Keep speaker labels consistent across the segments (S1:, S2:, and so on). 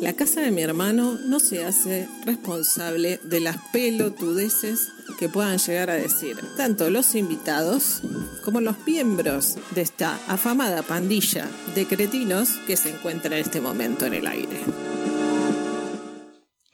S1: La casa de mi hermano no se hace responsable de las pelotudeces que puedan llegar a decir tanto los invitados como los miembros de esta afamada pandilla de cretinos que se encuentra en este momento en el aire.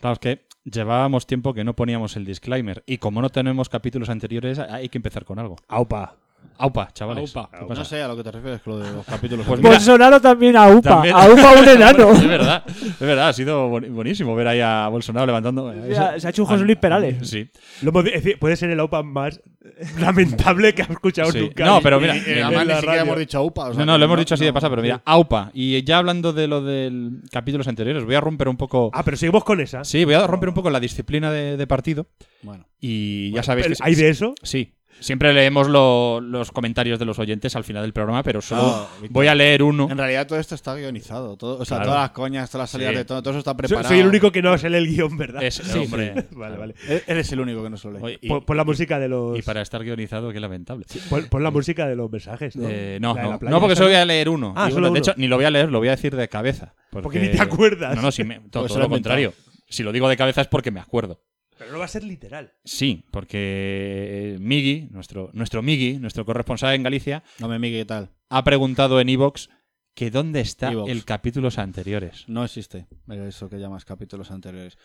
S2: Claro, es que llevábamos tiempo que no poníamos el disclaimer y como no tenemos capítulos anteriores hay que empezar con algo.
S3: Aupa.
S2: Aupa, chavales.
S3: Aupa.
S2: ¿Qué
S3: No
S2: pasa?
S4: No sé a lo que te refieres con lo de los capítulos.
S2: Pues mira,
S3: Bolsonaro también a Upa.
S2: También-
S3: A Upa un enano.
S2: es verdad, es verdad, ha sido boni- buenísimo ver ahí a Bolsonaro levantando. eh,
S3: O sea, se ha hecho un José Luis Perales.
S2: Sí.
S5: Lo hemos- es decir, puede ser el OPA más lamentable que has escuchado
S2: Sí.
S5: nunca.
S2: No, pero mira,
S5: Y- y-
S2: eh,
S5: en
S2: además
S4: ni
S5: la
S4: siquiera
S5: radio.
S4: hemos dicho upa. o sea,
S2: No, no,
S4: que
S2: lo hemos dicho así de
S4: no,
S2: pasar, pero mira, AUPA. Y ya hablando de lo del capítulos anteriores, voy a romper un poco.
S5: Ah, pero seguimos con esa.
S2: Sí, voy a romper un poco la disciplina de, de partido.
S4: Bueno,
S2: Y ya sabéis que.
S5: Pero, ¿Hay de eso?
S2: Sí. Siempre leemos lo- los comentarios de los oyentes al final del programa, pero solo
S4: Claro, Víctor.
S2: voy a leer uno.
S4: en realidad todo esto está guionizado. Todo, o sea,
S2: Claro.
S4: todas las coñas, todas las salidas
S2: Sí.
S4: de todo, todo eso está
S5: So-
S4: preparado.
S5: Soy el único que no se lee el guión, ¿verdad?
S2: Es- hombre.
S5: Vale, vale.
S4: E- Eres el único que no se lo lee.
S2: Oye, y-
S5: Pon, pon la música de los.
S2: y para estar guionizado, qué lamentable.
S5: Pon, pon la música de los mensajes, ¿no?
S2: Eh, no,
S5: La de
S2: no,
S5: la playa
S2: no, porque
S5: esa,
S2: solo voy a leer uno.
S5: Ah,
S2: Y
S5: solo
S2: bueno,
S5: uno.
S2: De hecho, ni lo voy a leer, lo voy a decir de cabeza. Porque,
S5: ni te acuerdas.
S2: No, no, si me, todo,
S4: Pues
S2: todo
S4: lo
S2: lo
S4: he inventado.
S2: contrario. Si lo digo de cabeza es porque me acuerdo.
S5: Pero no va a ser literal.
S2: Sí, porque eh, Migi, nuestro, nuestro Migi, nuestro corresponsal en Galicia,
S4: No me migue, ¿qué tal?
S2: ha preguntado en Evox que dónde está
S4: Evox.
S2: el capítulos anteriores.
S4: No existe eso que llamas capítulos anteriores.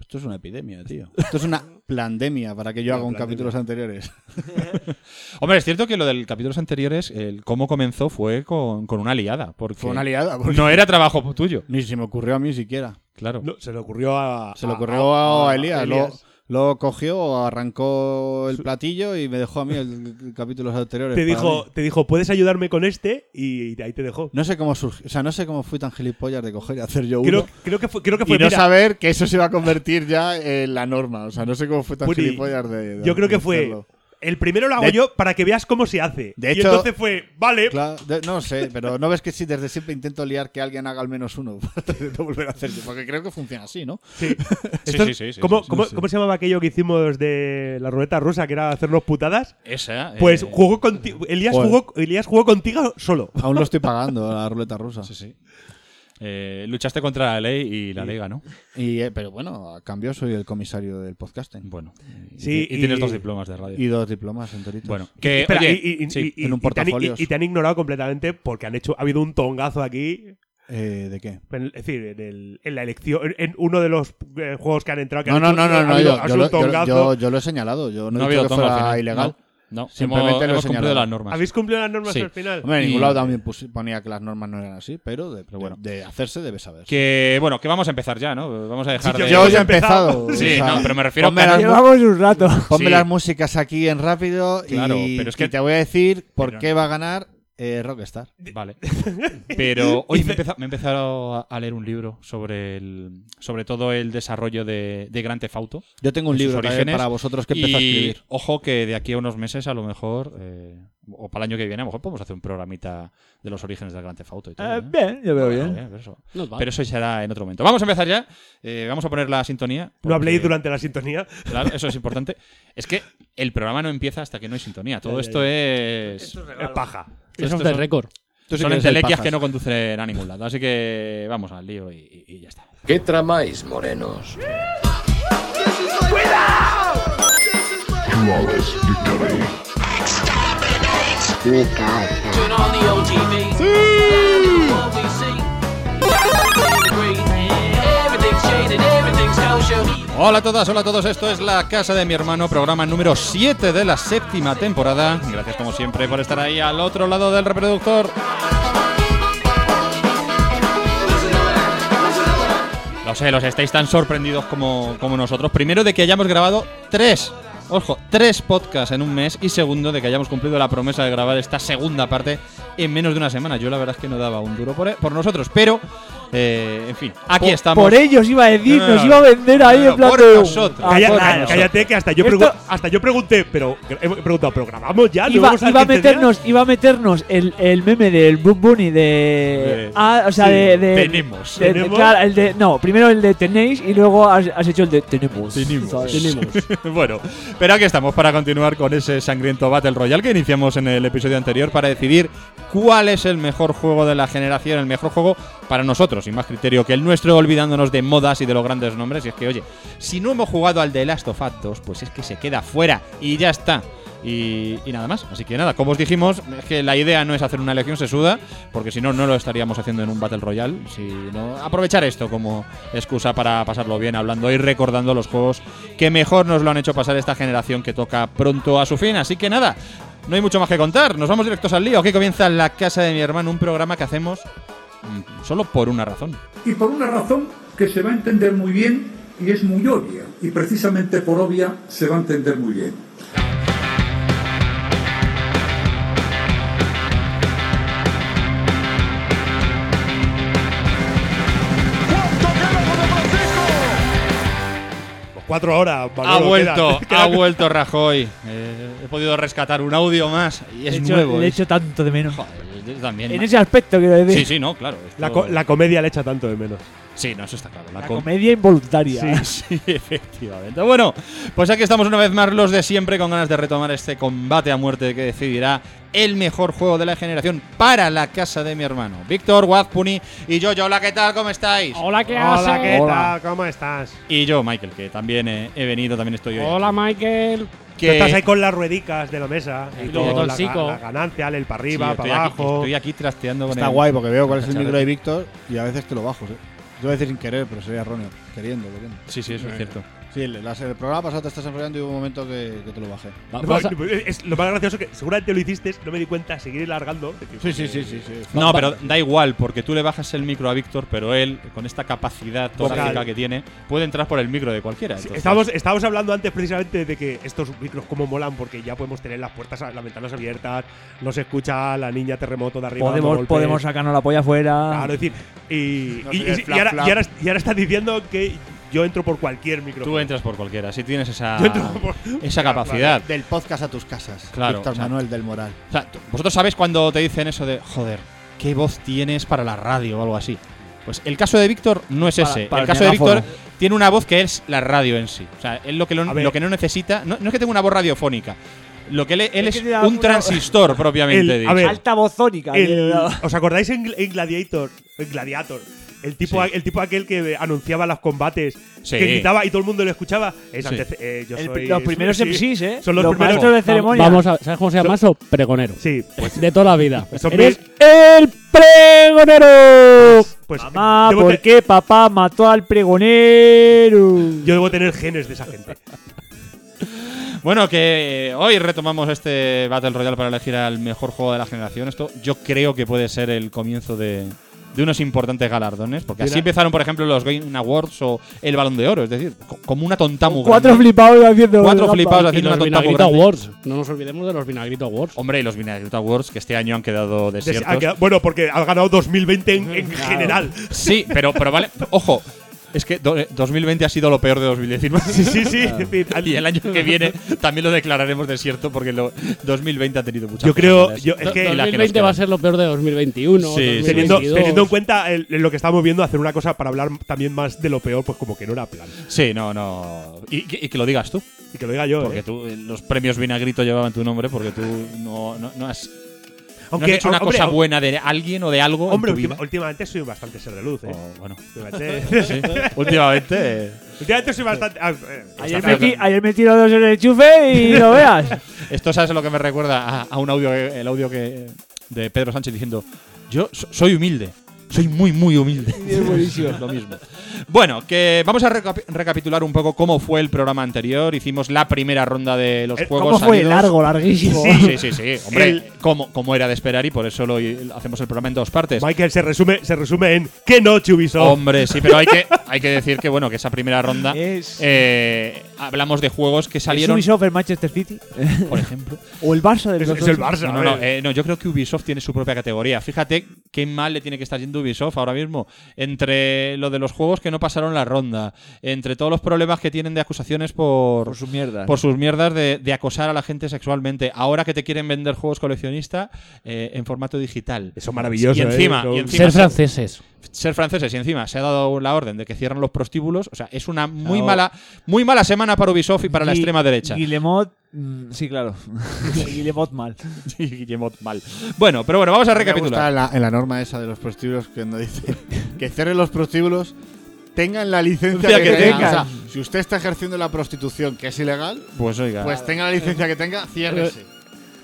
S4: Esto es una epidemia, tío. Esto es una pandemia para que yo
S5: Una
S4: haga un
S5: plandemia.
S4: capítulos anteriores.
S2: Hombre, es cierto que lo del capítulos anteriores, el cómo comenzó fue con, con una liada. Porque
S4: Fue una liada. porque
S2: No era trabajo tuyo,
S4: Ni se me ocurrió a mí siquiera.
S2: claro.
S5: No, se le ocurrió a.
S2: Ah,
S4: Se le ocurrió a, Elías. Pues Luego,
S5: Elías.
S4: luego cogió, arrancó el platillo y me dejó a mí el, el capítulos anteriores.
S5: Te
S4: para
S5: dijo,
S4: mí.
S5: te dijo, puedes ayudarme con este y, y ahí te dejó.
S4: No sé cómo surgió. O sea, no sé cómo fui tan gilipollas de coger y hacer yo uno.
S5: Creo, creo que fue. Creo que fue
S4: y no
S5: mira,
S4: saber que eso se iba a convertir ya en la norma. O sea, no sé cómo fue tan
S5: Puri,
S4: gilipollas de, de
S5: yo creo que fue.
S4: hacerlo.
S5: El primero lo hago
S4: De-
S5: yo para que veas cómo se hace.
S4: De
S5: y
S4: hecho-
S5: entonces fue, vale,
S4: Claro, de- no sé, pero no ves que sí, desde siempre intento liar que alguien haga al menos uno para no volver a hacerlo. Porque creo que funciona así, ¿no?
S5: Esto-
S2: sí, sí, sí,
S5: ¿cómo,
S2: sí, sí,
S5: cómo-
S2: sí.
S5: cómo se llamaba aquello que hicimos de la ruleta rusa, que era hacernos putadas?
S2: Esa.
S5: Pues
S2: eh,
S5: jugó contigo. Elías
S4: Joder.
S5: jugó, Elías jugó contigo solo.
S4: Aún lo estoy pagando la ruleta rusa.
S2: Sí, sí. Eh, luchaste contra la ley y la ley ganó.
S4: Y, eh, pero bueno, a cambio soy el comisario del podcasting.
S2: Bueno. y-
S5: Sí,
S2: y, tienes
S5: y-
S2: dos diplomas de radio.
S4: Y dos diplomas enteritos.
S2: bueno, que
S5: Espera,
S2: oye,
S5: y, y- y-
S2: sí,
S5: y-
S4: en un
S5: y te han,
S4: portafolios.
S5: y- y te han ignorado completamente porque han hecho, ha habido un tongazo aquí.
S4: Eh, ¿De qué?
S5: en- es decir, en, el- en la elección, en, en uno de los eh, juegos que han entrado. Que
S4: No,
S5: han
S4: no,
S5: hecho-
S4: no, no,
S5: ha
S4: no,
S5: habido-
S4: yo,
S5: ha
S4: yo
S5: sido
S4: lo,
S5: un tongazo.
S4: yo- yo- yo lo he señalado. Yo no,
S2: no ha
S4: he dicho
S2: habido
S4: que
S2: tongo al
S4: fuera
S2: final.
S4: ilegal.
S2: No, no,
S4: Simplemente
S2: hemos,
S4: lo he
S2: hemos cumplido
S4: señalado.
S2: las normas.
S5: ¿Habéis cumplido las normas
S2: Sí.
S5: al final?
S4: Hombre, en ningún
S2: Y-
S4: lado también pusi- ponía que las normas no eran así, pero de,
S2: Pero bueno.
S4: de, de hacerse debe saber.
S2: Que bueno, que vamos a empezar ya, ¿no? Vamos a dejar
S5: Sí,
S2: de.
S4: Yo ya he
S5: empezado.
S4: empezado.
S2: Sí,
S4: o sea,
S2: no, pero me refiero
S4: ponme
S2: a.
S4: las-
S3: Llevamos un rato.
S4: Ponme
S2: Sí.
S4: las músicas aquí en rápido y,
S2: Claro, pero es que-
S4: y te voy a decir por
S2: Pero-
S4: qué va a ganar eh, Rockstar.
S2: Vale. Pero hoy me he empeza- me he empezado a- a leer un libro sobre el, sobre todo el desarrollo de, de Gran Tefauto.
S4: Yo tengo un
S2: En sus
S4: libro también
S2: orígenes.
S4: para vosotros que empezó a escribir.
S2: Ojo que de aquí a unos meses, a lo mejor, eh, o para el año que viene, a lo mejor podemos hacer un programita de los orígenes del Gran Tefauto y todo.
S3: Eh,
S2: ¿eh?
S3: bien, yo veo
S2: Bueno,
S3: bien.
S2: bien, eso.
S4: Nos va.
S2: Pero eso será en otro momento. Vamos a empezar ya. Eh, vamos a poner la sintonía.
S5: No habléis
S2: porque-
S5: durante la sintonía.
S2: Claro, eso es importante. Es que el programa no empieza hasta que no hay sintonía. Todo
S5: Ya, ya,
S2: esto es.
S5: Es paja.
S2: Esto
S6: Eso es
S2: son-
S6: de récord.
S4: Tú sí
S2: son
S4: que eres el
S2: entelequias
S4: pajas.
S2: que no conducen a ningún lado. Así que vamos al lío y, y- y ya está.
S7: ¿Qué tramáis, morenos?
S8: Turn on the old TV. What we see. Green. Everything's shaded, everything's kosher.
S2: Hola a todas, hola a todos. Esto es La Casa de mi Hermano, programa número 7 de la séptima temporada. Gracias, como siempre, por estar ahí al otro lado del reproductor. Lo sé, los estáis tan sorprendidos como, como nosotros. Primero de que hayamos grabado tres, ojo, tres podcasts en un mes. Y segundo de que hayamos cumplido la promesa de grabar esta segunda parte en menos de una semana. Yo la verdad es que no daba un duro por, por nosotros, pero, eh, en fin, aquí
S3: Por-
S2: estamos.
S3: Por ellos iba a decir,
S2: No, no, no.
S3: nos iba a vender ahí
S2: No, no,
S3: en plan
S2: por
S3: de-
S2: nosotros.
S3: Ah,
S5: Calla-
S3: por
S5: calla-
S3: nosotros.
S5: cállate, que hasta yo, pregu-
S3: Esto-
S5: hasta yo pregunté, pero he preguntado, pero grabamos ya, ¿No
S3: Iba,
S5: vamos a
S3: iba a
S5: 15 días?
S3: meternos, iba a meternos el, el meme del Boom Bunny de.
S2: De-
S3: ah, o sea,
S5: sí,
S3: de. de-
S2: tenemos.
S3: de- de-
S5: Tenemos.
S3: claro, el de. No, primero el de tenéis y luego has, has hecho el de tenemos.
S2: Tenemos.
S3: ¿sabes?
S2: bueno, pero aquí estamos para continuar con ese sangriento Battle Royale que iniciamos en el episodio anterior para decidir cuál es el mejor juego de la generación, el mejor juego para nosotros. nosotros y más criterio que el nuestro, olvidándonos de modas y de los grandes nombres. Y es que, oye, si no hemos jugado al The Last of Us 2, pues es que se queda fuera y ya está. Y, y nada más. Así que nada, como os dijimos, es que la idea no es hacer una elección sesuda, porque si no, no lo estaríamos haciendo en un Battle Royale. Sino aprovechar esto como excusa para pasarlo bien hablando y recordando los juegos que mejor nos lo han hecho pasar esta generación que toca pronto a su fin. Así que nada, no hay mucho más que contar. Nos vamos directos al lío. Aquí comienza La Casa de mi hermano, un programa que hacemos mm, solo por una razón.
S6: y por una razón que se va a entender muy bien y es muy obvia. Y precisamente por obvia se va a entender muy bien.
S5: Pues Cuatro horas.
S2: Ha
S5: Manolo,
S2: vuelto,
S5: queda-
S2: ha
S5: queda-
S2: vuelto Rajoy. Eh, he podido rescatar un audio más y
S3: Le
S2: es
S3: echo-
S2: nuevo.
S3: Le
S2: es-
S3: echo tanto de menos.
S2: Joder, yo también.
S3: En
S2: ma-
S3: ese aspecto, quiero decir.
S2: Sí, sí, no, claro. esto-
S5: La, co- la comedia le echa tanto de menos.
S2: Sí, no, eso está claro. La
S3: La
S2: com-
S3: comedia involuntaria.
S2: Sí, sí, efectivamente. Bueno, pues aquí estamos una vez más los de siempre con ganas de retomar este combate a muerte que decidirá el mejor juego de la generación para la casa de mi hermano. Víctor, Wazpuni y yo, yo, hola, ¿qué tal? ¿Cómo estáis?
S9: Hola, ¿qué
S5: Hola,
S9: haces?
S5: ¿qué
S3: Hola.
S5: tal? ¿Cómo estás?
S2: Y yo, Michael, que también eh, he venido, también estoy hoy.
S9: Hola, Michael.
S2: Que
S5: Tú estás ahí con las ruedicas de la mesa. Y
S9: El
S5: todo, la,
S9: botoncico.
S5: ga- la ganancia, el para
S2: Sí,
S5: arriba,
S2: estoy
S5: para
S2: aquí-
S5: abajo.
S2: estoy aquí trasteando con
S4: Está
S2: el-
S4: guay porque veo cuál es el
S2: cacharrete.
S4: micro de Víctor y a veces te lo bajo. ¿eh? Yo a veces sin querer, pero sería erróneo. Queriendo, queriendo.
S2: Sí, sí,
S5: Eh.
S2: eso es cierto.
S4: Sí, el, las- el programa pasado te estás enfriando y hubo un momento que, que te lo bajé.
S2: Va-
S5: No,
S2: vas a-
S5: no, es lo más gracioso que seguramente lo hiciste, no me di cuenta, seguir largando.
S4: Sí, sí, sí, sí. sí.
S2: No, pero da igual, porque tú le bajas el micro a Víctor, pero él, con esta capacidad
S5: Vocal.
S2: torácica que tiene, puede entrar por el micro de cualquiera.
S5: Sí,
S2: entonces-
S5: estábamos, estábamos hablando antes precisamente de que estos micros como molan porque ya podemos tener las puertas, las ventanas abiertas, no se escucha la niña terremoto de arriba. dando
S3: Podemos,
S5: golpes.
S3: podemos sacarnos la polla afuera.
S5: Claro, es decir, y,
S4: No
S5: y-
S4: sería el
S5: y- y
S4: flap,
S5: ahora,
S4: flap.
S5: y ahora- y ahora estás diciendo que yo entro por cualquier micro.
S2: Tú entras por cualquiera, si tienes esa,
S5: Yo entro por-
S2: esa
S5: Claro,
S2: capacidad.
S4: Del podcast a tus casas.
S2: Claro,
S4: Víctor
S2: o sea-
S4: Manuel del Moral.
S2: O sea, tú- vosotros sabéis cuando te dicen eso de, joder, ¿qué voz tienes para la radio o algo así? Pues el caso de Víctor no es
S3: Para-
S2: ese.
S3: para
S2: el
S3: el
S2: caso de Víctor
S3: megáfono.
S2: tiene una voz que es la radio en sí. O sea, él lo que, lo,
S5: A ver.
S2: lo que no necesita, no, no es que tenga una voz radiofónica. Lo que él, él
S3: Es
S2: es,
S3: que tiene
S2: un
S3: alguna-
S2: transistor propiamente
S5: El-
S2: dicho.
S5: a ver,
S3: Alta vozónica.
S5: El-
S3: tío.
S5: ¿Os acordáis en, en Gladiator? En Gladiator. El tipo,
S2: Sí.
S5: el tipo aquel que anunciaba los combates,
S2: Sí.
S5: que gritaba y todo el mundo lo escuchaba. Es
S2: Sí.
S5: antece- eh, yo
S3: El-
S5: soy-
S3: los primeros
S5: sí,
S3: MCs, ¿eh?
S5: Son los, primeros.
S3: maestros de ceremonia.
S9: Vamos a, ¿Sabes cómo se llama eso? Pregonero.
S5: Sí, pues,
S9: De toda la vida.
S5: Son
S9: Eres el pregonero.
S5: pues
S3: Mamá,
S5: debo
S3: ¿por
S5: te-
S3: qué papá mató al pregonero?
S5: Yo debo tener genes de esa gente.
S2: Bueno, que eh, hoy retomamos este Battle Royale para elegir al mejor juego de la generación. Esto yo creo que puede ser el comienzo de, de unos importantes galardones, porque así
S5: Mira.
S2: empezaron, por ejemplo, los Game Awards o el Balón de Oro, es decir, co- como una tonta muy
S3: Cuatro
S2: grande.
S3: flipados haciendo.
S2: Cuatro
S3: gamba.
S2: flipados
S9: Y
S2: haciendo
S9: los
S2: una tonta muy
S9: Vinagrito
S2: grande.
S9: Awards. No nos olvidemos de los Vinagrito Awards.
S2: Hombre, y los Vinagrita Awards que este año han quedado
S5: De-
S2: desiertos.
S5: ha quedado- bueno, porque ha ganado 2020 en, en general.
S2: Sí, pero, pero vale, ojo, es que do- eh, 2020 ha sido lo peor de 2019.
S5: Sí, sí, sí. es decir, al-
S2: Y el año que viene también lo declararemos desierto porque lo 2020 ha tenido mucha
S5: Yo creo- yo- es que-
S2: Y la nos
S9: 2020 va a
S2: queda.
S9: ser lo peor de 2021.
S2: Sí, sí.
S5: Teniendo,
S9: 2022.
S5: teniendo en cuenta el- lo que estamos viendo, hacer una cosa para hablar también más de lo peor, pues como que no era plan.
S2: Sí, no, no. Y, que- y que lo digas tú.
S5: Y que lo diga yo.
S2: Porque
S5: ¿eh?
S2: tú, eh, los premios Vinagrito llevaban tu nombre porque tú no, no, no has, no
S5: Aunque, ah,
S2: has hecho una
S5: hombre,
S2: cosa
S5: hombre,
S2: buena de alguien o de algo.
S5: Hombre,
S2: en tu
S5: última-
S2: vida. Oh.
S5: últimamente soy bastante ser de luz, ¿eh?
S2: O, bueno,
S5: Últimamente,
S2: sí. últimamente. eh,
S5: últimamente soy bastante. ah, eh,
S3: Ayer me,
S2: Está
S3: ti-
S2: claro.
S3: ayer me tiró dos en el enchufe y no veas.
S2: Esto, ¿sabes lo que me recuerda a, a un audio, que- el audio que de Pedro Sánchez diciendo: Yo so- soy humilde. Soy muy, muy humilde. Es lo mismo. Bueno, que vamos a recapi- recapitular un poco cómo fue el programa anterior. Hicimos la primera ronda de los
S5: Eh,
S2: juegos.
S3: ¿Cómo fue?
S2: salidos.
S3: Largo, larguísimo.
S2: Sí, sí, sí, sí. Hombre,
S5: El-
S2: como, como era de esperar y por eso lo lo hacemos el programa en dos partes.
S5: Michael se resume, se resume en ¿Qué noche Ubisoft?
S2: Hombre, sí, pero hay que, hay que decir que bueno, que esa primera ronda
S3: Es-
S2: eh, hablamos de juegos que
S3: ¿Es
S2: salieron,
S3: Ubisoft el Manchester City?
S2: por ejemplo.
S3: ¿O el Barça del
S5: Es, es
S3: 2008?
S5: el
S2: No,
S5: Barça.
S2: no,
S5: a
S2: no,
S5: ver.
S2: eh, no, yo creo que Ubisoft tiene su propia categoría. Fíjate qué mal le tiene que estar yendo Ubisoft ahora mismo. Entre lo de los juegos que no pasaron la ronda, entre todos los problemas que tienen de acusaciones por,
S3: Por su mierda.
S2: por sus mierdas de, de acosar a la gente sexualmente. Ahora que te quieren vender juegos coleccionista eh, en formato digital.
S5: Eso es maravilloso.
S2: Y
S5: ¿eh?
S2: encima-
S5: Eso-
S2: y encima-
S9: Ser franceses.
S2: ser franceses y encima se ha dado la orden de que cierran los prostíbulos. O sea, es una muy
S3: Claro.
S2: mala, muy mala semana para Ubisoft y para la
S3: Gui-
S2: extrema derecha.
S3: Guillemot. mm, sí, claro. Guillemot mal.
S2: Sí, Guillemot mal. Bueno, pero bueno, vamos a
S4: Me gusta
S2: recapitular.
S4: en la, en la norma esa de los prostíbulos que no dice que cierren los prostíbulos, tengan la licencia
S2: Ya
S4: que,
S2: que
S4: tengan.
S2: tengan.
S4: O sea, si usted está ejerciendo la prostitución, que es ilegal,
S2: Pues oiga.
S4: pues tenga la licencia que
S2: Eh,
S4: tenga, ciérrese.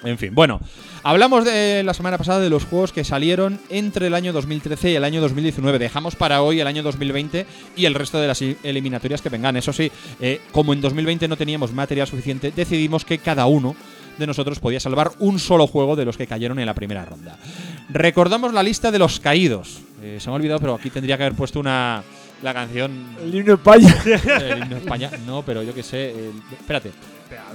S2: En fin, bueno, hablamos de la semana pasada de los juegos que salieron entre el año 2013 y el año 2019. Dejamos para hoy el año 2020 y el resto de las i- eliminatorias que vengan. Eso sí, eh, como en 2020 no teníamos material suficiente, decidimos que cada uno de nosotros podía salvar un solo juego de los que cayeron en la primera ronda. Recordamos la lista de los caídos. Eh, se me ha olvidado, pero aquí tendría que haber puesto una la canción
S3: El himno de España.
S2: el himno de España. No, pero yo que sé. el- espérate.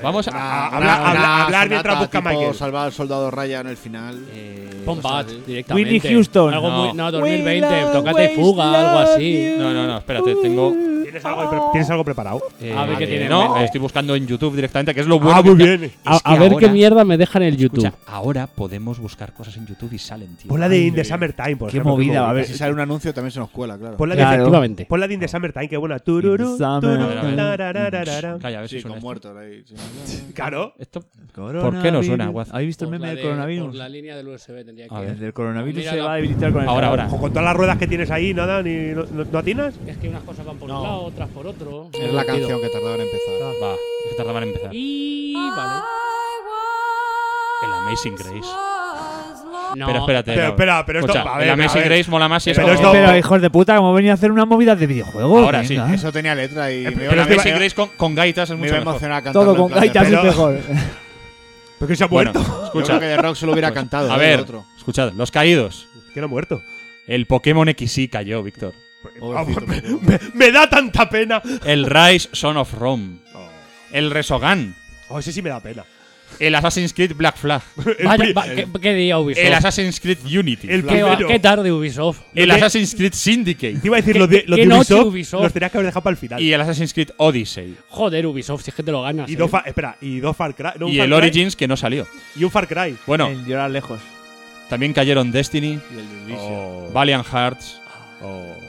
S2: Vamos a,
S4: Una-
S2: a-
S5: habla-
S4: una-
S5: habla-
S4: una
S5: hablar mientras
S4: sonata
S5: busca
S4: tipo
S5: Michael.
S4: Salvar al soldado Raya en el final.
S2: eh,
S9: Pon
S2: cosas
S9: Bad
S2: así.
S9: directamente.
S3: Whitney Houston.
S9: Algo muy. No,
S3: We
S9: 2020.
S3: love
S9: Tócate y fuga, algo así.
S2: No, no, no, espérate, tengo.
S5: ¿Tienes algo, pre- tienes algo preparado?
S2: eh,
S9: A ver qué tiene en
S2: No,
S9: mente.
S2: estoy buscando en YouTube directamente, que es lo bueno.
S5: ah, muy
S2: que-
S5: bien.
S9: A,
S2: Es que
S9: a ver
S2: ahora-
S9: qué mierda me dejan en el YouTube.
S2: Escucha, ahora podemos buscar cosas en YouTube y salen, tío.
S5: Pon la de
S2: Ay,
S5: In the
S2: qué bien.
S5: Summertime, por
S3: Qué
S5: ejemplo, que es
S3: movida,
S5: muy
S3: a ver.
S2: eh,
S4: Si sale un anuncio también se nos cuela, claro.
S5: Pon la,
S3: Claro.
S5: de,
S9: Efectivamente.
S5: pon la de In the Summertime, que buena. Tururú,
S3: Summer
S5: tururú,
S2: A ver, a ver.
S5: tararararara.
S2: Calla, a ver si
S4: sí,
S2: suena
S4: con
S2: esto.
S4: muertos ahí. sí.
S5: Claro.
S2: Esto- ¿Por qué no suena, Guaz?
S3: ¿Habéis visto el
S9: Por la
S3: meme del
S9: de-
S3: coronavirus?
S9: por la línea del USB tendría
S2: A ver.
S9: que.
S3: El del coronavirus
S9: Mira
S3: se
S9: la-
S3: va a debilitar con el
S2: Ahora, ahora.
S5: O con todas las ruedas que tienes ahí, nada, ni, no, no- ¿no atinas.
S9: Es que unas cosas van por
S4: No.
S9: un lado, otras por otro.
S4: Es la canción que tardaba en empezar.
S2: Va, es que tardaban en empezar.
S9: Y. Vale.
S2: El Amazing Grace.
S9: No,
S2: Pero espérate.
S5: Pero
S2: no.
S5: espera, pero esto-
S2: Escucha,
S5: a ver,
S2: el
S5: a
S2: Amazing
S5: ver.
S2: Grace mola más si es
S5: Pero
S2: con-
S5: esto-
S3: Pero hijos de puta, como venía a hacer una movida de videojuegos.
S2: Ahora sí,
S3: venga.
S4: Eso tenía letra y me
S5: Pero
S4: iba,
S2: El
S5: esto
S2: Amazing
S5: iba-
S2: Grace con, con gaitas es
S4: me
S2: mucho
S4: iba a
S2: mejor.
S4: emocionar cantando.
S3: Todo
S4: en
S3: con
S4: plan de
S3: gaitas es
S5: pero-
S3: mejor.
S5: Pero que se ha
S2: Bueno,
S5: muerto.
S4: Yo creo que
S2: escucha.
S4: de Rock se lo hubiera
S2: Pues,
S4: cantado.
S2: A
S4: ¿eh?
S2: ver,
S4: El otro.
S2: escuchad, los caídos.
S5: Que no ha muerto.
S2: El Pokémon XY cayó, Víctor.
S4: Pobrecito, Pokémon.
S5: me, me da tanta pena.
S2: El Rise Son of Rome. El Resogan.
S5: Oh, ese sí me da pena.
S2: El Assassin's Creed Black Flag.
S9: Vaya, va- ¿qué, qué día Ubisoft?
S2: El Assassin's Creed Unity.
S5: El
S9: ¿Qué, va-
S5: primero.
S9: qué tarde Ubisoft?
S2: El
S5: Lo que-
S2: Assassin's Creed Syndicate.
S5: Te iba a decir los de, los
S9: qué
S5: de
S9: noche
S5: Ubisoft,
S9: Ubisoft?
S5: Los tenías que haber dejado para el final.
S2: Y el Assassin's Creed Odyssey.
S9: Joder, Ubisoft, si es que te lo ganas.
S5: Y
S9: eh.
S5: dos Fa- espera, y dos Far Cry. no, un
S2: Y
S5: Far
S2: el
S5: Cry
S2: Origins que no salió.
S5: Y un Far Cry.
S2: Bueno,
S3: En llorar lejos.
S2: también cayeron Destiny, Oh.
S4: Y el Division.
S2: Valiant Hearts,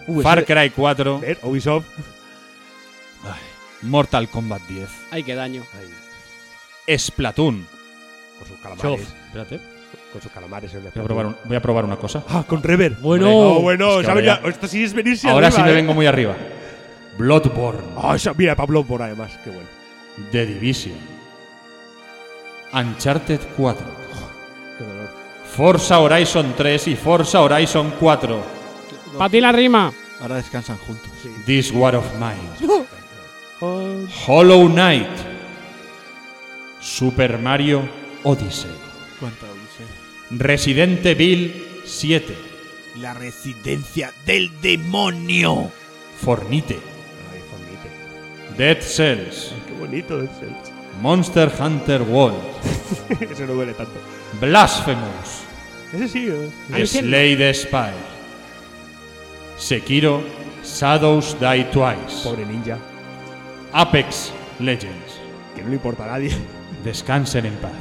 S3: Uh,
S2: Far
S3: ese-
S2: Cry 4,
S5: Ver, Ubisoft.
S2: Mortal Kombat 10,
S9: Ay, qué daño.
S2: Splatoon.
S5: Con sus calamares.
S2: Espérate,
S5: Con sus calamares. en el
S2: voy a probar, un- voy a probar una cosa.
S5: Ah, con Rever.
S9: Bueno.
S5: Oh, bueno,
S2: Es que
S5: se ha
S2: ahora
S5: venido- esto sí es venirse
S2: Ahora sí
S5: arriba,
S2: me
S5: eh.
S2: vengo muy arriba. Bloodborne,
S5: Ah, esa- mira, Pablo por además, qué bueno.
S2: The Division, Uncharted 4, Forza Horizon 3 y Forza Horizon 4.
S9: Para ti la rima.
S4: Ahora descansan juntos.
S2: This War of Mine. Hollow Knight. Super Mario Odyssey. Resident Evil 7.
S10: La residencia del demonio.
S2: Fornite.
S5: Ay, Fornite.
S2: Dead Cells.
S5: Qué bonito es el-
S2: Monster Hunter World.
S5: Ese no duele tanto.
S2: Blasphemous.
S5: Ese sí. eh.
S2: Slay the Spire. Sekiro. Shadows Die Twice.
S5: Pobre ninja.
S2: Apex Legends.
S5: Que no le importa a nadie.
S2: Descansen en paz.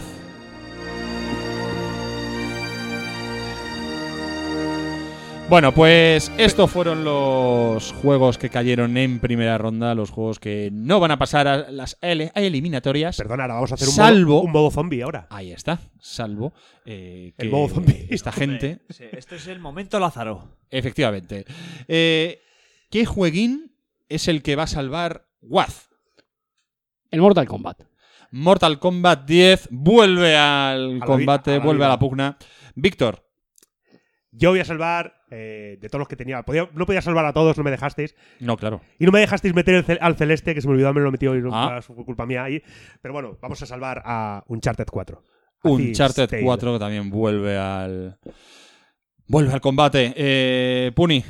S2: Bueno, pues estos fueron los juegos que cayeron en primera ronda, los juegos que no van a pasar a las ele- a eliminatorias.
S5: Perdona, ahora vamos a hacer un
S2: Salvo-
S5: modo, un modo zombie ahora.
S2: Ahí está, salvo eh,
S5: El
S2: que
S5: modo zombie.
S2: esta gente,
S3: Este es el momento Lázaro.
S2: efectivamente. Eh, ¿Qué jueguín es el que va a salvar Waz?
S9: El Mortal Kombat.
S2: Mortal Kombat 10 vuelve al
S5: vi-
S2: combate,
S5: a la
S2: vuelve a
S5: vida.
S2: la pugna. Víctor,
S5: Yo voy a salvar eh, de todos los que tenía. Podía- no podía salvar a todos, no me dejasteis.
S2: no, claro.
S5: Y no me dejasteis meter el cel- al celeste, que se me olvidó, me lo metió y no
S2: Ah.
S5: fue su- culpa mía ahí. Pero bueno, vamos a salvar a Uncharted 4. A Thief's
S2: Uncharted
S5: Tale.
S2: 4 que también vuelve al. Vuelve al combate. Eh, Puni.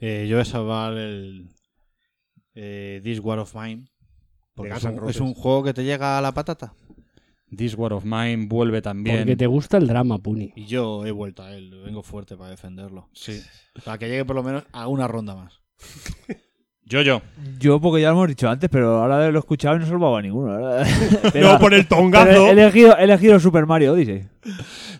S4: Eh, yo voy a salvar el eh, This War of Mine. Porque
S5: De
S4: es
S5: Guns
S4: un,
S5: N'
S4: es un juego que te llega a la patata.
S2: This War of Mine vuelve también.
S9: Porque te gusta el drama, Puni.
S4: Y yo he vuelto a él. Vengo fuerte para defenderlo.
S2: Sí.
S4: Para que llegue por lo menos a una ronda más.
S2: Yo, yo.
S3: Yo, porque ya lo hemos dicho antes, pero ahora lo he escuchado y no salvaba ninguno.
S5: No, por el
S3: Pero
S5: tongazo.
S3: he elegido, he elegido Super Mario Odyssey.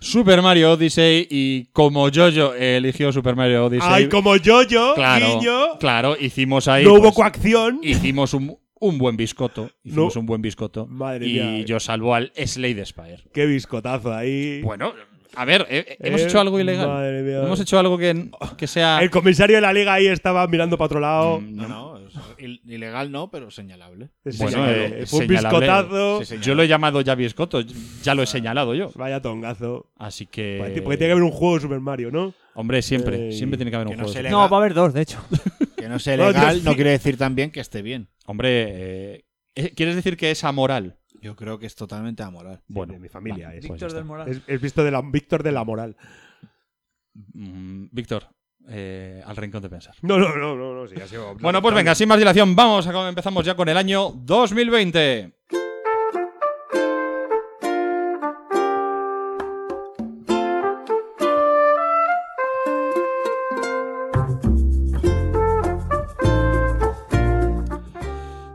S2: Super Mario Odyssey y como yo, yo eligió Super Mario Odyssey.
S5: Ay, como yo, yo,
S2: claro,
S5: guiño.
S2: claro, hicimos ahí.
S5: no hubo
S2: pues,
S5: coacción.
S2: Hicimos un, un buen biscoto. Hicimos un buen biscoto.
S5: Madre
S2: y
S5: mía.
S2: yo salvo al Slade Spire. Pues,
S5: Qué biscotazo ahí.
S2: Bueno, A ver, eh, eh, hemos
S5: Eh,
S2: hecho algo ilegal.
S5: madre mía.
S2: Hemos hecho algo que, que sea.
S5: El comisario de la liga ahí estaba mirando para otro lado.
S2: Mm,
S4: No, no, es il- ilegal no, pero señalable.
S5: Sí,
S2: Bueno,
S5: señor.
S2: eh,
S5: fue un
S2: señalable.
S5: biscotazo.
S4: Sí, señor.
S2: Yo lo he llamado ya biscoto, ya lo he señalado yo.
S5: Vaya tongazo.
S2: Así que.
S5: Porque tiene Pues, que haber un juego de Super Mario, ¿no?
S2: Hombre, siempre,
S5: Eh,
S2: siempre tiene que haber un
S4: que no
S2: juego.
S4: se
S2: de-
S4: le-
S3: No, va a haber dos, de hecho.
S4: Que no sea
S5: No,
S4: legal
S5: Dios,
S4: no
S5: sí.
S4: quiere decir también que esté bien.
S2: Hombre, eh, eh, ¿quieres decir que es amoral?
S4: Yo creo que es totalmente amoral.
S2: Bueno,
S5: de mi familia es.
S2: pues
S3: Víctor
S2: ya
S3: del
S2: está.
S3: Moral.
S5: Es, es visto de la, Víctor de la moral.
S2: Mm, Víctor, eh, al rincón de pensar.
S5: No, no, no, no, no sí, ha sido
S2: Bueno, pues venga, sin más dilación, vamos, a- empezamos ya con el año 2020.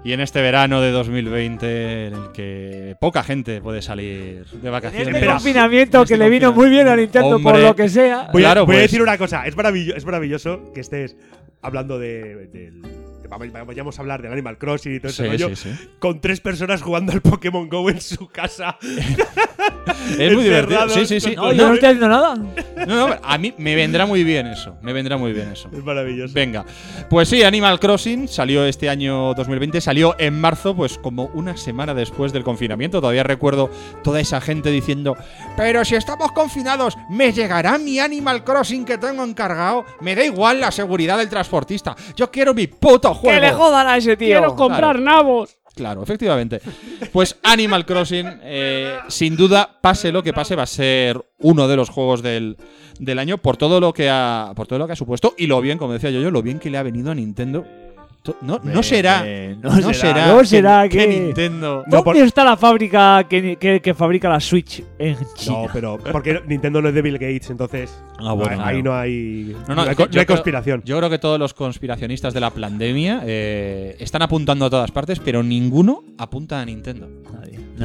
S2: Y en este verano de 2020, en el que poca gente puede salir de vacaciones.
S3: Este
S5: Espera.
S3: confinamiento que
S2: Este
S3: le vino muy bien a Nintendo por
S2: Hombre.
S3: lo que sea.
S5: Voy, a-
S2: Claro,
S5: voy a
S2: pues.
S5: decir una cosa. Es maravilloso, es maravilloso que estés hablando de, del. de- vamos- Vamos a hablar del Animal Crossing y todo ese
S2: Sí,
S5: rollo.
S2: sí, sí.
S5: Con tres personas jugando al Pokémon Go en su casa.
S2: Es muy divertido.
S5: Encerrados
S2: Sí, sí, sí.
S5: con-
S3: No, yo no estoy haciendo nada.
S2: No, no, a mí me vendrá muy bien eso. Me vendrá muy bien eso.
S5: Es maravilloso.
S2: Venga, pues sí, Animal Crossing salió este año 2020, salió en marzo, pues como una semana después del confinamiento. Todavía recuerdo toda esa gente diciendo, pero si estamos confinados, me llegará mi Animal Crossing que tengo encargado. Me da igual la seguridad del transportista. Yo quiero mi puto
S3: Que le
S2: juego.
S3: jodan a ese tío.
S9: Quiero comprar nabos.
S2: Claro, efectivamente. Pues Animal Crossing, eh, sin duda, pase lo que pase, va a ser uno de los juegos del, del año por todo lo que ha por todo lo que ha supuesto y lo bien, como decía yo, yo lo bien que le ha venido a Nintendo. To- No, no será, no, será,
S3: no será
S2: que,
S3: que-
S2: Nintendo.
S3: ¿Dónde
S5: No, por-
S3: está la fábrica que, que- que fabrica la Switch en
S5: No,
S3: China?
S5: pero porque Nintendo no es de Bill Gates, entonces
S2: Ah, bueno,
S5: ahí
S2: claro.
S5: no hay,
S2: No,
S5: no,
S2: no,
S5: hay,
S2: yo-
S5: no
S2: yo
S5: hay
S2: creo-
S5: conspiración.
S2: Yo creo que todos los conspiracionistas de la pandemia eh, están apuntando a todas partes, pero ninguno apunta a Nintendo.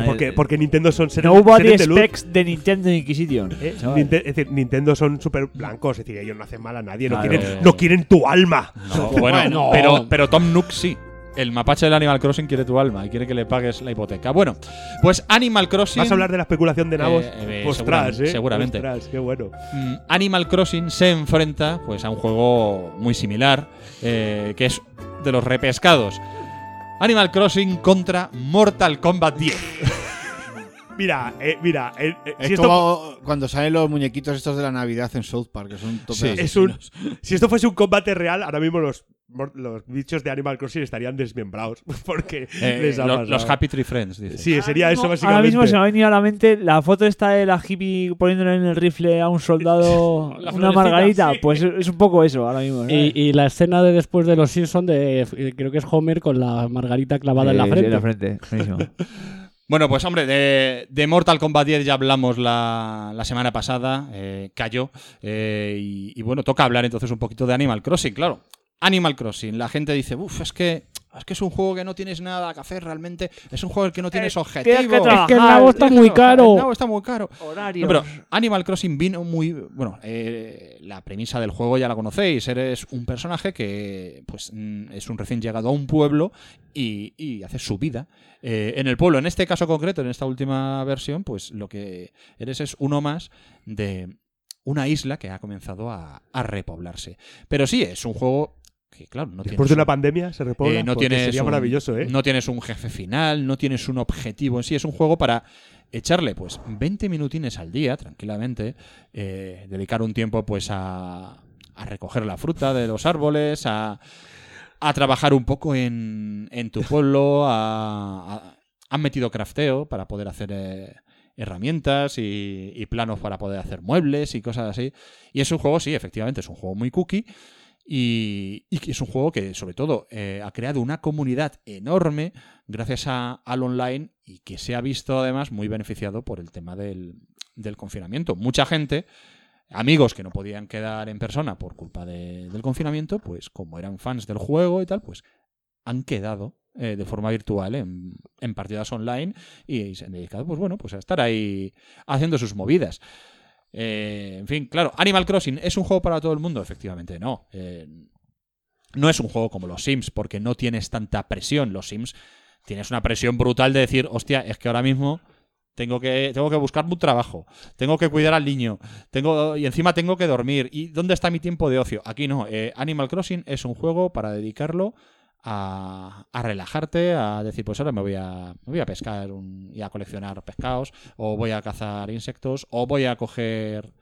S5: porque, porque Nintendo son seres,
S3: Nobody
S5: seres de luz.
S3: expects de Nintendo Inquisition.
S5: ¿eh?
S3: chaval.
S5: Ninte- es decir, Nintendo son súper blancos, es decir, ellos no hacen mal a nadie, no,
S3: Claro.
S5: quieren, no quieren tu alma.
S2: No, bueno,
S9: Bueno.
S2: Pero, pero Tom Nook sí. El mapache del Animal Crossing quiere tu alma y quiere que le pagues la hipoteca. Bueno, pues Animal Crossing.
S5: ¿Vas a hablar de la especulación de Nabos?
S2: Eh, eh,
S5: Ostras,
S2: seguramente,
S5: eh.
S2: seguramente.
S5: Ostras, qué bueno.
S2: Mm, Animal Crossing se enfrenta pues, a un juego muy similar, eh, que es de los repescados. Animal Crossing contra Mortal Kombat 10.
S5: Mira, eh, mira, eh, eh,
S4: Es
S5: si, esto,
S4: como cuando salen los muñequitos estos de la Navidad en South Park, que son tope
S2: Sí.
S4: de
S5: es un-
S4: asesinos.
S5: si esto fuese un combate real, ahora mismo los, mor- los bichos de Animal Crossing estarían desmembrados. Porque
S2: Eh,
S5: les ha
S2: lo-
S5: pasado.
S2: los Happy Tree Friends, dice.
S5: Sí, sería eso básicamente.
S3: Ahora mismo se me ha venido a la mente la foto esta de la hippie poniéndole en el rifle a un soldado
S2: La florecita,
S3: una margarita.
S2: sí.
S3: Pues es un poco eso ahora mismo. ¿no?
S9: Y, y la escena de después de los Simpsons de eh, creo que es Homer con la margarita clavada en la
S3: Eh, sí,
S9: frente.
S3: buenísimo.
S2: Bueno, pues hombre, de, de Mortal Kombat 10 ya hablamos la, la semana pasada, eh, cayó, eh, y, y bueno, toca hablar entonces un poquito de Animal Crossing, claro. Animal Crossing, la gente dice, uff, es que, es que es un juego que no tienes nada que hacer realmente, es un juego en el que no tienes objetivos.
S3: Eh, tienes que trabajar.
S9: Que el nabo está muy
S2: El nabo
S9: caro.
S2: está muy caro. No,
S3: Horarios.
S2: pero Animal Crossing vino muy. Bueno, eh, la premisa del juego ya la conocéis. Eres un personaje que pues mm, es un recién llegado a un pueblo y, y hace su vida eh, en el pueblo. En este caso concreto, en esta última versión, pues lo que eres es uno más de una isla que ha comenzado a, a repoblarse. Pero sí, es un juego que, claro, no
S5: Después
S2: tienes
S5: de
S2: un-
S5: una pandemia se repobla.
S2: eh, no
S5: porque
S2: tienes
S5: sería
S2: un-
S5: maravilloso, ¿eh?
S2: No tienes un jefe final, no tienes un objetivo en sí. Es un juego para echarle pues 20 minutines al día, tranquilamente, eh, dedicar un tiempo pues a, a recoger la fruta de los árboles, a, a trabajar un poco en, en tu pueblo, a, a- han metido crafteo para poder hacer eh, herramientas y, y planos para poder hacer muebles y cosas así. Y es un juego, sí, efectivamente, es un juego muy cookie. Y, y que es un juego que, sobre todo, eh, ha creado una comunidad enorme gracias a- al online y que se ha visto, además, muy beneficiado por el tema del, del confinamiento. Mucha gente, amigos que no podían quedar en persona por culpa de- del confinamiento, pues como eran fans del juego y tal, pues han quedado eh, de forma virtual en, en partidas online y se han dedicado, pues bueno, pues a estar ahí haciendo sus movidas. Eh, en fin, claro, Animal Crossing es un juego para todo el mundo, efectivamente, no. Eh, no es un juego como los Sims, porque no tienes tanta presión. Los Sims tienes una presión brutal de decir, hostia, es que ahora mismo Tengo que, tengo que buscarme un trabajo. Tengo que cuidar al niño. Tengo, y encima tengo que dormir. ¿Y dónde está mi tiempo de ocio? Aquí no. eh, Animal Crossing es un juego para dedicarlo a, a relajarte, a decir, pues ahora me voy a, me voy a pescar un- y a coleccionar pescados, o voy a cazar insectos, o voy a coger.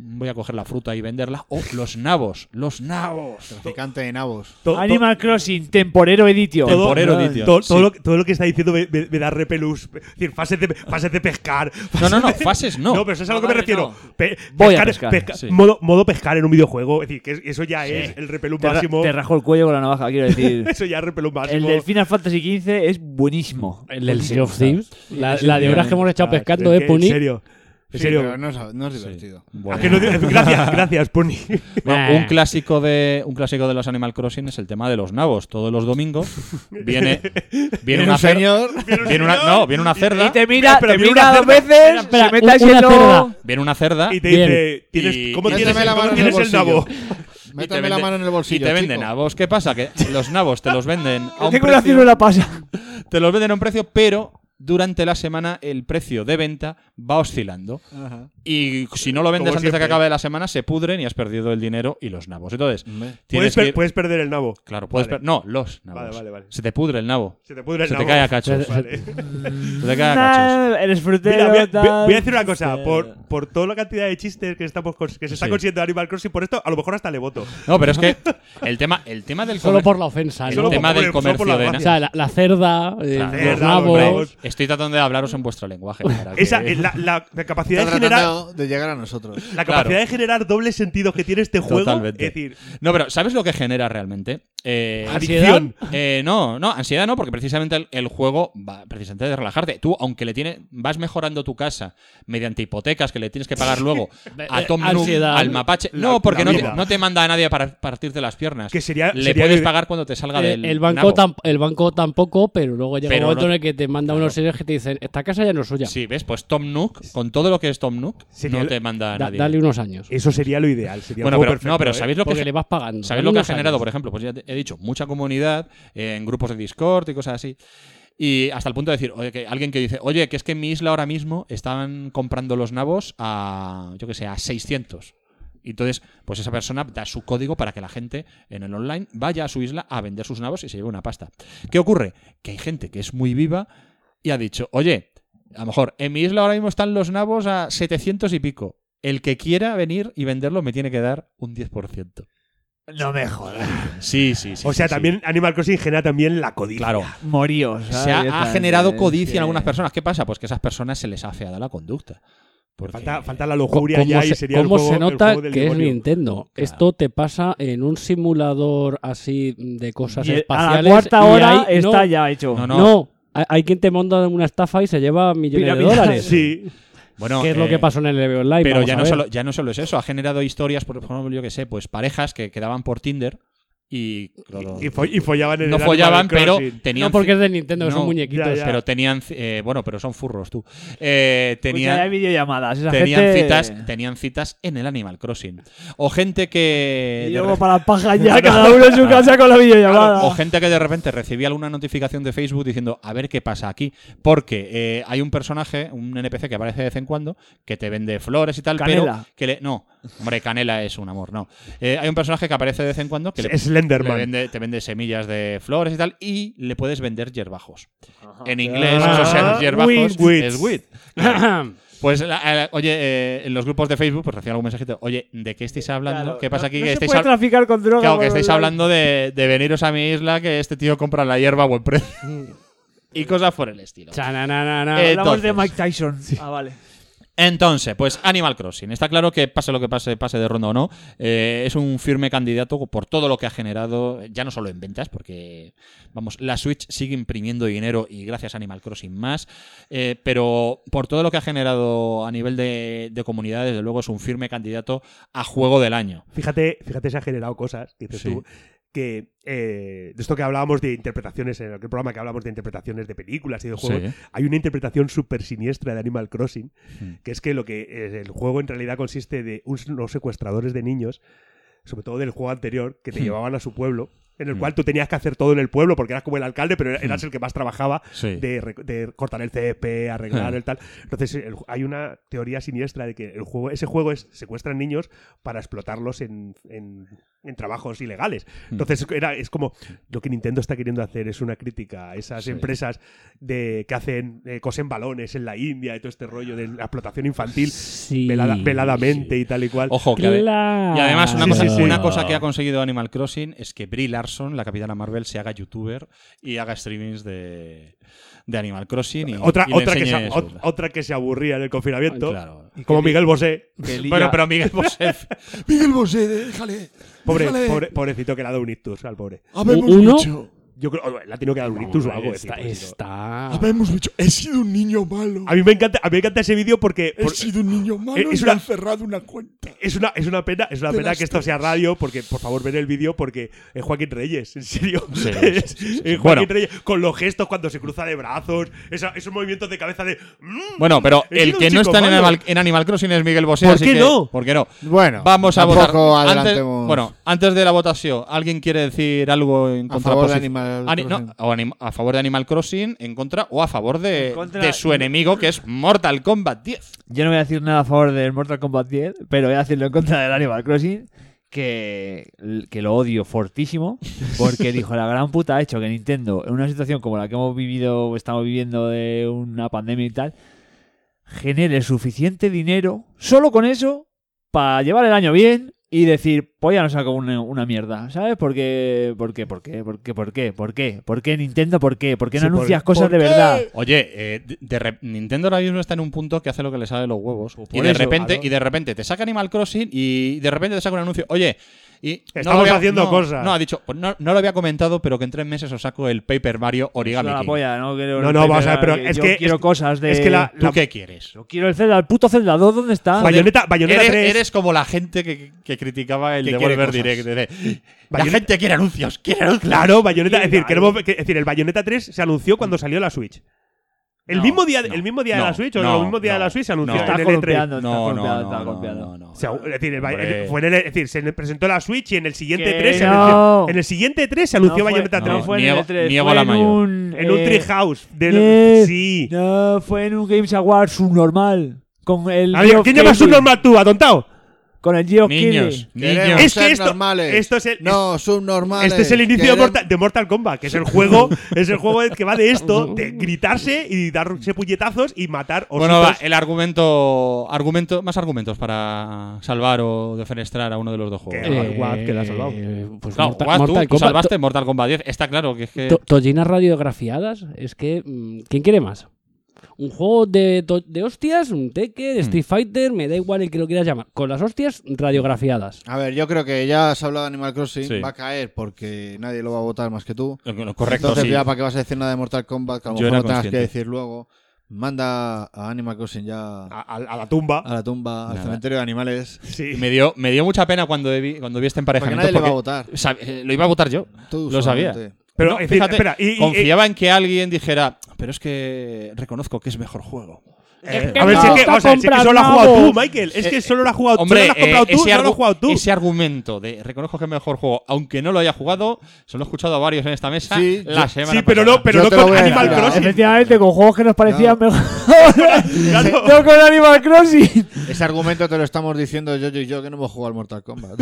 S2: Voy a coger la fruta y venderla. O los nabos. Los nabos.
S4: Traficante de nabos.
S5: To- to-
S3: Animal Crossing, temporero editio.
S2: Temporero
S3: Ay.
S2: editio.
S5: to- todo,
S2: Sí.
S5: lo, que- todo lo que está diciendo me, me- me da repelús. Es decir, fases de, fases de pescar.
S2: No, no, no,
S5: fases de-
S2: fases no.
S5: No, pero eso es a lo que me
S2: Vale,
S5: refiero.
S2: no.
S5: Pe-
S3: Voy a pescar,
S2: sí.
S5: modo, modo pescar en un videojuego. Es decir, que eso ya es el repelús
S3: Te, ra-
S5: máximo.
S3: te rajó el cuello con la navaja, quiero decir.
S5: Eso ya es repelús
S3: el
S5: máximo.
S3: del Final Fantasy XV es buenísimo.
S9: El del Sea of Thieves. La, la de horas que hemos echado
S5: Ah,
S9: pescando,
S5: es
S9: ¿eh,
S5: que,
S9: Puni?
S5: En serio. En
S4: Sí,
S5: serio.
S4: pero no es, no es divertido.
S5: Ah, que no digas- gracias, gracias, Puni.
S2: Bueno,
S4: Eh.
S9: Nah.
S2: un clásico de un clásico de los Animal Crossing es el tema de los nabos. Todos los domingos viene viene
S4: un
S2: una cer-
S4: señor.
S2: viene una no, viene una cerda,
S3: Y te mira,
S5: Pero
S3: te
S5: mira
S3: mira
S5: una
S3: dos
S5: cerda-
S3: veces,
S9: Espera, espera,
S3: se mete al
S9: un- una
S3: hielo.
S9: cerda.
S2: viene una cerda
S5: Y te
S9: Bien.
S5: dice, ¿tienes,
S2: Y-
S5: ¿cómo
S2: y
S5: tienes
S4: méteme
S5: el,
S4: la
S5: cómo
S4: mano en el
S5: tienes el
S4: bolsillo.
S5: nabo?
S2: y te
S4: Métame
S2: vende-
S4: la mano en el bolsillo.
S2: y te venden
S4: chico.
S2: nabos. ¿Qué pasa? Que los nabos te los venden a un
S3: Tengo una
S2: precio-
S3: ciruela pasa.
S2: te los venden a un precio, pero durante la semana el precio de venta va oscilando.
S4: Ajá.
S2: Y si no lo vendes
S5: Como
S2: antes de que
S5: siempre.
S2: acabe la semana, se pudren y has perdido el dinero y los nabos. Entonces,
S4: Hombre.
S5: Puedes,
S2: tienes
S5: per-
S2: que ir-
S5: puedes perder el nabo.
S2: claro, puedes
S5: Vale.
S2: per- no, los nabos.
S5: Vale, vale, vale.
S2: Se te pudre el nabo.
S5: Se te pudre el
S2: Se te
S5: nabo.
S2: cae a cachos.
S5: Vale.
S2: Se te cae a cachos.
S3: Nah, eres
S5: Mira,
S3: frutero,
S5: voy, a, voy-
S3: tal.
S5: voy a decir una cosa. Por, por toda la cantidad de chistes que, estamos, cons- que se está
S2: Sí.
S5: consiguiendo Animal Crossing, por esto, a lo mejor hasta le voto.
S2: No, pero es que el tema, el tema del
S9: Solo
S2: comer-
S9: por la ofensa,
S2: el
S9: ¿no?
S5: Solo
S2: tema
S5: por-
S2: del
S5: solo por
S2: comercio
S5: la
S2: de
S9: O
S5: gracia.
S9: sea, la, la cerda, eh,
S2: Claro.
S9: los
S5: Cerda,
S9: nabos.
S5: los
S2: Hombre,
S5: nabos.
S2: estoy tratando de hablaros en vuestro lenguaje. para que-
S5: Esa, es la, la- la capacidad
S4: Está
S5: de generar.
S4: tratando de llegar a nosotros.
S5: La
S2: Claro.
S5: capacidad de generar dobles sentidos que tiene este juego.
S2: Totalmente.
S5: Es decir,
S2: No, pero ¿sabes lo que genera realmente? Eh,
S9: ¿Ansiedad?
S2: adicción. Eh, no, no, ansiedad no, porque precisamente el, el juego va precisamente de relajarte. Tú, aunque le tiene, vas mejorando tu casa mediante hipotecas que le tienes que pagar luego a
S9: Eh,
S2: Tom Nook,
S9: ansiedad.
S2: al mapache.
S5: La-
S2: No, porque
S5: la
S2: no te,
S5: vida.
S2: no te manda a nadie para partirte las piernas.
S5: Que sería-
S2: le
S5: sería
S2: puedes
S5: vivi-
S2: pagar cuando te salga
S9: Eh,
S2: del
S9: el, banco
S2: nabo.
S9: tam- el banco tampoco, pero luego llega
S2: Pero
S9: un momento
S2: no-
S9: en el que te manda unos seres que te dicen, esta casa ya no es suya.
S2: Sí, ves, pues Tom Nook, con todo lo que es Tom Nook,
S5: Sería
S2: no
S5: el-
S2: te manda a
S9: Da-
S2: nadie.
S9: dale unos años.
S5: eso sería lo ideal. Sería
S2: Bueno,
S5: un
S2: pero,
S5: juego perfecto,
S2: no, pero
S5: ¿eh?
S2: ¿sabéis lo que
S9: Porque le vas pagando.
S2: ¿Sabéis
S9: Dale
S2: lo que ha
S9: unos
S2: generado,
S9: años.
S2: por ejemplo? Pues ya te- he dicho, mucha comunidad en grupos de Discord y cosas así. Y hasta el punto de decir, oye, que alguien que dice, oye, que es que en mi isla ahora mismo están comprando los nabos a, yo que sé, a 600. Y entonces, pues esa persona da su código para que la gente en el online vaya a su isla a vender sus nabos y se lleve una pasta. ¿Qué ocurre? Que hay gente que es muy viva y ha dicho, oye, a lo mejor en mi isla ahora mismo están los nabos a 700 y pico. El que quiera venir y venderlo me tiene que dar un 10%.
S3: No me jodas.
S2: Sí, sí, sí.
S5: O sea,
S2: sí, sí.
S5: también Animal Crossing genera también la codicia.
S2: Claro.
S3: Moríos.
S2: Se ha- ha, generado codicia en algunas personas. ¿Qué pasa? Pues que a esas personas se les ha afeado la conducta. Porque-
S5: Falta, falta la
S9: Co-
S5: lujuria
S9: ¿Cómo,
S5: ya y
S9: se,
S5: sería el
S9: cómo
S5: juego-
S9: se
S5: el
S9: nota
S5: juego del
S9: que es
S5: demonio.
S9: Nintendo?
S2: Claro.
S9: Esto te pasa en un simulador así de cosas
S3: Y a la
S9: espaciales.
S3: cuarta
S9: y
S3: hora
S9: ahí-
S3: está
S9: no,
S3: ya hecho.
S2: No, no.
S9: No, hay hay quien te monta una estafa y se lleva millones
S3: Piramidal.
S9: de dólares.
S5: Sí.
S2: Bueno,
S9: ¿Qué es
S2: eh,
S9: lo que pasó en el EVE Online?
S2: Pero
S9: Vamos a
S2: ya no,
S9: ver.
S2: solo, ya no solo es eso. Ha generado historias, por ejemplo, yo que sé, pues parejas que quedaban por Tinder y.
S5: Y, y fo- y follaban en el
S2: no
S5: Animal
S2: follaban, pero
S5: Crossing.
S2: tenían.
S9: No porque es de Nintendo, que
S2: No,
S9: son muñequitos.
S5: ya, ya.
S2: Pero tenían. eh, bueno, pero son furros tú.
S9: Pues
S2: Eh,
S3: Escucha, ya hay
S2: tenían.
S3: videollamadas. Esa
S2: Tenían
S3: gente-
S2: citas, tenían citas en el Animal Crossing. O gente que. eh,
S3: Y
S2: de
S3: luego
S2: re-
S3: para la paja ya, cada uno en su casa con la videollamada.
S2: O gente que de repente recibía alguna notificación de Facebook diciendo, a ver qué pasa aquí. Porque eh, hay un personaje, un NPC que aparece de vez en cuando, que te vende flores y tal,
S3: Canela.
S2: pero que le. No, hombre, Canela es un amor, no. Eh, hay un personaje que aparece de vez en cuando que le,
S5: Es Slenderman.
S2: le vende- te vende semillas de flores y tal, y le puedes vender hierbajos. en inglés,
S5: Ah,
S2: eso ser hierbajos
S5: weed.
S2: es weed. Pues, la- eh, oye, eh, en los grupos de Facebook, pues recién algún mensajito. Oye, ¿de qué estáis hablando?
S3: Claro,
S2: ¿Qué pasa aquí? que
S3: no, no se
S2: estáis
S3: puede
S2: hab-
S3: traficar con droga.
S2: Claro,
S3: por
S2: que estáis
S3: online.
S2: hablando de, de veniros a mi isla, que este tío compra la hierba a buen precio. y cosas por el estilo.
S9: Chananana.
S2: Eh,
S3: Hablamos de
S2: entonces.
S3: Mike Tyson. Ah, vale.
S2: Entonces, pues Animal Crossing. Está claro que pase lo que pase, pase de ronda o no, eh, es un firme candidato por todo lo que ha generado, ya no solo en ventas, porque, vamos, la Switch sigue imprimiendo dinero y gracias a Animal Crossing más, eh, pero por todo lo que ha generado a nivel de, de comunidad, desde luego es un firme candidato a juego del año.
S5: Fíjate, fíjate, se ha generado cosas, que dices
S2: Sí.
S5: tú, que eh, de esto que hablábamos de interpretaciones, en aquel programa que hablábamos de interpretaciones de películas y de juegos,
S2: Sí.
S5: hay una interpretación súper siniestra de Animal Crossing,
S2: Hmm.
S5: que es que lo que eh, el juego en realidad consiste de uns- unos secuestradores de niños, sobre todo del juego anterior, que te
S2: Hmm.
S5: llevaban a su pueblo en el cual tú tenías que hacer todo en el pueblo porque eras como el alcalde, pero
S2: Hmm.
S5: eras el que más trabajaba
S2: Sí. Ah.
S5: de, re- de cortar el CP, arreglar el tal. Entonces, el- hay una teoría siniestra de que el juego, ese juego es secuestran niños para explotarlos en, en- en trabajos ilegales.
S2: Hmm.
S5: Entonces, era, es como lo que Nintendo está queriendo hacer es una crítica a esas empresas de que hacen, eh, cosen balones en la India y todo este rollo de la explotación infantil
S9: Sí.
S5: velada- veladamente y tal y cual.
S2: Ojo, que ade-
S9: Claro.
S2: y además una,
S5: Sí,
S2: cosa,
S5: sí, sí.
S2: una cosa que ha conseguido Animal Crossing es que Brie Larson, la capitana Marvel, se haga youtuber y haga streamings de, de Animal Crossing. Y,
S5: Otra,
S2: y le
S5: otra, que
S2: enseñe
S5: se,
S2: sus-
S5: ot- otra que se aburría en el confinamiento,
S2: Claro.
S5: como Miguel Bosé.
S2: Bueno, pero Miguel Bosé.
S10: Miguel Bosé, déjale.
S5: Pobre,
S10: déjale.
S5: pobre- pobrecito que le ha dado un ictus al pobre.
S10: Habemos
S9: ¿Uno?
S10: dicho.
S5: Yo creo oh, le ha tenido que dar un ictus o algo.
S9: está,
S5: decir, pues,
S9: está.
S3: Ah,
S10: Habemos dicho. He sido un niño malo.
S5: no. A mí me encanta, a mí me encanta ese vídeo porque
S10: He
S5: por-
S10: sido un niño malo
S5: es
S10: y me
S5: una-
S10: han cerrado una cuenta.
S5: es una es una pena, es una
S10: De
S5: pena
S10: las
S5: que esto
S10: tres.
S5: sea radio porque por favor ver el vídeo porque es Joaquín Reyes, en serio.
S2: Sí, sí, sí, sí, sí.
S5: Es
S2: Bueno.
S5: Joaquín Reyes con los gestos cuando se cruza de brazos, esa- esos movimientos de cabeza de mm,
S2: Bueno, pero
S5: he sido
S2: el
S5: un
S2: que no
S5: chico
S2: está en
S5: malo.
S2: Animal, en Animal Crossing es Miguel Bosé.
S5: ¿Por
S2: así
S5: qué
S2: que-
S5: no?
S2: ¿Por qué no?
S4: Bueno,
S2: Vamos a votar.
S4: tampoco
S2: Antes,
S4: adelantemos.
S2: bueno, antes de la votación, ¿alguien quiere decir algo en
S4: A
S2: contra
S4: favor de Animal Crossing.
S2: a favor de Animal Crossing, en contra o a favor de,
S3: En contra-
S2: de su enemigo que es Mortal Kombat 10.
S3: Yo no voy a decir nada a favor del Mortal Kombat 10, pero voy a decirlo en contra del Animal Crossing, que, que lo odio fortísimo, porque dijo, la gran puta ha hecho que Nintendo, en una situación como la que hemos vivido, o estamos viviendo de una pandemia y tal, genere suficiente dinero, solo con eso, para llevar el año bien y decir, pues ya no saco una, una mierda, ¿sabes? Porque, ¿Por qué? ¿Por qué? ¿Por qué? ¿Por qué? ¿Por qué? ¿Por qué Nintendo? ¿Por qué? ¿Por qué no
S5: Sí, por-
S3: anuncias cosas
S5: ¿por
S3: de
S5: qué?
S3: verdad?
S2: Oye, eh, de- de re- Nintendo ahora mismo está en un punto que hace lo que le sale de los huevos. Y
S5: por
S2: de,
S5: eso,
S2: repente,
S5: claro.
S2: y de repente te saca Animal Crossing y de repente te saca un anuncio. Oye, y no
S5: Estamos
S2: lo había-
S5: haciendo
S2: no,
S5: cosas.
S2: No, ha dicho, pues no, no lo había comentado, pero que en tres meses os saco el Paper Mario
S3: Es
S2: Origami.
S3: una
S2: King.
S3: polla, no quiero
S5: No,
S3: el
S5: no,
S3: Paper
S5: vamos a ver, pero
S3: Mario,
S5: es
S3: yo
S5: que-
S3: quiero
S5: es-
S3: cosas de
S5: es que la-
S2: ¿Tú qué quieres?
S3: Yo quiero el Zelda, el puto Zelda 2, ¿dónde está?
S5: Bayoneta, Bayoneta
S2: Ah, eres,
S5: 3.
S2: eres como la gente que, que criticaba el
S4: Que quiere
S2: Devolver Direct.
S4: cosas.
S2: de- la
S5: Bayoneta-
S2: gente quiere anuncios, quiere anuncios.
S5: Claro, Bayonetta. Es decir, queremos ver que- es decir, el Bayonetta 3 se anunció cuando salió la Switch. El,
S3: No,
S5: mismo día,
S2: no,
S5: el mismo día
S2: no,
S5: de la Switch o
S2: no,
S5: el mismo día de
S2: no,
S5: la Switch se anunció
S2: no.
S5: en
S3: está
S5: el E E3.
S3: golpeando, está
S2: No, no,
S3: golpeado,
S2: no,
S3: está
S2: no,
S3: golpeado.
S2: no, no.
S5: O sea, es decir, el Bay-
S2: Hombre.
S5: fue en el- es decir, se le presentó la Switch y en el siguiente
S3: Que
S5: 3 se
S3: no.
S5: anunció, en el siguiente 3 se anunció
S3: No fue-
S5: Bayonetta 3.
S3: No fue
S2: niego-
S3: en el 3,
S2: niego
S3: fue
S2: la
S3: en
S2: mayor.
S3: un...
S5: en un
S3: eh,
S5: treehouse de
S3: yes.
S5: sí.
S3: No, fue en un Games Awards subnormal. Con el
S5: A ver,
S3: Geoff
S5: ¿quién llamas un
S3: Keighley,
S5: normal tú, atontado?
S3: Con el Geoff
S2: Niños,
S3: Keighley.
S2: niños.
S4: Queremos
S5: Es que
S4: ser
S5: esto-
S4: normales.
S5: esto es el-
S4: no, subnormales.
S5: Este es el inicio de
S4: Queremos-
S5: Mortal, de Mortal Kombat, que es el juego, es el juego que va de esto, de gritarse y darse puñetazos y matar ositos.
S2: Bueno, va, el argumento, argumento. Más argumentos para salvar o defenestrar a uno de los dos juegos.
S5: Que- Eh, What, que la ha salvado.
S9: Pues
S2: Claro,
S9: Mortal,
S2: guau, tú,
S9: Mortal
S2: tú
S9: Kombat.
S2: salvaste eh. Mortal Kombat 10. Está claro que es que.
S9: to- tollinas radiografiadas. Es que. mm, ¿Quién quiere más? Un juego de, to- de hostias, un Tekken,
S2: Hmm.
S9: Street Fighter, me da igual el que lo quieras llamar. Con las hostias radiografiadas.
S4: A ver, yo creo que ya has hablado de Animal Crossing,
S2: Sí.
S4: va a caer porque nadie lo va a votar más que tú.
S2: Lo Correcto,
S4: Entonces,
S2: sí.
S4: ya, ¿para qué vas a decir nada de Mortal Kombat? Que a lo
S2: Yo
S4: mejor
S2: era
S4: no tengas
S2: consciente.
S4: que decir luego. Manda a Animal Crossing ya
S5: a, a- a la tumba.
S4: a la tumba, al
S2: Nada.
S4: cementerio de animales.
S5: Sí.
S2: Y Ah, me dio, me dio mucha pena cuando vi, cuando vi este
S4: Porque
S2: emparejamiento.
S4: nadie le va a votar.
S2: sab- eh, lo iba a votar yo.
S4: Tú
S2: lo sabía.
S4: solamente.
S5: Pero,
S2: No,
S5: en fin,
S2: fíjate,
S5: espera, y- y- y-
S2: confiaba en que alguien dijera, pero es que reconozco que es mejor juego.
S5: Eh,
S9: que
S5: a ver,
S9: no
S5: si es que,
S9: está
S5: o sea, si es que
S9: comprado,
S5: solo lo has jugado
S9: vamos.
S5: tú, Michael. Es que solo lo has jugado,
S2: Eh, Hombre,
S5: solo lo has comprado
S2: eh,
S5: tú,
S2: ese,
S5: solo lo has
S2: argu-
S5: jugado tú.
S2: ese argumento de reconozco que es mejor juego, aunque no lo haya jugado, se lo he escuchado a varios en esta mesa
S4: Sí,
S2: la
S4: yo-
S2: semana
S5: Sí, pero
S2: pasada.
S5: no, pero
S4: Yo
S5: no
S4: te lo
S5: con
S4: voy a
S5: Animal
S4: decir,
S5: Crossing.
S3: Efectivamente, con juegos que nos parecían
S4: Claro.
S3: mejores.
S5: Claro.
S3: no con Animal Crossing.
S4: Ese argumento te lo estamos diciendo yo, yo y yo que no hemos jugado al Mortal Kombat.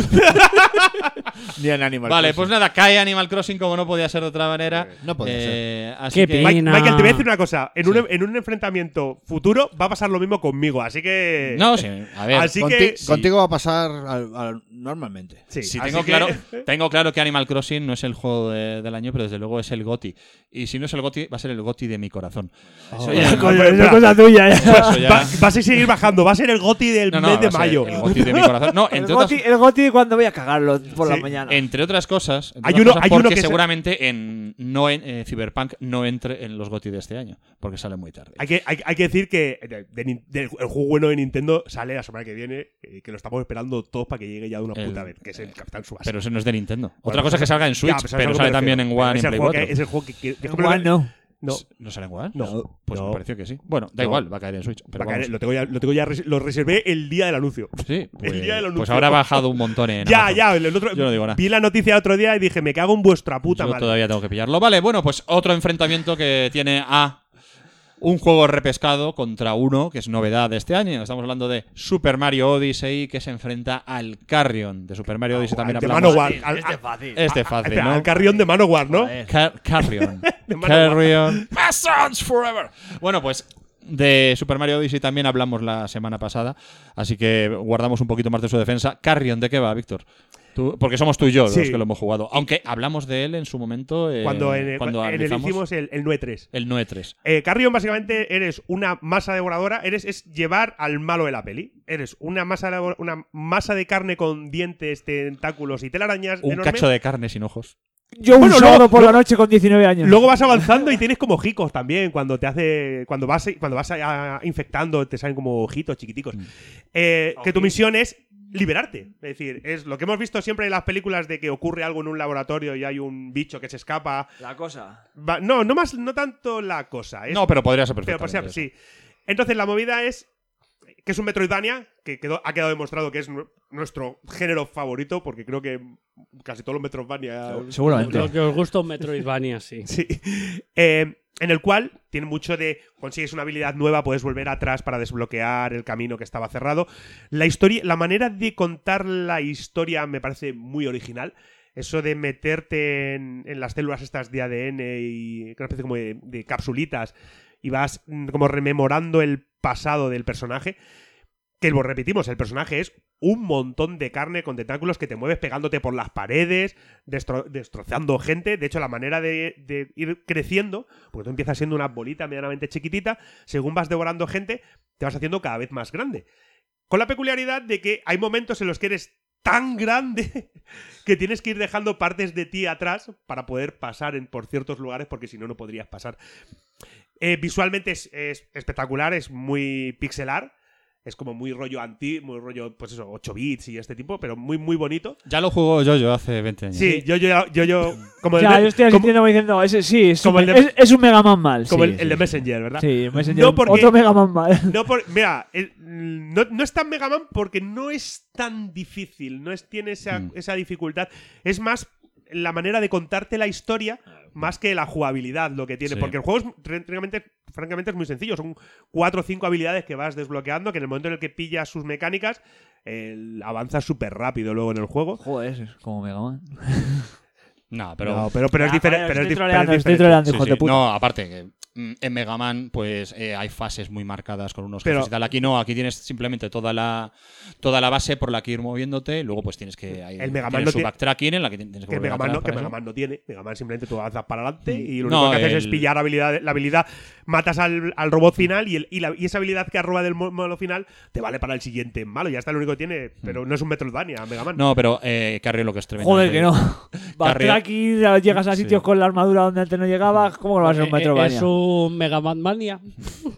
S4: Ni en Animal
S2: Vale, pues
S4: Crossing.
S2: nada, cae Animal Crossing como no podía ser de otra manera.
S4: No podía
S2: Eh, así
S9: Qué
S2: que-
S9: pena.
S5: Mi-
S9: Nena.
S5: Michael, te voy a decir una cosa. En, un, en un enfrentamiento futuro va a pasar lo mismo conmigo, así que.
S2: No, sí, a ver.
S5: Así
S4: Conti-
S5: que.
S4: Contigo va a pasar al- al- normalmente.
S5: Sí,
S2: Si
S5: así
S2: tengo,
S5: que-
S2: claro, tengo claro que Animal Crossing no es el juego de- del año, pero desde luego es el GOTI. Y si no es el GOTI, va a ser el GOTI de mi corazón.
S3: Oh.
S2: Eso ya-
S5: Bueno, pero
S3: Coño, eso es
S5: espera. Pues,
S3: cosa tuya. ya.
S2: eso ya-
S5: Va- vas a seguir bajando, va a ser el goti del
S2: No, no,
S5: mes de
S2: va a ser
S5: mayo.
S2: El GOTI de mi corazón. No,
S3: El
S2: entre otras,
S3: goti, el goti cuando voy a cagarlo por la
S5: Sí.
S3: mañana.
S2: Entre otras cosas, entre
S5: Hay
S2: otras
S5: uno-
S2: cosas
S5: hay uno
S2: porque
S5: que se-
S2: seguramente en, no en, eh, Cyberpunk no entre en los GOTY de este año, porque sale muy tarde.
S5: Hay que, hay, hay que decir que de- de Nin- del- el juego bueno de Nintendo sale la semana que viene, eh, que lo estamos esperando todos para que llegue ya de una
S2: El- eh,
S5: puta vez, que es el Capitán Subasa.
S2: Pero ese no es de Nintendo. Otra
S5: Bueno,
S2: cosa es que salga en Switch,
S5: Ya, pues, ¿sabes a
S2: pero
S5: lo que
S2: sale
S5: me refiero?
S2: también en
S5: Pero
S2: One y
S5: es
S2: en
S5: el
S2: Play
S5: juego
S2: 4.
S5: que- es el juego que- que- que-
S3: Igual no.
S5: No.
S2: ¿No salen igual?
S5: No.
S2: Pues
S5: No.
S2: me pareció que sí. Bueno, da
S5: No.
S2: igual, va a caer en Switch. pero
S5: Va a caer-
S2: vamos.
S5: lo tengo ya, lo tengo ya res- lo reservé el día del anuncio.
S2: Sí, pues,
S5: día del
S2: pues
S5: anuncio.
S2: ahora ha bajado un montón en
S5: ya,
S2: Amazon.
S5: ya. el otro-
S2: Yo no digo nada.
S5: Vi la noticia otro día y dije, me cago en vuestra puta
S2: Yo
S5: madre.
S2: todavía tengo que pillarlo. Vale, bueno, pues otro enfrentamiento que tiene a un juego repescado contra uno que es novedad de este año. Estamos hablando de Super Mario Odyssey que se enfrenta al Carrion de Super Mario Odyssey también
S5: Al de
S2: hablamos.
S5: Manowar. Al- al-
S2: Este es fácil,
S5: espera,
S2: ¿no?
S5: al carrión de Manowar, ¿no?
S2: Car- Carrion.
S5: De Manowar.
S2: Carrion. My sons forever. Bueno, pues de Super Mario Odyssey también hablamos la semana pasada, así que guardamos un poquito más de su defensa. Carrion, ¿de qué va, Víctor? Tú- porque somos tú y yo
S5: Sí.
S2: los que lo hemos jugado. Aunque hablamos de él en su momento eh,
S5: Cuando, en el-
S2: cuando
S5: en el
S2: analizamos
S5: hicimos el, el Nue 3.
S2: el Noe 3.
S5: Eh, Carrion, básicamente, eres una masa devoradora, eres es llevar al malo de la peli. Eres una masa, de- una masa de carne con dientes, tentáculos y telarañas.
S2: Un
S5: enorme.
S2: cacho de carne sin ojos.
S3: Yo un
S5: Bueno, luego-
S3: sábado por
S5: luego-
S3: la noche con 19 años.
S5: Luego vas avanzando y tienes como hocicos también. Cuando te hace. Cuando vas, cuando vas a- a- infectando, te salen como ojitos chiquiticos. Eh, que tu misión es liberarte. Es decir, es lo que hemos visto siempre en las películas de que ocurre algo en un laboratorio y hay un bicho que se escapa.
S11: La cosa.
S5: Va- no, no más, no tanto la cosa. es-
S2: No, pero podría ser
S5: pero
S2: perfecto.
S5: por ser- sí. Entonces la movida es que es un Metroidvania, que quedó- ha quedado demostrado que es nu- nuestro género favorito, porque creo que casi todos los Metroidvania.
S3: Seguramente.
S9: Lo que os gusta un Metroidvania, sí.
S5: Sí. Eh, en el cual tiene mucho de consigues una habilidad nueva, puedes volver atrás para desbloquear el camino que estaba cerrado. La historia, la manera de contar la historia me parece muy original. Eso de meterte en, en las células estas de ADN y una especie como de, de capsulitas y vas mm, como rememorando el pasado del personaje. Que lo repetimos, el personaje es un montón de carne con tentáculos que te mueves pegándote por las paredes, destro- destrozando gente. De hecho, la manera de, de ir creciendo, porque tú empiezas siendo una bolita medianamente chiquitita, según vas devorando gente, te vas haciendo cada vez más grande. Con la peculiaridad de que hay momentos en los que eres tan grande que tienes que ir dejando partes de ti atrás para poder pasar en, por ciertos lugares, porque si no, no podrías pasar. Eh, visualmente es, es espectacular, es muy pixelar. Es como muy rollo anti, muy rollo, pues eso, 8 bits y este tipo, pero muy, muy bonito.
S2: Ya lo jugó yo, yo hace 20 años.
S5: Sí, yo, yo, yo, yo- como el,
S3: Ya,
S5: de-
S3: yo estoy
S5: como-
S3: asistiendo como diciendo, ese sí, es,
S5: como
S3: un,
S5: el de-
S3: es- es un Mega Man mal.
S5: como
S3: sí,
S5: el, el de
S3: sí.
S5: Messenger, ¿verdad?
S3: Sí, me
S5: No, porque-
S3: otro Mega Man mal.
S5: No, por- mira, el- no, no es tan Mega Man porque no es tan difícil, no es, tiene esa,
S2: Mm.
S5: esa dificultad. Es más la manera de contarte la historia más que la jugabilidad lo que tiene.
S2: Sí.
S5: Porque el juego es, tr- francamente, francamente es muy sencillo. Son cuatro o cinco habilidades que vas desbloqueando, que en el momento en el que pillas sus mecánicas, el- avanza súper rápido luego en el juego.
S3: Joder, es como Mega Man.
S2: No, pero.
S5: Pero, pero, pero es
S3: Ah,
S5: diferente.
S3: vale,
S5: Pero es dif-
S3: estoy
S5: pero es
S3: troleando, estoy
S5: diferente.
S3: troleando,
S2: Sí,
S3: hijo
S2: sí.
S3: de puta.
S2: No, aparte, que, mm, en Mega Man, pues eh, hay fases muy marcadas con unos
S5: Pero-
S2: jefes y tal. Aquí no, aquí tienes simplemente toda la toda la base por la que ir moviéndote. y Luego, pues tienes que. Hay,
S5: El Mega Man
S2: tienes
S5: no
S2: su
S5: tiene-
S2: backtracking en la que tienes que.
S5: Que
S2: volver
S5: Mega Man
S2: atrás
S5: no, que
S2: para
S5: Mega
S2: eso.
S5: Man no tiene. Mega Man simplemente tú avanzas para adelante y lo
S2: No,
S5: único que haces es
S2: el-
S5: pillar habilidad, la habilidad, matas al, al robot final y, el, y, la- y esa habilidad que arroba del mo- malo final te vale para el siguiente malo. Ya está lo único que tiene, pero no es un Metroidvania, Mega Man.
S2: No, pero eh, Carrion lo que es tremendo.
S3: Joder, que no. Backtracking, llegas a
S2: Sí.
S3: sitios con la armadura donde antes no llegabas. ¿Cómo lo vas a ser un
S9: Eh, eh,
S3: Metroidvania?
S9: Es un Mega Man Mania.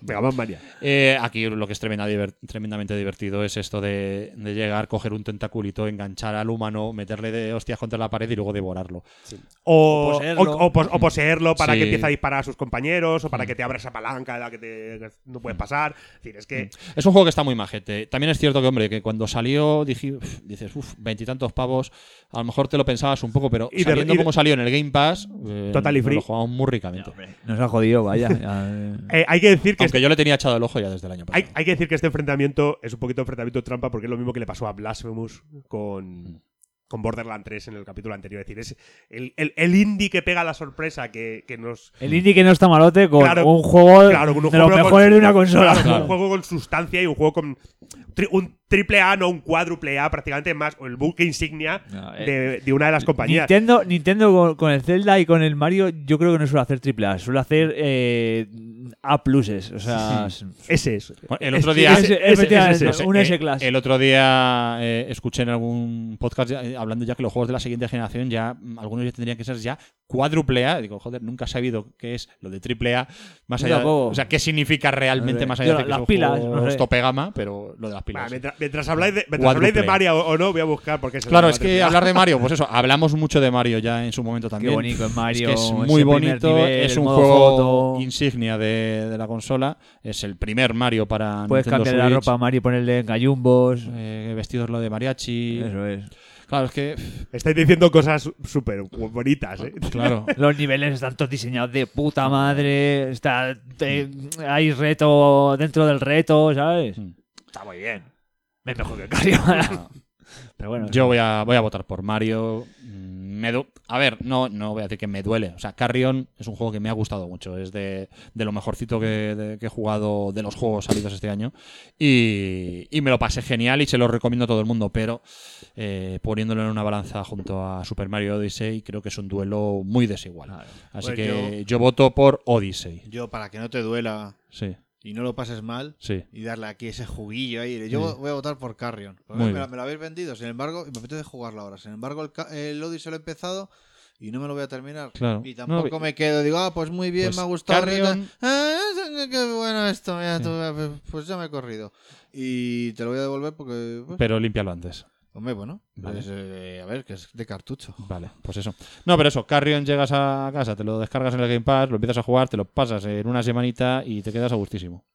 S5: Mega Man Mania.
S2: Eh, aquí lo que es tremenda diver- tremendamente divertido es esto de, de llegar, coger un tentaculito, enganchar al humano, meterle de hostias contra la pared y luego devorarlo.
S5: O,
S11: O poseerlo.
S5: o- o pos- o poseerlo para
S2: Sí.
S5: que empiece a disparar a sus compañeros o para que te abra esa palanca de la que te- que no puedes pasar. Es decir, es que
S2: Es un juego que está muy majete. También es cierto que, hombre, que cuando salió dije, "Uf", dices, uff, veintitantos pavos, a lo mejor te lo pensabas un poco, pero
S5: Y de-
S2: sabiendo
S5: y de-
S2: cómo salió en el Game Pass, eh,
S5: Totally
S2: nos
S5: free.
S2: lo jugamos muy ricamente.
S3: Nos ha jodido, vaya. ya, eh.
S5: eh, hay que decir que
S2: Aunque yo le tenía echado el ojo ya desde el año pasado.
S5: Hay, hay que decir que este enfrentamiento es un poquito enfrentamiento trampa porque es lo mismo que le pasó a Blasphemous con, con Borderland 3 en el capítulo anterior. Es decir, es el, el- el indie que pega la sorpresa que, que nos.
S3: El indie que no está malote con
S5: Claro,
S3: un juego
S5: claro, con un
S3: Eh, de
S5: juego
S3: los
S5: con-
S3: mejores de una consola.
S5: Claro,
S2: Claro.
S5: Un juego con sustancia y un juego con tri- un triple A, no un cuádruple A, prácticamente más, o el buque insignia
S3: No, eh,
S5: de, de una de las compañías.
S3: Nintendo, Nintendo con, con el Zelda y con el Mario, yo creo que no suele hacer triple A, suele hacer eh, A pluses. O sea, es-
S5: Ese es.
S2: Bueno, el otro
S5: Es-
S2: día.
S5: es-
S3: ese-
S5: es- es-
S3: efectivamente,
S5: es- es-
S3: un
S2: eh,
S3: S-Class.
S2: El otro día eh, escuché en algún podcast ya, eh, hablando ya que los juegos de la siguiente generación ya, mm, algunos ya tendrían que ser ya cuádruple A, digo, joder, nunca he sabido qué es lo de triple A, más
S3: Yo
S2: allá,
S3: tampoco.
S2: o sea, qué significa realmente
S3: Hombre,
S2: más allá
S3: yo
S2: de que
S3: las
S2: son
S3: pilas,
S2: juegos
S3: no sé.
S2: tope gama, pero lo de las
S5: Va,
S2: pilas.
S5: mientras, mientras habláis de, mientras habláis de
S2: Cuádruple.
S5: Mario o o no, voy a buscar porque se
S2: Claro,
S5: llama
S2: es que
S5: triple A.
S2: hablar de Mario, pues eso, hablamos mucho de Mario ya en su momento también.
S3: bonito es Mario,
S2: Es, que es
S3: ese
S2: muy
S3: primer
S2: bonito,
S3: nivel,
S2: es
S3: el
S2: un
S3: modo
S2: juego
S3: foto.
S2: insignia de, de la consola, es el primer Mario para
S3: Puedes
S2: Nintendo
S3: cambiar la
S2: Switch,
S3: ropa a Mario y ponerle gallumbos.
S2: eh, vestidos lo de mariachi.
S3: Eso es.
S2: Claro, es que pff,
S5: Estáis diciendo cosas súper bonitas, ¿eh?
S2: claro,
S3: Los niveles están todos diseñados de puta madre. Está, te- hay reto dentro del reto, ¿sabes?
S2: Mm.
S3: Está muy bien. Es mejor que el Cario. Pero bueno,
S2: Yo voy a, voy a votar por Mario. Mm, Me du- a ver, no, no voy a decir que me duele. O sea, Carrion es un juego que me ha gustado mucho. Es de, de lo mejorcito que, de- que he jugado de los juegos salidos este año. Y, y me lo pasé genial y se lo recomiendo a todo el mundo. Pero eh, poniéndolo en una balanza junto a Super Mario Odyssey, creo que es un duelo muy desigual. Así
S4: Pues
S2: que yo... voto por Odyssey.
S4: Yo, para que no te duela
S2: Sí,
S4: y no lo pases mal,
S2: sí.
S4: y darle aquí ese juguillo ahí. Yo voy a votar por Carrion. Porque
S2: Muy
S4: Me, la-
S2: bien.
S4: me lo habéis vendido, sin embargo, y me apetece jugarlo ahora. Sin embargo, el, ca- el Odyssey lo he empezado y no me lo voy a terminar.
S2: Claro.
S4: Y
S2: No,
S4: tampoco
S2: vi-
S4: me quedo, digo, ah, pues muy bien,
S2: Pues
S4: me ha gustado.
S2: Carrion-
S4: Ah, qué bueno esto, mira tú, pues ya me he corrido. Y te lo voy a devolver porque. pues,
S2: Pero límpialo antes.
S4: hombre, bueno.
S2: Vale.
S4: pues, eh, a ver, que es de cartucho.
S2: Vale, pues eso. No, pero eso, Carrion llegas a casa, te lo descargas en el Game Pass, lo empiezas a jugar, te lo pasas en una semanita y te quedas a gustísimo.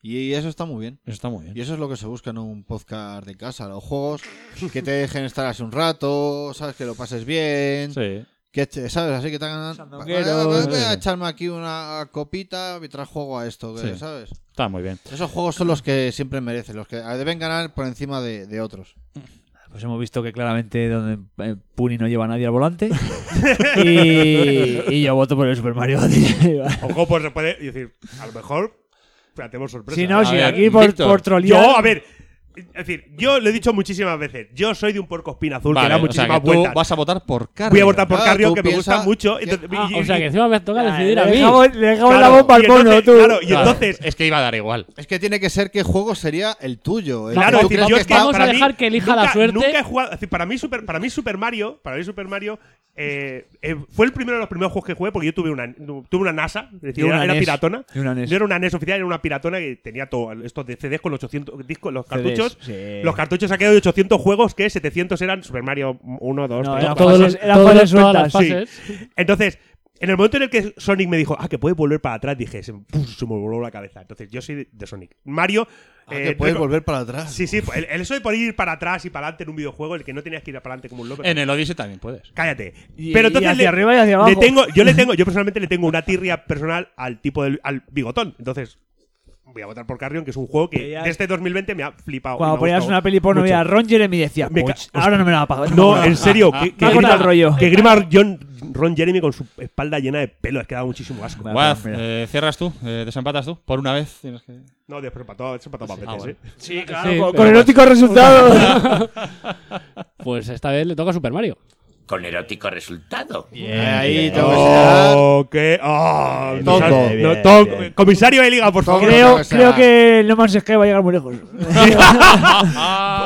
S4: Y eso está muy bien.
S2: Eso está muy
S4: Y
S2: bien.
S4: eso es lo que se busca en un podcast de casa, los juegos que te dejen estar así un rato, sabes que lo pases bien,
S2: Sí.
S4: que te- sabes así que te hagan
S3: Sandungueros.
S4: Vale, vale, voy a
S2: Sí.
S4: echarme aquí una copita mientras juego a esto, que-
S2: Sí.
S4: ¿sabes?
S2: Está muy bien.
S4: Esos juegos son los que siempre merecen, los que deben ganar por encima de, de otros.
S3: pues hemos visto que claramente donde eh, Puni no lleva a nadie al volante. y, y yo voto por el Super Mario Odyssey.
S5: Ojo, pues se puede decir, a lo mejor planteemos sorpresa. ¿eh?
S3: si no,
S2: A
S3: si
S2: ver,
S3: aquí por,
S2: Víctor,
S3: por trolear-
S5: Yo, a ver. Es decir, yo lo he dicho muchísimas veces. Yo soy de un puerco espina azul que
S2: Vale,
S5: da
S2: o sea,
S5: muchísimas
S2: que tú
S5: vueltas.
S2: vas a votar por Carrion.
S5: Voy a votar por
S4: Claro,
S5: Carrion,
S4: tú
S5: que me gusta
S4: piensa
S5: mucho.
S4: que-
S5: entonces-
S9: Ah,
S5: y-
S9: o sea
S5: y-
S9: que encima me toca
S3: Ah,
S9: decidir
S3: le
S9: a mí.
S3: dejamos, le dejamos
S5: claro,
S3: la bomba al
S5: y
S3: mono,
S5: entonces-
S3: tú.
S5: Claro, y
S2: Claro,
S5: entonces.
S2: Es que iba a dar igual.
S4: Es que tiene que ser qué juego sería el tuyo. el
S5: Claro, es
S4: que tú
S5: decir,
S4: creas
S5: yo
S4: que
S5: es que
S4: está-
S9: vamos a
S5: para mí
S9: dejar que elija la
S5: nunca-
S9: suerte.
S5: Nunca he jugado. es decir, para, mí Super, para mí, Super Mario, para mí Super Mario eh, eh, fue el primero de los primeros juegos que jugué porque yo tuve una, tuve una NASA, es decir,
S3: Y una
S5: era, era
S3: NES.
S5: piratona.
S3: Y una NES.
S5: No era una NES oficial, era una piratona que tenía todo, estos de CDs con los 800 discos, los
S3: CDs,
S5: cartuchos.
S3: sí.
S5: Los cartuchos ha quedado de 800 juegos que 700 eran Super Mario 1, 2,
S3: No,
S5: 3,
S3: eran
S5: cuatro,
S9: Todos
S3: fases-
S9: los,
S3: eran
S9: todos
S3: fases
S9: todas las
S5: Sí.
S9: fases.
S5: Entonces, en el momento en el que Sonic me dijo, ah, que puedes volver para atrás, dije, se, pum, se me voló la cabeza. Entonces, yo soy de, de Sonic. Mario.
S4: Ah,
S5: eh,
S4: que puedes
S5: reco-
S4: volver para atrás.
S5: Sí, sí, el, el eso de por ir para atrás y para adelante en un videojuego, el que no tenías que ir para adelante como un loco.
S2: En el Odyssey también puedes.
S5: Cállate.
S3: Y-
S5: Pero
S3: y
S5: entonces
S3: hacia
S5: le-
S3: arriba y hacia
S5: le
S3: abajo.
S5: tengo, yo le tengo, yo personalmente le tengo una tirria personal al tipo del al bigotón. Entonces, voy a votar por Carrion, que es un juego que
S3: Ya-
S5: de este 2020 me ha flipado. y me
S3: Cuando
S5: ha
S3: ponías
S5: gustado
S3: una peli porno
S5: mucho.
S3: y a Ron Jeremy decía,
S5: Me ca-
S3: "Puch, ahora no me la va a Ah, pagar.
S5: No, en serio, que, que
S3: me ha cortado el rollo.
S5: que grima John, Ron Jeremy con su espalda llena de pelo, es que da muchísimo asco.
S3: Vale.
S2: Guaz,
S3: mira.
S2: eh, cierras tú, eh, desempatas tú, por una vez. tienes que-
S5: No, después para todo, eso para todas
S2: Ah,
S5: veces,
S2: bueno.
S5: ¿eh?
S3: Sí,
S9: Sí,
S3: con,
S9: pero-
S3: con eróticos resultados.
S9: Pues esta vez le toca a Super Mario.
S7: Con erótico resultado.
S4: Ahí te voy a señalar.
S5: Oh, qué. Oh,
S3: Bien,
S5: no,
S3: Eh, bien,
S5: no,
S3: bien,
S5: toco.
S3: bien.
S5: Comisario de Liga, por favor.
S3: creo,
S4: que sea.
S3: creo que el No Man's Sky va a llegar muy lejos.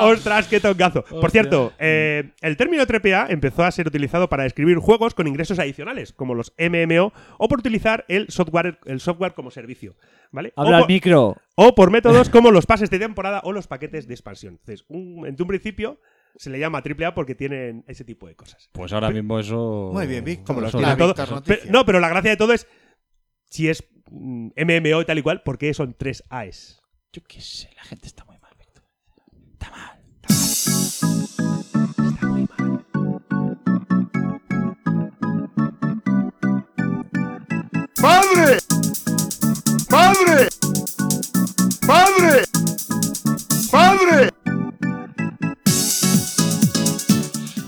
S5: Ostras, qué tongazo. Por cierto, eh, el término 3PA empezó a ser utilizado para describir juegos con ingresos adicionales, como los MMO, o por utilizar el software, el software como servicio. ¿Vale? O
S3: Habla al
S5: por-
S3: micro.
S5: O por métodos como los pases de temporada o los paquetes de expansión. Entonces, un, en un principio se le llama AAA porque tienen ese tipo de cosas.
S2: Pues ahora mismo eso.
S4: Muy bien, Víctor.
S2: Como
S4: La
S2: los-
S5: Sobre
S4: Víctor
S5: todo-
S4: Noticia.
S5: pero- no, pero la gracia de todo es si es mm, MMO y tal y cual, porque son tres AES.
S2: Yo qué sé, la gente está muy mal, Víctor.
S10: ¡Madre! ¡Madre! ¡Madre! ¡Madre!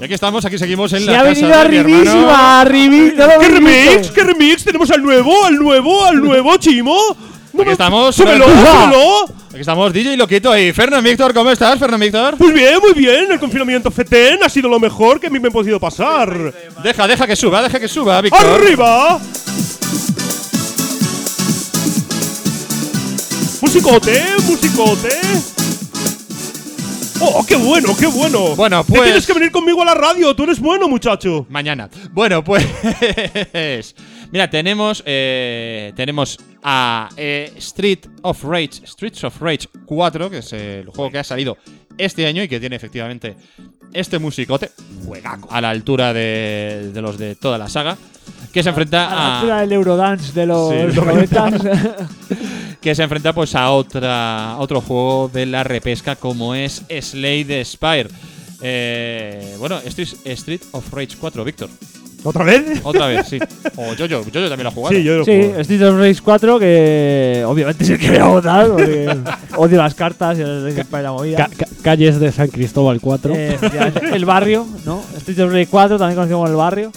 S2: Y aquí estamos, aquí seguimos en
S3: Se
S2: la
S3: ha
S2: casa
S3: venido
S2: de mi
S3: arribísima, arribísima.
S5: ¿Qué remix? ¿Qué remix? Tenemos al nuevo, al nuevo, al nuevo, Chimo. No
S2: Pues Aquí
S5: me-
S2: estamos.
S5: ¡Súbelo,
S2: ¡Ah!
S5: súbelo!
S2: Aquí estamos, DJ Loquito y Fernán Víctor, ¿cómo estás, Fernán Víctor?
S5: Muy bien, muy bien. El confinamiento FETEN ha sido lo mejor que a mí me ha podido pasar.
S2: Deja, deja que suba, deja que suba, Víctor.
S5: ¡Arriba! ¡Musicote! ¡Musicote! ¡Oh, qué bueno, qué bueno!
S2: Bueno,
S5: Te
S2: pues-
S5: tienes que venir conmigo a la radio, tú eres bueno, muchacho.
S2: Mañana. Bueno, pues. Mira, tenemos. eh, tenemos a eh, Street of Rage. Streets of Rage 4, que es eh, el juego que ha salido este año y que tiene efectivamente este musicote. A la altura de, de los de toda la saga. Que se
S5: Ah,
S2: enfrenta
S3: A la
S2: a.
S3: altura del Eurodance de los
S2: Sí, lo que-
S3: 90.
S2: que se enfrenta pues a otra a otro juego de la repesca como es Slay the Spire. Eh, bueno, esto es Street of Rage 4, Víctor.
S5: ¿Otra vez?
S2: Otra vez, sí. O yo, yo, yo, también lo he jugado.
S5: Sí, yo lo
S3: sí,
S5: juego.
S3: Street of Rage 4, que obviamente es el que voy a votar, porque odio las cartas y el- el- la movida.
S9: Ca- ca- calles de San Cristóbal 4.
S3: Eh, efectivamente, el barrio, ¿no? Street of Rage 4, también conocido como el barrio.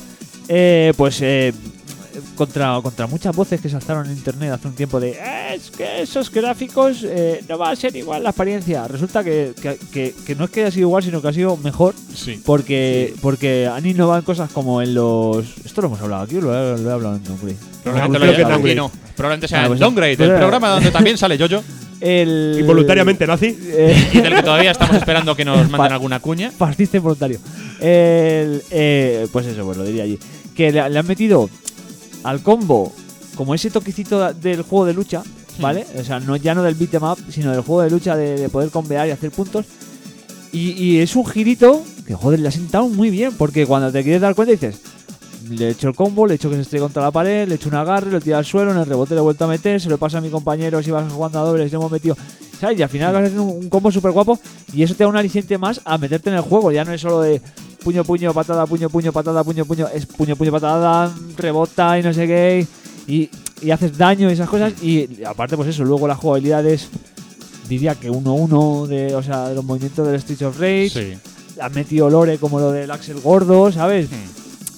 S3: Eh, pues eh, contra, contra muchas voces que saltaron en internet hace un tiempo de "Eh, es que esos gráficos eh, no va a ser igual la apariencia. Resulta que, que- que- que no es que haya sido igual, sino que ha sido mejor.
S2: Sí.
S3: Porque, porque han innovado en cosas como en los. Esto lo hemos hablado aquí, o lo, he- lo he hablado en Downgrade.
S2: Probablemente,
S5: Creo que
S2: lo haya-
S5: downgrade.
S2: no, probablemente sea
S3: Ah,
S2: el
S3: pues-
S2: Downgrade,
S3: pues
S2: el
S3: era-
S2: programa donde también sale Jojo
S3: El,
S5: Involuntariamente, nazi.
S3: eh,
S2: y del que todavía estamos esperando que nos manden
S3: Pa-
S2: alguna cuña.
S3: Fascista involuntario. El, eh, pues eso, pues lo diría allí. Que le, le han metido al combo como ese toquecito del juego de lucha,
S2: Hmm.
S3: ¿vale? O sea, no, ya no del beat em up, sino del juego de lucha de, de poder combear y hacer puntos. Y, y es un girito que, joder, le ha sentado muy bien, porque cuando te quieres dar cuenta dices, le echo el combo, le echo que se esté contra la pared, le echo un agarre, lo tira al suelo, en el rebote le he vuelto a meter, se lo pasa a mi compañero si vas jugando a dobles, le hemos metido. ¿Sabes? Y al final vas haciendo un, un combo súper guapo y eso te da un aliciente más a meterte en el juego. Ya no es solo de puño, puño, patada, puño, puño, patada, puño, puño, es puño, puño, patada, rebota y no sé qué. Y, y haces daño y esas cosas. Y aparte, pues eso, luego la jugabilidad es, diría que 1-1 de, o sea, de los movimientos del Street of Rage
S2: Sí.
S3: ha metido Lore como lo del Axel Gordo, ¿sabes?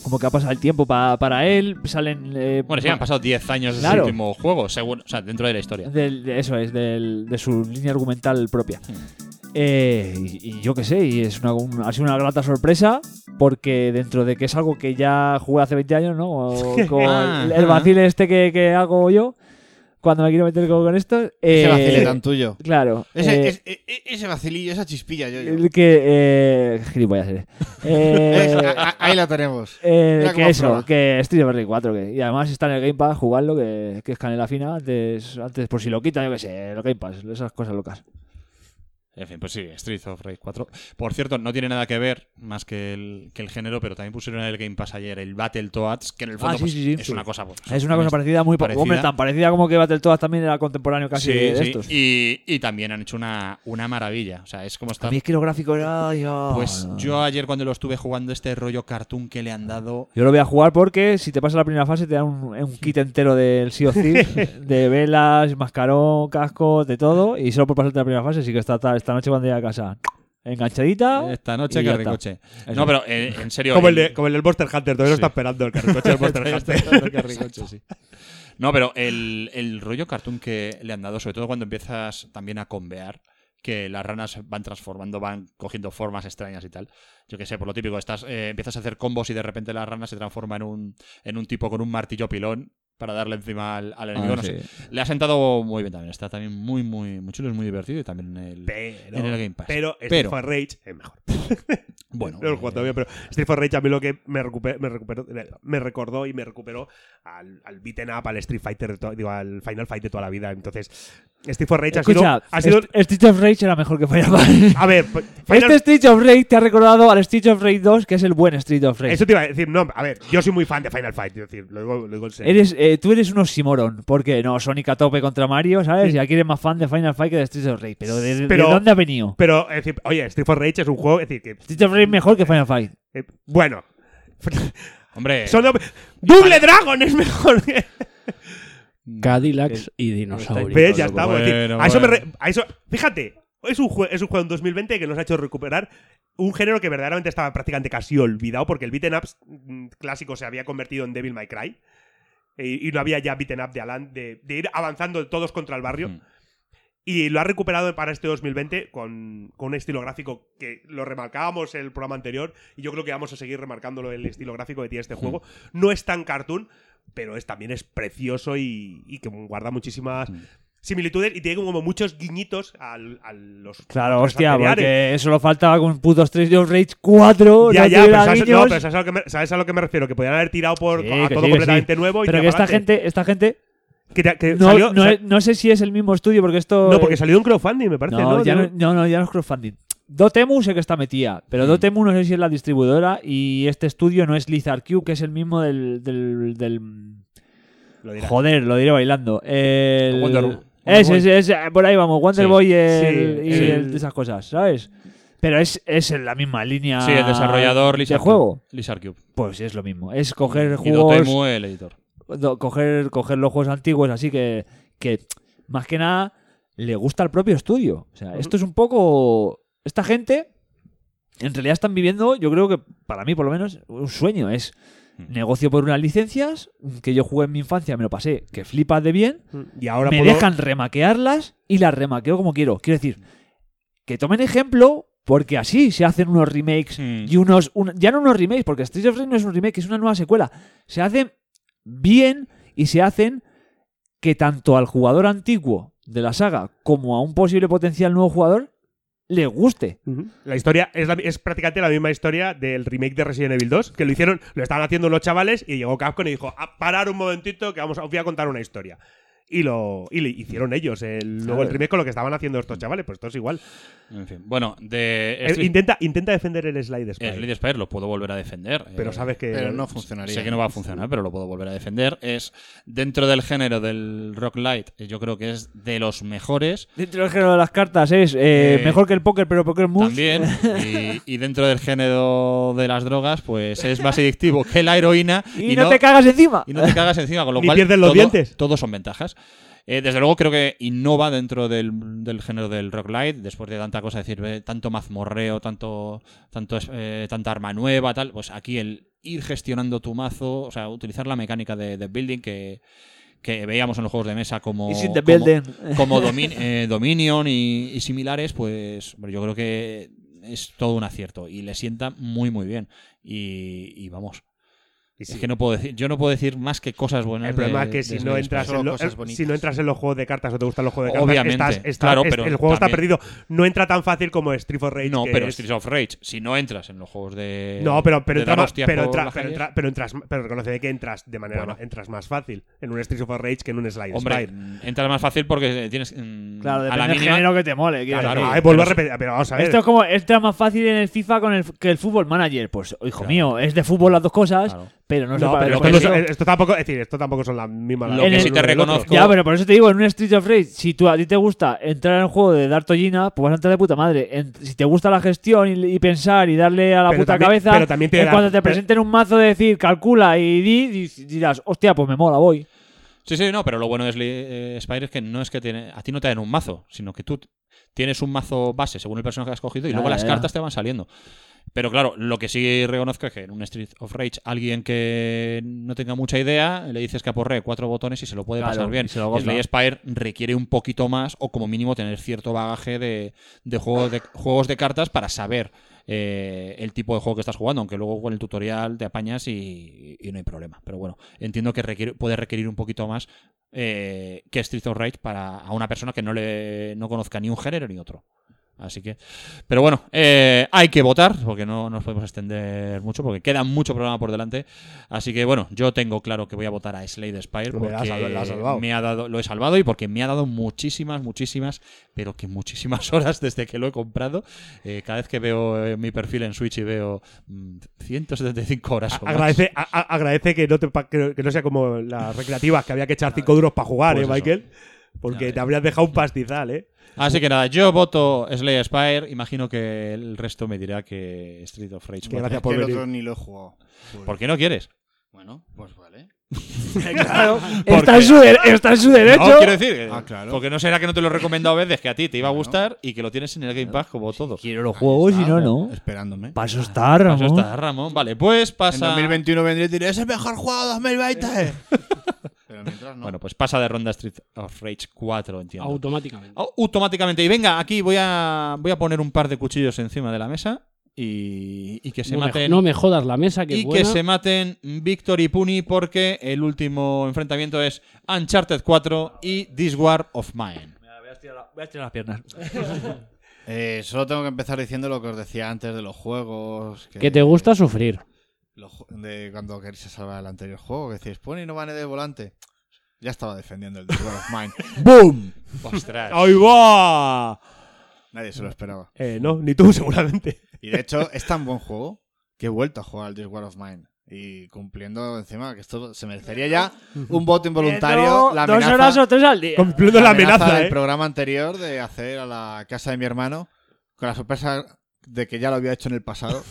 S3: Como que ha pasado el tiempo pa- para él, salen... eh,
S2: Bueno, sí,
S3: pa-
S2: han pasado 10 años desde
S3: Claro.
S2: el último juego, según, o sea, dentro de la
S5: Ah.
S2: historia.
S3: del- de- eso es, del- de su línea argumental propia. Eh, y, y yo qué sé, y es una, un- ha sido una grata sorpresa, porque dentro de que es algo que ya jugué hace 20 años, ¿no? O- Con
S2: Ah,
S3: el, el
S2: ah.
S3: vacile este que, que hago yo, cuando me quiero meter con, con esto...
S4: Ese
S3: eh,
S4: vacile tan tuyo.
S3: Claro.
S4: Ese,
S3: eh,
S4: es- e- e- ese vacilillo, esa chispilla, yo. yo.
S3: el que... Eh, gilipollas eres.
S4: Es-
S3: Eh,
S4: a- a- ahí la tenemos.
S3: Eh,
S4: Mira cómo
S3: que eso,
S4: aflora.
S3: que Street of Rage 4, que, y además está en el Game Pass, jugarlo, que, que es canela fina, antes, antes por si lo quitan, yo que sé, el Game Pass, esas cosas locas.
S2: En fin, pues sí, Street of Rage 4. Por cierto, no tiene nada que ver más que el, que el género, pero también pusieron en el Game Pass ayer el Battletoads, que en el fondo
S3: Ah, sí,
S2: pues,
S3: sí, sí.
S2: es una cosa. pues,
S3: Es una cosa parecida, muy po-
S2: parecida.
S3: Hombre, tan parecida como que Battletoads también era contemporáneo
S5: Ah,
S3: casi
S2: Sí,
S3: de
S2: sí,
S3: estos.
S2: Y, y también han hecho una, una maravilla. O sea, es como
S3: A
S2: está.
S3: mí es que los gráficos ay, ah,
S2: Pues
S3: no.
S2: yo ayer cuando lo estuve jugando, este rollo cartoon que le han dado.
S3: Yo lo voy a jugar porque si te pasa la primera fase te dan un, un kit entero del Sea of Thieves, de velas, mascarón, casco, de todo, y solo por pasarte la primera fase, sí que está esta, esta noche cuando llegue a casa enganchadita.
S2: Esta noche
S3: y ya
S2: que
S3: está.
S2: ricoche.
S3: Eso
S2: No,
S3: es.
S2: pero eh, en serio.
S5: Como el,
S2: el-
S5: de, como el del Monster Hunter, todavía lo
S2: Sí. Este
S5: está esperando el carricoche del Monster Hunter.
S2: No, pero el, el rollo cartoon que le han dado, sobre todo cuando empiezas también a convear, que las ranas van transformando, van cogiendo formas extrañas y tal. Yo que sé, por lo típico, estás, eh, empiezas a hacer combos y de repente la rana se transforma en un, en un tipo con un martillo pilón para darle encima al, al
S3: Ah,
S2: enemigo. no sé. Le ha sentado muy bien también. Está también muy, muy, muy chulo, es muy divertido y también el.
S5: Pero,
S2: En el Game Pass.
S5: pero Street
S2: Pero-
S5: for Rage es mejor.
S2: Bueno, eh,
S5: no lo he jugado todavía, pero Street for Rage a mí lo que me, recupe- me, recuperó, me recordó y me recuperó al, al beaten up, al Street Fighter, de to- digo, al Final Fight de toda la vida. Entonces, Street for Rage
S3: Escucha,
S5: ha sido. Ha sido
S3: Est- Street of Rage era mejor que Final Fantasy.
S5: a ver, pues, Final-
S3: Este Street of Rage te ha recordado al Street of Rage 2, que es el buen Street of Rage.
S5: eso te iba a decir. No, a ver, yo soy muy fan de Final Fight. Es decir, lo digo, lo digo en serio.
S3: Eres, eh, tú eres un oxímoron, porque no, Sonic a tope contra Mario, ¿sabes? Y aquí eres más fan de Final Fight que de Street of Rage. Pero ¿de, de-
S5: Pero-
S3: ¿de dónde ha venido?
S5: Pero, es decir, oye, Street for Rage es un juego. Es decir, que.
S3: Street of Rage mejor que Final Fight.
S5: eh, bueno.
S2: Hombre,
S5: Son ob- Double Dragon es mejor que.
S9: Cadillacs y dinosaurios.
S5: ¿Ves? Ya estamos.
S2: Bueno,
S5: es decir, a eso me
S2: bueno.
S5: re- a eso- fíjate, es un, jue- es un juego en 2020 que nos ha hecho recuperar un género que verdaderamente estaba prácticamente casi olvidado porque el beaten up mm, clásico se había convertido en Devil May Cry eh, y, y no había ya beaten up de, alan- de, de ir avanzando todos contra el barrio.
S2: Mm.
S5: Y lo ha recuperado para este 2020 con, con un estilo gráfico que lo remarcábamos en el programa anterior y yo creo que vamos a seguir remarcándolo el estilo gráfico que tiene este juego.
S3: Mm.
S5: No es tan cartoon, pero es, también es precioso y, y que guarda muchísimas similitudes y tiene como muchos guiñitos al- a los.
S3: Claro, hostia,
S5: familiares.
S3: porque solo faltaba con putos 3 Jobs Rage 4.
S5: Ya,
S3: no
S5: ya, pero
S3: tuviera
S5: sabes,
S3: niños.
S5: no, pero sabes a lo que me, sabes a lo que me refiero, que podían haber tirado por
S3: Sí,
S5: a
S3: que
S5: todo
S3: sí, que
S5: completamente
S3: sí.
S5: nuevo. Y
S3: Pero
S5: tira
S3: que esta
S5: pa'lante.
S3: gente, esta gente
S5: Que te- que
S3: no,
S5: salió-
S3: no,
S5: sa-
S3: es- no sé si es el mismo estudio, porque esto.
S5: No, porque salió de un crowdfunding, me parece,
S3: No,
S5: ¿no?
S3: Ya
S5: De
S3: no,
S5: un-
S3: no, no, ya no es crowdfunding. Dotemu sé que está metida, pero Dotemu no sé si es la distribuidora y este estudio no es Lizard Q, que es el mismo del. del, del-
S5: Lo dirás.
S3: Joder, lo diré bailando. El...
S5: Wonder- Wonder
S3: Ese,
S5: Boy.
S3: ese, ese, por ahí vamos, Wonder
S5: Sí.
S3: Boy el-
S5: Sí,
S3: y
S5: el-
S3: el de esas cosas, ¿sabes? Pero es, es en la misma línea
S2: Sí, el desarrollador
S3: Ah, de
S2: Lizard
S3: juego.
S2: Cube. Lizard Cube.
S3: Pues es lo mismo. Es coger
S2: Y
S3: juegos
S2: Dotemu, el editor.
S3: do- coger, coger los juegos antiguos, así que, que más que nada le gusta al propio estudio. O sea, esto es un poco. Esta gente en realidad están viviendo, yo creo que para mí por lo menos, un sueño. Es negocio por unas licencias que yo jugué en mi infancia, me lo pasé, que flipas de bien.
S5: Y ahora
S3: me
S5: puedo-
S3: dejan remaquearlas y las remaqueo como quiero. Quiero decir, que tomen ejemplo. Porque así se hacen unos remakes
S2: Mm.
S3: y unos. un- ya no unos remakes, porque Street of Rage no es un remake, es una nueva secuela. Se hacen bien y se hacen que tanto al jugador antiguo de la saga como a un posible potencial nuevo jugador le guste.
S5: La historia es, la- es prácticamente la misma historia del remake de Resident Evil 2, que lo hicieron, lo estaban haciendo unos chavales y llegó Capcom y dijo, "Ah, parar un momentito que vamos, a- os voy a contar una historia. Y lo y le hicieron ellos el, luego el
S2: Claro.
S5: remake con lo que estaban haciendo estos chavales, pues esto es igual.
S2: En fin, bueno, de.
S5: Eh, intenta, intenta defender el Slide Spire.
S2: El Slade Spire lo puedo volver a defender.
S5: Pero
S2: Eh,
S5: sabes que- Pero no funcionaría.
S2: Sé que no va a funcionar, pero lo puedo volver a defender. Es dentro del género del Rock Light, eh, yo creo que es de los mejores.
S3: Dentro del género de las cartas es eh,
S2: Eh,
S3: mejor que el póker, pero póker moves.
S2: También. Y, y dentro del género de las drogas, pues es más adictivo que la heroína.
S3: Y no te cagas encima.
S2: Y no te cagas encima, con lo
S5: Ni
S2: cual.
S5: pierdes
S2: todo-
S5: los dientes.
S2: Todos son ventajas. Eh, desde luego creo que innova dentro del, del género del rock light, después de tanta cosa, es decir, eh, tanto mazmorreo, tanto, tanto es- eh, tanta arma nueva, tal, pues aquí el ir gestionando tu mazo, o sea, utilizar la mecánica de, de building que, que veíamos en los juegos de mesa como,
S3: Is in the
S2: como,
S3: building.
S2: como domin- eh, Dominion y, y similares, pues hombre, yo creo que es todo un acierto y le sienta muy muy bien y, y vamos. Es que no puedo decir, yo no puedo decir más que cosas buenas.
S5: El problema
S2: de-
S5: es que
S2: de
S5: si
S2: Slade
S5: no,
S2: Spire.
S5: entras en lo- eh, si no entras en los juegos de cartas o te gustan los juegos de cartas,
S2: Obviamente,
S5: estás- estás-
S2: claro,
S5: es-
S2: pero
S5: el juego está
S2: también-
S5: perdido. No entra tan fácil como Street for Rage.
S2: No,
S5: que
S2: pero
S5: es-
S2: Streets of Rage, si no entras en los juegos de.
S5: No, pero, pero,
S2: de
S5: entra
S2: dar
S5: más-
S2: hostias
S5: pero,
S2: por
S5: entra-
S2: las
S5: pero,
S2: calles.
S5: entra- pero entras, pero reconoce que entras de manera
S2: Bueno.
S5: entras más fácil en un Street of Rage que en un Slide
S2: Hombre,
S5: Spire.
S2: mm, entras más fácil porque tienes. mm,
S3: Claro,
S2: a la
S3: depende del
S2: mínima.
S3: género que te mole. quiero
S2: Claro,
S3: decir.
S5: Ah, eh, vuelvo a
S2: pero-
S5: repetir, pero vamos a ver.
S3: Esto es como, esto era más fácil en el FIFA con el, que el fútbol manager. Pues, hijo mío, es de fútbol las dos cosas, pero no, es
S5: No,
S3: de-
S5: pero
S3: pero
S5: esto,
S3: es-
S5: no- esto tampoco, es decir, esto tampoco son las mismas.
S2: Lo
S5: las
S2: que
S5: del
S2: sí te
S5: uno y del otro.
S2: reconozco-
S3: Ya, pero por eso te digo, en un Street of Rage, si tú, a ti te gusta entrar en el juego de dar tollina, pues vas a entrar de puta madre. En- si te gusta la gestión y, y pensar y darle a la
S5: Pero
S3: puta
S5: también-
S3: cabeza,
S5: pero también te
S3: es
S5: da-
S3: cuando te
S5: pero-
S3: presenten un mazo de decir, calcula y di, di- dirás, hostia, pues me mola, voy.
S2: Sí, sí, no, pero lo bueno de Slade, eh, Spire es que no es que tiene, a ti no te dan un mazo, sino que tú t- tienes un mazo base según el personaje que has cogido y
S3: Ya,
S2: luego
S3: ya,
S2: las
S3: ya.
S2: cartas te van saliendo. Pero claro, lo que sí reconozco es que en un Street of Rage alguien que no tenga mucha idea le dices que aporre cuatro botones y se lo puede
S3: Claro,
S2: pasar bien.
S3: y se lo goza.
S2: Slade Spire requiere un poquito más o como mínimo tener cierto bagaje de, de, juego de juegos de cartas para saber eh, el tipo de juego que estás jugando, aunque luego con el tutorial te apañas y, y no hay problema. Pero bueno, entiendo que requiere- puede requerir un poquito más eh, que Street of Rage para a una persona que no le no conozca ni un género ni otro. Así que, pero bueno, eh, hay que votar porque no nos podemos extender mucho porque queda mucho programa por delante. Así que bueno, yo tengo claro que voy a votar a Slade Spire
S5: Hombre,
S2: porque
S5: la has salvado- la has salvado.
S2: me ha dado, lo he salvado y porque me ha dado muchísimas, muchísimas, pero que muchísimas horas desde que lo he comprado. Eh, cada vez que veo eh, mi perfil en Switch y veo mm, 175 horas. o más.
S5: Agradece, a- a- agradece que, no te, pa- que, que no sea como las recreativas, que había que echar cinco duros para jugar,
S2: Pues
S5: ¿eh,
S2: eso.
S5: Michael? Porque te habrías dejado un pastizal, ¿eh?
S2: Así que nada, yo voto Slay Spire. Imagino que el resto me dirá que Street of Rage.
S5: Que
S2: vota.
S5: gracias
S4: Que
S5: por
S4: el
S5: venir.
S4: otro ni lo he jugado. Pues,
S2: ¿Por qué no quieres?
S4: Bueno, pues vale.
S2: claro,
S3: Está en, su de- está en su derecho.
S2: No, quiero decir, eh,
S4: Ah, claro.
S2: porque no será que no te lo he recomendado a veces, que a ti te iba a gustar y que lo tienes en el Game Pass como todo.
S3: Quiero los juegos y no, no.
S4: Esperándome.
S3: Paso está, Ramón.
S2: Eso está, Ramón. Vale, pues
S4: En
S2: pasa.
S4: 2021 vendré y diré, es el mejor juego de 2020. Pero mientras no.
S2: Bueno, pues pasa de ronda Street of Rage 4, entiendo. Oh,
S9: Automáticamente.
S2: Au- automáticamente. Y venga, aquí voy a, voy a poner un par de cuchillos encima de la mesa. y, y que se
S9: No me-
S2: maten.
S9: no me jodas la mesa, que es
S2: Y
S9: buena.
S2: que se maten Victor y Puni porque el último enfrentamiento es Uncharted 4 y This War of Mine.
S3: Voy a estirar las piernas.
S4: Eh, solo tengo que empezar diciendo lo que os decía antes de los juegos. Que,
S9: Que te gusta sufrir.
S4: los ju- de cuando queréis salvar el anterior juego, que decís, pone y no van de volante. Ya estaba defendiendo el The World of Mine.
S5: ¡Boom!
S2: ¡Ostras!
S5: ¡Ahí va!
S4: Nadie se lo esperaba.
S5: Eh, no, ni tú seguramente.
S4: Y de hecho, es tan buen juego que he vuelto a jugar al This War of Mine. Y cumpliendo encima que esto se merecería ya un voto involuntario.
S3: Eh, no,
S4: la
S3: dos
S4: amenaza,
S3: horas o tres al día.
S5: Cumpliendo la amenaza,
S4: del
S5: ¿eh?
S4: programa anterior de hacer a la casa de mi hermano con la sorpresa de que ya lo había hecho en el pasado.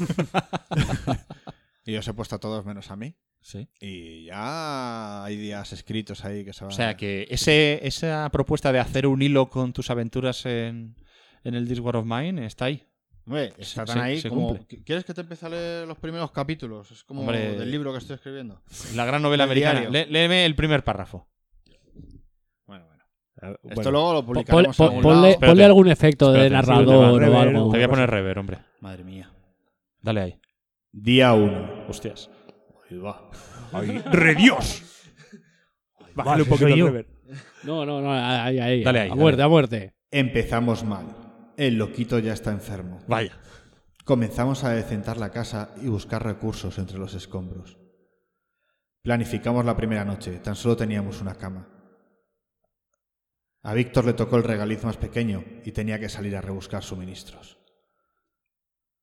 S4: y os he puesto a todos menos a mí.
S2: Sí.
S4: Y ya hay días escritos ahí que se van.
S2: O sea que ese, esa propuesta de hacer un hilo con tus aventuras en, en el This War of Mine está ahí.
S4: Hombre, está
S2: se-
S4: tan ahí
S2: se
S4: como-
S2: cumple.
S4: ¿Quieres que te empiece a leer los primeros capítulos? Es como
S2: Hombre.
S4: del libro que estoy escribiendo.
S2: La gran novela
S4: El
S2: americana.
S4: diario.
S2: Lé- léeme el primer párrafo.
S4: Bueno, bueno.
S5: Ah, bueno.
S4: Esto luego lo
S9: Po-
S4: publicaremos
S9: pon-
S4: en algún
S9: ponle,
S4: lado.
S2: Espérate.
S9: ponle algún efecto de
S2: Espérate, sí,
S9: narrador
S5: le va a
S9: o
S2: Te
S9: algo.
S5: rever,
S2: voy a poner rever, hombre.
S4: Madre mía.
S2: Dale ahí.
S4: Día 1.
S2: Hostias.
S5: Ay, ¡Redios! Bájale un poquito el rever.
S9: No, no, no, ahí, ahí.
S2: Dale ahí,
S9: a
S2: dale.
S9: muerte, a muerte.
S4: Empezamos mal. El loquito ya está enfermo.
S2: Vaya.
S4: Comenzamos a decentar la casa y buscar recursos entre los escombros. Planificamos la primera noche, tan solo teníamos una cama. A Víctor le tocó el regaliz más pequeño y tenía que salir a rebuscar suministros.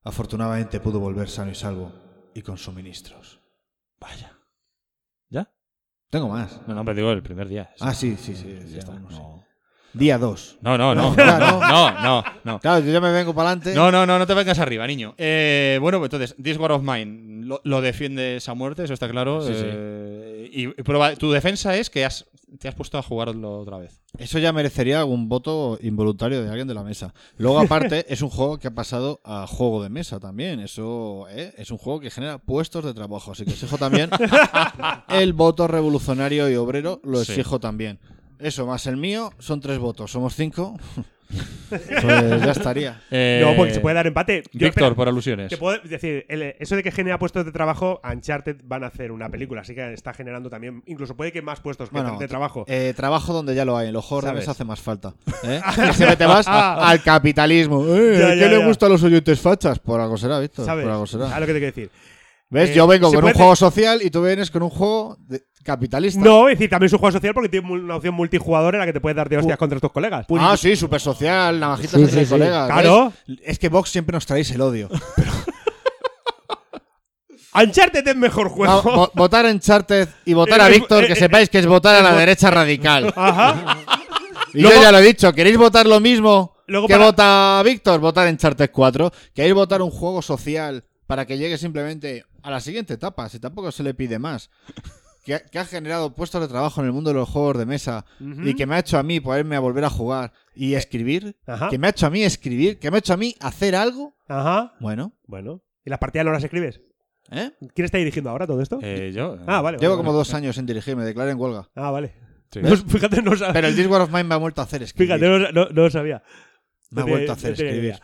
S4: Afortunadamente pudo volver sano y salvo y con suministros.
S2: Vaya. ¿Ya?
S4: Tengo más.
S2: No, no, pero digo el primer día.
S4: Ah, sí, sí, sí.
S2: Ya
S4: sí,
S2: está.
S4: aún no sé.
S2: No.
S4: Día 2.
S2: No, no, no,
S4: No, claro.
S2: no, no, no.
S4: Claro, yo ya me vengo para adelante.
S2: No, no, no, no te vengas arriba, niño. Eh, bueno, pues entonces, This War of Mine lo, lo defiendes a muerte, eso está claro.
S4: Sí, sí.
S2: Eh, y proba- tu defensa es que has- te has puesto a jugarlo otra vez.
S4: Eso ya merecería algún voto involuntario de alguien de la mesa. Luego, aparte, es un juego que ha pasado a juego de mesa también. Eso ¿eh? es un juego que genera puestos de trabajo. Así que exijo también el voto revolucionario y obrero, lo
S2: Sí.
S4: exijo también. Eso más el mío, son tres votos. Somos cinco. Pues ya estaría.
S2: Eh,
S5: No, porque se puede dar empate. Yo,
S2: Víctor,
S5: espera,
S2: por alusiones.
S5: Te puedo decir, el- eso de que genera puestos de trabajo, Uncharted van a hacer una película, así que está generando también, incluso puede que más puestos que
S4: Bueno,
S5: de trabajo.
S4: eh, trabajo donde ya lo hay. En los juegos de
S5: ¿Sabes? Ah.
S4: mesa hace más falta. ¿eh? Y siempre te vas al capitalismo. Eh,
S5: Ya,
S4: ¿Qué
S5: ya,
S4: le
S5: ya.
S4: gusta a los oyentes fachas? Por algo será, Víctor.
S5: ¿Sabes?
S4: Por algo será.
S5: ¿Sabes lo que te quiero decir?
S4: ¿Ves?
S5: Eh,
S4: Yo vengo
S5: ¿se
S4: con un
S5: puede-
S4: juego social y tú vienes con un juego de- capitalista.
S5: No, es decir, también es un juego social porque tiene mu- una opción multijugador en la que te puedes dar de hostias contra tus colegas.
S4: Ah, sí, súper social, navajitas
S9: Sí,
S4: entre
S9: sí, sí.
S4: colegas. ¿ves?
S5: Claro.
S4: Es que Vox siempre nos traéis el odio.
S5: Uncharted es mejor
S4: Ah,
S5: juego.
S4: vo- votar en Charted y votar
S5: Eh,
S4: a
S5: eh,
S4: Víctor,
S5: eh,
S4: que
S5: eh,
S4: sepáis que es votar a la derecha radical.
S5: Ajá.
S4: Y yo
S5: luego-
S4: ya lo he dicho, ¿queréis votar lo mismo
S5: Luego
S4: que
S5: para-
S4: vota Víctor? Votar en Charted 4. ¿Queréis votar un juego social para que llegue simplemente a la siguiente etapa? Si tampoco se le pide más. Que, que ha generado puestos de trabajo en el mundo de los juegos de mesa y
S5: Mm.
S4: que me ha hecho a mí poderme a volver a jugar y
S5: Eh,
S4: escribir.
S5: Ajá.
S4: Que me ha hecho a mí escribir, que me ha hecho a mí hacer algo.
S5: Ajá.
S4: Bueno,
S5: Bueno. ¿Y las partidas no las escribes?
S4: ¿eh?
S5: ¿Quién está dirigiendo ahora todo esto?
S2: Eh, yo.
S5: ah, vale.
S4: Llevo
S5: vale,
S4: como
S5: vale.
S4: dos años sin dirigir, me declaré en huelga.
S5: Ah, vale.
S2: Sí.
S5: No, fíjate, no sabía.
S4: Pero el Discord of Mine me ha vuelto a hacer escribir.
S5: Fíjate, no, no- no lo sabía.
S4: me ha
S5: No tenía-
S4: vuelto a hacer
S5: no tenía
S4: escribir.
S5: idea.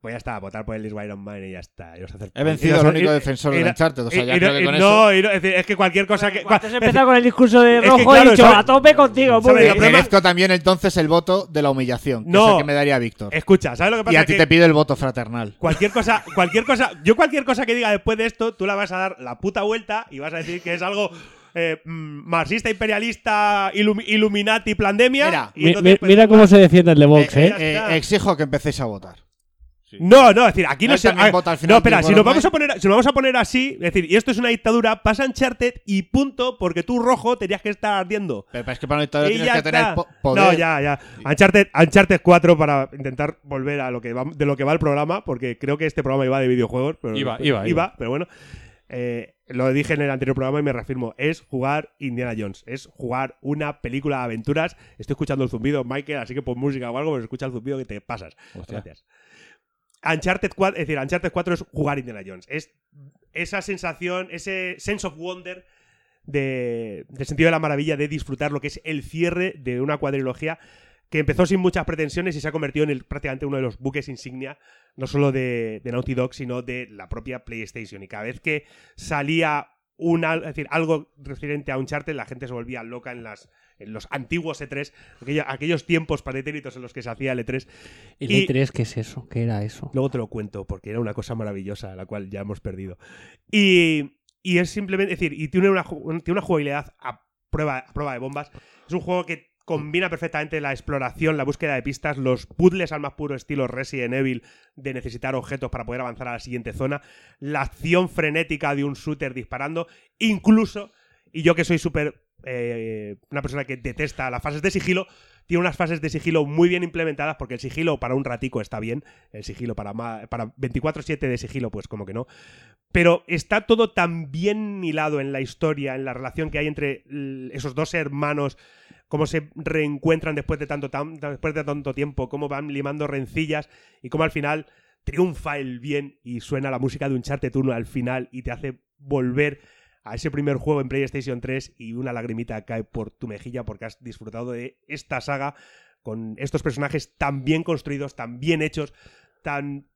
S5: Pues ya está, votar por el Disc Iron Man y ya está. y vas a hacer-
S4: He vencido
S5: y vas
S4: al
S5: a-
S4: único
S5: y-
S4: defensor del
S5: y-
S4: Uncharted, o sea,
S5: y-
S4: ya
S5: y-
S4: creo que
S5: y-
S4: con
S5: no, y no, es, decir, es que cualquier cosa que.
S3: Cuando has
S5: es
S3: empezado con el discurso de
S5: es que,
S3: rojo,
S5: claro,
S3: he dicho,
S5: ¿sabes?
S3: a tope contigo,
S5: ¿Sabes lo
S3: hombre.
S4: Eh,
S5: El problema-
S4: Merezco también entonces el voto de la humillación, que
S5: No.
S4: es el que me daría Víctor.
S5: decir, escucha, ¿sabes lo que pasa?
S4: Y a ti
S5: Que
S4: te pido el voto fraternal.
S5: Cualquier cosa, cualquier cosa, yo cualquier cosa que diga después de esto, tú la vas a dar la puta vuelta y vas a decir que es algo eh, mm, marxista, imperialista, ilum- Illuminati, pandemia.
S4: Mira,
S5: y
S9: Mi-
S5: entonces,
S9: mi-
S5: pues,
S9: mira cómo se defiende el de Vox,
S4: Eh,
S9: ¿eh?
S5: ya
S4: eh,
S5: está.
S4: exijo que empecéis a votar.
S5: No, no, es decir, aquí no
S4: Él
S5: se.
S4: también
S5: ah,
S4: vota al final,
S5: no, espera,
S4: tío,
S5: si
S4: bueno,
S5: nos, vamos
S4: ¿eh?
S5: a poner, si nos vamos a poner así, es decir, y esto es una dictadura, pasa Uncharted y punto, porque tú rojo tenías que estar ardiendo.
S4: Pero es que para una dictadura
S5: Y
S4: tienes
S5: ya
S4: que tener
S5: está.
S4: po- poder.
S5: No, ya, ya. Uncharted, Uncharted 4 para intentar volver a lo que va, de lo que va el programa, porque creo que este programa iba de videojuegos. Pero,
S2: Iba,
S5: pero-
S2: iba, iba.
S5: pero bueno. Eh, lo dije en el anterior programa y me reafirmo. Es jugar Indiana Jones. Es jugar una película de aventuras. Estoy escuchando el zumbido, Michael, así que pon música o algo, pero escucha el zumbido que te pasas.
S2: Hostia.
S5: Gracias. Uncharted 4, es decir, Uncharted 4 es jugar Indiana Jones. Es esa sensación, ese sense of wonder de- del sentido de la maravilla de disfrutar lo que es el cierre de una cuadrilogía que empezó sin muchas pretensiones y se ha convertido en el, prácticamente uno de los buques insignia, no solo de, de Naughty Dog, sino de la propia PlayStation. Y cada vez que salía una, es decir, algo referente a Uncharted, la gente se volvía loca en las en los antiguos E3, aquello- aquellos tiempos patéticos en los que se hacía el E3.
S9: ¿El
S5: Y-
S9: E3 qué es eso? ¿Qué era eso?
S5: Luego te lo cuento, porque era una cosa maravillosa, la cual ya hemos perdido. Y, y es simplemente, es decir, y tiene una, ju- tiene una jugabilidad a prueba, a prueba de bombas. Es un juego que combina perfectamente la exploración, la búsqueda de pistas, los puzzles al más puro estilo Resident Evil, de necesitar objetos para poder avanzar a la siguiente zona, la acción frenética de un shooter disparando, incluso, y yo que soy súper... eh, una persona que detesta las fases de sigilo, tiene unas fases de sigilo muy bien implementadas porque el sigilo para un ratico está bien, el sigilo para, ma- para 24/7 de sigilo pues como que no, pero está todo tan bien hilado en la historia, en la relación que hay entre l- esos dos hermanos, cómo se reencuentran después de tanto, tan- después de tanto tiempo, cómo van limando rencillas y cómo al final triunfa el bien y suena la música de un Uncharted 1 al final y te hace volver a ese primer juego en PlayStation 3 y una lagrimita cae por tu mejilla porque has disfrutado de esta saga con estos personajes tan bien construidos, tan bien hechos, tan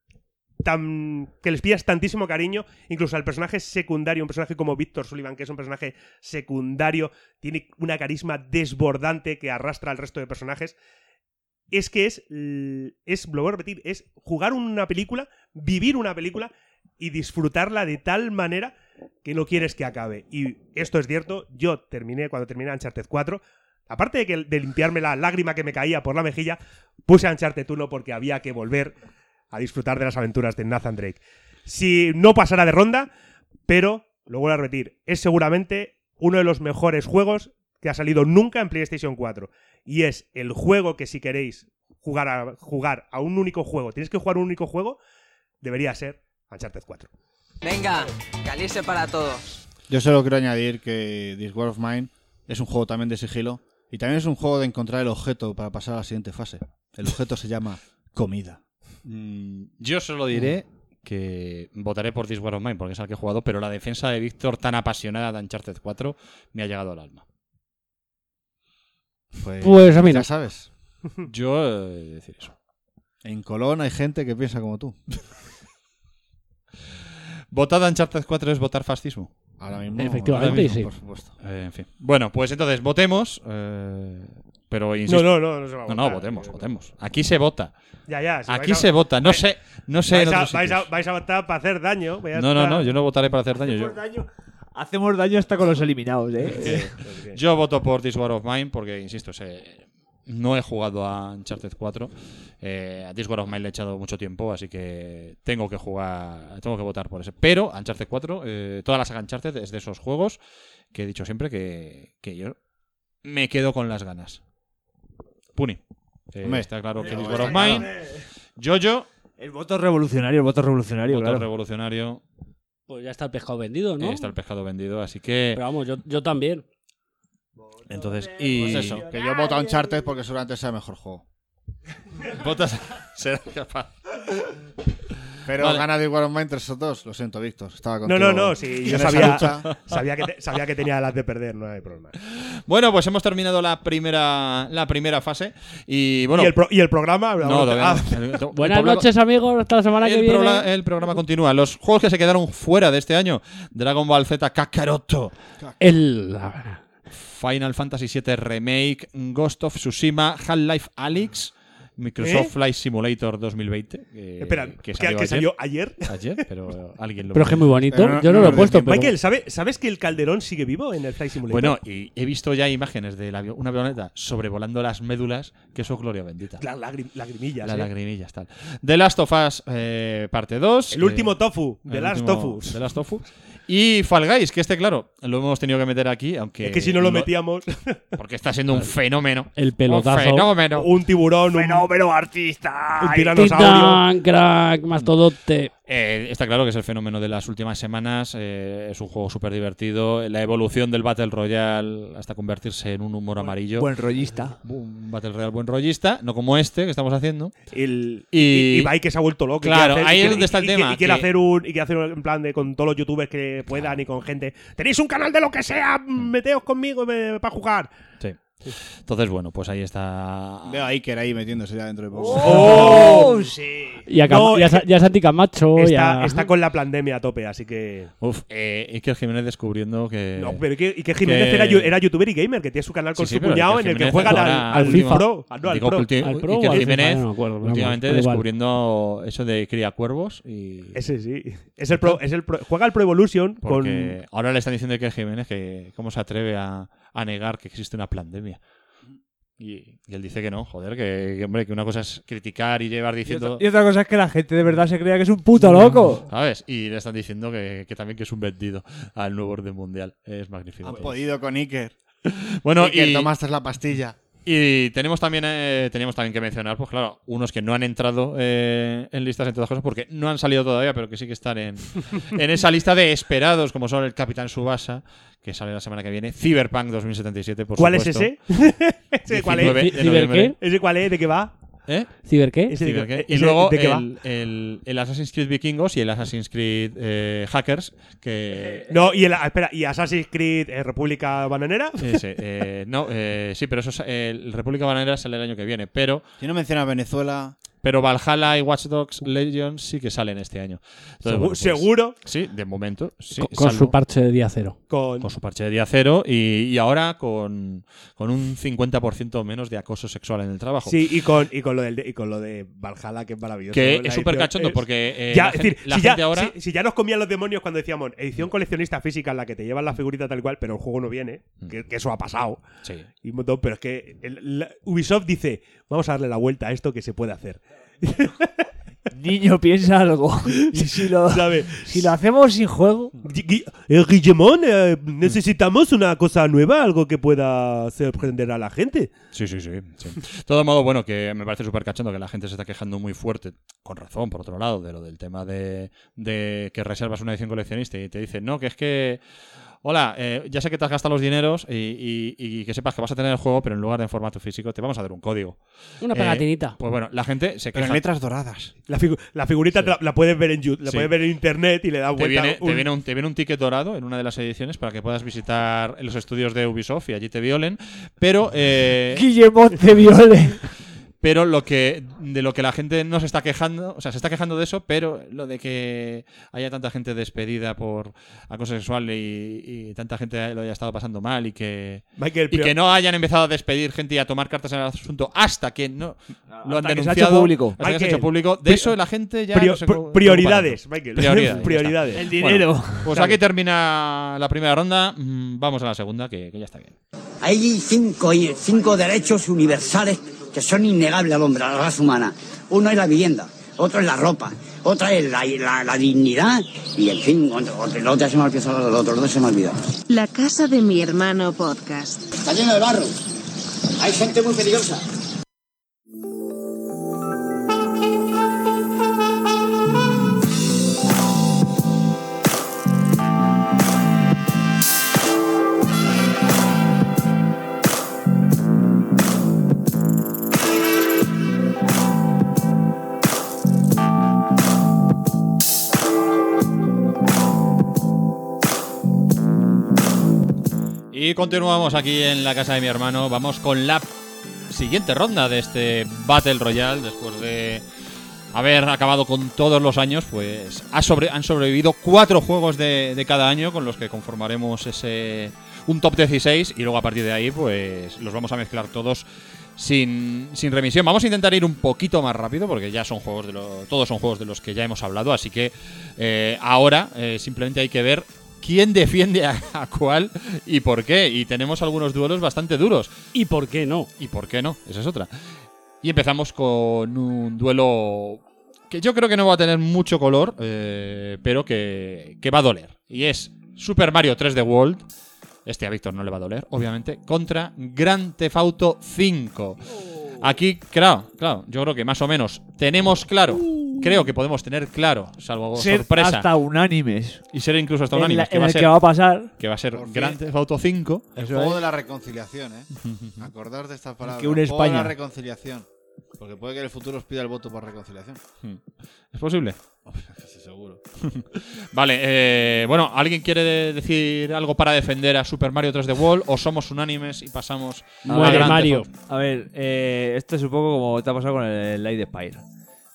S5: tan que les pillas tantísimo cariño, incluso al personaje secundario, un personaje como Víctor Sullivan, que es un personaje secundario, tiene una carisma desbordante que arrastra al resto de personajes. Es que es, l- es, lo voy a repetir, es jugar una película, vivir una película y disfrutarla de tal manera que no quieres que acabe. Y esto es cierto, yo terminé cuando terminé Uncharted 4, aparte de, que, de limpiarme la lágrima que me caía por la mejilla, puse Uncharted 1 porque había que volver a disfrutar de las aventuras de Nathan Drake. Si no pasará de ronda, pero, lo vuelvo a repetir, es seguramente uno de los mejores juegos que ha salido nunca en PlayStation 4. Y es el juego que si queréis jugar a, jugar a un único juego, tenéis que jugar un único juego, debería ser Uncharted 4.
S11: Venga, calice para todos.
S4: Yo solo quiero añadir que This War of Mine es un juego también de sigilo y también es un juego de encontrar el objeto para pasar a la siguiente fase. El objeto se llama comida.
S2: Mm, Yo solo diré que votaré por This War of Mine porque es al que he jugado, pero la defensa de Víctor tan apasionada de Uncharted 4 me ha llegado al alma.
S4: Pues,
S9: Pues a mí no.
S4: ya sabes,
S5: Hmm.
S2: Yo eh, decir eso.
S4: en Colón hay gente que piensa como tú.
S2: Votar Uncharted 4 es votar fascismo.
S4: Ahora mismo.
S9: Efectivamente,
S4: ahora mismo,
S9: sí.
S4: por supuesto.
S2: Eh, en fin. Bueno, pues entonces votemos. eh, pero
S5: No,
S2: insisto.
S5: no, no, no se va a
S2: No,
S5: votar.
S2: no, votemos, votemos. Aquí se vota.
S5: Ya, ya. si
S2: Aquí
S5: vais a-
S2: se vota. No
S5: vais-
S2: sé, no sé. en
S5: vais, a,
S2: otros
S5: vais a-
S2: sitios.
S5: vais a votar para hacer daño. pues vais a
S2: No, no,
S5: estar-
S2: no. Yo no votaré para hacer daño. Yo,
S3: Hacemos daño hasta con los eliminados, ¿eh?
S2: yo voto por This War of Mine porque, insisto, se- no he jugado a Uncharted 4. Eh, a This War of Mine le he echado mucho tiempo, así que tengo que jugar, tengo que votar por ese. Pero Uncharted 4, eh, toda la saga Uncharted es de esos juegos que he dicho siempre que, que yo me quedo con las ganas. Puni. Eh,
S4: Hombre.
S2: está claro que
S4: Hombre,
S2: This War of
S4: claro.
S2: Mine. Jojo,
S3: El voto revolucionario, el voto revolucionario,
S2: voto
S3: claro.
S2: revolucionario.
S9: Pues ya está el pescado vendido, ¿no?
S2: eh, está el pescado vendido, así que.
S9: Pero vamos, yo, yo también.
S2: Entonces, y.
S4: Pues eso, que yo voto a Uncharted porque seguramente sea el mejor juego.
S2: Votas. Serás capaz.
S4: Pero
S2: Vale.
S4: gana This War of Mine entre esos dos. Lo siento, Víctor. Estaba
S5: No,
S4: contigo
S5: no, no. Sí, yo
S4: en esa
S5: sabía,
S4: lucha.
S5: sabía, que te- sabía que tenía las de perder, no hay problema.
S2: Bueno, pues hemos terminado la primera, la primera fase. Y bueno.
S5: ¿Y, el pro- y el programa?
S2: no, todavía
S5: Ah,
S2: no. El- el
S9: Buenas
S2: programa-
S9: noches, amigos. Hasta la semana que
S2: El,
S9: viene.
S2: prola-
S3: eh.
S2: el programa continúa. Los juegos que se quedaron fuera de este año: Dragon Ball Z Kakaroto,
S9: El...
S2: Final Fantasy VII Remake, Ghost of Tsushima, Half-Life Alyx, Microsoft
S5: ¿Eh?
S2: Flight Simulator 20mente. eh,
S5: Espera,
S2: que salió,
S5: que
S2: ayer,
S5: salió ayer?
S2: ayer, pero alguien lo
S9: Pero es que es muy bonito.
S4: Pero no-
S9: yo no
S4: no
S9: lo he
S4: lo
S9: puesto,
S4: entiendo.
S9: pero...
S5: Michael, ¿sabe- ¿sabes que el Calderón sigue vivo en el Flight Simulator?
S2: Bueno, y he visto ya imágenes de la avio- una avioneta sobrevolando las médulas, que eso es gloria bendita.
S5: las lagrim- lagrimillas.
S2: Las
S5: ¿eh?
S2: lagrimillas, tal. The Last of Us, eh, parte eh, 2.
S5: el último tofu de las tofus.
S2: The Last Tofu. Y Fall Guys, que este, claro, lo hemos tenido que meter aquí, aunque.
S5: Es que si no lo metíamos,
S2: Porque está siendo un fenómeno.
S9: El pelotazo.
S2: Un fenómeno.
S5: un tiburón, un,
S10: Fenómeno artista.
S5: un tiranosaurio.
S9: Titán, crack, mastodote.
S2: Eh, está claro que es el fenómeno de las últimas semanas. eh, es un juego súper divertido. La evolución del Battle Royale hasta convertirse en un humor amarillo.
S3: Buen rollista.
S2: Un Battle Royale buen rollista, no como este que estamos haciendo.
S5: El,
S2: Y-
S5: y, y Bai que se ha vuelto loco. y
S2: Claro,
S5: quiere
S2: ahí
S5: y
S2: es
S5: quiere-
S2: donde está el
S5: y quiere-
S2: tema,
S5: Y quiere
S2: que-
S5: hacer un, y quiere hacer un en plan de con todos los youtubers
S2: Mm.
S5: que puedan y con gente. Tenéis un canal de lo que sea, meteos conmigo eh, para jugar.
S2: Sí. Entonces, bueno, pues ahí está.
S4: Veo a Iker ahí metiéndose ya dentro de poco.
S5: ¡Oh! Sí.
S9: Y a, Cam-
S5: No,
S9: y a
S5: es
S9: Sa- y a Santi Camacho. y
S5: Está,
S9: a-
S5: está con la pandemia a tope, así que.
S2: Uf, eh, Iker Jiménez descubriendo que.
S5: No, pero que, y que Jiménez Era, yo- era youtuber y gamer, que tiene su canal con
S2: Eh, Sí, sí,
S5: su
S2: pero
S5: cuñado en el que
S2: Jiménez
S5: juegan al,
S2: ahora
S5: al
S2: última-
S5: Pro. Ah, no, al
S2: digo,
S5: Pro.
S2: ulti-
S9: Al Pro
S2: Iker
S9: o al
S2: Jiménez
S9: FIFA, no me acuerdo, vamos,
S2: últimamente
S9: pero igual.
S2: descubriendo eso de cría cuervos y
S5: Ese sí. Es el pro, es el pro- juega al Pro Evolution
S2: porque
S5: con.
S2: ahora le están diciendo a Iker Jiménez que cómo se atreve a, a negar que existe una pandemia. Y, y él dice que no, joder, que, que, hombre, que una cosa es criticar y llevar
S3: Y otra,
S2: diciendo,
S3: y otra cosa es que la gente de verdad se crea que es un puto loco.
S2: ¿sabes? Y le están diciendo que, que también que es un vendido al nuevo orden mundial. Es magnífico.
S4: Han
S2: todo.
S4: podido con Iker.
S2: Bueno,
S4: Iker,
S2: y-
S4: tomaste la pastilla.
S2: Y tenemos también, eh, teníamos también que mencionar, pues claro, unos que no han entrado eh, en listas, entre otras cosas, porque no han salido todavía, pero que sí que están en, en esa lista de esperados, como son el Capitán Subasa, que sale la semana que viene, Cyberpunk 2077, por
S5: ¿Cuál es
S2: supuesto.
S5: ese? ¿Ese cuál es?
S2: 19 de
S9: ¿Ciber
S2: noviembre.
S5: ¿Ese cuál es? ¿De qué va?
S2: ¿Eh?
S9: ¿Ciber qué?
S5: Ese de-
S2: Cyber, ¿qué? Y
S5: ese
S2: luego
S5: ¿De qué va?
S2: el, el- el Assassin's Creed Vikingos y el Assassin's Creed eh, Hackers, que...
S5: No, y el, ah, espera, ¿y Assassin's Creed eh, República Bananera?
S2: ese, eh, no, eh, sí, pero eso es- el República Bananera sale el año que viene, pero
S4: Si no mencionas Venezuela,
S2: Pero Valhalla y Watch Dogs Legends sí que salen este año. Entonces,
S5: Segu-
S2: bueno, pues,
S5: Seguro.
S2: Sí, de momento. sí,
S9: Co- con
S2: salvo-
S9: su parche de día cero.
S5: Con,
S2: con su parche de día cero y, y ahora con, con un 50% menos de acoso sexual en el trabajo.
S5: sí, y con, y, con lo del, y con lo de Valhalla, que es maravilloso.
S2: Que
S5: La
S2: es súper
S5: edición
S2: cachondo
S5: es-
S2: porque eh,
S5: Ya,
S2: la,
S5: es
S2: gente,
S5: decir,
S2: la
S5: si,
S2: gente
S5: ya,
S2: ahora...
S5: si- si ya nos comían los demonios cuando decíamos edición coleccionista física en la que te llevan la figurita tal cual, pero el juego no viene, que, que eso ha pasado.
S2: Mm. Sí.
S5: Y un montón, pero es que el- la- Ubisoft dice, vamos a darle la vuelta a esto que se puede hacer.
S3: Niño, piensa algo. Y si lo,
S5: ¿Sabes?
S3: si lo hacemos sin juego.
S5: Gui- Gui- eh, Guillemón, eh, necesitamos una cosa nueva, algo que pueda sorprender a la gente.
S2: Sí, sí, sí. sí. De todo modo, bueno, que me parece súper cachondo que la gente se está quejando muy fuerte, con razón, por otro lado, de lo del tema de, de que reservas una edición coleccionista y te dicen, no, que es que. Hola, eh, ya sé que te has gastado los dineros y, y- y que sepas que vas a tener el juego, pero en lugar de en formato físico, te vamos a dar un código.
S9: Una
S2: Eh,
S9: pegatinita.
S2: pues bueno, la gente se
S4: pero en
S2: queja.
S4: letras doradas.
S5: La, figu- la figurita te la, la puedes ver en YouTube, la
S2: Sí.
S5: puedes ver en internet y le das
S2: Te
S5: vuelta.
S2: viene,
S5: un-
S2: te, viene un, te viene un ticket dorado en una de las ediciones para que puedas visitar los estudios de Ubisoft y allí te violen. Pero eh,
S3: Guillemot te viole.
S2: Pero lo que de lo que la gente no se está quejando, o sea, se está quejando de eso, pero lo de que haya tanta gente despedida por acoso sexual y, y tanta gente lo haya estado pasando mal y que
S5: Michael,
S2: y
S5: pero-
S2: que no hayan empezado a despedir gente y a tomar cartas en el asunto hasta que no lo han
S3: hasta que se ha hecho
S2: denunciado
S3: público.
S2: hasta que se ha
S5: Michael,
S2: hecho público. De
S5: pri-
S2: eso la gente ya
S5: Prio-
S2: no se
S5: pr-
S2: preocupa
S5: prioridades,
S2: tanto.
S5: Michael.
S2: Prioridades. ya
S5: Prioridades.
S3: El
S2: está.
S3: dinero.
S2: Bueno, pues aquí termina la primera ronda. Mm, Vamos a la segunda, que, que ya está bien.
S12: Hay cinco, cinco derechos universales que son innegables al hombre, a la raza humana. Uno es la vivienda, otro es la ropa, otra es la, la- la dignidad y, en fin, otro, otro- el otro se me ha olvidado, el otro, el otro se me ha olvidado.
S13: La casa de mi hermano podcast.
S12: Está lleno de barro. Hay gente muy peligrosa.
S2: Y continuamos aquí en la casa de mi hermano. Vamos con la siguiente ronda de este Battle Royale. Después de haber acabado con todos los años, pues ha sobre- han sobrevivido cuatro juegos de, de cada año con los que conformaremos ese un top 16 y luego a partir de ahí pues los vamos a mezclar todos sin, sin remisión. Vamos a intentar ir un poquito más rápido porque ya son juegos de lo- todos son juegos de los que ya hemos hablado, así que eh, ahora eh, simplemente hay que ver quién defiende a, a cuál y por qué. Y tenemos algunos duelos bastante duros.
S9: Eh, ¿Y por qué no?
S2: ¿Y por qué no? Esa es otra. Y empezamos con un duelo que yo creo que no va a tener mucho color, eh, pero que, que va a doler. Y es Super Mario 3D World. Este a Víctor no le va a doler, obviamente. Contra Grand Theft Auto 5. Aquí, claro, claro, yo creo que más o menos tenemos claro. Creo que podemos tener claro, salvo
S3: Ser
S2: Oh, sorpresa.
S3: hasta unánimes.
S2: y ser incluso hasta
S3: En
S2: unánime,
S3: la-
S2: que
S3: en
S2: va a
S3: el
S2: ser,
S3: que va a pasar.
S2: que va a ser
S4: Por fin.
S2: Grand Theft Auto 5.
S4: El
S3: Eso
S4: juego
S3: es.
S4: de la reconciliación, ¿eh? Acordaos de estas palabras.
S3: une
S4: El juego de
S3: España.
S4: la reconciliación. Porque puede que en el futuro os pida el voto por reconciliación.
S2: ¿Es posible?
S4: Sí, seguro.
S2: Vale, eh, bueno, ¿alguien quiere de- decir algo para defender a Super Mario 3D Wall o somos unánimes y pasamos a
S3: ver,
S2: gran
S3: A ver, eh, esto es un poco como te ha pasado con el Light Spire.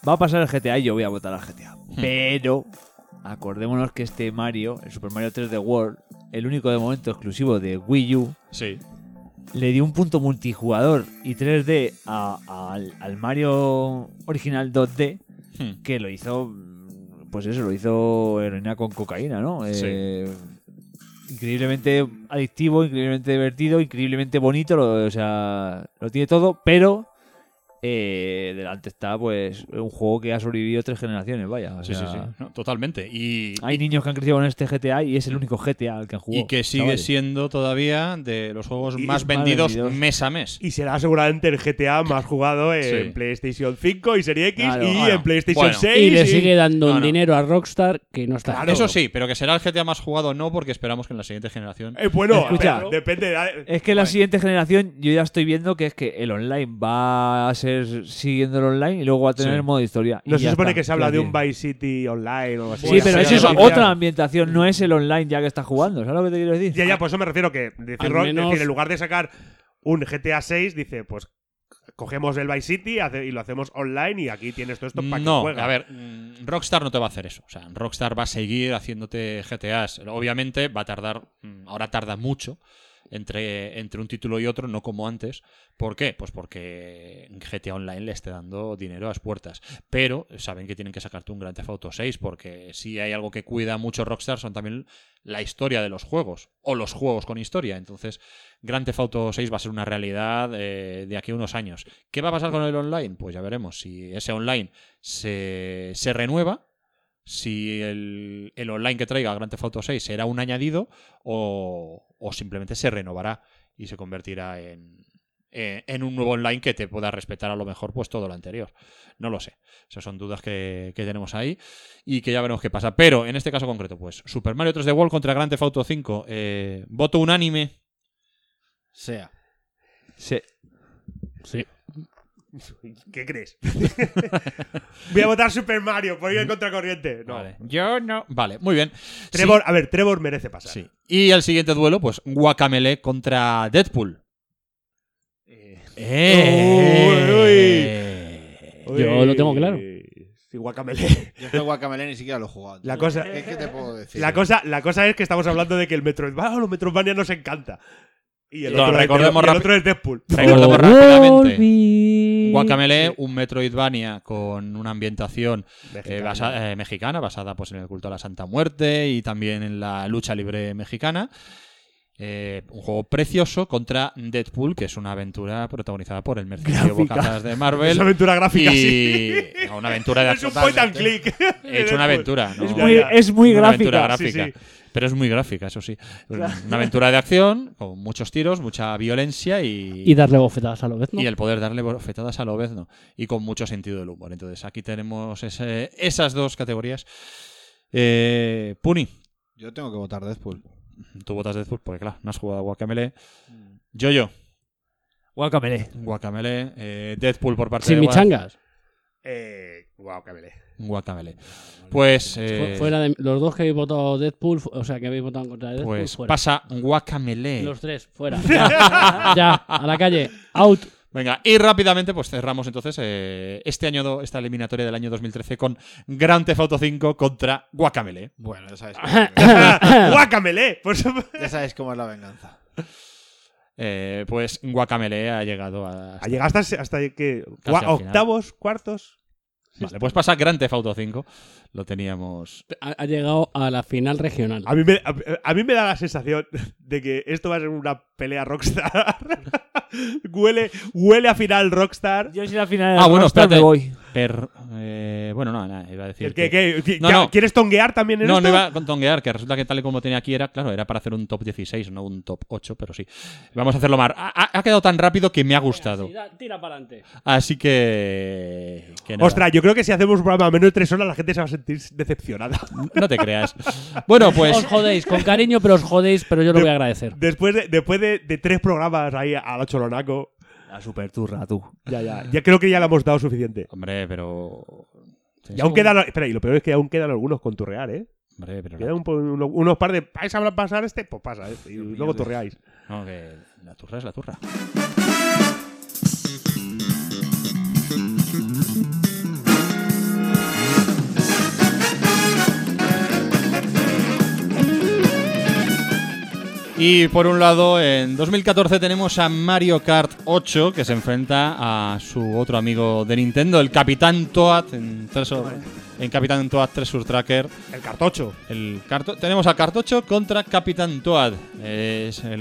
S3: Va a pasar el GTA y yo voy a votar al GTA.
S2: Hmm.
S3: Pero acordémonos que este Mario, el Super Mario 3D World, el único de momento exclusivo de Wii U, le dio un punto multijugador y 3D a- al, al Mario original 2D,
S2: Hmm.
S3: que lo hizo, mm, pues eso, lo hizo heroína con cocaína, ¿no?
S2: Sí.
S3: Eh, increíblemente adictivo, increíblemente divertido, increíblemente bonito, lo- o sea, lo tiene todo, pero eh, delante está pues un juego que ha sobrevivido tres generaciones, vaya. o
S2: Sí, sí,
S3: sea,
S2: sí. No, totalmente. Y,
S3: Hay niños que han crecido con este GTA y es el único GTA al que han jugado.
S2: y que sigue
S3: chavales.
S2: siendo todavía de los juegos
S3: Y-
S2: más
S3: más
S2: vendidos
S3: vendidos.
S2: mes a mes.
S5: Y será seguramente el GTA más jugado en
S2: Sí.
S5: PlayStation 5 y Serie X
S2: Claro.
S5: y
S2: Bueno,
S5: en PlayStation
S2: bueno.
S5: 6.
S9: Y le
S5: y-
S9: sigue dando
S2: No,
S9: un
S2: no.
S9: dinero a Rockstar que no está.
S2: Eso sí, pero que será el GTA más jugado no, porque esperamos que en la siguiente generación.
S5: Eh, bueno,
S3: Escucha.
S5: pero depende. eh, de la-
S3: Es que la siguiente generación yo ya estoy viendo que es que el online va a ser siguiendo el online y luego va a tener
S5: Sí.
S3: el modo historia. y
S5: No se
S3: ya
S5: supone
S3: está,
S5: que se habla
S3: quiero
S5: de un
S3: decir.
S5: Vice City online o algo así.
S3: Sí, pero es eso, otra ambientación, no es el online ya que estás jugando. ¿Sabes lo que te quiero decir? Ah,
S5: Ya, ya, por eso me refiero que decir,
S3: Al
S5: Rock-
S3: menos-
S5: decir, en lugar de sacar un GTA 6, dice, pues cogemos el Vice City hace- y lo hacemos online y aquí tienes todo esto para que
S2: No,
S5: juegues.
S2: a ver, mm, Rockstar no te va a hacer eso. O sea, Rockstar va a seguir haciéndote GTAs. Obviamente va a tardar, mm, ahora tarda mucho entre, entre un título y otro, no como antes. ¿Por qué? Pues porque GTA Online le esté dando dinero a las puertas. Pero saben que tienen que sacarte un Grand Theft Auto 6 porque si hay algo que cuida mucho Rockstar son también la historia de los juegos o los juegos con historia. Entonces, Grand Theft Auto 6 va a ser una realidad eh, de aquí a unos años. ¿Qué va a pasar con el online? Pues ya veremos. Si ese online se, se renueva, si el, el online que traiga Grand Theft Auto 6 será un añadido o, o simplemente se renovará y se convertirá en, eh, en un nuevo online que te pueda respetar a lo mejor pues todo lo anterior. No lo sé. Esas son dudas que, que tenemos ahí y que ya veremos qué pasa. Pero en este caso concreto, pues Super Mario 3D World contra Grand Theft Auto 5. eh, voto unánime.
S4: Sea.
S3: Sí.
S9: Sí.
S5: ¿Qué crees? Voy a votar Super Mario por ir
S2: Mm.
S5: en contracorriente. No.
S2: Yo no. Vale, muy bien.
S5: Trevor, a ver, Trevor merece pasar.
S2: Sí. Y el siguiente duelo, pues Guacamele contra Deadpool. Eh.
S5: Uy, uy.
S9: Yo lo tengo claro.
S5: Sí, Guacamele.
S4: Yo es que Guacamele ni siquiera lo he jugado.
S5: La
S4: tío.
S5: cosa- eh,
S4: ¿Qué, qué te puedo decir?
S5: La cosa, la cosa es que estamos hablando de que el Metroidvania, los Metroidvania nos encanta. Y el,
S2: No,
S5: otro, es-
S2: recordemos Eh,
S5: y el
S2: rapi-
S5: otro es Deadpool.
S2: Recordemos
S9: Volví.
S2: rápidamente. Guacamele, un Metroidvania con una ambientación eh,
S5: Mexicana.
S2: basa- eh, mexicana, basada pues, en el culto a la Santa Muerte y también en la lucha libre mexicana. Eh, un juego precioso contra Deadpool, que es una aventura protagonizada por el mercenario
S5: Gráfica.
S2: Bocazas de Marvel.
S5: Es aventura gráfica,
S2: y...
S5: sí.
S2: Una aventura de
S5: Es un point and
S2: Totalmente.
S5: click.
S2: He hecho una aventura. ¿no?
S3: Pues, Es muy- es muy
S2: Una aventura
S3: gráfica. Sí,
S2: gráfica. Pero es muy gráfica, eso sí.
S3: Claro.
S2: Una aventura de acción, con muchos tiros, mucha violencia y.
S9: Y darle bofetadas a lo vez, ¿no?
S2: Y el poder darle bofetadas a lo vez, ¿no? Y con mucho sentido del humor. Entonces, aquí tenemos ese- esas dos categorías. Eh, Puni,
S4: Yo tengo que votar Deadpool.
S2: tú votas Deadpool porque, claro, no has jugado a Guacamele. Yo-Yo,
S3: Mm. Guacamele.
S2: Guacamele. eh, Deadpool por parte
S9: Sin
S2: de
S9: mis
S2: Guac-
S9: changas.
S5: Eh, Guacamele.
S2: Guacamele. Pues, eh,
S9: Fu- Fuera de los dos que habéis votado Deadpool, fu- o sea, que habéis votado en contra de Deadpool,
S2: pues
S9: fuera.
S2: pasa Guacamele.
S9: Los tres, fuera. Ya, Ya, a la calle. Out.
S2: Venga, y rápidamente pues cerramos entonces eh, este año, do- esta eliminatoria del año 2013 con Grand Theft Auto 5 contra Guacamele.
S4: Bueno, ya sabes.
S5: Guacamele. Por supuesto.
S4: ya sabes cómo es la venganza.
S2: Eh, pues Guacamele ha llegado a...
S5: Ha llegado hasta, hasta que,
S2: Casi
S5: cua-
S2: al final.
S5: octavos, cuartos.
S2: Vale, pues pasa Grand Theft Auto 5. Lo teníamos...
S5: Eh,
S9: Ha, ha llegado a la final regional.
S5: A mí, me, a, a mí me da la sensación de que esto va a ser una pelea Rockstar. huele, huele a final Rockstar.
S3: Yo si la final
S2: Ah, bueno, espérate.
S3: me voy.
S2: Per- eh, bueno, no, nada, iba a decir...
S5: El que-
S2: que-
S5: que- que-
S2: No,
S5: que-
S2: no.
S5: ¿Quieres tonguear también en
S2: No,
S5: esto?
S2: no iba a contonguear, que resulta que tal y como tenía aquí era, claro, era para hacer un top 16, no un top 8, pero sí. Vamos a hacerlo más. Ha, ha- ha quedado tan rápido que me ha gustado.
S9: Tira, para adelante.
S2: Así que... que nada.
S5: Ostras, yo creo que si hacemos un programa menos de tres horas, la gente se va a sentir decepcionada.
S2: No te creas. Bueno, pues...
S9: Os jodéis, con cariño, pero os jodéis, pero yo lo voy a agradecer.
S5: Después de, después de, de tres programas ahí al cholonaco.
S3: La superturra, tú.
S5: Ya, ya. Ya creo que ya la hemos dado suficiente.
S2: Hombre, pero.
S5: Y aún quedan. Espera, y lo peor es que aún quedan algunos con turrear, ¿eh?
S2: Hombre, pero.
S5: Quedan un po- uno- unos par de. ¿Vais a pasar este? Pues pasa, ¿eh? Y luego torreáis.
S2: No, que la turra es la turra. Y por un lado, en 2014 tenemos a Mario Kart 8 que se enfrenta a su otro amigo de Nintendo, el Capitán Toad, en, Treasure- en Capitán Toad Treasure Tracker.
S5: El cartocho.
S2: El carto- tenemos a Cartocho contra Capitán Toad. Es el,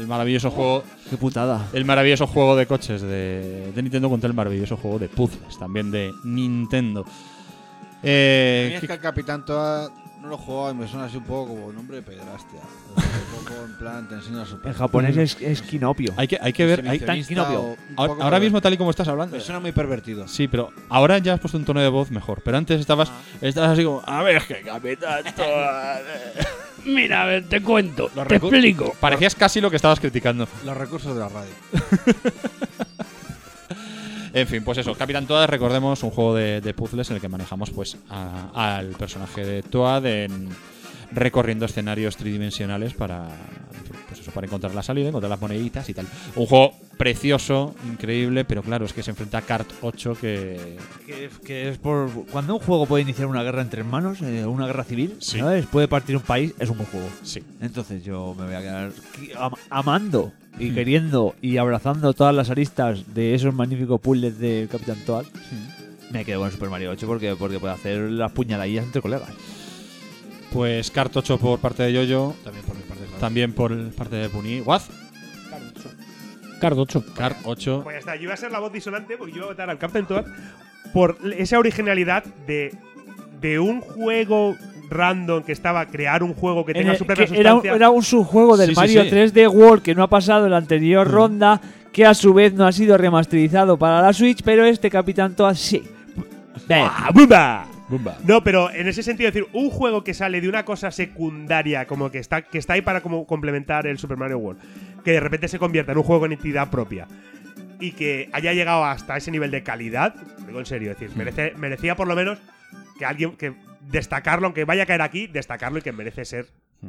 S2: el maravilloso juego.
S3: Qué putada.
S2: El maravilloso juego de coches de, de Nintendo contra el maravilloso juego de puzzles también de Nintendo.
S4: A
S2: Eh,
S4: mí es que el Capitán Toad no lo he jugado y me suena así un poco como nombre de pedrastia. Un poco en plan, te enseño a superar.
S3: En japonés es, es kinopio.
S2: Hay que, hay que ver. hay-
S4: Exhibicionista
S3: Kinopio.
S4: o un
S2: ahora,
S4: poco
S2: ahora
S4: perver-
S2: mismo, tal y como estás hablando.
S4: Me suena muy pervertido.
S2: Sí, pero ahora ya has puesto un tono de voz mejor. Pero antes estabas,
S9: Ah.
S2: estabas así como. A ver, que Capitán Toad.
S9: Mira, a ver, te cuento,
S2: Los
S9: te
S2: recu-
S9: explico.
S2: Parecías casi lo que estabas criticando.
S4: Los recursos de la radio.
S2: En fin, pues eso, Capitán Toad, recordemos, un juego de, de puzzles en el que manejamos pues a- al personaje de Toad en- recorriendo escenarios tridimensionales para en fin, pues eso, para encontrar la salida, encontrar las moneditas y tal. Un juego precioso, increíble, pero claro, es que se enfrenta a Kart 8 que
S3: Que, que es por. Cuando un juego puede iniciar una guerra entre hermanos, eh, una guerra civil,
S2: Sí.
S3: ¿sabes? Puede partir un país, es un buen juego.
S2: Sí.
S3: Entonces yo me voy a quedar Hmm. qui- am- amando y queriendo y abrazando todas las aristas de esos magníficos puzzles de Capitán Toad. Me quedo con Super Mario 8 porque, porque puede hacer las puñaladillas entre colegas.
S2: pues Kart 8 por parte de Yoyo,
S4: También por mi parte. claro.
S2: también por el- parte de Puni, Guaz,
S9: Cardocho.
S2: Kart 8.
S5: Pues ya está, yo iba a ser la voz disonante porque yo iba a votar al Captain Toad por esa originalidad de, de un juego random que estaba crear un juego que
S3: En
S5: tenga
S3: el-
S5: su propia
S3: Eh, que era, un,
S5: sustancia.
S3: era un subjuego del
S2: Sí, sí,
S3: Mario
S2: sí. Mm.
S3: 3D World que no ha pasado en la anterior ronda, que a su vez no ha sido remasterizado para la Switch, pero este Capitán Toad sí. Ven.
S5: ¡Ah, ¡Bumba! No, pero en ese sentido, es decir, un juego que sale de una cosa secundaria, como que está, que está ahí para como complementar el Super Mario World, que de repente se convierta en un juego con entidad propia y que haya llegado hasta ese nivel de calidad, lo digo en serio, es decir, merece- merecía por lo menos que alguien que destacarlo, aunque vaya a caer aquí, destacarlo y que merece ser.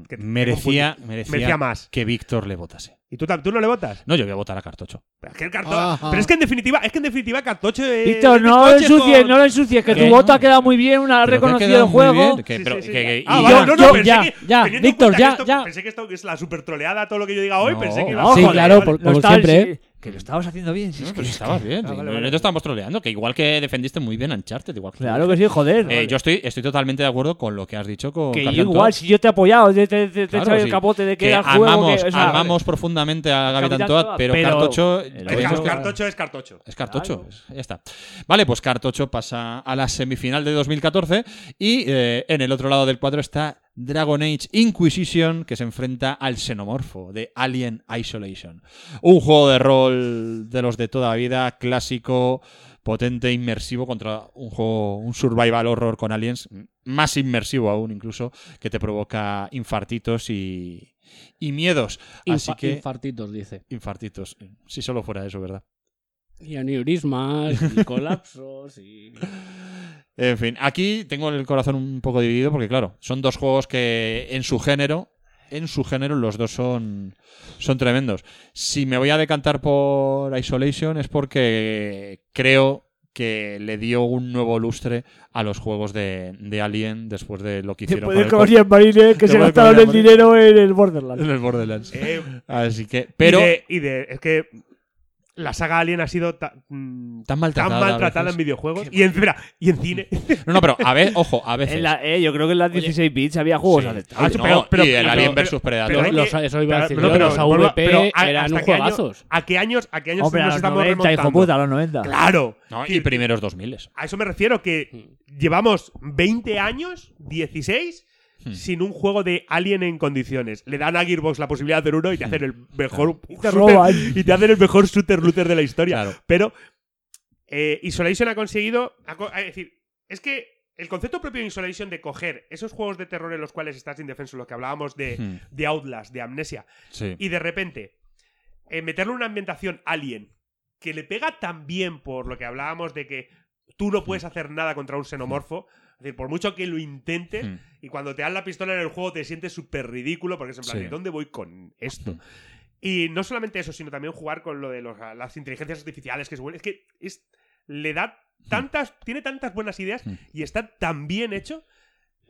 S5: que- que
S2: Merecía,
S5: confundir.
S2: merecía,
S5: Merecía más.
S2: que Víctor le votase.
S5: ¿Y tú, tam- tú no le votas?
S2: No, yo voy a votar a Kart 8.
S5: Pero es que el cartón-
S4: Ajá.
S5: Pero es que en definitiva, es que en definitiva Cartocho es.
S3: Víctor,
S5: es de
S3: no lo
S5: coches
S3: ensucies,
S5: este con-
S3: no lo ensucies, que
S2: Que
S3: tu
S2: no.
S3: voto ha quedado muy bien, una ha
S2: Pero que ha
S3: reconocido
S2: quedado
S3: el
S2: muy
S3: juego.
S2: bien, que-
S5: Sí,
S2: pero
S5: sí, sí.
S2: que- que-
S5: Ah,
S2: y-
S5: vale,
S3: yo-
S5: no,
S3: yo-
S5: no, pensé
S9: ya,
S5: que-
S9: ya,
S5: teniendo en
S9: Víctor,
S5: cuenta que
S9: ya,
S5: esto-
S9: ya.
S5: Pensé que esto es la super troleada, todo lo que yo diga hoy,
S2: No.
S5: pensé que iba
S3: Ojo,
S9: Sí,
S5: Vale,
S9: claro,
S5: vale.
S9: por-
S3: Lo
S9: como
S3: estabas-
S9: siempre, ¿eh?
S3: Que lo estabas haciendo bien, sí.
S2: No,
S3: es
S2: pero
S3: que-
S2: si estabas Pues bien.
S5: Ah,
S2: si
S5: vale,
S2: no-
S5: vale.
S2: No te estábamos troleando, que igual que defendiste muy bien a Uncharted, igual que-
S3: Claro que sí, joder.
S2: Eh, yo estoy, estoy totalmente de acuerdo con lo que has dicho con
S3: que
S2: Capitán
S3: igual,
S2: Toad.
S3: si yo te he apoyado, te, te, te- te he
S2: Claro,
S3: echado el
S2: sí.
S3: capote de que,
S2: que
S3: era juego.
S2: amamos,
S3: que, o sea,
S2: amamos profundamente a Capitán
S3: Capitán
S2: Toad,
S3: Toad,
S2: pero,
S3: pero-
S2: Cartocho
S3: El
S5: Es
S2: creemos
S5: car-
S3: Bueno,
S2: que-
S5: cartocho es cartocho.
S2: es Cartocho,
S9: pues.
S3: Claro.
S2: ya está. Vale, pues Cartocho pasa a la semifinal de 2014 y eh, en el otro lado del cuadro está Dragon Age Inquisition que se enfrenta al xenomorfo de Alien Isolation. Un juego de rol de los de toda la vida, clásico, potente, inmersivo contra un juego, un survival horror con aliens, m- más inmersivo aún incluso, que te provoca infartitos y, y miedos. Así
S9: Infa-
S2: que...
S9: Infartitos, dice.
S2: Infartitos. Si solo fuera eso, ¿verdad?
S9: Y aneurismas, y colapsos, y.
S2: En fin, aquí tengo el corazón un poco dividido porque, claro, son dos juegos que en su género, en su género, los dos son, son tremendos. Si me voy a decantar por Isolation es porque creo que le dio un nuevo lustre a los juegos de, de Alien después de lo que hicieron
S3: Después de
S2: con el,
S3: Corea Marine, ¿eh? que
S2: Después
S3: se
S2: de
S3: gastaron
S2: Corea
S3: el
S2: Marine.
S3: dinero en el
S2: por-
S3: Borderlands.
S2: en el Borderlands.
S5: Eh,
S2: Así que, pero
S5: Y de, y de- es que la saga Alien ha sido ta- mm,
S2: tan maltratada.
S5: tan
S2: a
S5: maltratada
S2: veces.
S5: en videojuegos y en, espera, y en cine.
S2: No, no, pero a veces, ojo, a veces.
S3: En la- eh, yo creo que en las 16 bits había juegos
S2: Sí.
S3: aceptables.
S2: No,
S5: Ah, pero- pero-
S2: y el
S5: pero-
S2: Alien
S5: pero-
S2: vs
S5: pero
S2: Predator.
S5: hay
S9: Los-
S5: que-
S9: eso iba a
S5: pero-
S9: decir
S5: pero-
S9: yo,
S5: pero-
S9: los
S5: pero-
S9: AVP
S5: pero a-
S9: eran
S5: hasta
S9: un
S5: qué año-
S9: juegazos.
S5: ¿A qué años, a qué años
S3: Hombre, a
S5: nos
S3: los
S5: estamos
S3: 90, eh, hijo
S5: remontando?
S3: puta, a los 90.
S5: Claro.
S2: No, y
S5: Sí,
S2: primeros 2000
S5: A eso me refiero que llevamos 20 años, 16,
S2: Hmm.
S5: sin un juego de Alien en condiciones. Le dan a Gearbox la posibilidad de hacer uno y te hacen el
S2: Hmm.
S5: mejor
S3: Y te
S5: shooter-
S3: roban.
S5: y te hacen el mejor shooter looter de la historia.
S2: Claro.
S5: Pero eh, Isolation ha conseguido, ha co- es decir, es que el concepto propio de Isolation de coger esos juegos de terror en los cuales estás indefenso, lo que hablábamos de,
S2: Hmm.
S5: de Outlast, de Amnesia,
S2: Sí.
S5: y de repente eh, meterle una ambientación alien que le pega tan bien por lo que hablábamos de que tú no puedes hacer nada contra un xenomorfo. Es decir, por mucho que lo intentes,
S2: Mm.
S5: y cuando te dan la pistola en el juego te sientes súper ridículo porque es en plan,
S2: Sí.
S5: ¿de dónde voy con esto? Y no solamente eso, sino también jugar con lo de los- las inteligencias artificiales que se vuelven. Es que es, le da tantas. Tiene tantas buenas ideas y está tan bien hecho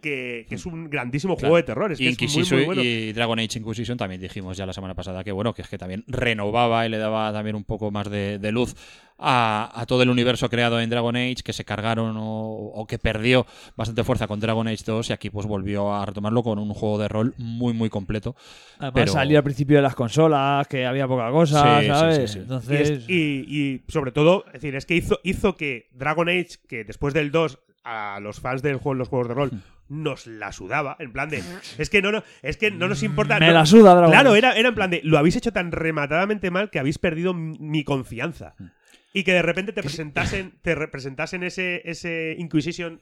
S5: que, que es un grandísimo juego de terror. Es que es muy,
S2: Inquisition
S5: muy bueno.
S2: y Dragon Age Inquisition también dijimos ya la semana pasada que bueno, que es que también renovaba y le daba también un poco más de, de luz a, a todo el universo creado en Dragon Age, que se cargaron o, o que perdió bastante fuerza con Dragon Age 2 y aquí pues volvió a retomarlo con un juego de rol muy muy completo.
S3: Además,
S2: Pero-
S3: salió al principio de las consolas, que había poca cosa,
S2: Sí, sí,
S3: ¿sabes?
S2: sí, sí.
S3: Entonces,
S5: Y, es- y- y sobre todo, es decir, es que hizo, hizo que Dragon Age, que después del 2 a los fans del juego, los juegos de rol,
S3: Hmm.
S5: nos la sudaba, en plan de, es que no, no, es que no nos importa.
S3: Me
S5: no-
S3: la suda Dragon
S5: Claro,
S3: Age.
S5: era, era en plan de, lo habéis hecho tan rematadamente mal que habéis perdido mi mi confianza.
S3: Hmm.
S5: Y que de repente te presentasen, te representasen ese, ese Inquisition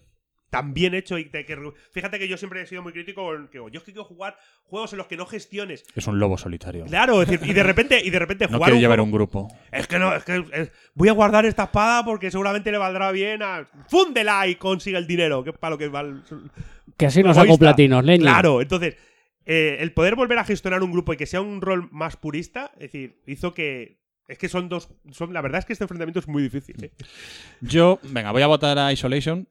S5: tan bien hecho y te- que fíjate que yo siempre he sido muy crítico con que digo, yo es que quiero jugar juegos en los que no gestiones
S2: Es un lobo solitario.
S5: Claro, es decir, y de repente, y de repente
S2: No
S5: jugar
S2: quiere llevar
S5: juego-
S2: un grupo.
S5: Es que no, es que es- voy a guardar esta espada porque seguramente le valdrá bien a. ¡Fúndela y consigue el dinero! Que es para lo que val-
S9: Que así no saco
S5: egoísta.
S9: platinos, leña.
S5: Claro, entonces, eh, el poder volver a gestionar un grupo y que sea un rol más purista, es decir, hizo que. Es que son dos. Son, la verdad es que este enfrentamiento es muy difícil. ¿eh?
S2: Yo, venga, voy a votar a Isolation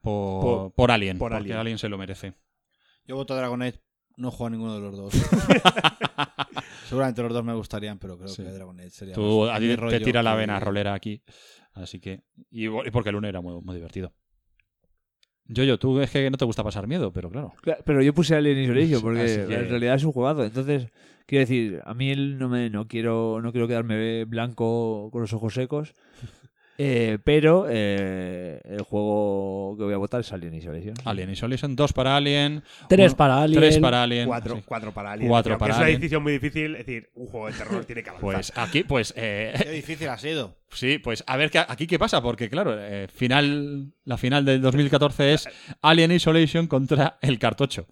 S2: por,
S5: Por-
S2: por, Alien,
S5: por
S2: porque
S5: Alien.
S2: Alien. se lo merece.
S4: Yo voto a Dragon Age. No juego a ninguno de los dos. Seguramente los dos me gustarían, pero creo
S2: Sí.
S4: que Dragon Age sería
S2: Tú
S4: más
S2: a
S4: mi
S2: ti te
S4: rollo
S2: tira la
S4: que-
S2: vena rolera aquí. Así que. Y, bo- y porque el uno era muy, muy divertido. Yo, yo, tú es que no te gusta pasar miedo, pero claro.
S3: Cla- Pero yo puse Alien Isolation porque
S2: Así que-
S3: en realidad es un jugazo. Entonces, quiero decir, a mí él no me no quiero no quiero quedarme blanco con los ojos secos. Eh, pero eh, el juego que voy a votar es Alien Isolation.
S2: Alien Isolation, dos para Alien.
S9: Tres
S2: uno-
S9: para Alien.
S2: Tres para Alien.
S5: Cuatro,
S2: sí.
S5: cuatro para Alien.
S2: Cuatro
S5: Aunque
S2: para
S5: es una
S2: Alien.
S5: decisión muy difícil, es decir, un juego de terror tiene que avanzar.
S2: Pues aquí, pues. eh,
S4: Qué difícil ha sido.
S2: sí, pues a ver qué- aquí qué pasa, porque claro, eh, final, la final del 2014 es Alien Isolation contra el cartocho.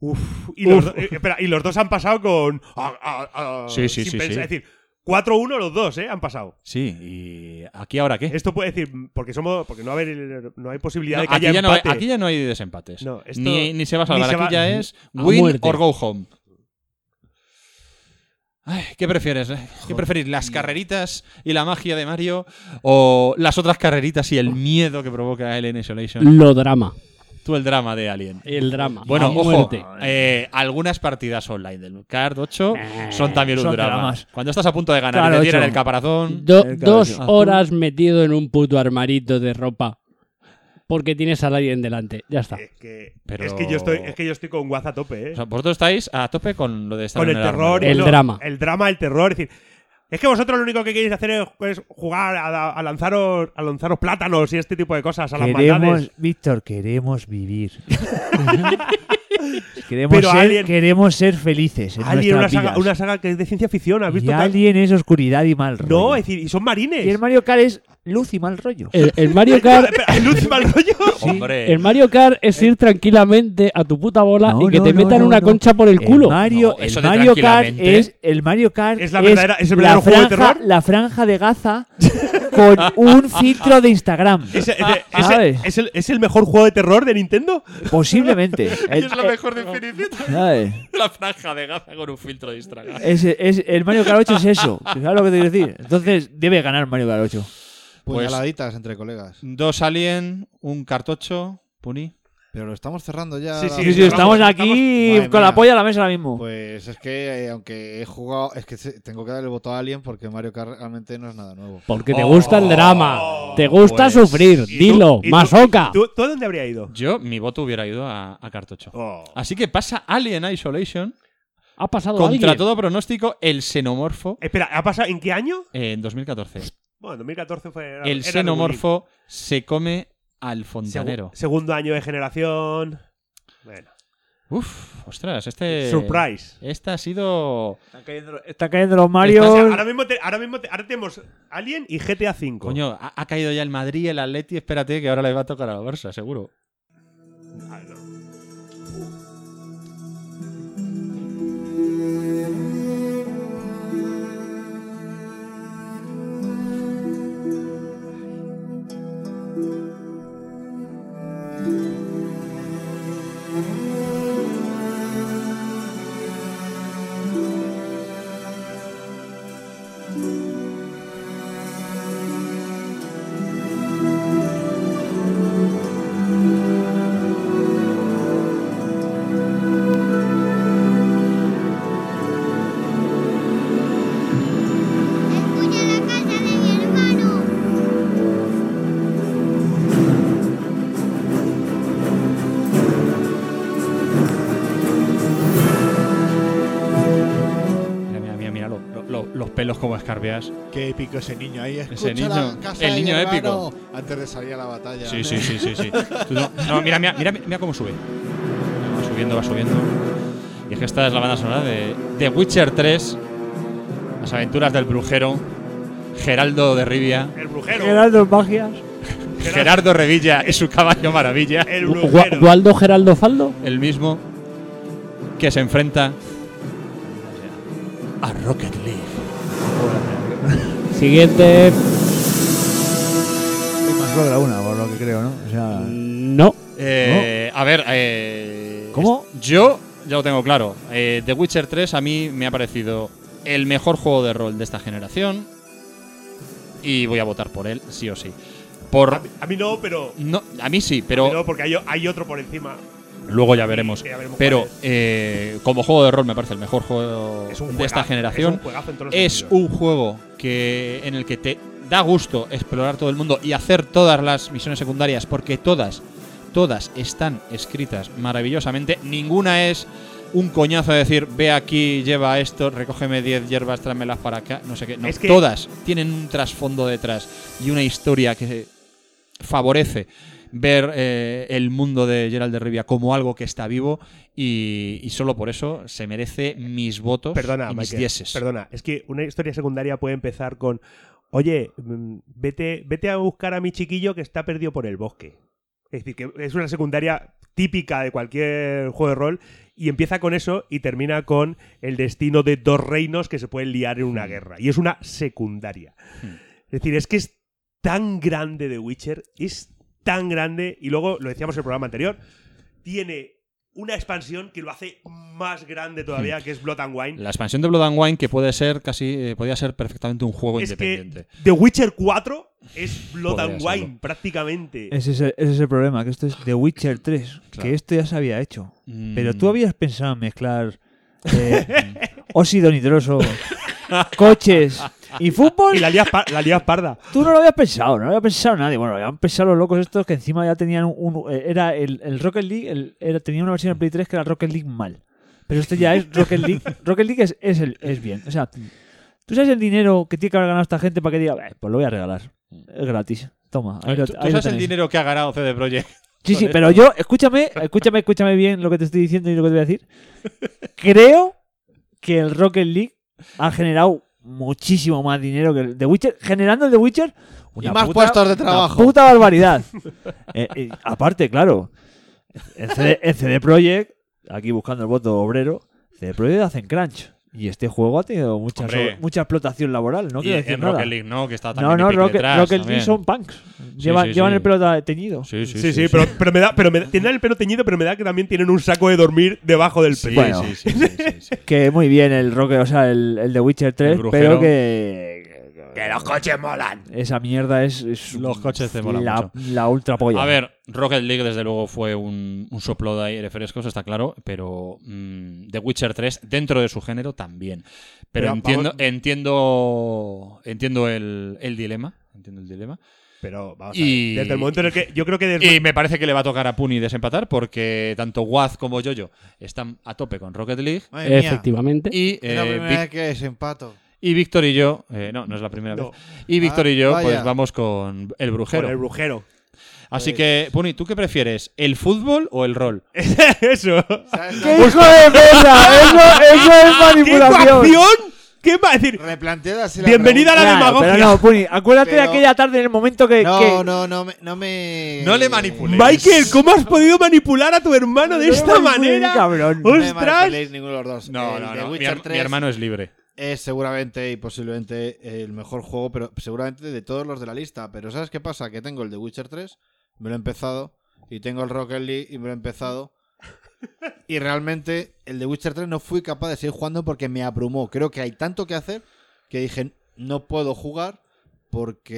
S5: Uf, y,
S2: Uf.
S5: los do- eh, espera, y los dos han pasado con. ah, ah, ah,
S2: Sí, sí,
S5: sin
S2: sí,
S5: pensar.
S2: sí.
S5: Es decir, 4-1 los dos, ¿eh? Han pasado.
S2: Sí, y aquí ahora qué.
S5: Esto puede decir, porque somos porque no, haber, no hay posibilidad
S2: No,
S5: de que
S2: aquí,
S5: haya
S2: ya no hay,
S5: empate.
S2: aquí ya no hay desempates.
S5: No, esto-
S2: ni, ni se va a
S5: ni
S2: salvar.
S5: se
S2: Aquí
S5: va-
S2: ya es
S9: A
S2: win
S9: muerte.
S2: or go home. Ay, ¿Qué prefieres? eh? ¿Qué preferís? ¿Las carreritas y la magia de Mario? ¿O las otras carreritas y el miedo que provoca Alien Isolation?
S9: Lo drama.
S2: Tú el drama de Alien.
S9: El drama.
S2: Bueno,
S9: a
S2: ojo,
S9: muerte.
S2: eh, algunas partidas online del Card 8
S5: Eh,
S2: son también un
S3: Son
S2: drama.
S3: dramas.
S2: Cuando estás a punto de ganar
S3: Card
S2: y te tiran
S3: 8.
S2: el caparazón.
S9: Do-
S3: El Ah,
S9: dos
S2: cabello.
S9: horas metido en un puto armarito de ropa. Porque tienes a alguien delante. Ya está.
S5: Es que,
S2: Pero-
S5: es que yo estoy, es que yo estoy con guaza a tope, ¿eh?
S2: O sea, vosotros estáis a tope con lo de estar
S5: con el
S2: en
S5: terror y
S2: armario.
S9: El
S5: no,
S9: drama.
S5: El drama, el terror. Es decir, es que vosotros lo único que queréis hacer es, es jugar a, a lanzaros, a lanzaros plátanos y este tipo de cosas, a las maldades.
S3: Queremos, Víctor, queremos vivir. queremos,
S5: Pero
S3: ser,
S5: Alien-
S3: queremos ser felices en
S5: Alien, una
S3: nuestras
S5: saga,
S3: vidas.
S5: una saga que es de ciencia ficción, ¿has
S3: Y
S5: visto? tal?
S3: Alien es oscuridad y mal rollo.
S5: No, es decir, y son marines.
S3: y el Mario Kart es luz y mal rollo.
S9: El, el Mario Kart.
S5: Espera, ¿El último al rollo?
S2: Hombre.
S9: El Mario Kart es ir tranquilamente a tu puta bola
S3: No,
S9: y que
S3: no,
S9: te
S3: no,
S9: metan
S3: no,
S9: una
S3: no. Eh,
S9: concha por el
S3: El
S9: culo.
S3: Mario,
S2: No,
S3: el
S2: eso de
S3: Mario Kart
S2: tranquilamente.
S3: es el Mario Kart
S5: Es la verdadera- es el
S3: la
S5: verdadero juego de
S3: franja-
S5: terror.
S3: la franja de Gaza con un filtro de Instagram.
S5: ¿Es, es- es-
S3: ¿Sabes?
S5: es el, es el mejor juego de terror de Nintendo?
S3: Posiblemente. El-
S2: Es la mejor definición.
S3: ¿sabes?
S2: La franja de gaza con un filtro de Instagram.
S3: Es- es- el Mario Kart 8 es eso. ¿Sabes lo que te quiero decir? Entonces debe ganar Mario Kart 8.
S2: Pues-
S4: Puñaladitas entre colegas.
S2: Dos Alien, un cartocho, Puni.
S4: Pero lo estamos cerrando ya.
S5: Sí, sí,
S3: Sí, sí, estamos aquí
S4: Madre
S3: con la
S4: mía.
S3: polla a la mesa ahora mismo.
S4: Pues es que, eh, aunque he jugado, es que se- tengo que darle el voto a alguien porque Mario Kart realmente no es nada nuevo.
S9: Porque te gusta el drama. Te gusta
S2: pues,
S9: sufrir.
S5: Oh. ¿Y tú-
S9: Dilo.
S5: y tú-
S2: Ah.
S9: masoca.
S5: ¿Tú, tú a dónde habría ido?
S2: Yo, mi voto hubiera ido a, a cartocho.
S5: Oh.
S2: Así que pasa Alien Isolation
S9: ha pasado
S2: contra
S9: alguien.
S2: todo pronóstico el xenomorfo
S5: Espera, ¿ha pasado en qué año?
S2: eh, en 2014.
S5: Bueno, 2014 fue. era-
S2: El
S5: era
S2: xenomorfo se come al
S5: Segu-
S2: fontanero.
S5: segundo año de generación. Bueno.
S2: Uf, ostras, este.
S5: Surprise.
S2: Esta ha sido.
S3: Están cayendo, los
S5: O sea,
S3: Marios.
S5: ahora mismo, te- ahora mismo te- ahora tenemos Alien y GTA V.
S2: Coño, ha, ha caído ya el Madrid, el Atleti. Espérate que ahora le va a tocar a la Barça, seguro.
S5: Ah, no.
S2: Mira, mira, mira, mira lo- lo- lo- los pelos como escarbeas.
S4: Qué épico ese niño ahí.
S2: Ese
S4: Escucha
S2: niño,
S4: la casa
S2: el
S4: de
S2: niño
S4: Guerrero Antes de salir a la batalla.
S2: Sí, sí, sí, sí. sí. Tú no, no, mira, mira, mira, mira cómo sube. Va subiendo, va subiendo. Y es que esta es la banda sonora de The Witcher 3, Las aventuras del brujero, Geraldo de Rivia,
S5: El brujero.
S3: Geraldo Magias.
S2: Gerardo Revilla y su caballo maravilla.
S5: El
S9: Gua- ¿Gualdo Geraldo Faldo?
S2: El mismo que se enfrenta a Rocket League.
S9: Siguiente.
S3: Hay más solo de la una, por lo que creo, ¿no? O sea,
S9: No.
S2: Eh, A ver, eh,
S3: ¿Cómo?
S2: es- Yo ya lo tengo claro. Eh, The Witcher 3 a mí me ha parecido el mejor juego de rol de esta generación. Y voy a votar por él, sí o sí. Por,
S5: A mí no, pero.
S2: no, a mí sí, pero
S5: No, porque hay, hay otro por encima.
S2: luego ya veremos.
S5: Ya veremos
S2: Pero
S5: cuál es.
S2: eh, como juego de rol me parece el mejor juego
S5: Es un
S2: de esta
S5: juegazo, es
S2: generación.
S5: un juegazo en todos los
S2: Es
S5: sentidos.
S2: un juego que en el que te da gusto explorar todo el mundo y hacer todas las misiones secundarias porque todas todas están escritas maravillosamente. Ninguna es un coñazo de decir, ve aquí, lleva esto, recógeme 10 hierbas, trámelas para acá, no sé qué. No,
S5: Es que-
S2: todas tienen un trasfondo detrás y una historia que favorece ver eh, el mundo de Gerald de Rivia como algo que está vivo y, y solo por eso se merece mis votos
S5: Perdona,
S2: y mis
S5: Michael,
S2: dieces.
S5: Perdona, es que una historia secundaria puede empezar con. Oye, mm, vete, vete a buscar a mi chiquillo que está perdido por el bosque. Es decir, que es una secundaria típica de cualquier juego de rol y empieza con eso y termina con el destino de dos reinos que se pueden liar en
S2: Hmm.
S5: una guerra. Y es una secundaria. Es decir, es que es tan grande de Witcher, es tan grande, y luego lo decíamos en el programa anterior, tiene una expansión que lo hace más grande
S2: Hmm.
S5: todavía, que es Blood and Wine.
S2: La expansión de Blood and Wine que puede ser casi eh, podía ser perfectamente un juego
S5: es
S2: independiente.
S5: que The Witcher 4 es Blood
S2: Podría
S5: and
S2: serlo.
S5: Wine, prácticamente.
S3: Ese es, el, ese es el problema, que esto es The Witcher 3,
S2: Claro.
S3: que esto ya se había hecho.
S2: Mm.
S3: Pero tú habías pensado en mezclar eh, óxido nitroso, coches y fútbol.
S5: Y la lías, par- la lías parda.
S3: Tú no lo habías pensado, no lo había pensado nadie. Bueno, lo habían pensado los locos estos que encima ya tenían un. un- eh, era el, el Rocket League, el- era, tenía una versión en Play 3 que era Rocket League mal. Pero este ya es Rocket League. Rocket League es, es, el- es bien. O sea, ¿tú sabes el dinero que tiene que haber ganado esta gente para que diga, "Eh, pues lo voy a regalar? Es gratis. Toma. ahí
S2: Tú-
S3: lo-
S2: ¿Tú,
S3: ahí lo
S2: sabes el
S3: tenéis".
S2: dinero que ha ganado CD Projekt?
S3: Sí, sí,
S2: Joder.
S3: pero yo, escúchame, escúchame, escúchame bien lo que te estoy diciendo y lo que te voy a decir. Creo que el Rocket League ha generado muchísimo más dinero que el The Witcher, generando el The Witcher
S4: Y más puestos de trabajo.
S3: Una puta barbaridad. Eh, eh, aparte, claro, el CD, el CD Projekt, aquí buscando el voto obrero, CD Projekt hacen crunch. Y este juego ha tenido mucha,
S2: Hombre.
S3: sobre- mucha explotación laboral, no
S2: Y
S3: quiero
S2: en
S3: decir
S2: Rocket
S3: nada.
S2: League no, que está
S3: No,
S2: también
S3: no,
S2: Epic
S3: Rocket,
S2: detrás
S3: Rocket League
S2: también.
S3: son punks.
S2: Sí,
S3: Llevan,
S2: sí,
S3: llevan
S2: sí.
S3: el pelota teñido.
S2: Sí, sí,
S5: Sí, sí, pero, pero me da, pero me da- tienen el pelo teñido, pero me da que también tienen un saco de dormir debajo del
S2: Sí,
S5: pelo.
S3: Bueno.
S2: sí, sí, sí, sí, sí.
S3: Que muy bien el Rocket, o sea, el, el de Witcher 3,
S2: brujero.
S3: pero que
S5: Que los coches molan.
S3: esa mierda es, es
S2: Los coches te molan
S3: la,
S2: mucho.
S3: la ultra polla.
S2: A ver, Rocket League desde luego fue un, un soplo de aire fresco, eso está claro, pero mm, The Witcher 3 dentro de su género también. Pero,
S5: Pero
S2: entiendo,
S5: vamos-
S2: entiendo, entiendo el, el dilema, entiendo el dilema.
S5: Pero vamos
S2: Y-
S5: a ver, desde el momento en el que. Yo creo que desde.
S2: Y me parece que le va a tocar a Puni desempatar porque tanto Waz como Jojo están a tope con Rocket League
S4: Madre mía.
S9: Efectivamente.
S2: y,
S4: Es la
S2: eh,
S4: primera
S2: Vic-
S4: vez que desempato.
S2: y Víctor y yo, eh, no, no es la primera
S5: No.
S2: vez. Y Víctor
S4: Ah,
S2: y yo,
S4: vaya.
S2: pues vamos con el
S5: con
S2: brujero.
S5: el brujero.
S2: Así que, Puni, ¿tú qué prefieres? ¿El fútbol o el rol?
S5: Eso.
S4: ¿Sabes?
S3: ¡Qué hijo de puta! ¡Eso, eso es
S5: ¿Qué
S3: manipulación!
S5: facción? ¿Qué va a decir?
S4: Replanteada así la
S5: Bienvenida a la
S4: pregunta.
S3: Claro,
S5: demagogia.
S3: pero no, Puni, acuérdate de
S4: Pero-
S3: aquella tarde en el momento que.
S4: No,
S3: que-
S4: no, no me, no me.
S2: No le manipules.
S5: Michael, ¿cómo has podido manipular a tu hermano de
S3: No
S5: esta
S3: me manipules,
S5: manera?
S3: cabrón.
S4: No me
S5: ¡Ostras!
S4: manipuléis ninguno de los dos.
S2: No,
S4: El
S2: no,
S4: de
S2: no. Mi,
S4: Witcher
S2: her- mi
S4: 3
S2: hermano es libre.
S4: Es seguramente y posiblemente el mejor juego, pero seguramente de todos los de la lista. Pero ¿sabes qué pasa? Que tengo el de Witcher 3, me lo he empezado, y tengo el Rocket League y me lo he empezado. Y realmente el de Witcher 3 no fui capaz de seguir jugando porque me abrumó. Creo que hay tanto que hacer que dije, no puedo jugar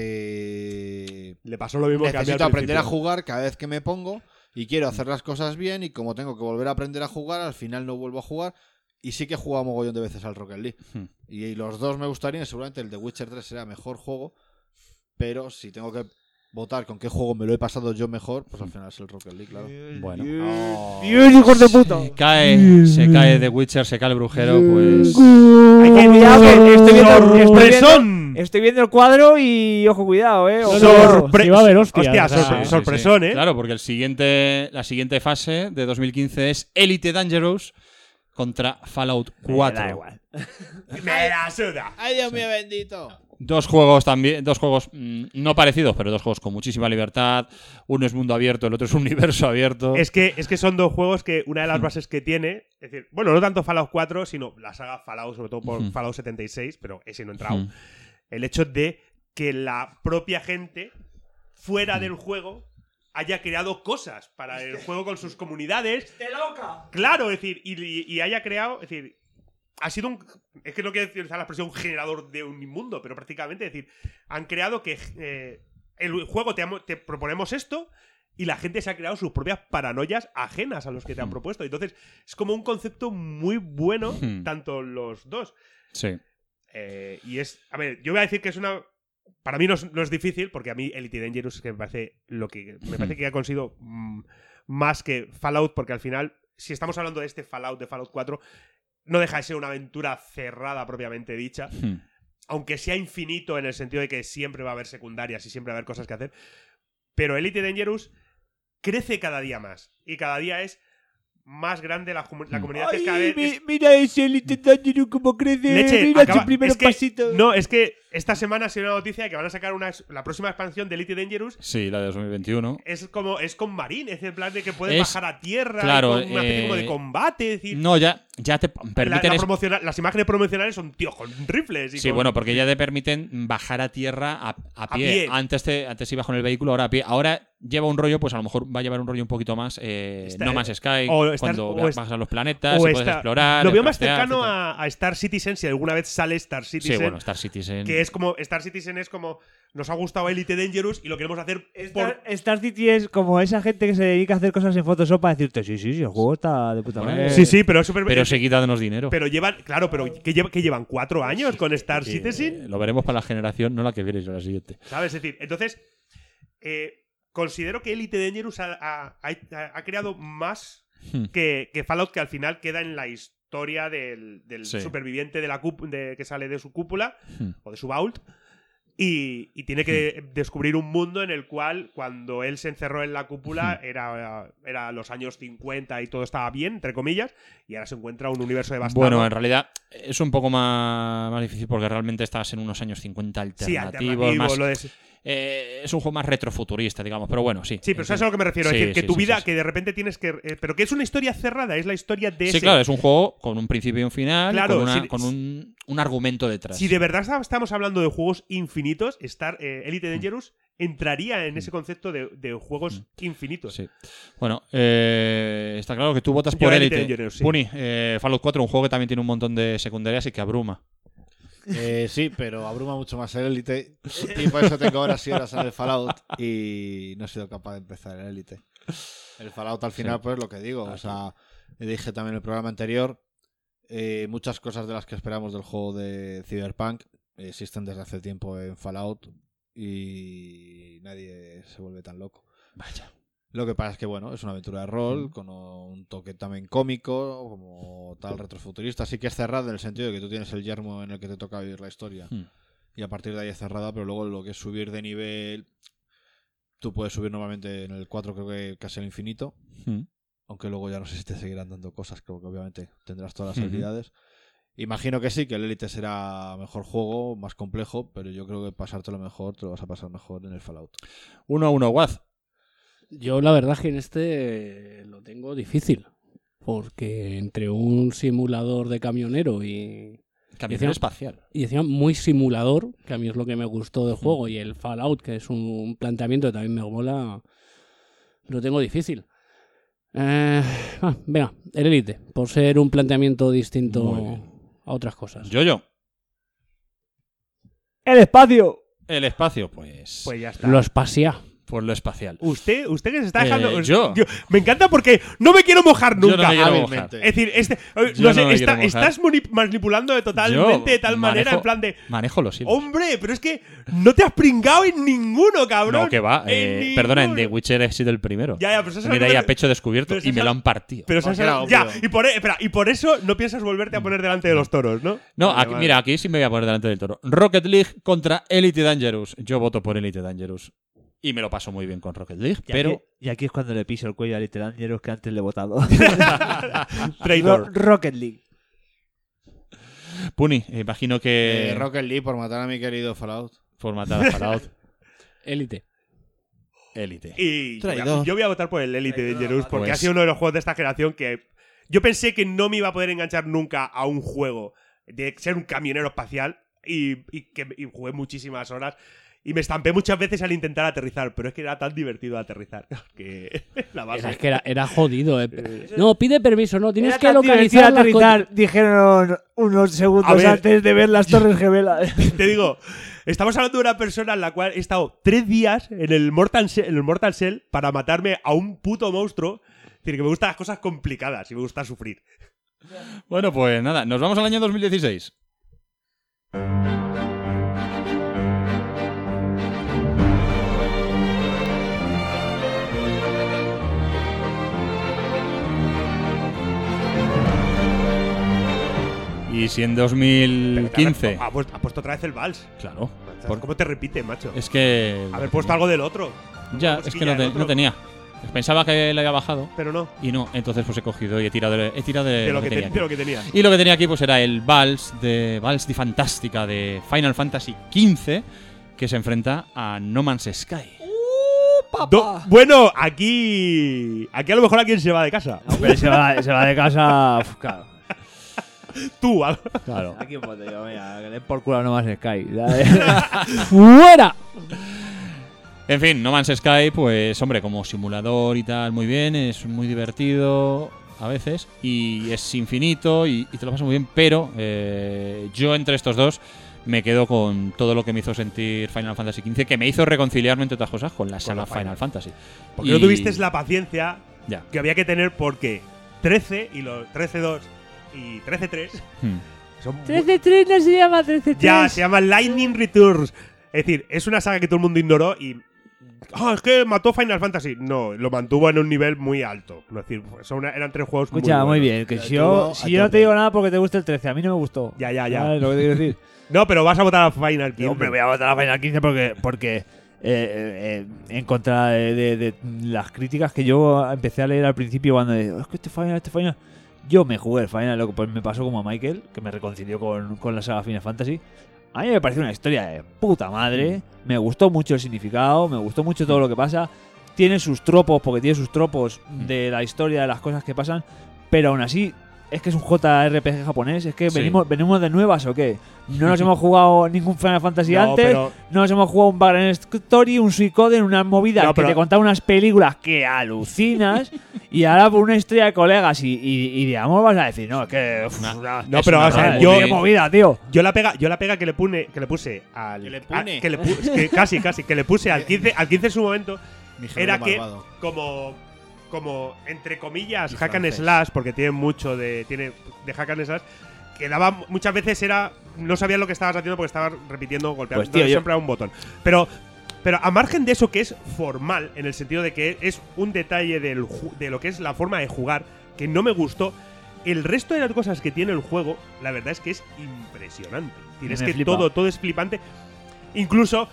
S4: porque
S5: le pasó lo mismo que a mí al
S4: necesito aprender
S5: principio.
S4: a jugar cada vez que me pongo y quiero hacer las cosas bien y como tengo que volver a aprender a jugar al final no vuelvo a jugar y sí que he jugado mogollón de veces al Rocket League
S2: Hmm.
S4: y, y los dos me gustarían seguramente el de Witcher 3 será mejor juego pero si tengo que votar con qué juego me lo he pasado yo mejor pues al final es el Rocket League
S3: Eh,
S4: claro
S2: bueno
S3: Dios, hijos de puta.
S2: Se cae, se cae The Witcher, se cae el brujero, pues.
S3: Hay que cuidado que estoy viendo, estoy
S5: Sorpresón.
S3: viendo, estoy viendo el cuadro y ojo cuidado, eh. Ojo, cuidado.
S5: Sorpre-
S9: Sí, va a haber hostias, o sea,
S5: sorpre-
S2: Sí, sí,
S5: sorpresón,
S2: sí.
S5: ¿eh?
S2: Claro, porque el siguiente, la siguiente fase de 2015 es Elite Dangerous contra Fallout 4.
S3: da igual.
S5: Me la suda.
S4: ay Dios mío bendito
S2: Dos juegos también, dos juegos mm, no parecidos, pero dos juegos con muchísima libertad. Uno es mundo abierto, el otro es universo abierto.
S5: Es que, es que son dos juegos que una de las bases que tiene, es decir, bueno, no tanto Fallout 4, sino la saga Fallout, sobre todo por
S2: Ujú.
S5: Fallout 76, pero ese no he entrado.
S2: Ujú.
S5: El hecho de que la propia gente, fuera del juego, haya creado cosas para el juego con sus comunidades.
S10: loca!
S5: Claro, es decir, y, y- y haya creado, es decir, ha sido un. Es que no quiero utilizar la expresión generador de un mundo, pero prácticamente, es decir, han creado que eh, el juego te, amo- te proponemos esto y la gente se ha creado sus propias paranoias ajenas a los que te han propuesto. Entonces, es como un concepto muy bueno,
S2: Hmm.
S5: tanto los dos.
S2: Sí.
S5: Eh, y es. A ver, yo voy a decir que es una. Para mí no es, no es difícil, porque a mí Elite Dangerous es que me parece lo que. Me
S3: Hmm.
S5: parece que ha conseguido mm, más que Fallout, porque al final, si estamos hablando de este Fallout, de Fallout 4, no deja de ser una aventura cerrada propiamente dicha.
S2: Hmm.
S5: Aunque sea infinito en el sentido de que siempre va a haber secundarias y siempre va a haber cosas que hacer. Pero Elite Dangerous crece cada día más. Y cada día es más grande la, comu- la comunidad. es cada
S3: Hmm. Ay,
S5: vez-
S3: mi-
S5: es-
S3: Mira ese Elite Dangerous como crece.
S5: Leche,
S3: mira
S5: acaba-
S3: su primer
S5: es que-
S3: pasito.
S5: No, es que esta semana se dio una noticia de que van a sacar una, la próxima expansión de Elite Dangerous.
S2: Sí, la de 2021.
S5: Es como es con Marín, es el plan de que puedes
S2: Es-
S5: bajar a tierra,
S2: claro,
S5: con una especie como
S2: eh,
S5: de combate, es decir,
S2: No, ya, ya te
S5: la- la
S2: permiten. es-
S5: promociona- las imágenes promocionales son tíos con rifles y
S2: Sí,
S5: con-
S2: bueno, pues porque ya te permiten bajar a tierra a, a pie.
S5: pie.
S2: Antes, te, antes ibas con el vehículo, ahora a pie. Ahora lleva un rollo, pues a lo mejor va a llevar un rollo un poquito más eh,
S5: Está-
S2: No Man's Sky,
S5: o estás-
S2: cuando
S5: o
S2: vea-
S5: es-
S2: bajas a los planetas,
S5: o
S2: y puedes
S5: esta-
S2: explorar.
S5: Lo veo más
S2: craftear,
S5: cercano
S2: etcétera.
S5: a, a Star Citizen, si alguna vez sale Star Citizen.
S2: Sí, bueno, Star Citizen.
S5: Que es como. Star Citizen es como. Nos ha gustado Elite Dangerous y lo queremos hacer por.
S3: Star, Star City es como esa gente que se dedica a hacer cosas en Photoshop para decirte, sí, sí, sí, el juego está de puta
S2: Bueno,
S3: madre.
S5: Sí, sí, pero es súper-
S2: Pero sí, quitándonos dinero.
S5: Pero llevan. Claro, pero que, lleva- que llevan cuatro años con Star
S2: Que,
S5: Citizen.
S2: eh, lo veremos para la generación, no la que viene, sino la siguiente.
S5: ¿Sabes? Es decir, entonces, eh, considero que Elite Dangerous ha, ha- ha- ha creado más
S2: Hmm.
S5: que, que Fallout, que al final queda en la historia del, del
S2: Sí.
S5: superviviente de la cúp- de- que sale de su cúpula
S2: Hmm.
S5: o de su vault. Y, y tiene que descubrir un mundo en el cual cuando él se encerró en la
S2: Hmm.
S5: cúpula era, era los años 50 y todo estaba bien, entre comillas, y ahora se encuentra un universo devastado.
S2: Bueno, en realidad es un poco más, más difícil porque realmente estás en unos años 50
S5: sí,
S2: alternativos.
S5: alternativo,
S2: más-
S5: lo de-
S2: eh, es un juego más retrofuturista, digamos, pero bueno, sí.
S5: Sí, pero ¿sabes a lo que me refiero?
S2: Sí,
S5: es decir, que
S2: sí,
S5: tu
S2: sí,
S5: vida,
S2: sí, sí.
S5: que de repente tienes que. eh, pero que es una historia cerrada, es la historia de
S2: Sí,
S5: ese-
S2: claro, es un juego con un principio y un final,
S5: Claro,
S2: con, una-
S5: si-
S2: con un, un argumento detrás.
S5: Si de verdad está- estamos hablando de juegos infinitos, Star, eh, Elite
S2: Mm.
S5: Dangerous entraría en ese concepto de, de juegos infinitos.
S2: Mm. Sí. Bueno, eh, está claro que tú votas
S5: Yo
S2: por
S5: Elite
S2: Elite.
S5: Dangerous, sí.
S2: Puni, eh, Fallout 4, un juego que también tiene un montón de secundarias y que abruma.
S4: Eh, sí, pero abruma mucho más el Elite. Y por eso tengo horas y horas en el Fallout. Y no he sido capaz de empezar el Elite. El Fallout al final,
S2: Sí.
S4: pues lo que digo. O sea, dije también en el programa anterior. eh, muchas cosas de las que esperamos del juego de Cyberpunk eh, existen desde hace tiempo en Fallout. Y nadie se vuelve tan loco.
S2: Vaya.
S4: Lo que pasa es que, bueno, es una aventura de rol con un toque también cómico, como tal retrofuturista. Así que es cerrada en el sentido de que tú tienes el yermo en el que te toca vivir la historia.
S2: Hmm.
S4: Y a partir de ahí es cerrada, pero luego lo que es subir de nivel. Tú puedes subir normalmente en el 4, creo que casi al infinito.
S2: Hmm.
S4: Aunque luego ya no sé si te seguirán dando cosas, creo que obviamente tendrás todas las
S2: Ujú.
S4: habilidades. Imagino que sí, que el Elite será mejor juego, más complejo, pero yo creo que pasártelo mejor te lo vas a pasar mejor en el Fallout.
S2: Uno a uno, Waz.
S9: Yo la verdad es que en este eh, lo tengo difícil. Porque entre un simulador de camionero y,
S2: Camino
S9: Decíamos-
S2: espacial.
S9: y encima muy simulador, que a mí es lo que me gustó del juego, y el Fallout, que es un planteamiento que también me mola, lo tengo difícil. Eh, ah, venga, el Elite, por ser un planteamiento distinto
S2: Muy bien.
S9: a otras cosas.
S2: Yo, yo.
S3: El espacio.
S2: El espacio, pues.
S5: Pues ya está.
S9: Lo espacial.
S2: Pues lo espacial.
S5: Usted, usted que se está
S2: Eh,
S5: dejando.
S2: yo.
S5: Me encanta porque no me quiero mojar
S2: Yo no
S5: nunca.
S2: me quiero
S5: hábilmente.
S2: mojar.
S5: Es decir, este, eh,
S2: Yo
S5: no sé,
S2: no me
S5: está-
S2: quiero mojar.
S5: estás moni- manipulando de
S2: Yo
S5: totalmente de tal manera,
S2: manejo-
S5: en plan de. "Oh,
S2: Manejo los hilos.
S5: Hombre, pero es que no te has pringado en ninguno, cabrón.
S2: No, que va.
S5: En
S2: eh,
S5: ni-
S2: perdona, en The Witcher he sido el primero.
S5: Ya, ya, pero eso es
S2: Venir
S5: lo que
S2: ahí
S5: te-
S2: a pecho descubierto
S5: pero eso
S2: y
S5: es
S2: me
S5: lo-
S2: lo han partido.
S5: Pero eso es- ya, y por, e, espera, y por eso no piensas volverte
S2: Mm.
S5: a poner delante de los toros, ¿no?
S2: No,
S5: Vale,
S2: aquí-
S5: vale.
S2: mira, aquí sí me voy a poner delante del toro. Rocket League contra Elite Dangerous. Yo voto por Elite Dangerous. Y me lo paso muy bien con Rocket League,
S3: Y
S2: pero.
S3: aquí- y aquí es cuando le piso el cuello a Little Dangerous que antes le he votado.
S2: Traidor.
S3: Ro- Rocket League.
S2: Puni, imagino que.
S4: Eh, Rocket League por matar a mi querido Fallout.
S2: Por matar a Fallout.
S9: Élite.
S2: Élite.
S5: Y
S2: Traidor.
S5: yo voy a votar por el Elite de Dangerous porque
S2: Pues-
S5: ha sido uno de los juegos de esta generación que yo pensé que no me iba a poder enganchar nunca a un juego de ser un camionero espacial y, y que y jugué muchísimas horas y me estampé muchas veces al intentar aterrizar, pero es que era tan divertido aterrizar que la base.
S9: Era, es que era, era jodido. eh. No, pide permiso, no. Tienes
S3: Era
S9: que
S3: tan divertido
S9: localizar las co-
S3: aterrizar, dijeron unos
S5: A
S3: segundos
S5: ver.
S3: antes de ver las Torres Gemelas.
S5: Te digo, estamos hablando de una persona en la cual he estado tres días en el Mortal Shell, en el Mortal Shell para matarme a un puto monstruo. Es decir, que me gustan las cosas complicadas y me gusta sufrir.
S2: Bueno, pues nada, nos vamos al año 2016. Y si en 2015.
S5: Ha puesto, ha puesto otra vez el vals.
S2: Claro.
S5: Por... ¿Cómo te repite, macho?
S2: Es que.
S5: Pues Haber puesto algo del otro.
S2: Ya,
S5: Una
S2: es que no,
S5: musiquilla
S2: te-
S5: del otro.
S2: no tenía. Pensaba que le había bajado.
S5: Pero no.
S2: Y no, entonces pues he cogido y he tirado de, he tirado de,
S5: De lo que te-
S2: Eh, tenía
S5: de lo
S2: aquí.
S5: que tenía.
S2: Y lo que tenía aquí pues era el Vals de Vals de Fantástica de Final Fantasy XV que se enfrenta a No Man's Sky.
S5: Do- bueno, aquí. Aquí a lo mejor alguien se va de casa.
S3: Hombre, se va, se va de casa. uf, Claro.
S5: Tú, al-
S3: claro. Aquí un bote, yo, mira, que le den por culo a No Más Sky.
S9: ¡Fuera!
S2: En fin, No Man's Sky pues hombre, como simulador y tal, muy bien, es muy divertido a veces y es infinito y, y te lo pasas muy bien, pero eh, yo entre estos dos me quedo con todo lo que me hizo sentir Final Fantasy XV, que me hizo reconciliarme entre otras cosas con la saga
S5: Final.
S2: Final. Fantasy.
S5: Porque no
S2: Y-
S5: tuviste la paciencia
S2: Ya.
S5: que había que tener porque 13 y los 13-2 y 13-3
S2: Hmm.
S5: son muy-
S3: 13-3 no se llama 13-3.
S5: Ya, se llama Lightning Returns. Es decir, es una saga que todo el mundo ignoró y. Ah, es que mató Final Fantasy. No, lo mantuvo en un nivel muy alto. Es decir, son una- eran tres juegos muy
S3: Escucha, muy,
S5: buenos.
S3: bien. Que si yo, si yo no te digo nada porque te gusta el 13, a mí no me gustó.
S5: Ya, ya, ya.
S3: ¿Sabes lo que te quiero decir?
S5: No, pero vas a votar a Final 15.
S3: Hombre, voy a votar a Final 15 porque, porque eh, eh, eh, en contra de, de- de las críticas que yo empecé a leer al principio cuando de, "Oh, es que este Final, este Final. Yo me jugué el Final, loco, pues me pasó como a Michael, que me reconcilió con, con la saga Final Fantasy. A mí me pareció una historia de puta madre.
S5: Mm.
S3: Me gustó mucho el significado, me gustó mucho todo lo que pasa. Tiene sus tropos, porque tiene sus tropos
S5: Mm.
S3: de la historia, de las cosas que pasan. Pero aún así, es que es un JRPG japonés. Es que
S2: Sí.
S3: venimos, venimos de nuevas o qué. No nos hemos jugado ningún Final Fantasy
S5: No,
S3: antes.
S5: pero-
S3: No nos hemos jugado un Background Story, un Suicoden, unas movidas
S5: No,
S3: que
S5: pero-
S3: te contaban unas películas que alucinas. y ahora por una historia de colegas y, y, y de amor vas a decir, no, es que. uf, una-
S5: No,
S3: es
S5: pero
S3: una
S5: vamos a ver,
S3: movida,
S5: yo-
S3: qué movida, tío.
S5: Yo la pega, yo la pega que le pune, que le puse al
S4: Que le
S5: a-
S4: pune.
S5: que le pu- que casi casi que le puse al 15, al 15 en su momento
S4: Mi gemelo
S5: era que
S4: malvado.
S5: como como entre comillas
S4: Y
S5: hack and
S4: francés.
S5: slash porque tiene mucho de tiene de hack and slash que daba muchas veces era no sabías lo que estabas haciendo porque estabas repitiendo golpeando
S3: Pues, tío,
S5: entonces
S3: yo-
S5: siempre era un botón. Pero pero a margen de eso que es formal en el sentido de que es un detalle del ju- de lo que es la forma de jugar que no me gustó el resto de las cosas que tiene el juego, la verdad es que es impresionante.
S3: Me
S5: Tienes que
S3: flipa.
S5: todo, todo es flipante. Incluso,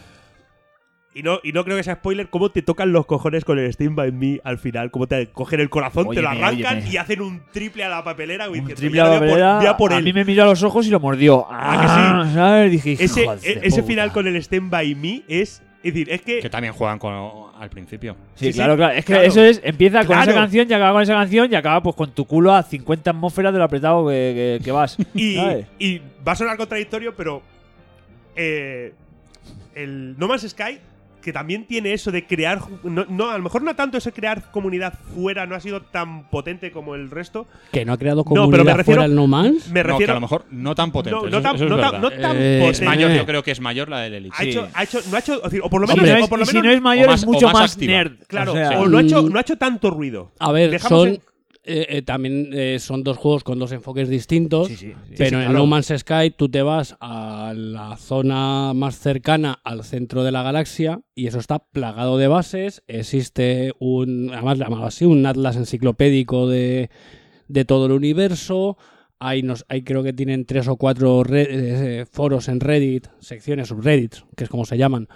S5: y no, y no creo que sea spoiler, cómo te tocan los cojones con el Steam by Me al final, cómo te cogen el corazón, te lo
S3: Óyeme,
S5: arrancan
S3: óyeme.
S5: y hacen un triple a la papelera. güey,
S3: Un
S5: diciendo,
S3: triple
S5: "Ya
S3: a la
S5: voy a por-
S3: papelera,
S5: voy a por
S3: a
S5: él".
S3: mí me miró a los ojos y lo mordió.
S5: ¿A
S3: Ah, ¿sabes? Dije, hijo
S5: Ese,
S3: de
S5: e- ese
S3: puta.
S5: final con el Stand by Me es. Es decir, es que.
S2: Que también juegan con- al principio.
S3: Sí,
S5: sí,
S3: claro,
S5: sí,
S3: claro. Es que
S5: claro.
S3: eso es, empieza con
S5: Claro.
S3: esa canción y acaba con esa canción y acaba pues con tu culo a 50 atmósferas de lo apretado que, que- que vas.
S5: Y,
S3: ¿sabes?
S5: y va a sonar contradictorio, pero. eh, el No Man's Sky que también tiene eso de crear. ju- No, no, a lo mejor no tanto ese crear comunidad fuera, no ha sido tan potente como el resto.
S9: Que no ha creado
S5: pero
S9: comunidad
S5: me refiero-
S9: fuera el No Man's.
S5: me
S2: No, que
S5: refiero-
S2: a lo mejor no tan potente.
S5: No,
S2: eso
S5: no
S2: es-
S5: tan,
S2: eso es
S5: no tan-
S2: verdad.
S5: no tan
S2: Eh,
S5: potente.
S2: es mayor, yo creo que es mayor la del Elite.
S5: Ha
S2: Sí.
S5: hecho, ha hecho, no ha hecho, o, decir, o por lo menos,
S2: Hombre,
S5: o por lo
S2: y si
S5: menos-
S2: no es mayor, O es más- mucho o más más activa. nerd.
S5: Claro,
S2: O sea, Ah,
S5: o no ha, hecho,
S9: mm.
S5: no ha hecho tanto ruido.
S9: A ver,
S5: Dejamos
S9: son.
S5: en-
S9: eh, eh, también eh, son dos juegos con dos enfoques distintos, pero
S5: Sí, sí,
S9: en el
S5: claro.
S9: No Man's Sky tú te vas a la zona más cercana al centro de la galaxia y eso está plagado de bases. Existe un, además le llamaba así, un atlas enciclopédico de, de todo el universo. Hay, nos, hay creo que tienen tres o cuatro re- eh, foros en Reddit, secciones subreddits, que es como se llaman,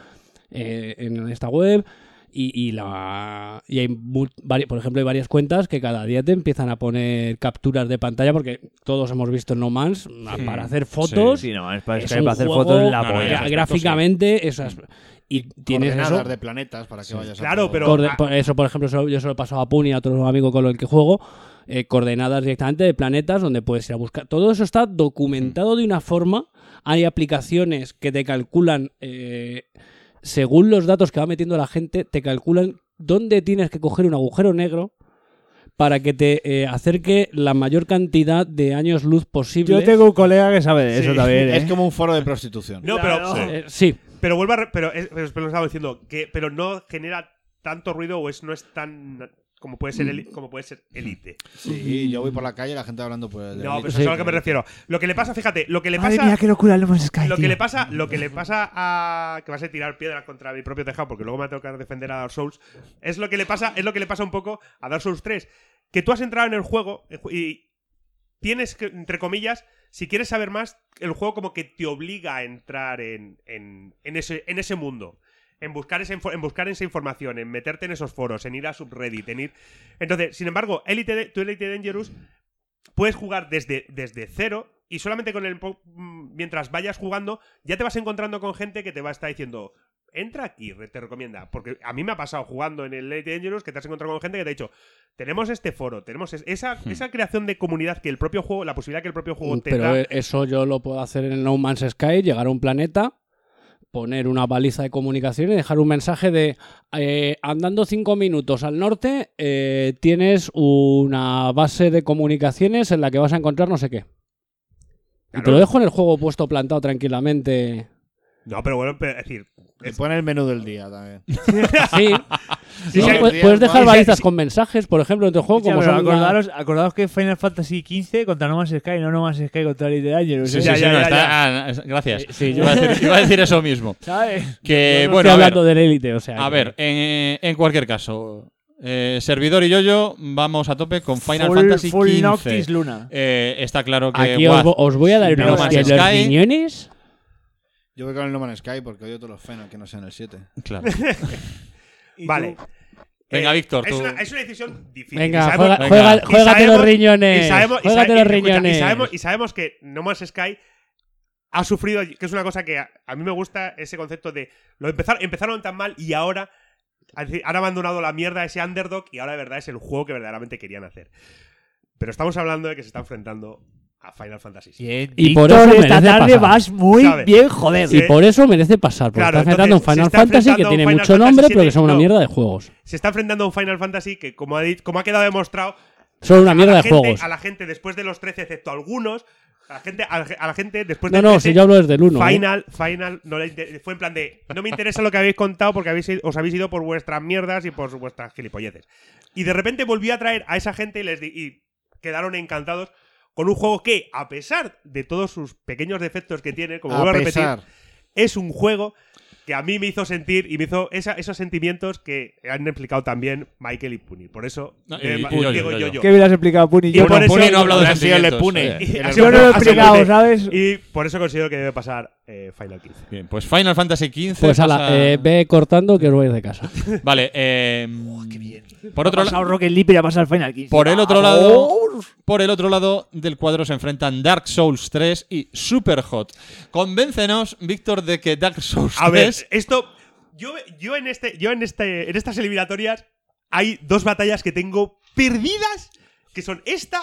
S9: eh, en esta web. Y, y la, y hay, mu- vari- por ejemplo, hay varias cuentas que cada día te empiezan a poner capturas de pantalla, porque todos hemos visto No Man's a-
S3: Sí.
S9: para hacer fotos.
S3: Sí. Sí, No Man's Sky
S9: Es
S3: para
S9: un
S3: hacer
S9: juego
S3: fotos es la
S9: gra-
S3: polla. No, no, ya,
S9: Gráficamente, esas. Y tienes
S4: Coordenadas
S9: eso.
S4: de planetas para que vayas a
S5: Claro, pero.
S9: Corde-
S5: ah,
S9: por eso, por ejemplo, eso- yo se lo he pasado a Puni, a otro amigo con el que juego, eh, coordenadas directamente de planetas donde puedes ir a buscar. Todo eso está documentado de una forma. Hay aplicaciones que te calculan, eh, según los datos que va metiendo la gente, te calculan dónde tienes que coger un agujero negro para que te eh, acerque la mayor cantidad de años luz posible.
S3: Yo tengo un colega que sabe de eso también. ¿eh?
S4: Es como un foro de prostitución.
S5: No, pero.
S9: Eh, sí.
S5: Pero vuelvo a. re- Pero, es- pero, pero lo estaba diciendo, que, pero no genera tanto ruido o es, no es tan. Como puede
S3: Mm.
S5: ser, Eli- como puede ser Elite.
S4: Sí, yo voy por la calle y la gente hablando por el Eh,
S5: No, pero
S4: delito.
S5: eso es a lo que me refiero. Lo que le pasa, fíjate, lo que le
S3: Madre
S5: pasa.
S3: mía, qué locura el No Man's Sky,
S5: Lo que
S3: tío.
S5: le pasa, lo que le pasa a que vas a tirar piedras contra mi propio tejado porque luego me va a tocar defender a Dark Souls, es lo que le pasa, es lo que le pasa un poco a Dark Souls 3, que tú has entrado en el juego eh, y tienes que entre comillas, si quieres saber más, el juego como que te obliga a entrar en, en- en ese en ese mundo. En buscar, esa info- en buscar esa información, en meterte en esos foros, en ir a subreddit, en ir. Entonces, sin embargo, Elite, de- tu Elite Dangerous puedes jugar desde, desde cero y solamente con el po- mm, mientras vayas jugando ya te vas encontrando con gente que te va a estar diciendo entra aquí re- te recomienda porque a mí me ha pasado jugando en el Late Dangerous que te has encontrado con gente que te ha dicho tenemos este foro tenemos es- esa, esa creación de comunidad que el propio juego la posibilidad que el propio juego te
S9: Hmm. Pero
S5: da
S9: eh, eso yo lo puedo hacer en No Man's Sky, llegar a un planeta, poner una baliza de comunicación y dejar un mensaje de eh, andando cinco minutos al norte eh, tienes una base de comunicaciones en la que vas a encontrar no sé qué. Y te
S5: Claro.
S9: lo dejo en el juego puesto plantado tranquilamente.
S5: no pero bueno pero, es decir
S4: Te pone el menú del día también. Sí,
S9: Sí. No, pues,
S4: sí,
S9: puedes,
S4: sí,
S9: puedes
S4: sí, sí,
S9: dejar
S4: sí.
S9: balizas con mensajes, por ejemplo, en tu juego.
S3: Ya,
S9: como
S3: pero
S9: son una-
S3: acordaros, acordaros que Final Fantasy XV contra No Man's Sky, no No Man's Sky contra Elite Dangerous.
S2: Sí,
S3: ¿eh?
S2: sí, sí, no, está- ah, es- gracias.
S3: sí, yo-
S2: iba, a decir, iba a decir eso mismo.
S3: ¿Sabes?
S2: Que,
S9: Yo no
S2: Eh, bueno,
S9: estoy
S2: a ver,
S9: hablando del élite, o sea.
S2: A
S9: que-
S2: ver, en, en cualquier caso, eh, servidor y yo-yo, vamos a tope con Final
S3: Full-
S2: Fantasy
S3: full
S2: XV.
S3: Noctis Luna.
S2: Eh, está claro que
S9: Aquí os,
S2: Waz-
S9: vo- os voy a dar
S2: No
S9: una
S2: Man's
S9: hostia en los
S2: Sky,
S9: riñones.
S4: Yo voy con el No Man's Sky porque odio todos los Final que no sean el 7.
S2: Claro.
S5: vale
S2: Venga,
S5: Eh,
S2: Víctor,
S5: es
S2: tú.
S5: una, es una decisión difícil.
S9: Venga,
S5: Y sabemos-
S9: juega- juega-
S5: y
S9: juégate
S5: sabemos-
S9: los riñones,
S5: Y sabemos, y
S9: juégate
S5: sabe- y
S9: los
S5: escucha,
S9: riñones.
S5: Y sabemos, y sabemos que No Man's Sky ha sufrido, que es una cosa que a, a mí me gusta ese concepto de lo empezar- empezaron tan mal y ahora han han abandonado la mierda ese underdog y ahora de verdad es el juego que verdaderamente querían hacer. Pero estamos hablando de que se está enfrentando a Final Fantasy. VII.
S3: Y
S9: por
S3: por
S9: eso merece
S3: esta tarde
S9: pasar.
S3: vas muy
S5: ¿Sabes?
S3: bien, joder.
S5: Sí.
S9: Y por eso merece pasar, porque
S5: Claro,
S9: está enfrentando un
S5: entonces,
S9: Final
S5: se está
S9: Fantasy que
S5: enfrentando a un
S9: tiene
S5: Final
S9: mucho
S5: Fantasy
S9: nombre, pero
S5: VII,
S9: que son una
S5: no.
S9: mierda de juegos.
S5: Se está enfrentando a un Final Fantasy que, como ha, di- como ha quedado demostrado,
S9: Son una
S5: a
S9: mierda
S5: la
S9: de
S5: gente-
S9: juegos.
S5: A la gente después de los 13, excepto algunos, a la gente, a la, a la gente después
S9: No,
S5: del
S9: no,
S5: 13,
S9: si yo hablo desde el ¿eh? 1.
S5: Final, final, no le inter- fue en plan de no me interesa lo que habéis contado porque habéis ido- os habéis ido por vuestras mierdas y por vuestras gilipolleces. Y de repente volví a traer a esa gente y les di- y quedaron encantados con un juego que, a pesar de todos sus pequeños defectos que tiene, como
S4: A
S5: vuelvo a repetir,
S4: pesar.
S5: es un juego que a mí me hizo sentir y me hizo esa- esos sentimientos que han explicado también Michael y Puni. Por eso
S2: No, y-
S5: eh,
S2: y
S5: ma-
S2: yo-yo,
S5: digo
S2: yo-yo.
S5: yo-yo.
S3: ¿Qué hubieras explicado, Puni?
S5: Y por eso-
S2: Puni no ha hablado de
S4: Ha sido el
S2: sentimientos.
S4: Pune.
S2: eh.
S5: Y-
S4: El
S5: ha
S3: Yo
S5: sido
S3: no lo he
S5: ha sido
S3: explicado,
S5: Pune.
S3: ¿sabes?
S5: Y por eso considero que debe pasar eh, Final 15.
S2: Bien, pues Final Fantasy XV.
S9: Pues ala,
S2: pasa-
S9: eh, ve cortando que os vais de casa.
S2: Vale, eh, Por otro
S3: Ha
S2: lado.
S3: pasado Rocket League, pero ha pasado el Final Ah, 15.
S2: Por el otro
S3: Vamos.
S2: lado, por el otro lado del cuadro se enfrentan Dark Souls 3 y Superhot. Convéncenos, Víctor, de que Dark Souls 3
S5: A ver, esto. Yo, yo en este. Yo en este. En estas eliminatorias hay dos batallas que tengo perdidas. Que son esta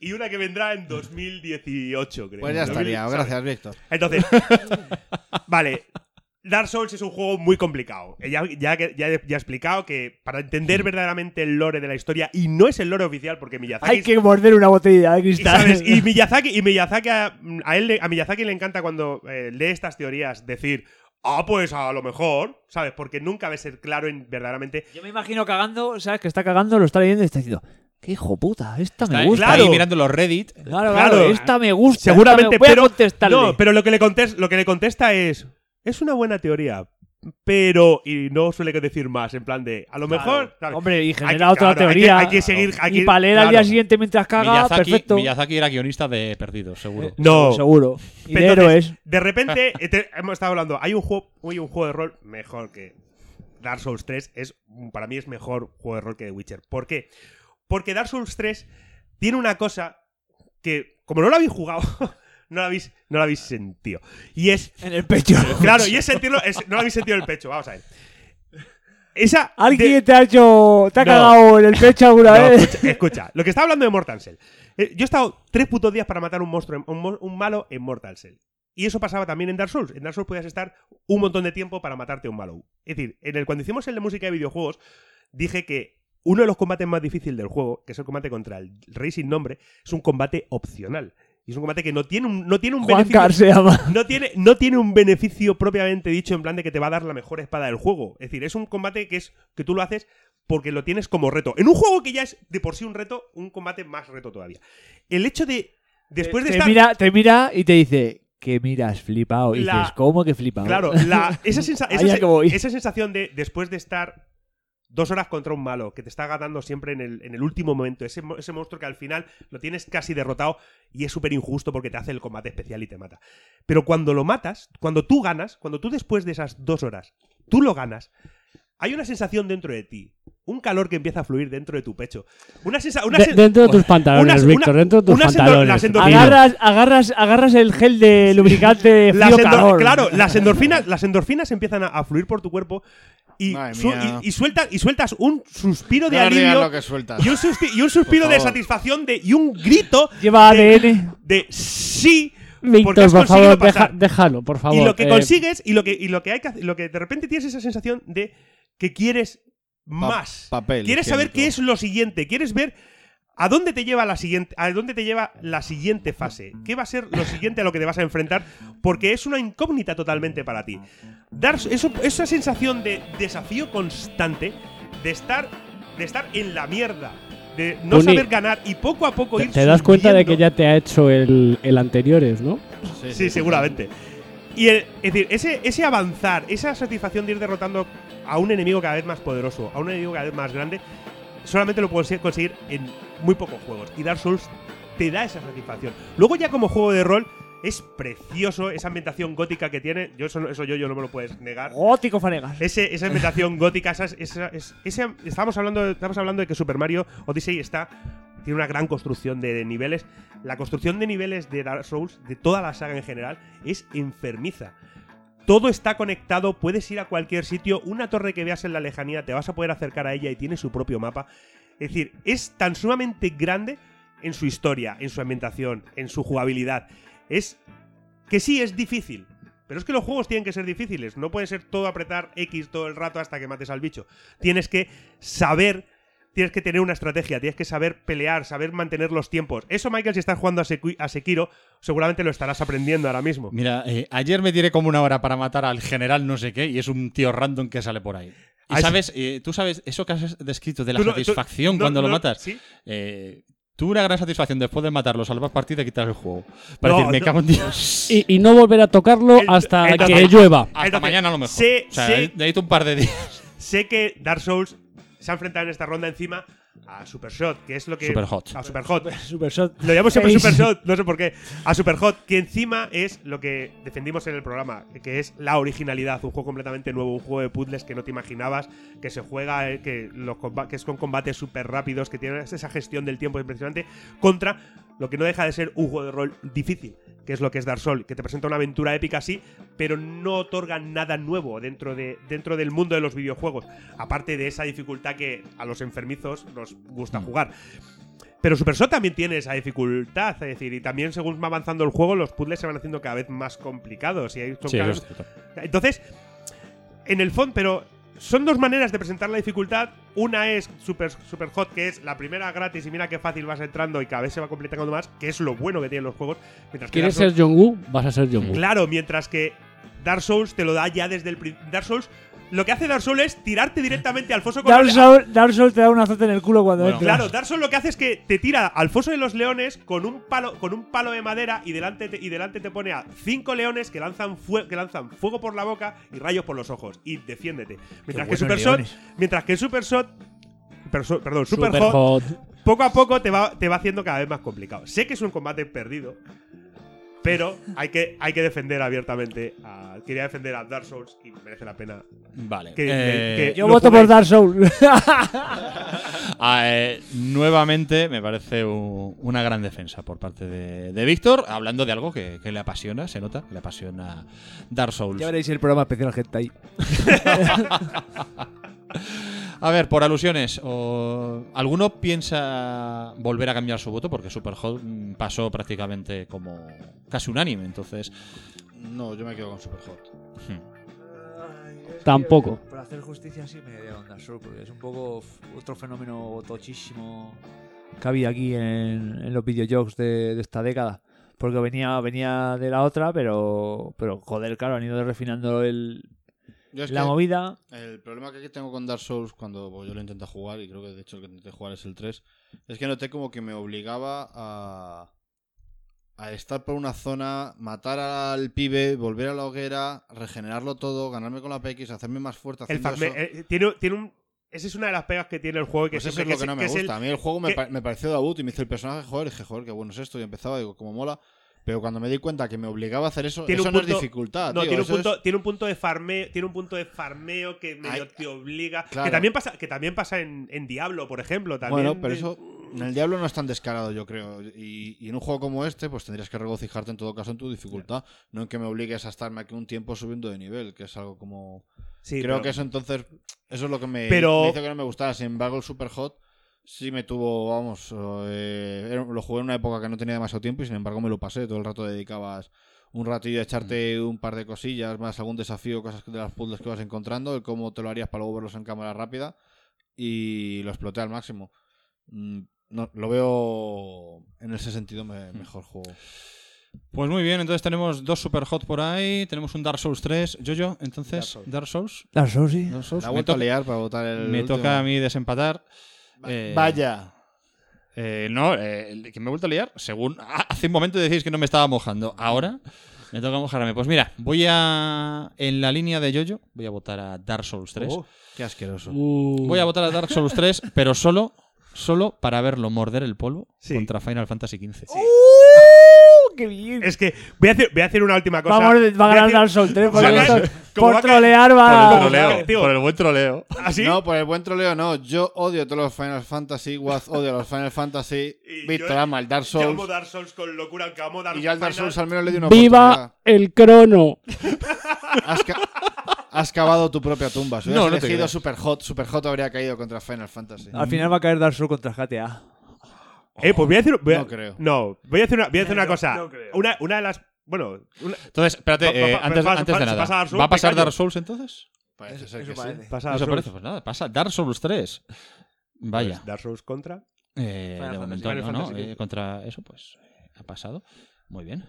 S5: y una que vendrá en 2018, creo.
S4: Pues ya estaría.
S5: 2000, ¿sabes?
S4: Gracias, Víctor.
S5: Entonces. vale. Dark Souls es un juego muy complicado. Eh, Ya, ya, que- ya, he- ya he explicado que para entender verdaderamente el lore de la historia, y no es el lore oficial porque Miyazaki
S3: Hay que morder una botella de cristal.
S5: ¿Sabes? Y Miyazaki, y Miyazaki a, a él, le- a Miyazaki le encanta cuando eh, lee estas teorías decir, ah, pues a lo mejor, ¿sabes? Porque nunca ves ser claro en verdaderamente.
S3: Yo me imagino cagando, ¿sabes? Que está cagando, lo está leyendo y está diciendo, qué hijo puta, esta me
S2: Está-
S3: gusta.
S2: está ahí mirando los Reddit.
S3: Claro, claro, esta me gusta. esta
S5: Seguramente,
S3: me- voy a
S5: pero.
S3: contestarle.
S5: No, pero lo que, le contesta, lo que le contesta es, es una buena teoría. Pero, y no suele decir más, en plan de, a lo
S3: Claro.
S5: mejor. ¿sabes?
S3: Hombre, y
S5: Hay que-
S3: genera otra
S5: claro, hay que-
S3: teoría.
S5: Hay que, seguir. hay
S3: y
S5: que-
S3: para leer al
S5: claro.
S3: día siguiente mientras caga,
S2: Miyazaki,
S3: perfecto.
S2: Miyazaki era guionista de Perdidos, seguro.
S5: No.
S3: Seguro. Y de
S5: Entonces,
S3: héroes.
S5: De repente, este- hemos estado hablando. Hay un juego, hay un juego de rol mejor que Dark Souls 3. Es, para mí es mejor juego de rol que The Witcher. ¿Por qué? Porque Dark Souls 3 tiene una cosa que, como no lo habéis jugado, no lo habéis, no lo habéis sentido. Y es.
S3: En el pecho.
S5: Claro, y es sentirlo. es- no lo habéis sentido en el pecho. Vamos a ver. Esa.
S3: Alguien
S5: de-
S3: te ha hecho. Te ha
S5: No.
S3: cagado en el pecho alguna
S5: no,
S3: vez.
S5: escucha, escucha, lo que estaba hablando de Mortal Cell. Eh, yo he estado tres putos días para matar un monstruo, en- un, mo- un malo en Mortal Cell. Y eso pasaba también en Dark Souls. En Dark Souls podías estar un montón de tiempo para matarte a un malo. Es decir, en el, cuando hicimos el de música de videojuegos, dije que uno de los combates más difíciles del juego, que es el combate contra el Rey sin nombre, es un combate opcional. Y es un combate que no tiene un, no tiene un
S3: Juan
S5: beneficio.
S3: Car se llama.
S5: No tiene, no tiene un beneficio propiamente dicho en plan de que te va a dar la mejor espada del juego. Es decir, es un combate que es que tú lo haces porque lo tienes como reto. En un juego que ya es de por sí un reto, un combate más reto todavía. El hecho de después de
S3: te,
S5: estar
S3: Eh, mira, te mira y te dice, ¿qué miras, flipado? Y
S5: La-
S3: dices, ¿cómo que flipado?
S5: Claro, la- esa, sensa- esa
S3: Ahí
S5: se-
S3: a que voy.
S5: esa sensación de después de estar dos horas contra un malo que te está agarrando siempre en el, en el último momento, ese, mo- ese monstruo que al final lo tienes casi derrotado y es súper injusto porque te hace el combate especial y te mata. Pero cuando lo matas, cuando tú ganas, cuando tú después de esas dos horas, tú lo ganas, hay una sensación dentro de ti. Un calor que empieza a fluir dentro de tu pecho. Una sensa- una
S9: De-
S5: sen-
S9: dentro de tus
S5: una-
S9: pantalones,
S5: una-
S9: Víctor, dentro de tus
S5: unas endo-
S9: pantalones,
S5: las
S9: tío.
S5: endorfinas-
S3: Agarras, agarras, agarras el gel de lubricante de
S5: las
S3: frío
S5: endor-
S3: calor.
S5: Claro, las endorfinas, las endorfinas empiezan a, a fluir por tu cuerpo y,
S4: Madre
S5: su-
S4: mía.
S5: y, y sueltas, y sueltas un suspiro de
S4: No digas
S5: alivio
S4: lo que sueltas.
S5: y un, suspi- y un suspiro
S4: Por
S5: de
S4: favor.
S5: satisfacción de, y un grito
S3: Lleva
S5: de,
S3: ADN.
S5: de sí. porque
S9: Víctor,
S5: has
S9: por
S5: conseguido
S9: favor, deja-
S5: pasar.
S9: déjalo, por favor.
S5: Y lo que
S9: Eh,
S5: consigues y lo que, y lo que hay que hacer- lo que de repente tienes esa sensación de que quieres más.
S4: papel
S5: quieres saber
S4: higiénico.
S5: qué es lo siguiente, quieres ver a dónde te lleva la siguiente, a dónde te lleva la siguiente fase, qué va a ser lo siguiente a lo que te vas a enfrentar, porque es una incógnita totalmente para ti. Dar eso, esa sensación de desafío constante, de estar, de estar en la mierda, de no
S9: Tony,
S5: saber ganar y poco a poco
S9: te,
S5: ir.
S9: te das cuenta de que
S5: subiendo.
S9: ya te ha hecho el, el anteriores, ¿no?
S5: Sí, seguramente. Y el- es decir, ese, ese avanzar, esa satisfacción de ir derrotando a un enemigo cada vez más poderoso, a un enemigo cada vez más grande, solamente lo puedes conseguir en muy pocos juegos. Y Dark Souls te da esa satisfacción. Luego ya como juego de rol es precioso esa ambientación gótica que tiene. Yo eso, no- eso yo, yo no me lo puedes negar.
S3: Gótico Fanegas.
S5: Ese- esa ambientación gótica, esas- esa- es- ese, estamos, hablando, estamos hablando de que Super Mario Odyssey está, tiene una gran construcción de, niveles. La construcción de niveles de Dark Souls, de toda la saga en general, es enfermiza. Todo está conectado, puedes ir a cualquier sitio, una torre que veas en la lejanía, te vas a poder acercar a ella y tiene su propio mapa. Es decir, es tan sumamente grande en su historia, en su ambientación, en su jugabilidad. Es que sí, es difícil. Pero es que los juegos tienen que ser difíciles. No puede ser todo apretar X todo el rato hasta que mates al bicho. Tienes que saber, tienes que tener una estrategia, tienes que saber pelear, saber mantener los tiempos. Eso, Michael, si estás jugando a, Seku- a Sekiro, seguramente lo estarás aprendiendo ahora mismo.
S2: Mira, eh, ayer me tiré como una hora para matar al general no sé qué y es un tío random que sale por ahí. Y
S5: Ah, es-
S2: sabes, eh, tú sabes eso que has descrito de la
S5: Tú no- tú-
S2: satisfacción
S5: no,
S2: cuando lo
S5: no,
S2: matas.
S5: sí.
S2: Eh, tuve una gran satisfacción después de matarlo, salvar partida y quitar el juego. Para
S5: No,
S2: decir, me
S5: no.
S2: cago en Dios.
S9: Y, y no volver a tocarlo
S5: El-
S9: hasta
S5: el-
S9: que
S5: el-
S9: llueva.
S2: Hasta
S5: Entonces,
S2: mañana a lo mejor.
S5: sé-
S2: o sea,
S5: sé-
S2: de- necesito un par de días.
S5: Sé que Dark Souls se ha enfrentado en esta ronda encima a Supershot, que es lo que.
S2: Superhot.
S5: A Superhot.
S3: Supershot.
S5: Lo llamo siempre
S3: Seis.
S5: Supershot, no sé por qué. A Superhot, que encima es lo que defendimos en el programa, que es la originalidad, un juego completamente nuevo, un juego de puzzles que no te imaginabas, que se juega, eh, que, los comba- que es con combates súper rápidos, que tiene esa gestión del tiempo impresionante, contra lo que no deja de ser un juego de rol difícil, que es lo que es Dark Souls, que te presenta una aventura épica así, pero no otorga nada nuevo dentro, de, dentro del mundo de los videojuegos, aparte de esa dificultad que a los enfermizos nos gusta
S2: Mm.
S5: jugar. Pero Super Shot también tiene esa dificultad, es decir, y también según va avanzando el juego, los puzzles se van haciendo cada vez más complicados. Y hay- son
S2: Sí,
S5: cada
S2: eso
S5: vez- Entonces, en el fondo, pero son dos maneras de presentar la dificultad. Una es super, super hot, que es la primera gratis y mira qué fácil vas entrando y cada vez se va completando más, que es lo bueno que tienen los juegos. Mientras que
S9: ¿Quieres
S5: Dark
S9: ser
S5: Souls-
S9: John Woo? Vas a ser John
S3: Mm.
S9: Woo.
S5: Claro, mientras que Dark Souls te lo da ya desde el principio. Dark Souls, lo que hace Dark Souls es tirarte directamente al foso con
S3: Dark
S5: el-
S3: Souls, Dark Souls te da un azote en el culo cuando
S5: Bueno,
S3: entras.
S5: claro, Dark Souls lo que hace es que te tira al foso de los leones con un palo, con un palo de madera y delante te, y delante te pone a cinco leones que lanzan, fue- que lanzan fuego por la boca y rayos por los ojos. Y defiéndete. Mientras que
S3: buenos
S5: Super Shot,
S3: leones.
S5: mientras que Super Shot, perso- perdón, Super,
S9: Super
S5: Hot,
S9: Hot.
S5: poco a poco te va, te va haciendo cada vez más complicado. Sé que es un combate perdido, pero hay que, hay que defender abiertamente. A, quería defender a Dark Souls y merece la pena.
S2: Vale.
S5: Que-
S2: eh,
S5: que
S3: Yo
S5: lo
S3: voto por
S5: juguéis.
S3: Dark Souls.
S2: Ah, eh, nuevamente me parece u- una gran defensa por parte de, de Víctor, hablando de algo que, que le apasiona, se nota, que le apasiona Dark Souls.
S3: ya veréis el programa especial gente ahí.
S2: A ver, por alusiones, o- ¿alguno piensa volver a cambiar su voto? Porque Superhot mm, pasó prácticamente como casi unánime, entonces... hmm.
S4: No, yo me quedo con Superhot.
S9: Tampoco.
S3: Para hacer justicia sí me dio Dark Souls, porque es un poco f- otro fenómeno tochísimo que había aquí en, en los videojuegos de, de esta década. Porque venía, venía de la otra, pero, pero joder, claro, han ido refinando el,
S4: Yo es
S3: la
S4: que-
S3: movida.
S4: El problema que tengo con Dark Souls cuando yo lo intento jugar, y creo que de hecho el que intenté jugar es el 3, es que noté como que me obligaba a, a estar por una zona, matar al pibe, volver a la hoguera, regenerarlo todo, ganarme con la PX, hacerme más fuerte.
S5: El
S4: haciendo
S5: Fazbe-
S4: eso.
S5: eh, tiene, tiene un. Esa es una de las pegas que tiene el juego. y Que
S4: Pues eso
S5: siempre-
S4: es lo que no me
S5: es el-
S4: gusta. a mí el juego me,
S5: que-
S4: pa- me pareció debut y me hizo el personaje, joder, dije, joder, qué bueno es esto. Y empezaba, digo, como mola. Pero cuando me di cuenta que me obligaba a hacer eso,
S5: tiene
S4: eso
S5: un
S4: no
S5: punto,
S4: es dificultad.
S5: No,
S4: tío,
S5: tiene, un
S4: eso es-
S5: punto, tiene un punto de farmeo, tiene un punto de farmeo que medio
S4: Ay,
S5: te obliga.
S4: claro.
S5: Que también pasa, que también pasa en, en Diablo, por ejemplo. También
S4: Bueno, pero
S5: de-
S4: eso en el Diablo no es tan descarado, yo creo. Y, y en un juego como este, pues tendrías que regocijarte en todo caso en tu dificultad, no en que me obligues a estarme aquí un tiempo subiendo de nivel, que es algo como.
S5: Sí,
S4: creo
S5: pero-
S4: que eso entonces. Eso es lo que me,
S5: Pero-
S4: me hizo que no me gustara. Sin embargo, el Super Hot sí me tuvo, vamos, eh, era- lo jugué en una época que no tenía demasiado tiempo y sin embargo me lo pasé. Todo el rato dedicabas un ratillo a echarte un par de cosillas, más algún desafío, cosas de las puzzles que vas encontrando, el cómo te lo harías para luego verlos en cámara rápida y lo exploté al máximo. Mm, No, lo veo en ese sentido me- mejor juego.
S2: Pues muy bien, entonces tenemos dos Superhot por ahí, tenemos un Dark Souls 3, Jojo, entonces Dark Souls.
S3: Dark Souls, sí.
S2: Dark Souls. Pues
S4: La
S2: Me
S4: vuelto a
S2: to-
S4: liar para votar el
S2: Me
S4: último.
S2: toca a mí desempatar. Eh,
S4: Vaya.
S2: Eh, no, eh, que me he vuelto a liar. Según ah, hace un momento decís que no me estaba mojando. Ahora me toca mojarme. Pues mira, voy a. En la línea de Jojo, voy a votar a Dark Souls 3.
S4: Oh, qué asqueroso.
S2: Voy a votar a Dark Souls 3, pero solo, solo para verlo morder el polvo contra Final Fantasy XV.
S5: Oh.
S3: ¡Uh! ¡Qué bien!
S5: Es que voy a hacer, voy a hacer una última cosa.
S3: Vamos, va a ganar Dark Souls 3 por, por trolear va.
S2: por el buen troleo.
S4: No, por el buen troleo no. Yo odio todos los Final Fantasy, Guaz odio los Final Fantasy, Víctor ama el Dark
S5: Yo
S4: Souls.
S5: amo Dark Souls con locura, aunque amo Dark
S4: Y yo al Dark Souls al menos le di una oportunidad.
S9: ¡Viva el crono!
S4: Has, ca- has cavado tu propia tumba. Si hubieras
S2: No, no te
S4: elegido
S2: creas. Ah,
S4: Super Hot, Super Hot habría caído contra Final Fantasy.
S3: Al final va a caer Dark Souls contra GTA.
S5: Eh, pues voy a decir. voy a-
S4: No creo.
S5: No, voy a hacer una, voy a hacer una
S3: No,
S5: cosa.
S3: no creo.
S5: Una, una de las. Bueno. una-
S2: Entonces, espérate,
S5: Pa- pa-
S2: eh,
S5: pa-
S2: antes,
S5: pa-
S2: antes de
S5: pa-
S2: nada.
S5: pasa Dark Souls,
S2: ¿Va a pasar
S5: me callo.
S2: Dark Souls entonces?
S4: Parece ser
S3: eso
S4: que
S3: parece.
S4: sí.
S5: Pasa Dark
S2: Eso
S5: Souls. Pues
S2: parece, pues nada, pasa Dark Souls 3. Vaya.
S5: Dark Souls contra.
S2: Eh,
S3: Final
S2: de
S3: Fantasy.
S2: momento,
S5: Final
S2: no, no,
S5: Fantasy.
S2: eh, contra eso, pues eh, ha pasado. Muy bien.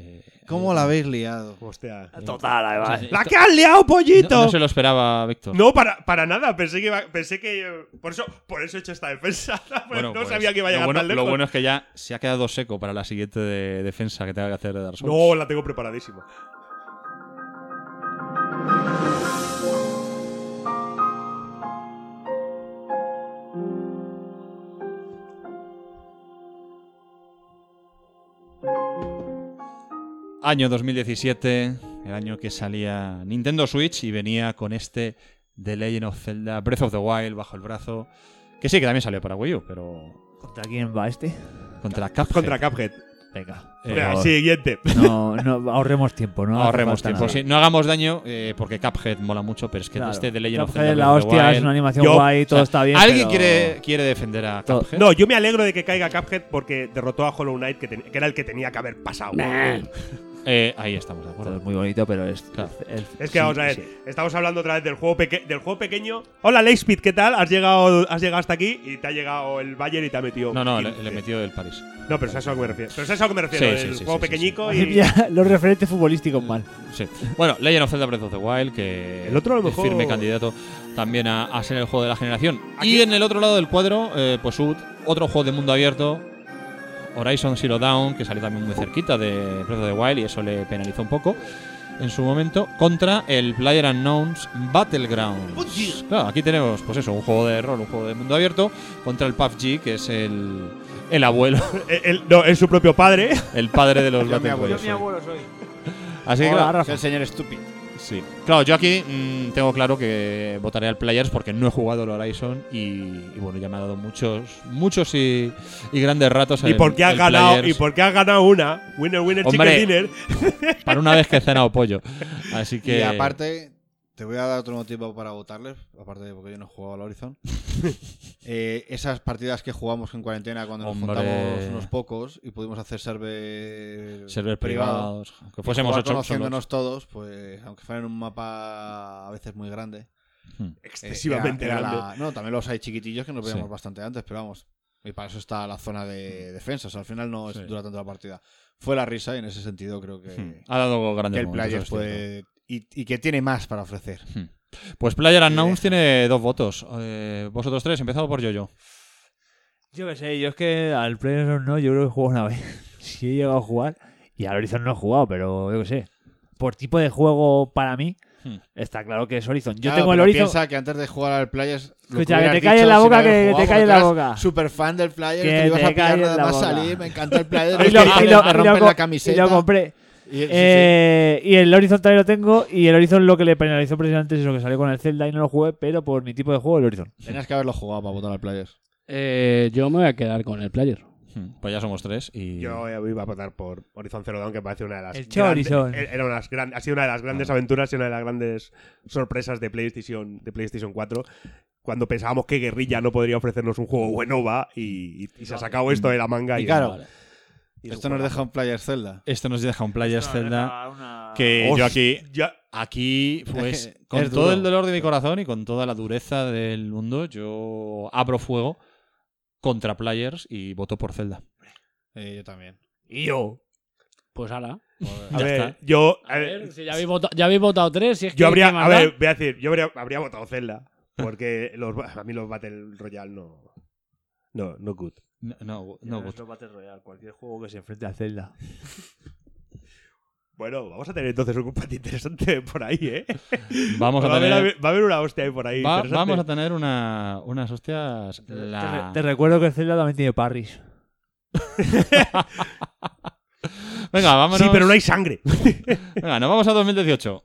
S2: Eh,
S4: ¿Cómo
S2: eh,
S4: la habéis liado?
S5: Hostia.
S3: Total, además.
S5: ¡La que has liado, pollito!
S2: No, no se lo esperaba, Víctor.
S5: No, para, para nada. Pensé que iba- pensé que. eh, Por eso, por eso he hecho esta defensa. no
S2: pues,
S5: sabía que iba a
S2: lo
S5: llegar
S2: bueno,
S5: tan
S2: Lo
S5: lejos.
S2: bueno es que ya se ha quedado seco para la siguiente de- defensa que tenga que hacer de Dark Souls.
S5: No, la tengo preparadísima.
S2: Año 2017, el año que salía Nintendo Switch y venía con este The Legend of Zelda Breath of the Wild bajo el brazo. Que sí, que también salió para Wii U, pero
S3: ¿Contra quién va este?
S2: contra Cuphead.
S5: Contra Cuphead.
S3: Venga.
S2: Eh,
S5: Venga,
S3: por favor.
S5: siguiente.
S3: No, no, ahorremos tiempo, ¿no? hace
S2: Ahorremos
S3: falta
S2: tiempo.
S3: nada.
S2: Sí, no hagamos daño eh, porque Cuphead mola mucho, pero es que
S3: Claro.
S2: este The Legend of
S3: Cuphead
S2: Zelda.
S3: es la
S2: Breath of the
S3: hostia, es
S2: Wild-
S3: una animación
S5: Yo-
S3: guay,
S2: O
S3: todo
S2: sea,
S3: está bien.
S2: ¿Alguien
S3: pero-
S2: quiere, quiere defender a
S3: Todo-
S2: Cuphead?
S5: No, yo me alegro de que caiga Cuphead porque derrotó a Hollow Knight, que, ten- que era el que tenía que haber pasado.
S2: Eh, ahí estamos, de acuerdo.
S3: Todo es muy bonito, pero es. el-
S5: Es
S3: sí,
S5: que vamos a ver,
S3: sí.
S5: estamos hablando otra vez del juego, peque- del juego pequeño. Hola, Leipzig, ¿qué tal? Has llegado, has llegado hasta aquí y te ha llegado el Bayern y te ha metido.
S2: No, no, le,
S5: 15.
S2: le he metido del París.
S5: No, pero sabes a lo que me refiero. Pero sabes a lo que me refiero.
S2: Sí,
S5: el
S2: sí, sí,
S5: juego
S2: sí, sí,
S5: pequeñico
S3: Madre
S5: y.
S3: mía, los referentes futbolísticos mal.
S2: Sí. Bueno, Legend of Zelda Breath of the Wild, que
S5: El otro a lo
S2: es
S5: mejor-
S2: firme candidato también a, a ser el juego de la generación. Y en el otro lado del cuadro, eh, pues ut- otro juego de mundo abierto, Horizon Zero Dawn, que salió también muy cerquita de Breath of the Wild y eso le penalizó un poco en su momento, contra el Player Unknowns Battlegrounds. Claro, aquí tenemos, pues eso, un juego de rol, un juego de mundo abierto, contra el PUBG, que es el, el abuelo.
S5: El, no, es su propio padre.
S2: El padre de los
S4: Yo mi
S2: Battle
S4: abuelo.
S2: Royales.
S4: soy.
S2: Así que,
S4: Hola,
S2: claro,
S4: soy el señor estúpido.
S2: Sí. Claro, yo aquí mm, tengo claro que votaré al Players porque no he jugado al Horizon y, y bueno, ya me ha dado muchos, muchos y, y grandes ratos.
S5: Y
S2: el-
S5: porque has
S2: el
S5: ganado,
S2: Players.
S5: y porque has ganado una. Winner, winner,
S2: Hombre. eh,
S5: chicken dinner.
S2: Para una vez que he cenado pollo. Así que.
S4: Y aparte, te voy a dar otro motivo para votarles, aparte de porque yo no he jugado al Horizon. Eh, esas partidas que jugamos en cuarentena cuando
S2: Hombre.
S4: nos juntamos unos pocos y pudimos hacer server,
S2: Server privados, aunque
S4: y
S2: fuésemos
S4: jugar
S2: ocho
S4: conociéndonos todos, pues aunque fuera en un mapa a veces muy grande.
S2: Hmm.
S4: eh,
S5: Excesivamente
S4: era- era
S5: grande.
S4: la- no, también los hay chiquitillos que nos
S2: Sí. Mm.
S4: veíamos bastante antes, pero vamos. Y para eso está la zona de defensas. al final no es-
S2: Sí.
S4: dura tanto la partida. Fue la risa y en ese sentido creo que
S2: Hmm. Ha dado grandes
S4: que el
S2: momentos,
S4: Players
S2: es
S4: puede y, y que tiene más para ofrecer.
S2: Pues Player Unknowns tiene dos votos. Eh, vosotros tres, empezado por Yoyo.
S3: Yo qué sé, yo es que al PlayerUnknown no, yo creo que he jugado una vez. sí he llegado a jugar. Y al Horizon no he jugado, pero yo qué sé. Por tipo de juego para mí,
S2: Hmm.
S3: está claro que es Horizon. Yo
S4: Claro,
S3: tengo el
S4: pero
S3: Horizon.
S4: Piensa que antes de jugar al Players. lo
S3: Escucha, que
S4: hubieras
S3: te calles
S4: dicho
S3: la
S4: sin
S3: boca,
S4: haber
S3: que te
S4: jugado, porque
S3: calles la
S4: tú eras
S3: boca.
S4: Super fan del Players,
S3: Que
S4: te lo ibas
S3: te
S4: a pillar
S3: calles
S4: nada
S3: la
S4: más
S3: boca.
S4: salir. Me encanta el Players. los
S3: Y lo- y
S4: Players
S3: lo-
S4: me
S3: y lo
S4: rompen
S3: co-
S4: la
S3: y
S4: camiseta.
S3: lo compré.
S4: Y- sí, sí.
S3: Eh, y el Horizon también lo tengo. Y el Horizon lo que le penalizó precisamente es eso que salió con el Zelda y no lo jugué, pero por mi tipo de juego, el Horizon.
S4: Tenías que haberlo jugado para votar al Players.
S9: Eh, yo me voy a quedar con el player.
S2: Pues ya somos tres y.
S5: Yo eh, iba a votar por Horizon Zero Dawn, que me parece una de las.
S3: El
S5: grande-
S3: Chorizon.
S5: eh, era una de las gran- ha sido una de las grandes aventuras y una de las grandes sorpresas de PlayStation, de PlayStation 4. Cuando pensábamos que Guerrilla no podría ofrecernos un juego bueno, va, y, y- y se ha sacado esto de la manga.
S4: Y
S5: Y,
S4: claro,
S5: y es un
S4: esto nos
S5: juegazo.
S4: deja un Players Zelda.
S2: Esto nos deja un Players Zelda. Que
S5: Hostia.
S2: yo aquí. Aquí, pues, con
S4: Es
S2: todo
S4: duro.
S2: el dolor de mi corazón y con toda la dureza del mundo, yo abro fuego contra Players y voto por Zelda.
S4: Eh, yo también.
S3: Y yo.
S9: Pues ala.
S5: A
S2: Ya
S5: ver,
S2: está.
S5: yo.
S9: A ver, si ya, habéis votado, ya habéis votado tres. Si es que
S5: Yo habría,
S9: hay que
S5: a
S9: mandar.
S5: ver, voy a decir, yo habría, habría votado Zelda. Porque los, a mí los Battle Royale no. No, no good.
S2: No, no, pues no voto.
S3: Battle Royale, cualquier juego que se enfrente a Zelda.
S5: Bueno, vamos a tener entonces un combate interesante por ahí, ¿eh?
S2: Vamos a
S5: va,
S2: tener-
S5: a haber, va a haber una hostia ahí por ahí.
S2: Va-
S5: interesante.
S2: vamos a tener una, unas hostias. la-
S3: Te recuerdo que Zelda también tiene parries.
S2: Venga, vámonos.
S5: Sí, pero no hay sangre.
S2: Venga, nos vamos a 2018.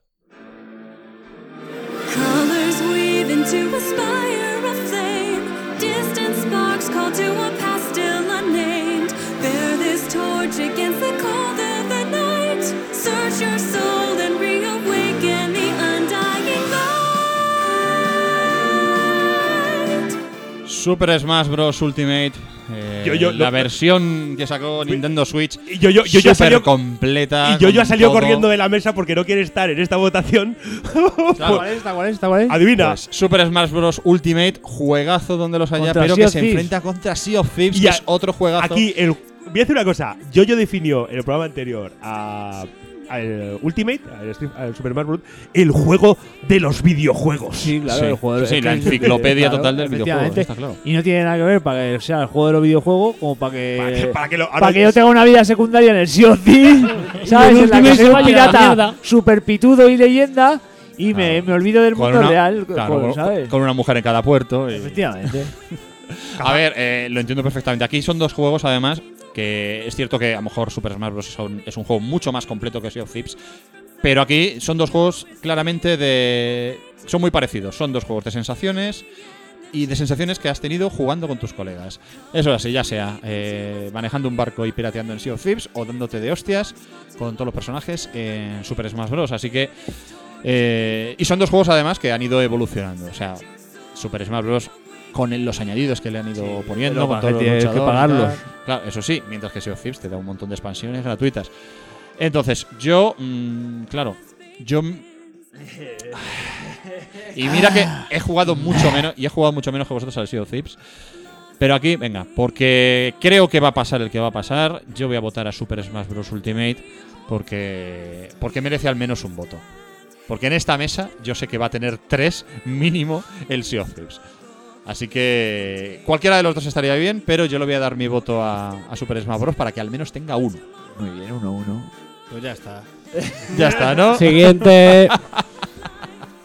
S14: Colors weaving to aspire a flame. Distant sparks call to a past still unnamed. Bear this torch against the cold of the night. Search your soul and reawaken the undying light.
S2: Super Smash Bros. Ultimate. eh,
S5: Yo- yo-
S2: la
S5: lo-
S2: versión que sacó Nintendo Switch.
S5: Y yo, yo, yo,
S2: super
S5: ya salió,
S2: completa.
S5: y yo ya
S2: con
S5: salió
S2: todo.
S5: corriendo de la mesa porque no quiere estar en esta votación. Pues,
S3: ¿Cuál es? ¿Cuál es? ¿Cuál es?
S5: Adivina.
S2: Pues, Super Smash Bros. Ultimate, juegazo donde los haya,
S3: Contra
S2: pero
S3: Sea
S2: que
S3: of
S2: se
S3: Thieves.
S2: enfrenta contra Sea of Thieves,
S5: Y
S2: que
S5: a-
S2: es otro juegazo.
S5: Aquí, el, voy a decir una cosa. Yo-Yo definió en el programa anterior a, al Ultimate, al, Street- al Super Smash Bros., el juego de los videojuegos.
S3: Sí, claro,
S2: Sí.
S3: el jugador.
S2: Sí,
S3: es
S2: la
S3: que-
S2: enciclopedia
S3: claro,
S2: total del videojuego,
S3: efectivamente.
S2: está claro.
S3: Y no tiene nada que ver para que sea el juego de los videojuegos como para
S5: Para
S2: eh,
S5: que-
S3: que.
S5: para que lo-
S3: para que yo tenga una vida secundaria en el Sea of Thieves, ¿sabes?
S9: Y el
S3: En la
S9: Ultimate
S3: que soy
S9: se
S3: un
S9: vaya a la mierda.
S3: pirata super pitudo y leyenda y me, me olvido del
S2: Con
S3: mundo
S2: una-
S3: real,
S2: claro,
S3: joder,
S2: con-
S3: ¿sabes?
S2: con una mujer en cada puerto. y-
S3: Efectivamente.
S2: A ver, eh, lo entiendo perfectamente. Aquí son dos juegos, además, que es cierto que a lo mejor Super Smash Bros. son- es un juego mucho más completo que Sea of Thieves, pero aquí son dos juegos claramente de... Son muy parecidos, son dos juegos de sensaciones y de sensaciones que has tenido jugando con tus colegas. Eso así, ya sea eh, manejando un barco y pirateando en Sea of Thieves o dándote de hostias con todos los personajes en Super Smash Bros. Así que... eh, y son dos juegos además que han ido evolucionando. O sea, Super Smash Bros. con el- los añadidos que le han ido poniendo,
S3: pero
S2: con
S3: para
S2: todos
S3: que
S2: los
S3: tienes que
S2: luchadores y tal.
S3: pagarlos.
S2: Claro, eso sí, mientras que Sea of Thieves te da un montón de expansiones gratuitas. Entonces, yo, mm, claro, yo... Y mira que he jugado mucho menos, y he jugado mucho menos que vosotros al Sea of Thieves. Pero aquí, venga, porque creo que va a pasar el que va a pasar, yo voy a votar a Super Smash Bros. Ultimate porque, porque merece al menos un voto. Porque en esta mesa yo sé que va a tener tres mínimo el Sea of Thieves. Así que cualquiera de los dos estaría bien, pero yo le voy a dar mi voto a, a Super Smash Bros. para que al menos tenga uno.
S3: Muy bien, uno, uno.
S4: Pues ya está.
S2: Ya está, ¿no?
S9: Siguiente.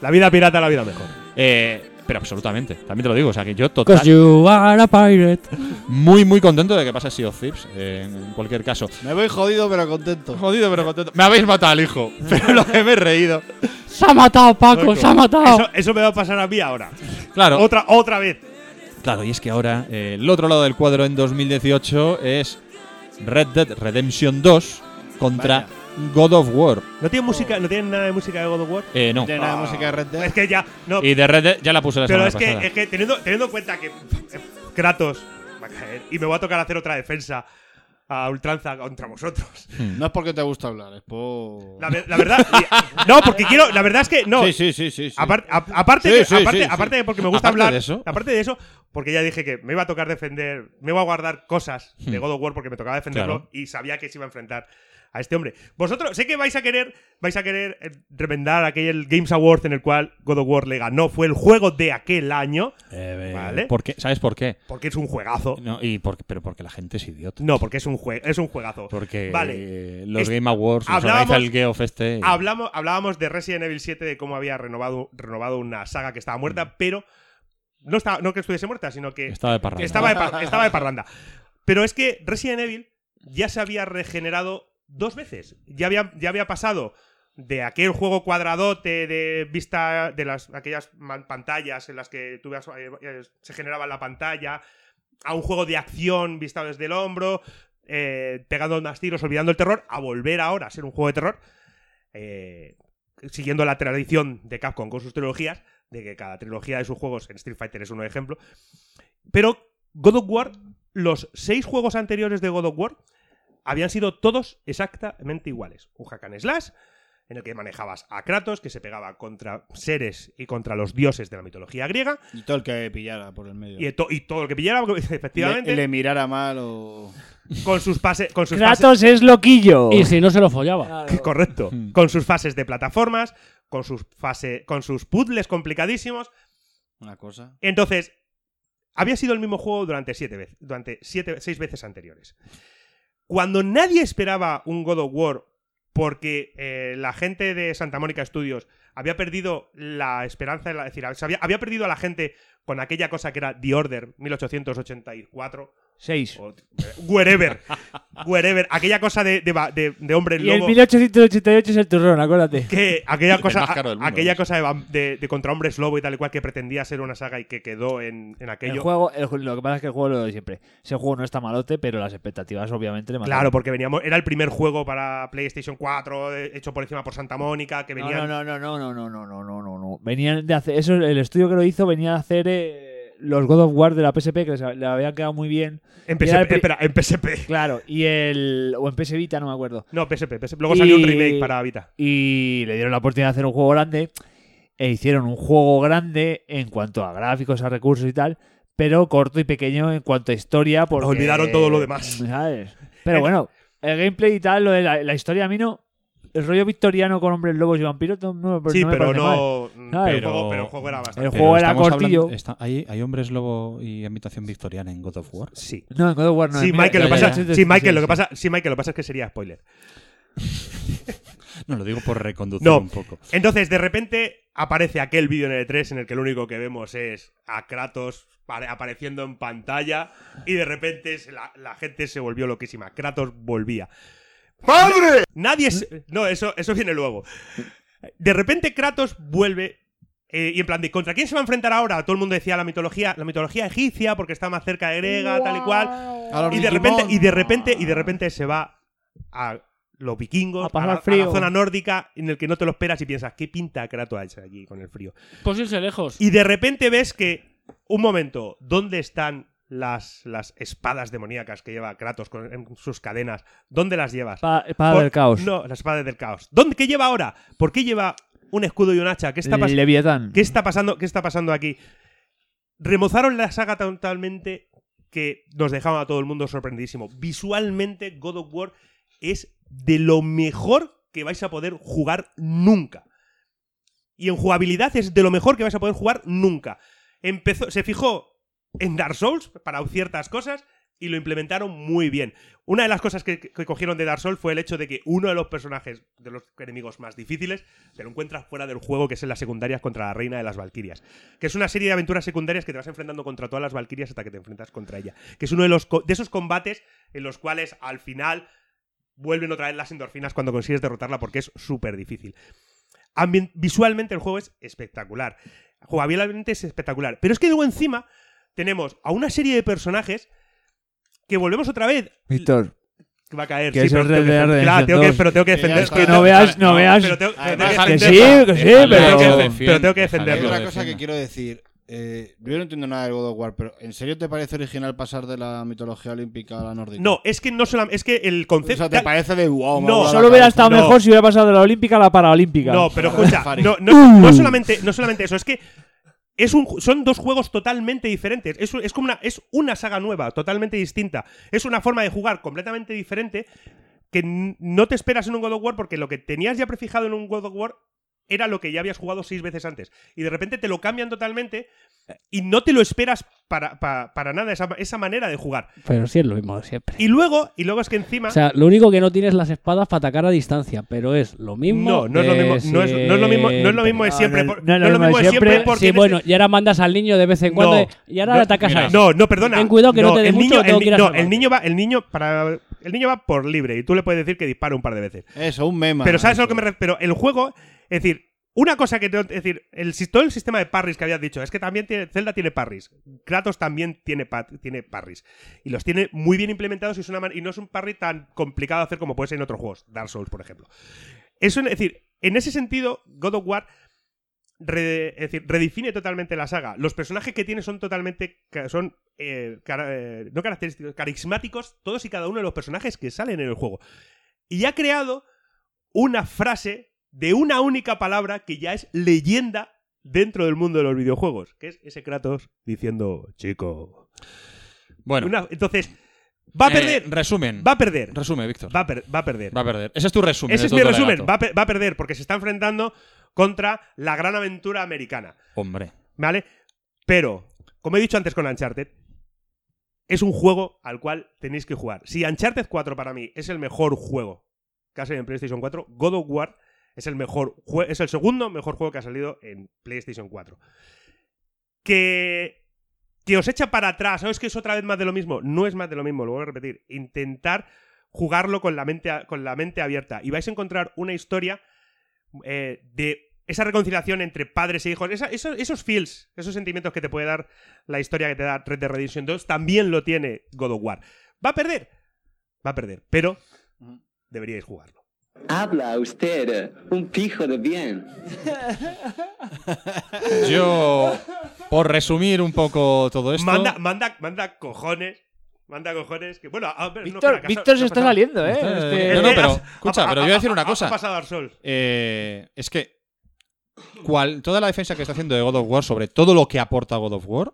S5: La vida pirata, la vida mejor.
S2: Eh, pero absolutamente, también te lo digo, o sea que yo total,
S9: Because you are a pirate.
S2: muy muy contento de que pase Sea of Thieves, eh, en cualquier caso.
S4: Me voy jodido pero contento.
S2: Jodido pero contento. Me habéis matado al hijo, pero lo que me he reído.
S9: Se ha matado, Paco,
S5: Loco.
S9: se ha matado.
S5: Eso, eso me va a pasar a mí ahora.
S2: Claro,
S5: Otra, otra vez.
S2: Claro, y es que ahora eh, el otro lado del cuadro en 2018 es Red Dead Redemption 2 contra God of War.
S5: ¿No tiene, música, ¿No tiene nada de música de God of War?
S2: Eh, no.
S4: Tiene nada de música de Red Dead.
S5: Es que ya. No,
S2: Y de Red Dead ya la puse la
S5: pero
S2: semana
S5: es que,
S2: pasada.
S5: es que teniendo, teniendo en cuenta que eh, Kratos va a caer y me va a tocar hacer otra defensa a ultranza contra vosotros.
S4: No es porque te gusta hablar, es por.
S5: La, ve- la verdad. y- no, porque quiero. La verdad es que no.
S4: Sí, sí, sí, sí. sí.
S5: Apar- a- aparte,
S4: Sí,
S5: de-
S4: sí,
S5: aparte,
S4: sí, sí.
S5: aparte de porque me gusta
S2: Aparte
S5: hablar.
S2: de eso.
S5: Aparte de eso, porque ya dije que me iba a tocar defender. Me iba a guardar cosas
S4: Hmm.
S5: de God of War porque me tocaba defenderlo
S2: Claro.
S5: y sabía que se iba a enfrentar a este hombre. Vosotros, sé que vais a querer, vais a querer eh, remendar aquel Games Award en el cual God of War le ganó. Fue el juego de aquel año. ¿Vale?
S2: Eh, ¿Por qué? ¿Sabes por qué?
S5: Porque es un juegazo.
S2: No, y por- pero porque la gente es idiota.
S5: No, porque es un, jue- es un juegazo.
S2: Porque
S5: Vale.
S2: eh, los
S5: Es-
S2: Game Awards, los organiza el Geoff este. y-
S5: Hablamos, hablábamos de Resident Evil 7, de cómo había renovado, renovado una saga que estaba
S4: Hmm.
S5: muerta, pero no, estaba, no que estuviese muerta, sino que
S2: Estaba de parranda.
S5: estaba de, par- estaba de parranda. Pero es que Resident Evil ya se había regenerado dos veces. Ya había, ya había pasado de aquel juego cuadradote de vista de las aquellas man- pantallas en las que tú veas, eh, eh, se generaba la pantalla a un juego de acción vista desde el hombro eh, pegando más tiros olvidando el terror a volver ahora a ser un juego de terror eh, siguiendo la tradición de Capcom con sus trilogías de que cada trilogía de sus juegos en Street Fighter es un ejemplo pero God of War, los seis juegos anteriores de God of War habían sido todos exactamente iguales. Un hack and slash en el que manejabas a Kratos, que se pegaba contra seres y contra los dioses de la mitología griega,
S4: Y todo el que pillara por el medio.
S5: y, to- y todo lo que pillara,
S4: Y le,
S5: efectivamente,
S4: y le mirara mal o.
S5: con sus pases... Con sus fases-
S3: Kratos es loquillo.
S9: Y si no se lo follaba.
S5: Correcto. Con sus fases de plataformas, con sus, fase, con sus puzzles complicadísimos,
S4: Una cosa.
S5: Entonces, había sido el mismo juego durante siete veces, durante siete, seis veces anteriores. Cuando nadie esperaba un God of War porque eh, la gente de Santa Mónica Studios había perdido la esperanza, de la- es decir, se había, había perdido a la gente con aquella cosa que era The Order 1884
S3: Seis.
S5: o wherever, wherever, aquella cosa de, de va- de- de hombre
S3: Y el
S5: lobo.
S3: 1888 es el turrón, acuérdate.
S5: Que aquella
S2: El
S5: cosa,
S2: más caro del mundo,
S5: aquella
S2: vamos.
S5: cosa de, vam- de- de contra hombres lobo y tal y cual que pretendía ser una saga y que quedó en, en aquello.
S3: El juego, el ju- lo que pasa es que el juego lo de siempre. Ese juego no está malote, pero las expectativas obviamente le mataron.
S5: Claro, porque veníamos, era el primer juego para PlayStation 4, eh, hecho por encima por Santa Mónica, que venía.
S3: No, no, no, no, no, no, no, no, no, no. Venían de hacer. Eso, el estudio que lo hizo venía a hacer eh, los God of War de la PSP, que les ha- le había quedado muy bien.
S5: En
S3: Y era el
S5: PSP,
S3: pri-
S5: espera, en PSP.
S3: Claro, y el. O en PS Vita, no me acuerdo.
S5: No, PSP, PSP. Luego salió un
S3: Y-
S5: remake para Vita.
S3: Y le dieron la oportunidad de hacer un juego grande. E hicieron un juego grande en cuanto a gráficos, a recursos y tal. Pero corto y pequeño en cuanto a historia. Porque,
S5: Olvidaron todo lo demás. Eh,
S3: ¿sabes? Pero bueno, el gameplay y tal, lo de la, la historia a mí no. El rollo victoriano con hombres lobos y vampiros no, pues no me
S5: sí,
S3: me
S5: pero
S3: parece mal.
S5: no. mm,
S3: Ah,
S5: pero, el
S3: pero-
S5: juego, pero el juego era bastante.
S3: El juego era
S2: estamos
S3: cortillo.
S2: hablando- está- ¿hay, ¿Hay hombres lobo y ambientación victoriana en God of War?
S5: Sí.
S3: No, en God of War no.
S5: Sí,
S3: en
S5: Michael, lo que
S3: 1886,
S5: pasa, sí, Michael, lo que
S3: sí.
S5: pasa, sí, Michael, lo que pasa es que sería spoiler.
S2: No, lo digo por reconducir
S5: No.
S2: un poco.
S5: Entonces, de repente aparece aquel vídeo en el E3 en el que lo único que vemos es a Kratos pare- apareciendo en pantalla y de repente se la, la gente se volvió loquísima. Kratos volvía.
S10: ¡Padre!
S5: Nadie se- No, eso, eso viene luego. De repente Kratos vuelve. eh, y en plan de, ¿contra quién se va a enfrentar ahora? Todo el mundo decía la mitología, la mitología egipcia, porque está más cerca de Grega, tal y cual.
S4: A los
S5: Y de
S4: Digimon.
S5: repente, y de repente, y de repente se va a los vikingos,
S3: A pasar
S5: la- la,
S3: frío.
S5: zona nórdica, en el que no te lo esperas y piensas, ¿qué pinta Kratos allí con el frío?
S9: Pues irse lejos.
S5: Y de repente ves que, un momento, ¿dónde están las, las espadas demoníacas que lleva Kratos con, en sus cadenas? ¿Dónde las llevas?
S3: espada del caos.
S5: No, la espada del caos. ¿Dónde, ¿Qué lleva ahora? ¿Por qué lleva un escudo y un hacha? ¿Qué está, pas-
S3: Leviatán.
S5: ¿Qué está pasando? ¿Qué está pasando aquí? Remozaron la saga totalmente que nos dejaron a todo el mundo sorprendidísimo. Visualmente, God of War es de lo mejor que vais a poder jugar nunca. Y en jugabilidad es de lo mejor que vais a poder jugar nunca. Empezó, se fijó en Dark Souls para ciertas cosas y lo implementaron muy bien. Una de las cosas que, que cogieron de Dark Souls fue el hecho de que uno de los personajes, de los enemigos más difíciles, te lo encuentras fuera del juego, que es en las secundarias contra la Reina de las Valquirias. Que es una serie de aventuras secundarias que te vas enfrentando contra todas las Valquirias hasta que te enfrentas contra ella. Que es uno de, los, co- de esos combates en los cuales al final vuelven otra vez las endorfinas cuando consigues derrotarla porque es súper difícil. Ambien- visualmente el juego es espectacular. Jugablemente es espectacular. Pero es que luego encima tenemos a una serie de personajes que volvemos otra vez.
S3: Víctor.
S5: que Va a caer.
S3: Que
S5: sí,
S3: eso
S5: pero tengo
S3: es Red Dead
S5: que defender- claro,
S3: Redemption
S5: tengo que-
S3: 2.
S5: pero tengo que
S3: Que ya
S5: defender.
S3: está. Que no veas- no veas-
S5: Pero tengo, pero tengo
S3: Además,
S5: que
S3: que sí,
S5: defenderlo.
S3: que sí,
S5: Déjalo,
S3: pero-
S5: tengo que
S3: Déjalo,
S5: defender- pero tengo que
S4: Hay
S5: defenderlo.
S4: otra cosa que quiero decir. eh, yo no entiendo nada del God of War, pero ¿en serio te parece original pasar de la mitología olímpica a la nórdica?
S5: No, es que no solamente. Es que el concepto.
S4: O sea, te parece de wow. me ha
S5: No,
S4: volado
S3: Solo
S4: la
S3: hubiera
S4: cabeza.
S3: estado mejor si hubiera pasado de la olímpica a la paraolímpica.
S5: No, pero escucha, no,
S3: Uh.
S5: no, no solamente, no solamente eso, es que es un, ju- son dos juegos totalmente diferentes. Es, un- es como una, es una saga nueva, totalmente distinta. Es una forma de jugar completamente diferente que n- no te esperas en un God of War porque lo que tenías ya prefijado en un God of War era lo que ya habías jugado seis veces antes. Y de repente te lo cambian totalmente y no te lo esperas para, pa- para nada esa, esa manera de jugar.
S9: Pero sí es lo mismo de siempre.
S5: Y luego, y luego es que encima...
S9: O sea, lo único que no tienes las espadas para atacar a distancia, pero es lo mismo.
S5: No, no es lo
S9: de
S5: mismo- no es- no es lo mismo- no es lo mismo de siempre,
S9: No,
S5: por- no es lo mismo de siempre porque
S9: Sí,
S5: en este
S9: bueno, y ahora mandas al niño de vez en cuando y ahora
S5: no,
S9: le atacas
S5: mira,
S9: a él.
S5: No, no, perdona.
S9: Ten cuidado que no, te dé
S5: el
S9: mucho
S5: niño,
S9: o tengo
S5: el,
S9: que ir a
S5: no,
S9: salvar.
S5: el niño va, el niño para el niño va por libre y tú le puedes decir que dispara un par de veces.
S4: Eso, un meme.
S5: Pero sabes a lo que me ref- pero el juego, es decir, una cosa que tengo- es decir, el si- todo el sistema de parries que habías dicho, es que también tiene, Zelda tiene parries, Kratos también tiene pa- tiene parries y los tiene muy bien implementados y es una man- y no es un parry tan complicado de hacer como puede ser en otros juegos, Dark Souls por ejemplo. Eso, es decir, en ese sentido, God of War re- es decir, redefine totalmente la saga. Los personajes que tiene son totalmente. ca- son. eh, cara- eh, no característicos, carismáticos, todos y cada uno de los personajes que salen en el juego. Y ha creado una frase de una única palabra que ya es leyenda dentro del mundo de los videojuegos, que es ese Kratos diciendo chico.
S2: Bueno.
S5: Una- entonces, va a
S2: Eh,
S5: perder.
S2: resumen.
S5: Va a perder.
S2: Resume, Víctor.
S5: Va a, per- va a perder.
S2: Va a perder. Ese es tu resumen.
S5: Ese
S2: de
S5: es
S2: todo
S5: mi
S2: tu
S5: resumen.
S2: alegato.
S5: Va a, pe- va a perder porque se está enfrentando contra la gran aventura americana.
S2: Hombre.
S5: ¿Vale? Pero, como he dicho antes con Uncharted, es un juego al cual tenéis que jugar. Si Uncharted 4 para mí es el mejor juego que ha salido en PlayStation 4, God of War es el mejor jue- es el segundo mejor juego que ha salido en PlayStation 4. Que que os echa para atrás, o es que es otra vez más de lo mismo, no es más de lo mismo, lo voy a repetir, intentar jugarlo con la mente a- con la mente abierta y vais a encontrar una historia eh, de esa reconciliación entre padres e hijos, esa- esos, esos feels, esos sentimientos que te puede dar la historia que te da Red Dead Redemption 2, también lo tiene God of War. Va a perder, va a perder, pero deberíais jugarlo.
S15: Habla usted, un pijo de bien.
S2: Yo, por resumir un poco todo esto.
S5: Manda, manda, manda cojones. Manda cojones. Que, bueno, a ver, no,
S3: Víctor-
S5: espera, que ha-
S3: Víctor se
S5: ha
S3: está
S5: pasado.
S3: saliendo, ¿eh?
S2: Eh,
S3: Este-
S2: No, no,
S5: Eh,
S2: pero
S5: has-
S2: escucha,
S5: ha-
S2: pero yo voy a decir una
S5: ha-
S2: cosa.
S5: ha pasado al sol.
S2: Eh, es que cual- toda la defensa que está haciendo de God of War sobre todo lo que aporta God of War,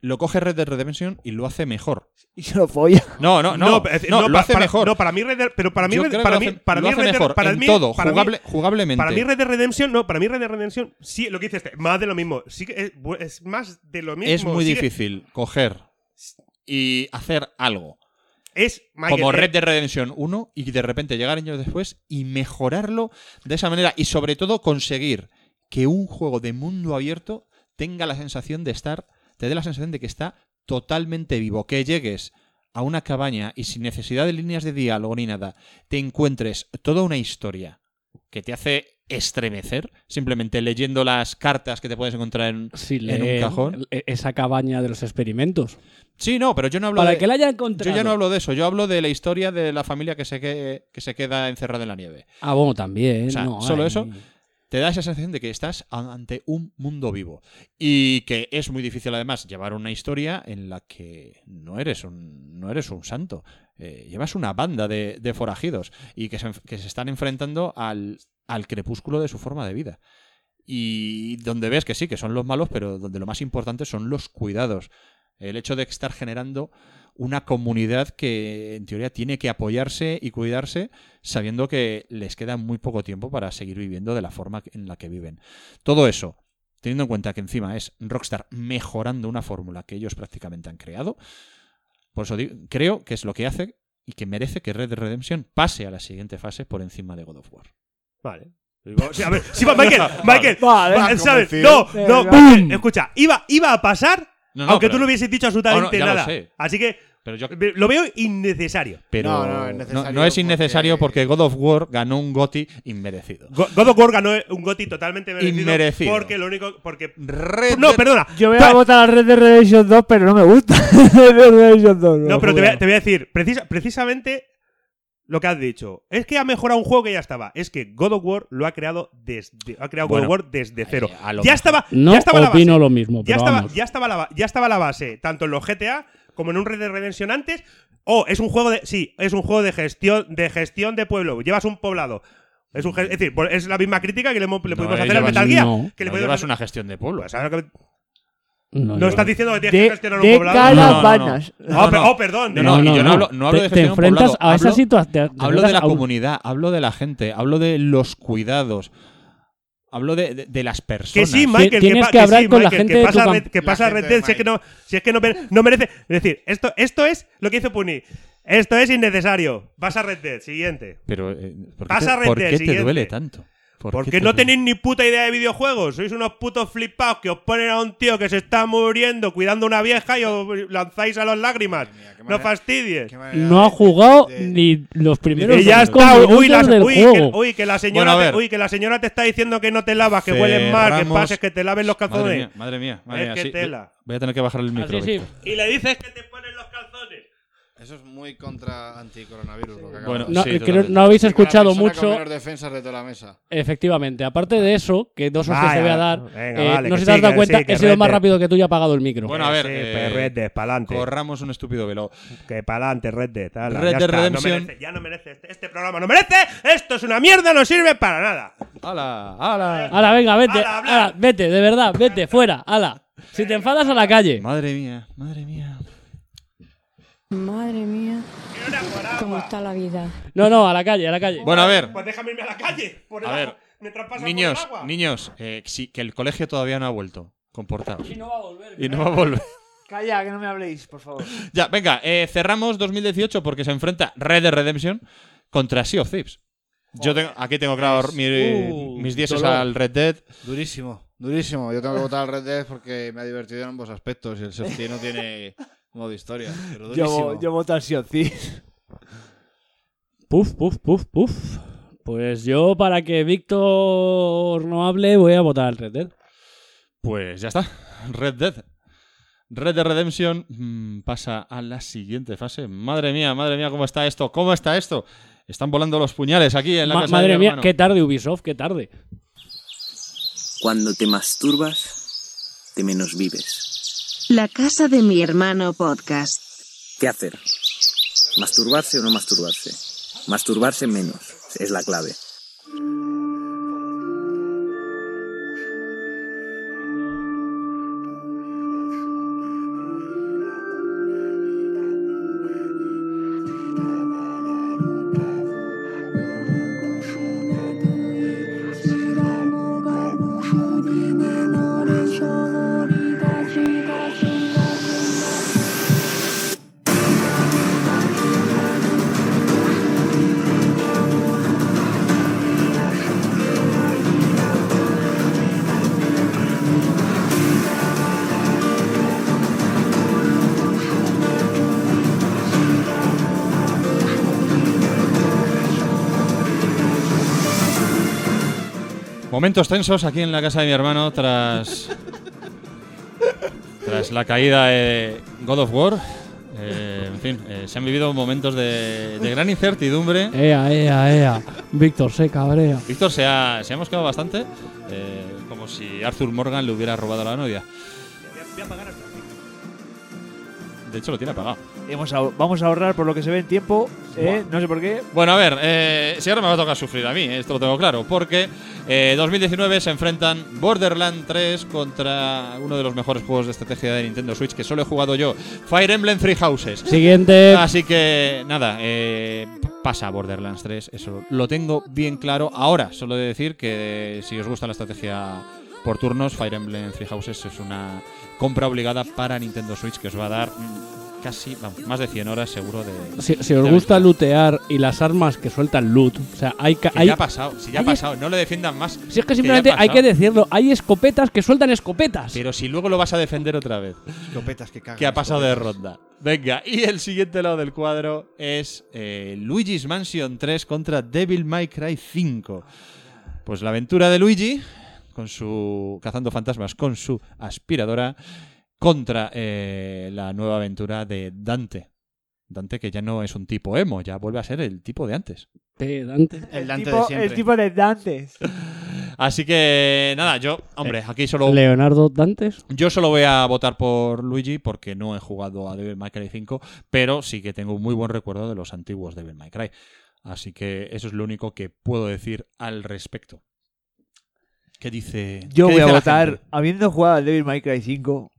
S2: lo coge Red Dead Redemption y lo hace mejor.
S3: Y se lo folla.
S2: No, no, no. No,
S5: pero, eh,
S2: lo
S5: pa-
S2: hace
S5: para-
S2: mejor.
S5: No, para mí Red Dead- pero para mí
S2: Yo
S5: Red-
S2: creo que
S5: para
S2: lo
S5: mí
S2: hace-
S5: para
S2: lo
S5: mí
S2: hace
S5: Red Dead-
S2: mejor
S5: para
S2: en
S5: mí-
S2: todo,
S5: para mí-
S2: jugable- jugablemente.
S5: Para mí Red Dead Redemption no, para mí Red Dead Redemption sí, lo que dice este, más de lo mismo, sí que es, bu- es más de lo mismo.
S2: es muy
S5: sigue-
S2: difícil coger y hacer algo.
S5: Es Michael,
S2: como
S5: eh,
S2: Red Dead Redemption 1 y de repente llegar años después y mejorarlo de esa manera y sobre todo conseguir que un juego de mundo abierto tenga la sensación de estar, te dé la sensación de que está totalmente vivo, que llegues a una cabaña y sin necesidad de líneas de diálogo ni nada, te encuentres toda una historia que te hace estremecer, simplemente leyendo las cartas que te puedes encontrar en, en un
S9: leer
S2: cajón.
S9: e- Esa cabaña de los experimentos.
S2: Sí, no, pero yo no hablo
S9: Para
S2: de-
S9: que la haya encontrado.
S2: Yo ya no hablo de eso, yo hablo de la historia de la familia que se, que, que se queda encerrada en la nieve.
S9: Ah, bueno, también.
S2: O sea,
S9: no,
S2: solo
S9: ay.
S2: eso. te da esa sensación de que estás ante un mundo vivo. Y que es muy difícil, además, llevar una historia en la que no eres un, no eres un santo. Eh, llevas una banda de, de forajidos y que se, enf- que se están enfrentando al, al crepúsculo de su forma de vida. Y donde ves que sí, que son los malos, pero donde lo más importante son los cuidados. El hecho de estar generando una comunidad que en teoría tiene que apoyarse y cuidarse sabiendo que les queda muy poco tiempo para seguir viviendo de la forma en la que viven. Todo eso, teniendo en cuenta que encima es Rockstar mejorando una fórmula que ellos prácticamente han creado, por eso digo- creo que es lo que hace y que merece que Red Dead Redemption pase a la siguiente fase por encima de God of War.
S5: Vale. Sí, a ver, sí, va, Michael, Michael,
S2: Vale.
S5: va,
S2: Vale.
S5: ¿sabes? No,
S2: Convencido.
S5: no,
S2: Venga.
S5: Michael, escucha, iba, iba a pasar,
S2: No, no,
S5: aunque tú
S2: pero- Ah,
S5: no hubieses dicho absolutamente
S2: No, no, ya lo
S5: nada.
S2: sé.
S5: Así que
S2: Pero yo-
S5: lo veo innecesario.
S2: Pero no, no es innecesario porque... God of War ganó un GOTI inmerecido.
S5: Go- God of War ganó un goti totalmente merecido,
S2: Inmerecido.
S5: porque lo único porque
S2: Red
S5: no
S2: Dead-
S5: perdona
S3: Yo voy a votar a Red Dead Redemption 2, pero no me gusta. Red Dead Redemption 2.
S5: no pero te voy, a, te voy a decir precisa- precisamente lo que has dicho es que ha mejorado un juego que ya estaba es que God of War lo ha creado desde ha creado God
S9: Bueno,
S5: of War desde cero
S9: lo
S5: ya
S9: mejor.
S5: estaba
S9: No
S5: ya estaba la base.
S9: opino lo mismo,
S5: ya
S9: pero
S5: estaba
S9: vamos.
S5: ya estaba la ba- ya estaba la base tanto en los GTA como en un Red Dead Redemption antes o es un juego de sí es un juego de gestión de gestión de pueblo llevas un poblado es, un ge- es decir, por- es la misma crítica que le, hemos- le
S2: No,
S5: pudimos
S2: eh,
S5: hacer al
S2: llevas-
S5: Metal Gear.
S2: no,
S5: que le
S2: no
S5: pudimos
S2: llevas
S5: hacer-
S2: una gestión de pueblo.
S5: Pues, ¿sabes lo que-
S9: No,
S5: No,
S9: yo-
S5: estás diciendo que tienes
S3: De-
S5: que gestionar
S3: de
S5: un poblado.
S3: caravanas.
S5: No, no, no. Oh, pe- oh, perdón.
S2: No, no, y yo no hablo, no hablo
S9: Te-
S2: de
S9: te
S2: gestión por
S9: enfrentas
S2: lado,
S9: a esa
S2: hablo-
S9: situa- te- te
S2: Hablo de
S9: enfrentas
S2: la
S9: a un-
S2: comunidad, hablo de la gente, hablo de los cuidados, hablo de, de- de las personas.
S5: Que sí, Michael, que, pa- que sí, Michael, que pasa, Red- que pasa
S2: La
S5: Red
S2: gente
S5: Dead,
S2: de
S5: si es que, no, si es que no, mere- no merece. Es decir, esto, esto es lo que hizo Puni. Esto es innecesario. Pasa Red Dead, siguiente.
S2: Pero, eh, ¿por qué,
S5: Pasa
S2: te,
S5: Red
S2: por
S5: Dead,
S2: qué te
S5: siguiente.
S2: duele tanto? ¿Por qué
S5: Porque
S2: te
S5: no
S2: duele?
S5: tenéis ni puta idea de videojuegos. Sois unos putos flipados que os ponen a un tío que se está muriendo cuidando una vieja y os lanzáis a las lágrimas.
S2: ¿eh?
S5: no fastidies.
S9: No ha jugado ni los primeros
S5: Y ya
S9: cinco
S5: está.
S9: minutos
S5: Uy, la,
S9: del
S5: uy, que,
S9: juego.
S5: uy, que la señora
S2: Bueno, a ver.
S5: te, uy, que la señora te está diciendo que no te lavas, que hueles mal, que
S2: Cerramos-
S5: pases, que te laves los calzones.
S2: Madre mía, madre mía. madre
S5: Es
S2: mía,
S5: que
S2: sí,
S5: tela.
S2: Voy a tener que bajar el micro. Víctor.
S5: Y le dices que te ponen los calzones.
S4: Eso es muy contra anticoronavirus. lo que acabas
S2: Bueno,
S4: de
S9: No,
S4: decir.
S9: creo- no habéis
S4: Soy la
S9: escuchado
S4: persona con
S9: mucho-
S4: menos defensas de toda la mesa.
S9: Efectivamente, aparte de eso, que dos hostias
S5: Vaya,
S9: te voy a dar,
S5: venga,
S9: eh,
S5: vale,
S9: no
S5: que
S9: sé si te has
S5: sí,
S9: dado
S5: que
S9: cuenta,
S5: sí, que
S9: he sido más
S5: rete.
S9: rápido que tú y he apagado el micro.
S2: Bueno, a ver.
S5: Sí,
S2: eh,
S5: pues Red Dead, pa'lante.
S2: Corramos un estúpido velo.
S5: Que pa'lante, Red Dead. ala,
S2: Red
S5: ya
S2: Dead
S5: está, no
S2: Redemption.
S5: merece, ya no merece. Este, este programa no merece. Esto es una mierda, no sirve para nada.
S2: ¡Hala! ¡Hala!
S9: Ala, venga, vete,
S5: Ala, hablar.
S9: ala, vete, de verdad, vete, fuera, ala. Si te enfadas a la calle.
S2: Madre mía, madre mía.
S16: Madre mía, cómo está la vida.
S9: No, no, a la calle, a la calle.
S2: Bueno, a ver.
S5: Pues déjame irme a la calle. Por el
S2: A ver.
S5: agua, mientras pasa por el
S2: Niños,
S5: agua.
S2: niños, eh, sí, que el colegio todavía no ha vuelto. Comportaos. Y
S9: no va a volver.
S2: Y no va a volver.
S3: Calla, que no me habléis, por favor.
S2: Ya, venga, eh, cerramos 2018 porque se enfrenta Red Dead Redemption contra Sea of Thieves. Yo tengo, aquí tengo claro mi-
S4: Uh,
S2: mis 10
S4: dolor.
S2: al Red Dead.
S4: Durísimo, durísimo. Yo tengo que votar al Red Dead porque me ha divertido en ambos aspectos y el Softy no tiene modo historia. Pero
S3: Yo,
S4: durísimo.
S3: vo- yo voto al Sea of Thieves.
S9: Puf, puf, puf, puf. Pues yo, para que Víctor no hable, voy a votar al Red Dead.
S2: Pues ya está, Red Dead. Red Dead Redemption mm, pasa a la siguiente fase. Madre mía, madre mía, ¿cómo está esto? ¿Cómo está esto? Están volando los puñales aquí en la
S9: Ma-
S2: casa de
S9: madre
S2: mi
S9: mía,
S2: hermano.
S9: qué tarde Ubisoft, qué tarde.
S17: Cuando te masturbas, te menos vives.
S13: La casa de mi hermano podcast.
S17: ¿Qué hacer? ¿Masturbarse o no masturbarse? Masturbarse menos es la clave.
S2: Momentos tensos aquí en la casa de mi hermano tras. tras la caída de God of War. Eh, en fin, eh, se han vivido momentos de, de gran incertidumbre.
S9: Ea, ea, ea. Víctor se cabrea.
S2: Víctor se ha, se ha mosqueado bastante, eh, como si Arthur Morgan le hubiera robado a la novia. De hecho, lo tiene apagado.
S3: Hemos ahor- vamos a ahorrar por lo que se ve en tiempo. ¿eh? No sé por qué.
S2: Bueno, a ver, eh, si ahora me va a tocar sufrir a mí, eh, esto lo tengo claro, porque eh, 2019 se enfrentan Borderland 3 contra uno de los mejores juegos de estrategia de Nintendo Switch que solo he jugado yo, Fire Emblem Three Houses.
S9: Siguiente.
S2: Así que nada, eh, pasa Borderlands 3, eso lo tengo bien claro. Ahora, solo he de decir que eh, si os gusta la estrategia por turnos, Fire Emblem Three Houses es una compra obligada para Nintendo Switch que os va a dar mm, casi, vamos, más de 100 horas seguro de...
S9: Si, si os
S2: de
S9: gusta lootear y las armas que sueltan loot, o sea, hay. ca-
S2: Que
S9: hay
S2: ya ha pasado, si ya ha
S9: hay-
S2: pasado, no lo defiendan más.
S9: Si es que
S2: ya
S9: simplemente
S2: ha
S9: hay
S2: pasado.
S9: que decirlo, hay escopetas que sueltan escopetas.
S2: Pero si luego lo vas a defender otra vez.
S4: Escopetas que cagan.
S2: Que ha pasado de
S4: escopetas.
S2: ronda. Venga, y el siguiente lado del cuadro es eh, Luigi's Mansion 3 contra Devil May Cry 5. Pues la aventura de Luigi, con su cazando fantasmas con su aspiradora, contra eh, la nueva aventura de Dante. Dante que ya no es un tipo emo, ya vuelve a ser el tipo de antes.
S9: Pedante.
S4: El Dante de
S3: Tipo-
S4: siempre.
S3: el tipo de Dantes.
S2: Así que nada, yo,
S9: Eh,
S2: hombre, aquí solo
S9: Leonardo Dantes.
S2: Yo solo voy a votar por Luigi porque no he jugado a Devil May Cry 5, pero sí que tengo un muy buen recuerdo de los antiguos Devil May Cry. Así que eso es lo único que puedo decir al respecto. ¿Qué dice?
S3: Yo
S2: qué
S3: voy a
S2: dice la
S3: votar,
S2: gente?
S3: habiendo jugado al Devil May Cry 5,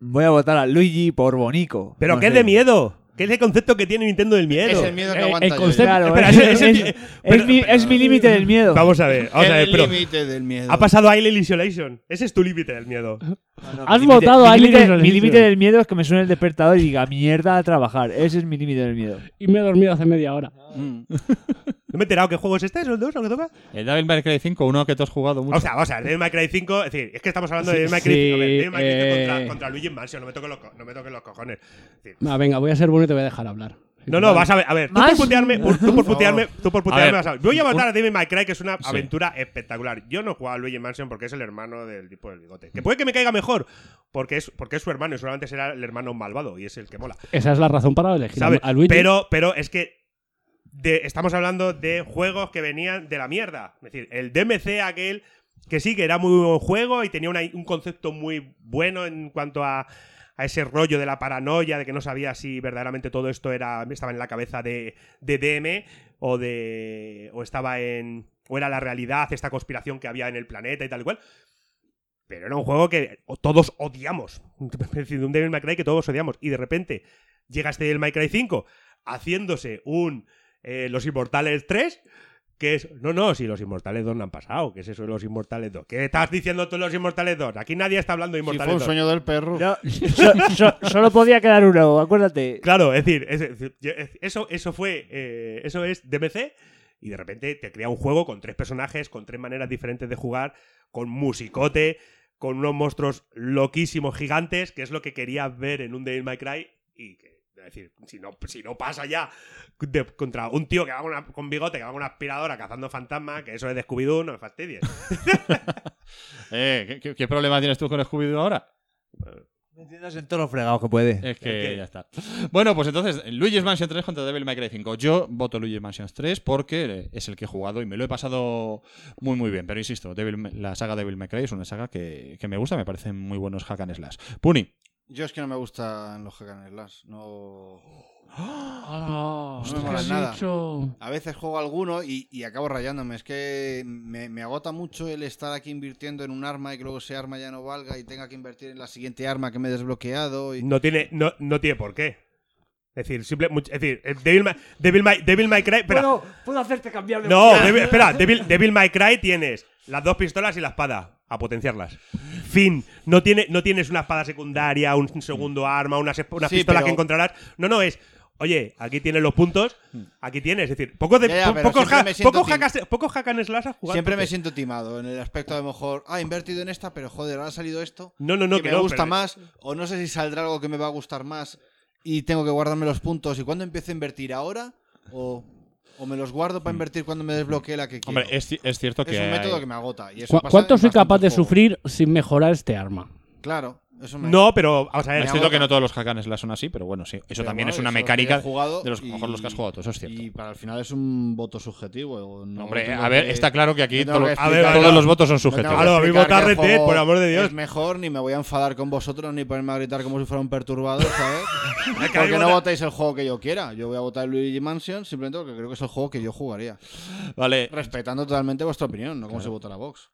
S3: voy a votar a Luigi por Bonico.
S5: Pero
S3: No
S5: que es
S3: sé.
S5: de miedo. ¿Qué es el concepto que tiene Nintendo del miedo?
S4: Es el miedo que
S9: Eh,
S4: aguanta.
S9: el
S4: yo.
S9: concepto-
S3: Claro,
S5: Espera,
S3: es,
S5: ese-
S3: es-
S5: ese-
S3: es mi, es mi límite del miedo.
S5: Vamos a ver, vamos a ver,
S4: El
S5: pero
S4: límite del miedo.
S5: ha pasado a Alien Isolation. Ese es tu límite del miedo.
S3: No, no,
S9: Has
S3: mi límite-
S9: votado a
S3: mi límite-
S9: Alien
S3: Mi límite
S9: Isolation.
S3: del miedo es que me suene el despertador y diga mierda a trabajar. Ese es mi límite del miedo.
S9: Y me he dormido hace media hora.
S5: No me he enterado qué juego es este, es el 2, lo que toca.
S2: El Devil May Cry 5, uno que tú has jugado mucho.
S5: O sea, vamos a ver, Devil May Cry 5, es decir, es que estamos hablando de
S9: Sí,
S5: Devil May Cry 5, a ver,
S9: sí,
S5: Devil May Cry 5
S9: eh.
S5: contra, contra Luigi Mansion, no me toquen los, co- no me toquen los cojones. Es decir,
S9: Va, Ah, venga, voy a ser bueno y te voy a dejar hablar.
S5: No, no, vas a ver, a ver, tú por
S3: ¿Más?
S5: putearme, por- tú por putearme, tú por putearme
S2: ver,
S5: vas a Voy a matar
S2: un-
S5: a David McCray, que es una
S2: Sí.
S5: aventura espectacular. Yo no juego a Luigi Mansion porque es el hermano del tipo del bigote. Que puede que me caiga mejor, porque es, porque es su hermano y seguramente será el hermano malvado y es el que mola.
S9: Esa es la razón para elegir
S5: ¿Sabes?
S9: a Luigi.
S5: Pero, pero es que de- estamos hablando de juegos que venían de la mierda. Es decir, el DMC aquel, que sí, que era muy buen juego y tenía una- un concepto muy bueno en cuanto a, a ese rollo de la paranoia, de que no sabía si verdaderamente todo esto era estaba en la cabeza de, de DM o de o estaba en o era la realidad, esta conspiración que había en el planeta y tal y cual. Pero era un juego que todos odiamos. Es decir, un Devil May Cry que todos odiamos. Y de repente llega este Devil May Cry 5 haciéndose un eh, Los Inmortales 3, que es... No, no, si Los Inmortales 2 no han pasado. ¿Qué es eso de Los Inmortales 2? ¿Qué estás diciendo tú de Los Inmortales 2? Aquí nadie está hablando de
S4: Si
S5: Inmortales
S4: fue un
S5: 2.
S4: sueño del perro.
S3: No, so- so- solo podía quedar uno, acuérdate.
S5: Claro, es decir, es- es- yo- es- eso, eso fue. eh, eso es DMC. Y de repente te crea un juego con tres personajes, con tres maneras diferentes de jugar, con musicote, con unos monstruos loquísimos gigantes, que es lo que querías ver en un Devil May Cry. Y que, es decir, si no, si no pasa ya de- contra un tío que va con, una- con bigote, que va con una aspiradora cazando fantasmas, que eso es de Scooby-Doo, no me fastidies.
S2: Eh, ¿qué- ¿qué, qué problema tienes tú con Scooby-Doo ahora?
S3: Me entiendas en todos los fregados que puede.
S4: Eh,
S2: Es que ya está. Bueno, pues entonces, Luigi's Mansion 3 contra Devil May Cry 5. Yo voto Luigi's Mansion 3 porque es el que he jugado y me lo he pasado muy, muy bien. Pero insisto, Devil May- la saga Devil May Cry es una saga que, que me gusta, me parecen muy buenos hack and slash. Puni.
S4: Yo es que no me gustan los hack and slash, No.
S9: Ah,
S4: No me
S9: ¿qué
S4: mola
S9: has
S4: nada.
S9: hecho?
S4: A veces juego alguno y, y acabo rayándome. Es que me, me agota mucho el estar aquí invirtiendo en un arma y que luego ese arma ya no valga y tenga que invertir en la siguiente arma que me he desbloqueado. Y...
S5: No tiene, no, no tiene por qué. Es decir, simple, much- es decir, eh, Devil May, Devil May- Devil May Cry. espera.
S3: ¿Puedo, puedo hacerte cambiar de
S5: No,
S3: opinión?
S5: Devil- espera, Devil, Devil May Cry tienes las dos pistolas y la espada. A potenciarlas. Fin. No, tiene, no tienes una espada secundaria, un segundo arma, unas, esp- unas
S4: Sí,
S5: pistolas
S4: pero-
S5: que encontrarás. No, no, es. Oye, aquí tienes los puntos, aquí tienes. Es decir, pocos de-
S4: Ya, ya,
S5: po-
S4: pero
S5: pocos
S4: siempre
S5: ha-
S4: me siento
S5: pocos
S4: tim-
S5: hackers- pocos hack and slash has jugado.
S4: Siempre me
S5: entonces.
S4: siento timado en el aspecto de a lo mejor, ah, he invertido en esta, pero joder, ahora ha salido esto.
S5: No, no, no,
S4: que
S5: que
S4: me
S5: no,
S4: gusta
S5: pero-
S4: más, o no sé si saldrá algo que me va a gustar más y tengo que guardarme los puntos. ¿Y cuándo empiezo a invertir? ¿Ahora? ¿O, o me los guardo para invertir cuando me desbloquee la que quiero?
S2: Mm. Hombre, es, ci- es cierto
S4: es
S2: que.
S4: un
S2: hay-
S4: método que me agota. Y eso
S9: ¿Cu-
S4: pasa
S9: ¿Cuánto
S4: en
S9: soy capaz de
S4: bastantes juegos.
S9: sufrir sin mejorar este arma?
S4: Claro, Eso me-
S5: No, pero vamos a ver.
S2: Es cierto que no todos los hack and slash son así, pero bueno, sí. Eso
S4: Pero
S2: también
S4: bueno,
S2: es una
S4: eso es lo que
S2: mecánica
S4: he jugado
S2: de los,
S4: y-
S2: mejor los que has jugado, tú, eso es cierto.
S4: Y para el final es un voto subjetivo. no
S2: Hombre,
S4: tengo
S2: a ver,
S4: que-
S2: está claro que aquí
S4: no tengo
S2: todo-
S4: que
S2: a ver,
S4: explicar-
S2: todos los votos son
S4: no tengo que
S2: subjetivos. Claro, a mí
S4: explicar
S2: votar
S4: qué
S2: Red Dead,
S4: juego
S2: por amor de Dios.
S4: Es mejor, ni me voy a enfadar con vosotros, ni ponerme a gritar como si fuera un perturbado, ¿sabes?
S5: que hay
S4: porque no
S5: vota-
S4: votáis el juego que yo quiera. Yo voy a votar Luigi Mansion simplemente porque creo que es el juego que yo jugaría.
S2: Vale.
S4: Respetando totalmente vuestra opinión, no como se vota la Vox.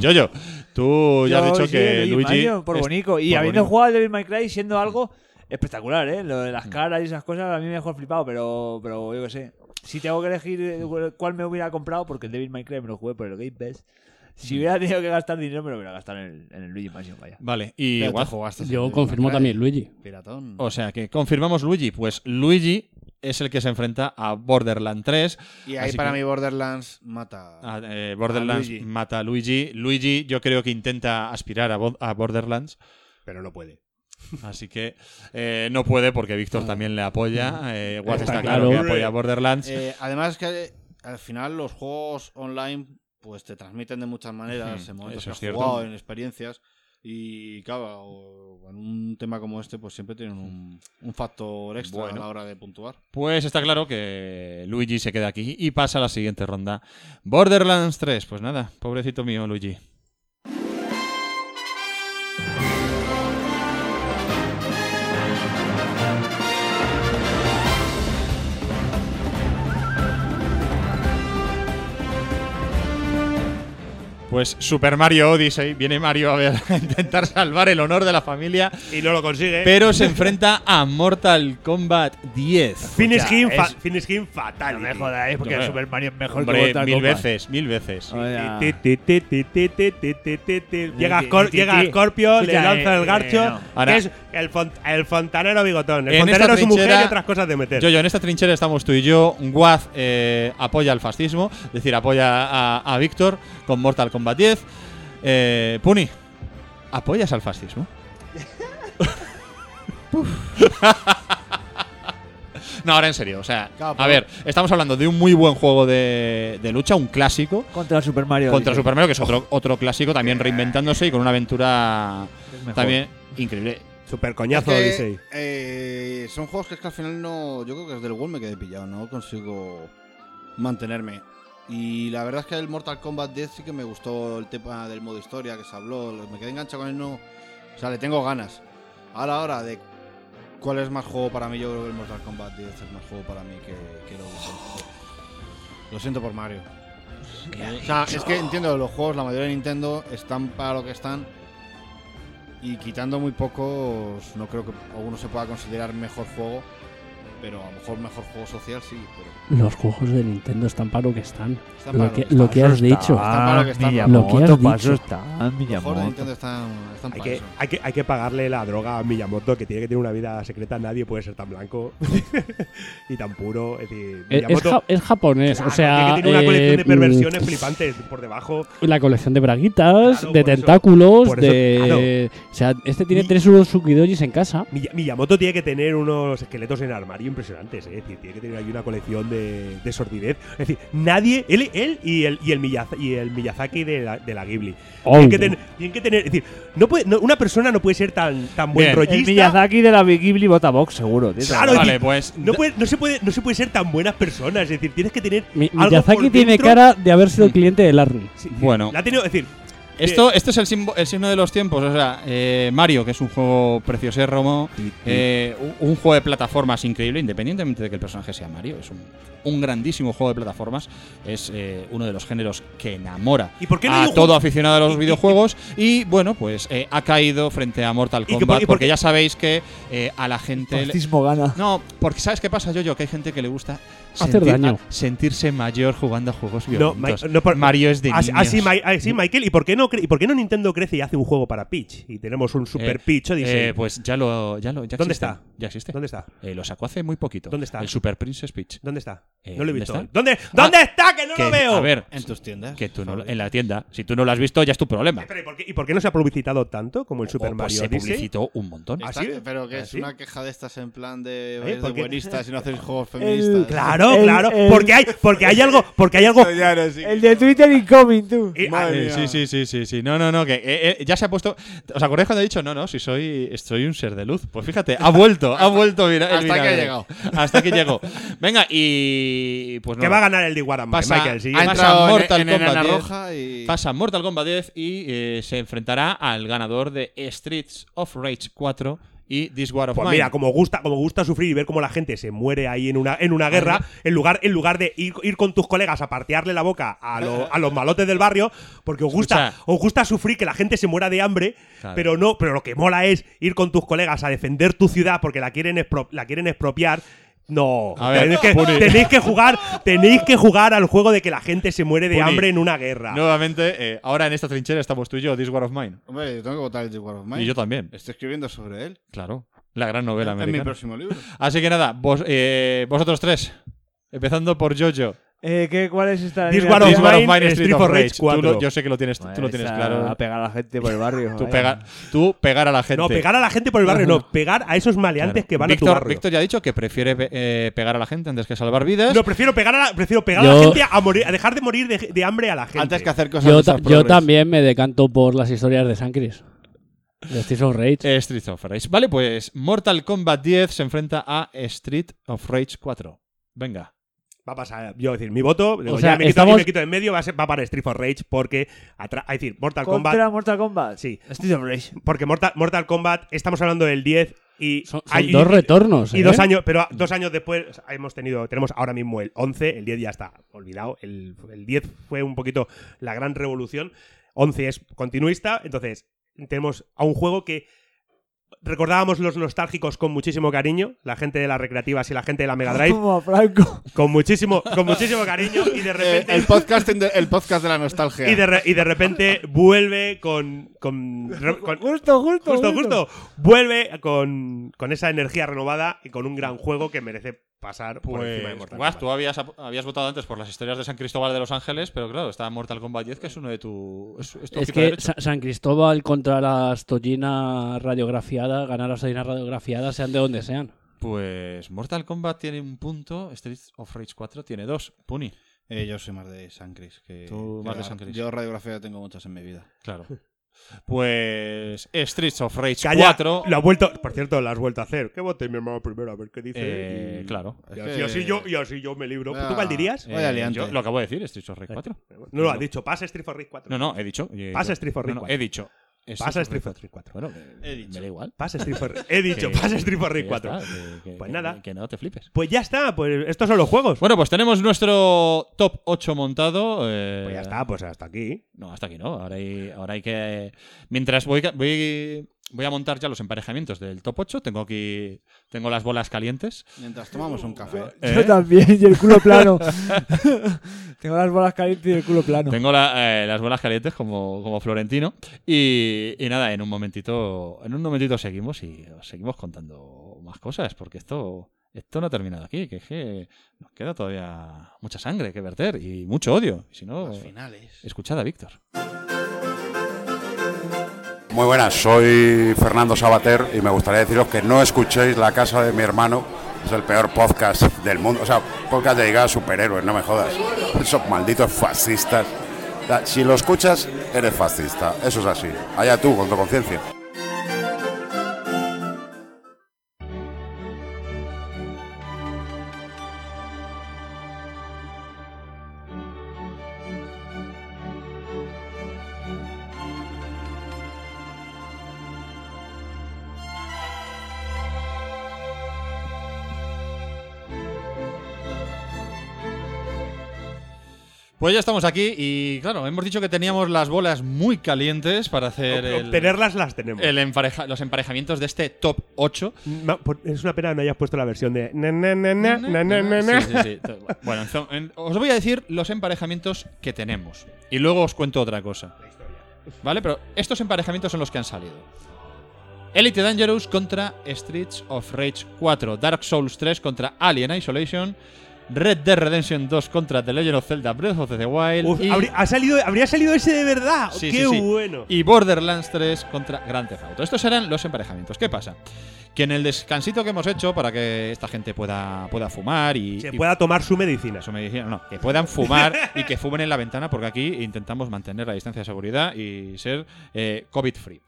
S2: Yoyo, tú pues ya has
S3: Yo,
S2: dicho
S3: sí,
S2: que
S3: Luigi
S2: Luigi.
S3: Mansion, por
S2: es-
S3: bonico. Y
S2: por
S3: habiendo
S2: bonico.
S3: jugado al Devil May Cry siendo algo espectacular, ¿eh? Lo de las
S2: Mm.
S3: caras y esas cosas a mí me dejó flipado, pero, pero yo qué sé. Si tengo que elegir eh, cuál me hubiera comprado, porque el Devil May Cry me lo jugué por el Game Pass.
S2: Mm.
S3: Si hubiera tenido que gastar dinero, me lo hubiera gastado en el, en el Luigi Mansion, vaya.
S2: Vale, y
S4: Pero te
S2: Guaz.
S4: jugaste
S9: Yo el confirmo Devil May Cry. también Luigi.
S4: Piratón.
S2: O sea que confirmamos Luigi. Pues Luigi es el que se enfrenta a Borderland 3.
S4: Y ahí
S2: así
S4: para
S2: que-
S4: mí Borderlands mata.
S2: Ah, eh, Borderlands
S4: Luigi.
S2: mata a Luigi. Luigi, yo creo que intenta aspirar a, Bo- a Borderlands.
S5: Pero no puede. Ah.
S2: Así que eh, no puede porque Víctor también le apoya. Eh, Guaz
S5: Está
S2: está claro que
S5: claro.
S2: apoya a Borderlands.
S4: Eh, además que eh, al final los juegos online pues te transmiten de muchas maneras
S2: Ujú,
S4: en momentos
S2: eso
S4: que
S2: es
S4: has
S2: cierto.
S4: jugado, en experiencias y claro, o- en un tema como este pues siempre tienen un, un factor extra
S2: Bueno.
S4: a la hora de puntuar.
S2: Pues está claro que Luigi se queda aquí y pasa a la siguiente ronda. Borderlands 3, pues nada, pobrecito mío Luigi. Pues Super Mario Odyssey, viene Mario a, ver- a intentar salvar el honor de la familia,
S5: Y no lo consigue.
S2: pero se enfrenta a Mortal Kombat 10.
S5: Finish him,
S2: O sea,
S5: fa-
S2: es-
S5: finish him fatal.
S3: No me jodáis, porque
S2: Hombre,
S3: Super Mario es mejor que
S2: Hombre,
S3: Mortal
S2: mil
S3: Kombat.
S2: veces, mil veces.
S3: Vaya.
S5: Ti, ti, ti, ti, ti, ti, ti, ti, ti, ti. Llega, Scor-
S3: ti, ti.
S5: llega Scorpio, le
S3: Escucha,
S5: lanza
S3: eh,
S5: el
S3: eh,
S5: garcho.
S3: no.
S2: Ahora-
S5: que es el, font- el fontanero bigotón. El
S2: En esta
S5: fontanero es su mujer
S2: trinchera-
S5: y otras cosas de meter.
S2: Yo, yo, en esta trinchera estamos tú y yo. Guaz eh, apoya al fascismo, es decir, apoya a, a Víctor con Mortal Kombat 10. Eh, Puni, ¿apoyas al fascismo? Puf. no, ahora en serio, o sea,
S3: Claro,
S2: a
S3: pero-
S2: ver, estamos hablando de un muy buen juego de, de lucha, un clásico.
S3: Contra Super Mario.
S2: Contra
S3: dice.
S2: Super Mario, que es otro, otro clásico, también reinventándose y con una aventura
S3: mejor.
S2: también increíble.
S5: Super coñazo,
S4: Es que,
S5: Odyssey.
S4: eh, son juegos que es que al final no. Yo creo que desde el World me quedé pillado, no consigo mantenerme. Y la verdad es que el Mortal Kombat 10 sí que me gustó el tema del modo historia que se habló. lo- Me quedé enganchado con él, no. O sea, le tengo ganas. A la hora de cuál es más juego para mí, yo creo que el Mortal Kombat 10 es más juego para mí que, que el Odyssey. Lo siento por Mario. O sea, es que entiendo, los juegos, la mayoría de Nintendo, están para lo que están. Y quitando muy pocos, no creo que alguno se pueda considerar mejor juego. Pero a lo mejor mejor juego social sí, pero
S9: Los juegos de Nintendo están para lo que están.
S4: Están para
S9: Lo
S4: lo
S9: que,
S4: que
S9: lo que
S3: Eso
S9: has dicho.
S4: Está para lo que está,
S3: Ah,
S9: Lo que has
S3: Miyamoto, para
S9: dicho.
S3: eso está. Ah,
S4: los juegos de
S3: Miyamoto.
S4: Nintendo están, están
S5: Hay
S4: para
S5: que,
S4: eso.
S5: hay, que, hay que pagarle la droga a Miyamoto, que tiene que tener una vida secreta. Nadie puede ser tan blanco y tan puro. Es decir,
S9: Eh, Es, es
S5: Miyamoto
S9: ja- es japonés,
S5: claro,
S9: o sea.
S5: tiene que tener una colección de
S9: eh,
S5: perversiones flipantes por debajo.
S9: La colección de braguitas,
S5: Claro,
S9: de
S5: por eso.
S9: tentáculos,
S5: Por eso,
S9: de. O sea, este tiene
S5: Mi-
S9: tres Urusukidojis en casa.
S5: Miya- Miyamoto tiene que tener unos esqueletos en armario impresionantes, ¿eh? es decir, tiene que tener ahí una colección de, de sordidez. Es decir, nadie, él, él y el, y el, Miyaza- y el Miyazaki de la, de la Ghibli.
S9: Oh.
S5: Tienen que tener, tienen que tener- es decir, no puede, no- una persona no puede ser tan, tan buen
S2: Bien.
S3: El
S5: rollista.
S3: Miyazaki de la Big Ghibli vota Vox, seguro. tío.
S5: Claro,
S2: Vale,
S5: tío.
S2: pues
S5: No, puede- no se puede, no se puede ser tan buenas personas, es decir, tienes que tener.
S9: Mi-
S5: algo
S9: Miyazaki
S5: por
S9: tiene
S5: dentro. Mm.
S9: cara de haber sido cliente del Arni.
S5: Sí,
S2: Bueno.
S5: La ha tenido, es decir,
S2: Esto, esto es el, simbo- el signo de los tiempos. O sea, eh, Mario, que es un juego preciosérrimo, eh, un, un juego de plataformas increíble, independientemente de que el personaje sea Mario. Es un, un grandísimo juego de plataformas. Es eh, uno de los géneros que enamora
S5: ¿Y por qué no
S2: a
S5: hay un
S2: todo
S5: juego-
S2: aficionado a los
S5: y- y-
S2: videojuegos. Y bueno, pues eh, ha caído frente a Mortal
S5: ¿Y que por-
S2: Kombat,
S5: y por
S2: porque
S5: qué-
S2: ya sabéis que eh, a la gente. le-
S3: Fascismo gana.
S2: No, porque ¿sabes qué pasa, yo Que hay gente que le gusta
S9: Hacer daño.
S2: a- sentirse mayor jugando a juegos
S5: No,
S2: violentos.
S5: Ma- no, por-
S2: Mario es de
S5: así,
S2: niños.
S5: así, Ma- así, Michael, ¿y por, qué no cre- ¿y por qué no Nintendo crece y hace un juego para Peach? Y tenemos un Super
S2: Eh,
S5: Peach Odyssey.
S2: eh, pues ya lo. Ya lo ya
S5: ¿Dónde
S2: existe.
S5: está?
S2: Ya existe.
S5: ¿Dónde está?
S2: Eh, lo sacó hace muy poquito.
S5: ¿Dónde está?
S2: El Super Princess Peach.
S5: ¿Dónde está?
S2: Eh,
S5: no lo
S2: ¿dónde
S5: he visto.
S2: está?
S5: ¿Dónde, ¿dónde
S2: Ah,
S5: está? ¡Que no
S2: que-
S5: lo veo!
S2: A ver,
S4: En tus tiendas.
S2: que tú no lo- en la tienda. Si tú no lo has visto, ya es tu problema.
S5: Eh, pero ¿y, por qué, y por qué no se ha publicitado tanto como el Super
S2: O, pues,
S5: Mario
S2: se
S5: Odyssey?
S2: publicitó un montón.
S5: Ah,
S4: Está-
S5: ¿sí?
S4: pero que
S5: ¿Ah,
S4: es
S5: sí?
S4: una queja de estas en plan de, vais de
S5: porque-
S4: buenistas y no hacéis juegos
S3: El-
S4: feministas.
S5: Claro, Claro,
S3: El-
S5: claro.
S3: el-
S5: Porque hay, porque hay algo, porque hay algo.
S3: El de Twitter incoming, tú.
S2: Eh, sí, sí, sí, sí, sí. No, no, no, que eh, eh, ya se ha puesto. ¿Os acordáis cuando he dicho, no, no, si soy soy un ser de luz? Pues fíjate, ha vuelto, ha vuelto vira- el
S4: Hasta que ha
S2: vinagre.
S4: llegado.
S2: Hasta que llegó. Venga, y pues no.
S5: Que va a ganar el de Iguarama,
S2: Pasa,
S5: Michael, sí.
S2: pasa
S5: Ha entrado en-
S2: Mortal
S5: en enana
S2: Kombat 10.
S5: roja y-
S2: Pasa Mortal Kombat 10 y eh, se enfrentará al ganador de Streets of Rage 4 y This War of
S5: Pues
S2: Mine.
S5: mira, como gusta, como gusta sufrir y ver cómo la gente se muere ahí en una, en una guerra, en lugar, en lugar de ir, ir con tus colegas a partearle la boca a, lo- a los malotes del barrio, porque os gusta,
S2: Escucha.
S5: os gusta sufrir que la gente se muera de hambre,
S2: Claro.
S5: pero no, pero lo que mola es ir con tus colegas a defender tu ciudad porque la quieren expro- la quieren expropiar. No,
S2: A ver,
S5: tenéis, que,
S2: Puni.
S5: tenéis que jugar, tenéis que jugar al juego de que la gente se muere de
S2: Puni,
S5: hambre en una guerra.
S2: Nuevamente, eh, ahora en esta trinchera estamos tú y yo, This War of Mine.
S4: Hombre, yo tengo que votar el The War of Mine.
S2: Y yo también.
S4: Estoy escribiendo sobre él.
S2: Claro, la gran novela
S4: En mi
S2: americana.
S4: próximo libro. Eh,
S2: Así que nada, vos- eh, vosotros tres, empezando por Jojo.
S3: Eh, ¿qué, ¿Cuál es esta
S2: This
S3: línea?
S2: War of This War of Mine, Mine, Street Street of of Rage Rage 4. Tú lo- yo sé que lo tienes- tú lo tienes
S3: esa
S2: claro.
S3: Pues A pegar a la gente por el barrio.
S2: Tú,
S3: vaya.
S2: pega- tú pegar a la gente.
S5: No, pegar a la gente por el barrio, no, pegar a esos maleantes
S2: Claro.
S5: que van a tu
S2: Víctor,
S5: barrio.
S2: Víctor ya ha dicho que prefiere pe- eh, pegar a la gente antes que salvar
S9: ¿Eh?
S2: vidas.
S5: No, prefiero pegar a la, prefiero pegar a la
S2: Yo-
S5: gente a morir, a dejar de morir de, de hambre a la gente.
S4: Antes que hacer cosas
S9: Yo,
S4: de esas
S9: ta- yo
S4: progres.
S9: también me decanto por las historias de San Cris. De Streets of Rage.
S2: Eh, Street of Rage. Vale, pues Mortal Kombat 10 se enfrenta a Street of Rage 4. Venga.
S5: Va a pasar, yo decir, mi voto, digo,
S9: sea,
S5: ya me, quito-
S9: estamos-
S5: me quito de en medio, va, a ser- va para Street of Rage porque, atra- es decir, Mortal
S3: Contra
S5: Kombat.
S3: Mortal Kombat.
S5: Sí.
S3: Street of Rage.
S5: Porque Mortal, Mortal Kombat, estamos hablando del 10 y.
S9: son dos retornos,
S5: Y
S9: ¿eh?
S5: dos años, pero dos años después o sea, hemos tenido, tenemos ahora mismo el 11, el 10 ya está olvidado, el, el 10 fue un poquito la gran revolución, 11 es continuista, entonces tenemos a un juego que recordábamos los nostálgicos con muchísimo cariño, la gente de las recreativas y la gente de la Mega Drive.
S3: Como a Franco.
S5: Con muchísimo, con muchísimo cariño y de repente.
S4: el, podcast de, el podcast de la nostalgia.
S5: Y de, re- y de repente vuelve con. con, re- con-
S3: justo, justo,
S5: justo,
S3: justo.
S5: Vuelve con, con esa energía renovada y con un gran juego que merece pasar por
S2: Pues,
S5: encima de Mortal
S2: Guas,
S5: Kombat.
S2: tú habías, ap- habías votado antes por las historias de San Cristóbal de los Ángeles, pero claro, está Mortal Kombat 10, que es uno de tu. Es, es tu
S9: Es
S2: ojito
S9: que
S2: derecho.
S9: Sa- San Cristóbal contra las tollinas radiografiadas, ganar las tollinas radiografiadas, sean de donde sean.
S2: Pues Mortal Kombat tiene un punto, Street of Rage 4 tiene dos. Puni.
S4: Eh, yo soy más de San Cris. Que,
S2: Tú
S4: que
S2: más de
S4: la-
S2: San Cris.
S4: Yo radiografía tengo muchas en mi vida.
S2: Claro. Pues Streets of Rage
S5: Calla,
S2: 4.
S5: Lo ha vuelto, por cierto, lo has vuelto a hacer. Que vote mi hermano primero a ver qué dice.
S2: Eh,
S5: y-
S2: claro.
S5: Y
S2: Es
S5: así,
S2: que-
S5: así yo, y así yo me libro.
S4: Ah,
S5: ¿Tú cuál dirías?
S4: vaya liante.
S2: yo lo acabo de decir, Streets of Rage 4.
S5: No lo has dicho. Pasa Street for Rage 4.
S2: No, no, he dicho. eh,
S5: Pasa
S2: yo-
S5: Street for
S2: no,
S5: Rage
S2: no,
S5: 4.
S2: He dicho.
S5: Pasa Street for Rage 4.
S2: Bueno, eh,
S4: He dicho.
S2: me da igual.
S5: Pasa Street for He dicho,
S2: Que-
S5: pasa Street for Rage
S2: que ya
S5: 4.
S2: está, que- que-
S5: Pues nada.
S2: que- que no te flipes.
S5: Pues ya está, pues estos son los juegos.
S2: Bueno, pues tenemos nuestro top 8 montado. eh,
S5: Pues ya está, pues hasta aquí.
S2: No, hasta aquí no. Ahora hay, ahora hay que. Mientras voy, ca- voy, voy a montar ya los emparejamientos del top 8, tengo aquí. Tengo las bolas calientes.
S4: Mientras tomamos un café.
S2: ¿Eh?
S3: Yo también, y el culo plano. Tengo las bolas calientes y el culo plano.
S2: Tengo la- eh, las bolas calientes como, como Florentino. Y, y nada, en un momentito. En un momentito seguimos y os seguimos contando más cosas. Porque esto. Esto no ha terminado aquí, que es que nos queda todavía mucha sangre que verter y mucho odio. Y Si no,
S4: finales.
S2: escuchad a Víctor.
S18: Muy buenas, soy Fernando Sabater y me gustaría deciros que no escuchéis La Casa de mi hermano, es el peor podcast del mundo, o sea, podcast dedicado a superhéroes, no me jodas, esos malditos fascistas. O sea, Si lo escuchas, eres fascista, eso es así, allá tú, con tu conciencia.
S2: Pues ya estamos aquí y claro, hemos dicho que teníamos las bolas muy calientes para hacer
S5: Ob-
S2: el-
S5: obtenerlas las tenemos.
S2: el empareja- los emparejamientos de este top 8.
S5: Ma- por- Es una pena que no hayas puesto la versión de. na, na, na, na, na, na, na, na.
S2: Sí, sí, sí. Bueno, en zo- en- os voy a decir los emparejamientos que tenemos y luego os cuento otra cosa. ¿Vale? Pero estos emparejamientos son los que han salido. Elite Dangerous contra Streets of Rage 4, Dark Souls 3 contra Alien Isolation, Red Dead Redemption 2 contra The Legend of Zelda Breath of the Wild.
S5: Uf,
S2: y-
S5: habría, ha salido, habría salido ese de verdad.
S2: Sí,
S5: Qué
S2: sí, sí.
S5: bueno.
S2: Y Borderlands 3 contra Grand Theft Auto. Estos eran los emparejamientos. ¿Qué pasa? Que en el descansito que hemos hecho para que esta gente pueda, pueda fumar y.
S5: Se
S2: y-
S5: pueda tomar su medicina.
S2: Su medicina, no. Que puedan fumar y que fumen en la ventana, porque aquí intentamos mantener la distancia de seguridad y ser eh, COVID-free.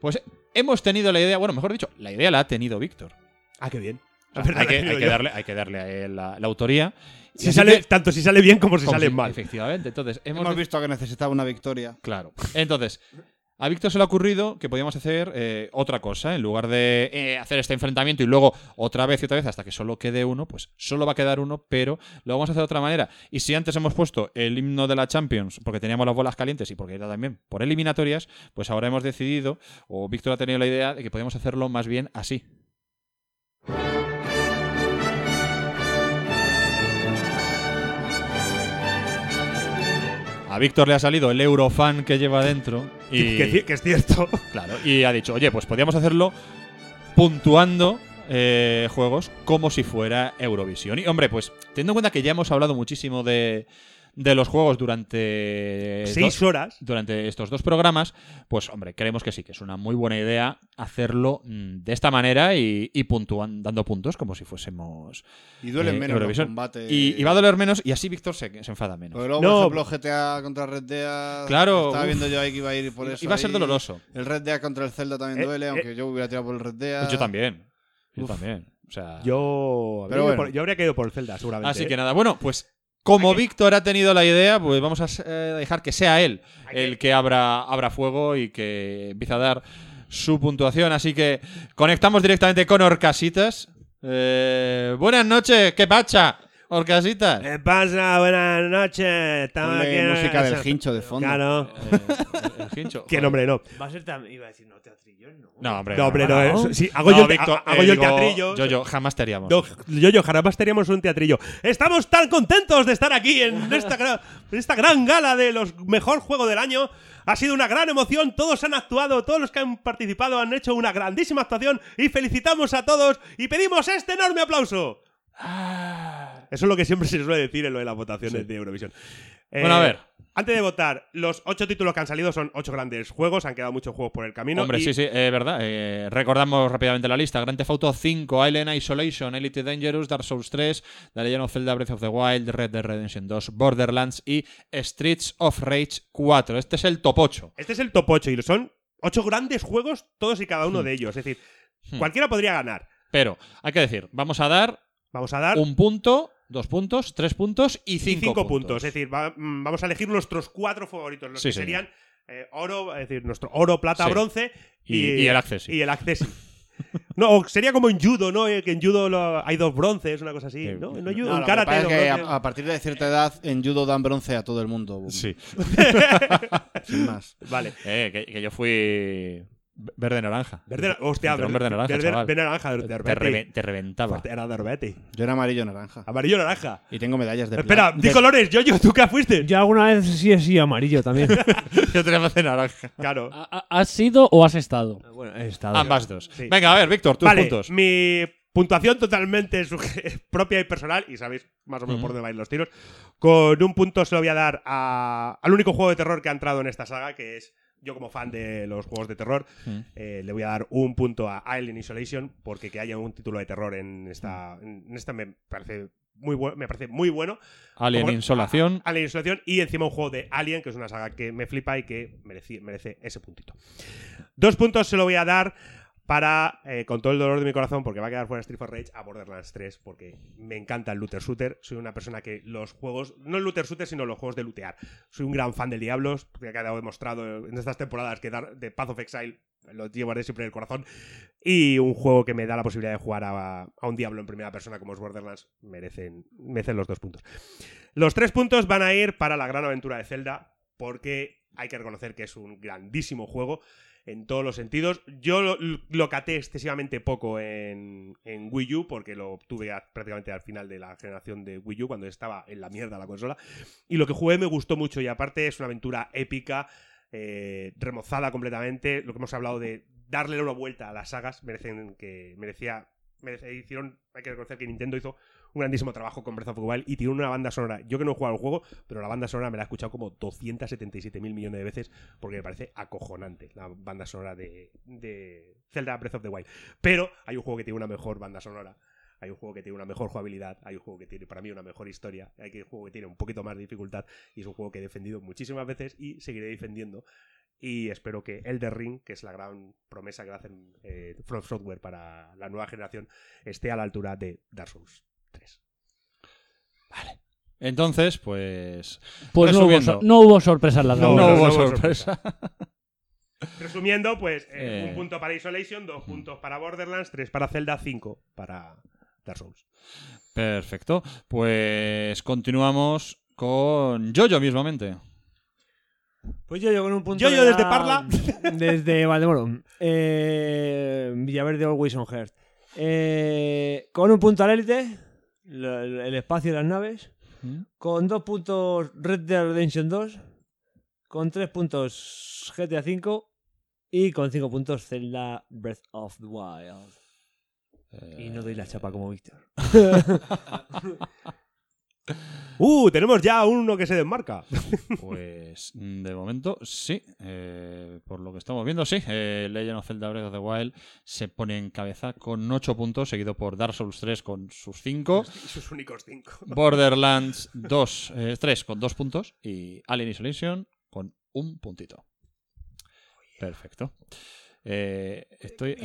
S2: Pues hemos tenido la idea, bueno, mejor dicho, la idea la ha tenido Víctor.
S5: Ah, qué bien.
S2: O sea,
S5: La verdad
S2: hay,
S5: la
S2: que,
S5: digo
S2: hay que
S5: yo.
S2: darle, hay que darle a él la, la autoría. Y
S5: Si
S2: así
S5: sale,
S2: que-
S5: tanto si sale bien como si sale mal.
S2: Efectivamente. Entonces, hemos,
S4: Hemos, visto que necesitaba una victoria.
S2: Claro. Entonces, a Víctor se le ha ocurrido que podíamos hacer eh, otra cosa. En lugar de eh, hacer este enfrentamiento y luego otra vez y otra vez hasta que solo quede uno, pues solo va a quedar uno, pero lo vamos a hacer de otra manera. Y si antes hemos puesto el himno de la Champions porque teníamos las bolas calientes y porque era también por eliminatorias, pues ahora hemos decidido, o Víctor ha tenido la idea, de que podemos hacerlo más bien así. A Víctor le ha salido el Eurofan que lleva dentro. Y,
S5: Que- que- que es cierto.
S2: Claro, y ha dicho, oye, pues podríamos hacerlo puntuando eh, juegos como si fuera Eurovisión. Y hombre, pues teniendo en cuenta que ya hemos hablado muchísimo de, de los juegos durante...
S5: Seis horas.
S2: Durante estos dos programas, pues hombre, creemos que sí, que es una muy buena idea hacerlo mm, de esta manera y, y puntuan- dando puntos como si fuésemos... eh,
S4: Y duelen menos los
S2: Eurovisión.
S4: combates.
S2: Y, y va a doler menos y así Víctor se, se enfada menos.
S4: Porque luego, por ejemplo, GTA contra Red Dead.
S2: Claro,
S4: Estaba
S2: uf.
S4: viendo yo ahí que iba a ir por
S2: Iba-
S4: eso.
S2: iba a ser
S4: ahí.
S2: doloroso.
S4: El Red Dead contra el Zelda también
S5: Eh,
S4: duele,
S5: eh.
S4: aunque yo hubiera tirado por el Red Dead.
S2: Pues yo también. Yo
S4: Uf.
S2: también. O sea,
S5: Yo habría,
S2: Pero
S5: ido
S2: bueno.
S5: por- yo habría caído por el Zelda, seguramente.
S2: Así
S5: ¿eh?
S2: que nada, bueno, pues como Víctor ha tenido la idea, pues vamos a eh, dejar que sea él el que abra, abra fuego y que empiece a dar su puntuación. Así que conectamos directamente con Orcasitas. Eh, buenas noches, ¿qué pacha? Orcasitas.
S5: ¿Qué Eh, pasa? Buenas noches. Estamos
S4: Ponle
S5: en-
S4: música del Hincho de fondo.
S5: Claro.
S2: Eh, el- el Hincho,
S5: ¿Qué
S2: joder.
S5: nombre no?
S3: Va a ser también. Iba a decir, no, teatrillón, no.
S2: No, hombre.
S5: No, hombre, no, eso- sí, hago yo el- ha- hago yo el teatrillo.
S2: Yo, yo, jamás te haríamos.
S5: No, yo, yo, jamás teníamos un teatrillo. Estamos tan contentos de estar aquí en esta, gra- en esta gran gala de los mejor juego del año. Ha sido una gran emoción, todos han actuado, todos los que han participado han hecho una grandísima actuación y felicitamos a todos y pedimos este enorme aplauso.
S2: Ah.
S5: Eso es lo que siempre se suele decir en lo de las votaciones de Eurovisión. Eh,
S2: Bueno, a ver.
S5: Antes de votar, los ocho títulos que han salido son ocho grandes juegos, han quedado muchos juegos por el camino.
S2: Hombre,
S5: y-
S2: sí, sí, es verdad. Eh, recordamos rápidamente la lista. Grand Theft Auto 5, Island Isolation, Elite Dangerous, Dark Souls 3, The Legend of Zelda Breath of the Wild, Red Dead Redemption 2, Borderlands y Streets of Rage 4. Este es el top 8.
S5: Este es el top 8 y son ocho grandes juegos, todos y cada uno de ellos. Es decir,
S2: Hmm.
S5: cualquiera podría ganar.
S2: Pero, hay que decir, vamos a dar
S5: Vamos a dar
S2: un punto, dos puntos, tres puntos y
S5: cinco,
S2: cinco,
S5: puntos. Es decir, va- mm, vamos a elegir nuestros cuatro favoritos, los
S2: Sí,
S5: que
S2: señor.
S5: serían eh, oro, es decir, nuestro oro, plata,
S2: Sí.
S5: bronce
S2: Y- y el acceso.
S5: Y el acceso. No, o sería como en judo, ¿no? Eh, Que en judo lo- hay dos bronces, una cosa así. No, en judo,
S4: No,
S5: en
S4: lo que
S5: karate.
S4: pasa
S5: dos
S4: es que
S5: bronces.
S4: a, a partir de cierta edad en judo dan bronce a todo el mundo. boom.
S2: Sí.
S4: Sin más.
S5: Vale.
S2: Eh, que, que yo fui verde-naranja.
S5: Verde, hostia,
S2: Cinturón
S5: verde-
S2: verde-naranja,
S5: verde-
S2: chaval.
S5: verde-naranja, de- de
S2: Te,
S5: repente.
S2: reven- te reventaba.
S5: Era de Arbeti.
S4: Yo era amarillo naranja.
S5: Amarillo naranja.
S4: Y tengo medallas de
S5: Espera,
S4: pla-
S5: di
S4: de-
S5: colores, yo, yo, tú qué fuiste.
S3: Yo alguna vez sí, sí, amarillo también.
S2: Yo tenía más de naranja.
S5: Claro.
S9: ¿Has sido o has estado?
S3: Bueno, he estado.
S2: Ambas dos.
S5: Sí.
S2: Venga, a ver, Víctor, tus
S5: vale,
S2: puntos.
S5: Mi puntuación totalmente suge- propia y personal, y sabéis más o menos por
S2: Ujú.
S5: dónde van los tiros. Con un punto se lo voy a dar a- al único juego de terror que ha entrado en esta saga, que es yo como fan de los juegos de terror.
S2: Mm.
S5: eh, le voy a dar un punto a Alien Isolation, porque que haya un título de terror en esta, en esta me parece muy bueno. Me parece muy bueno.
S2: Alien
S5: Como- Ah,
S2: Insolación.
S5: Alien Isolation y encima un juego de Alien, que es una saga que me flipa y que merece, merece ese puntito. Dos puntos se lo voy a dar para, eh, con todo el dolor de mi corazón, porque va a quedar fuera Street for Rage a Borderlands 3, porque me encanta el looter shooter. Soy una persona que los juegos, no el looter shooter, sino los juegos de lootear. Soy un gran fan del Diablos, porque ha quedado demostrado en estas temporadas que dar- de Path of Exile lo llevaré siempre en el corazón. Y un juego que me da la posibilidad de jugar a, a un Diablo en primera persona como es Borderlands merecen, merecen los dos puntos. Los tres puntos van a ir para la gran aventura de Zelda, porque hay que reconocer que es un grandísimo juego en todos los sentidos. Yo lo, lo caté excesivamente poco en, en Wii U, porque lo obtuve a- prácticamente al final de la generación de Wii U, cuando estaba en la mierda la consola. Y lo que jugué me gustó mucho, y aparte es una aventura épica, eh, remozada completamente. Lo que hemos hablado de darle una vuelta a las sagas merecen que merecía merece- hicieron, hay que reconocer que Nintendo hizo un grandísimo trabajo con Breath of the Wild y tiene una banda sonora. Yo que no he jugado al juego, pero la banda sonora me la he escuchado como 277 mil millones de veces porque me parece acojonante la banda sonora de, de Zelda Breath of the Wild. Pero hay un juego que tiene una mejor banda sonora. Hay un juego que tiene una mejor jugabilidad, hay un juego que tiene para mí una mejor historia, hay que- un juego que tiene un poquito más de dificultad y es un juego que he defendido muchísimas veces y seguiré defendiendo. Y espero que Elder Ring, que es la gran promesa que hacen eh, From Software para la nueva generación, esté a la altura de Dark Souls 3.
S2: Entonces, pues.
S9: Pues no hubo,
S2: resumiendo.
S9: sor- no hubo sorpresa en la
S2: Ah, No,
S9: tabla.
S2: no hubo sorpresa.
S5: Resumiendo, pues eh,
S2: Eh.
S5: un punto para Isolation, dos puntos para Borderlands, tres para Zelda, cinco para Dark Souls.
S2: Perfecto. Pues continuamos con Jojo mismamente.
S19: Pues yo, yo con un punto.
S5: Yo-yo
S19: de
S5: desde
S19: edad-
S5: Parla.
S19: Desde Valdemoro. Eh, Villaverde Always on Heart. Eh, con un punto al élite. lo- El el espacio y las naves.
S2: ¿Mm?
S19: Con dos puntos Red Dead Redemption 2. Con tres puntos GTA V. Y con cinco puntos Zelda Breath of the Wild. Y
S2: Eh,
S19: no doy la chapa como Víctor.
S5: ¡Uh! Tenemos ya uno que se desmarca.
S2: Pues mm, de momento sí, Eh, por lo que estamos viendo sí, eh, Legend of Zelda Breath of the Wild se pone en cabeza con 8 puntos, seguido por Dark Souls 3 con sus 5,
S5: Sus únicos cinco.
S2: Borderlands 2, eh, 3 con 2 puntos y Alien Isolation con un puntito. Perfecto. Eh, estoy...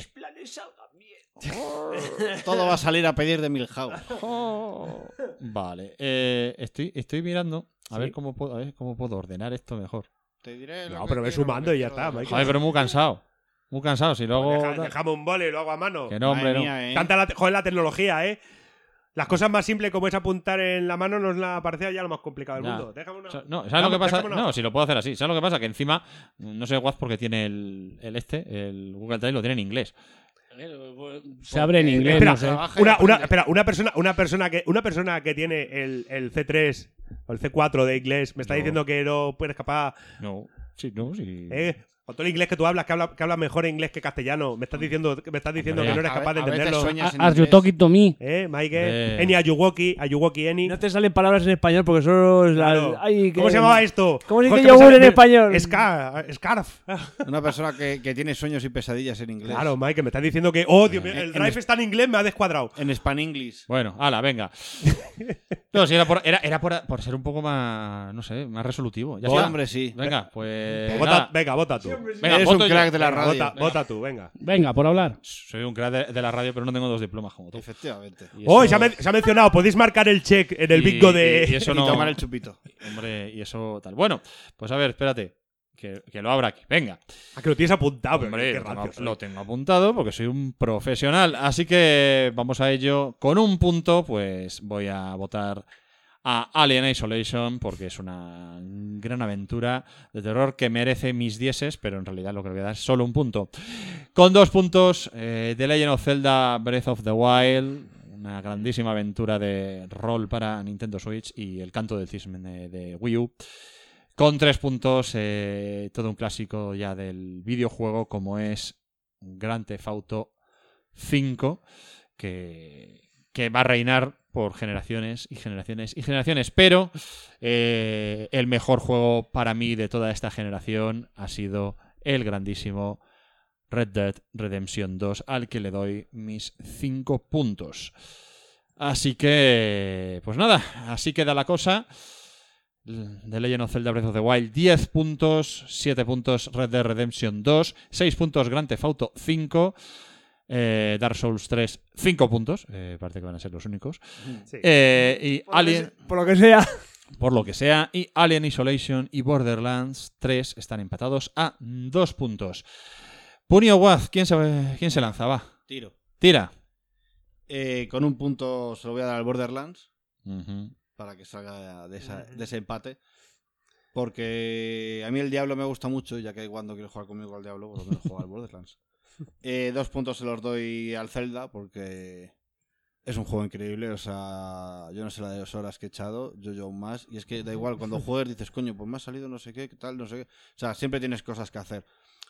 S4: Todo va a salir a pedir de Milhouse.
S2: Vale, eh, estoy, estoy mirando a
S4: Sí.
S2: ver cómo puedo, a ver cómo puedo ordenar esto mejor.
S4: Te diré lo
S5: No,
S4: que
S5: pero ve
S4: quiero,
S5: sumando
S4: porque
S5: y ya
S4: quiero
S5: está,
S4: de-
S5: Michael.
S2: Joder, pero muy cansado. Muy cansado. Si luego.
S5: Deja- dejamos un vole, lo hago a mano.
S2: Que no, hombre, Madre no. mía, eh.
S5: Tanta la, te- joder, la tecnología, ¿eh? Las cosas más simples como es apuntar en la mano nos la parecía ya lo más complicado del
S2: Ya.
S5: mundo. Déjame una.
S2: O sea, no, ¿sabes
S5: Vamos,
S2: lo que pasa?
S5: déjame una.
S2: No, si lo puedo hacer así. ¿Sabes lo que pasa? Que encima, no sé Waz porque tiene el, el este, el Google Drive lo tiene en inglés.
S9: Se abre
S2: Eh,
S9: en inglés,
S5: Espera,
S9: no sé.
S2: Ah,
S5: una, una- espera, una persona, una persona que, una persona que tiene el, el C3 o el C4 de inglés me está
S2: No.
S5: diciendo que no puedes capaz.
S2: No, sí, no, sí.
S5: Eh, con todo el inglés que tú hablas, que hablas que habla mejor inglés que castellano, me estás diciendo, me estás diciendo
S2: Hombre,
S5: que no eres
S2: a
S5: capaz
S2: ve-
S5: de
S2: a veces
S5: entenderlo.
S2: sueñas en
S9: Are you talking to me?
S5: Eh,
S2: Eh.
S5: Michael. Any Ayuwoki, Ayuwoki Any.
S19: No te salen palabras en español porque solo. es la-
S5: Claro.
S19: ay, que-
S5: ¿Cómo se llamaba esto?
S19: ¿Cómo se
S5: Joder,
S19: dice
S5: que me
S19: yogur
S5: sale-
S19: en español?
S5: Scar- Scarf.
S4: Una persona que, que tiene sueños y pesadillas en inglés.
S5: Claro, Mike, que me estás diciendo que. ¡Oh, Dios mío!
S4: En-
S5: El
S4: en
S5: drive
S4: es-
S5: está en inglés, me ha descuadrado.
S4: En Span English.
S2: Bueno, ala, venga. No, si era por, era, era por, por ser un poco más, no sé, más resolutivo. Ya
S4: Sí,
S2: está.
S4: hombre, sí.
S2: Venga, pues.
S5: Pues vota-
S2: nada.
S5: venga, vota tú.
S2: Venga,
S4: Eres
S2: voto
S4: un
S2: yo.
S4: crack de la
S2: Venga,
S4: radio.
S2: vota-
S5: Vota tú, venga.
S9: Venga, por hablar.
S2: Soy un crack de, de la radio, pero no tengo dos diplomas como tú.
S4: Efectivamente.
S2: Y
S5: ¡Oh!
S2: eso-
S5: Se ha, men- se ha mencionado. Podéis marcar el check en el
S2: Y-
S5: bingo de.
S2: y- y eso
S4: Y
S2: no-
S4: tomar el chupito.
S2: Hombre, y eso tal. Bueno, pues a ver, espérate. Que, que lo abra aquí. Venga.
S5: Ah, que lo tienes apuntado, pero
S2: Hombre,
S5: qué eh.
S2: lo tengo-
S5: rancio soy.
S2: lo tengo apuntado porque soy un profesional. Así que vamos a ello. Con un punto, pues voy a votar a Alien Isolation porque es una gran aventura de terror que merece mis dieces, pero en realidad lo que le voy a dar es solo un punto. Con dos puntos, eh, The Legend of Zelda Breath of the Wild, una grandísima aventura de rol para Nintendo Switch y El canto del cisne de, de Wii U. Con tres puntos, eh, todo un clásico ya del videojuego como es Grand Theft Auto 5, que, que va a reinar por generaciones y generaciones y generaciones. Pero eh, el mejor juego para mí de toda esta generación ha sido el grandísimo Red Dead Redemption 2, al que le doy mis 5 puntos. Así que, pues nada, así queda la cosa. The Legend of Zelda Breath of the Wild 10 puntos, 7 puntos Red Dead Redemption 2, 6 puntos Grand Theft Auto 5, eh, Dark Souls 3 5 puntos, eh, parece que van a ser los únicos.
S5: Sí.
S2: Eh, y
S19: Mm, Por lo que
S2: Alien
S19: se- por lo que sea.
S2: por lo que sea, y Alien Isolation y Borderlands 3 están empatados a 2 puntos. Punio Waz, ¿quién se, quién se lanza? Va.
S4: Tiro.
S2: Tira.
S4: Eh, con un punto se lo voy a dar al Borderlands
S2: Ujú.
S4: para que salga de, esa- de ese empate. Porque a mí el Diablo me gusta mucho, ya que cuando quiero jugar conmigo al Diablo, pues lo menos juego al Borderlands. Eh, dos puntos se los doy al Zelda porque es un juego increíble. O sea, yo no sé la de dos horas que he echado, yo, yo aún más. Y es que da igual, cuando juegues dices, coño, pues me ha salido no sé qué, qué tal, no sé qué. O sea, siempre tienes cosas que hacer.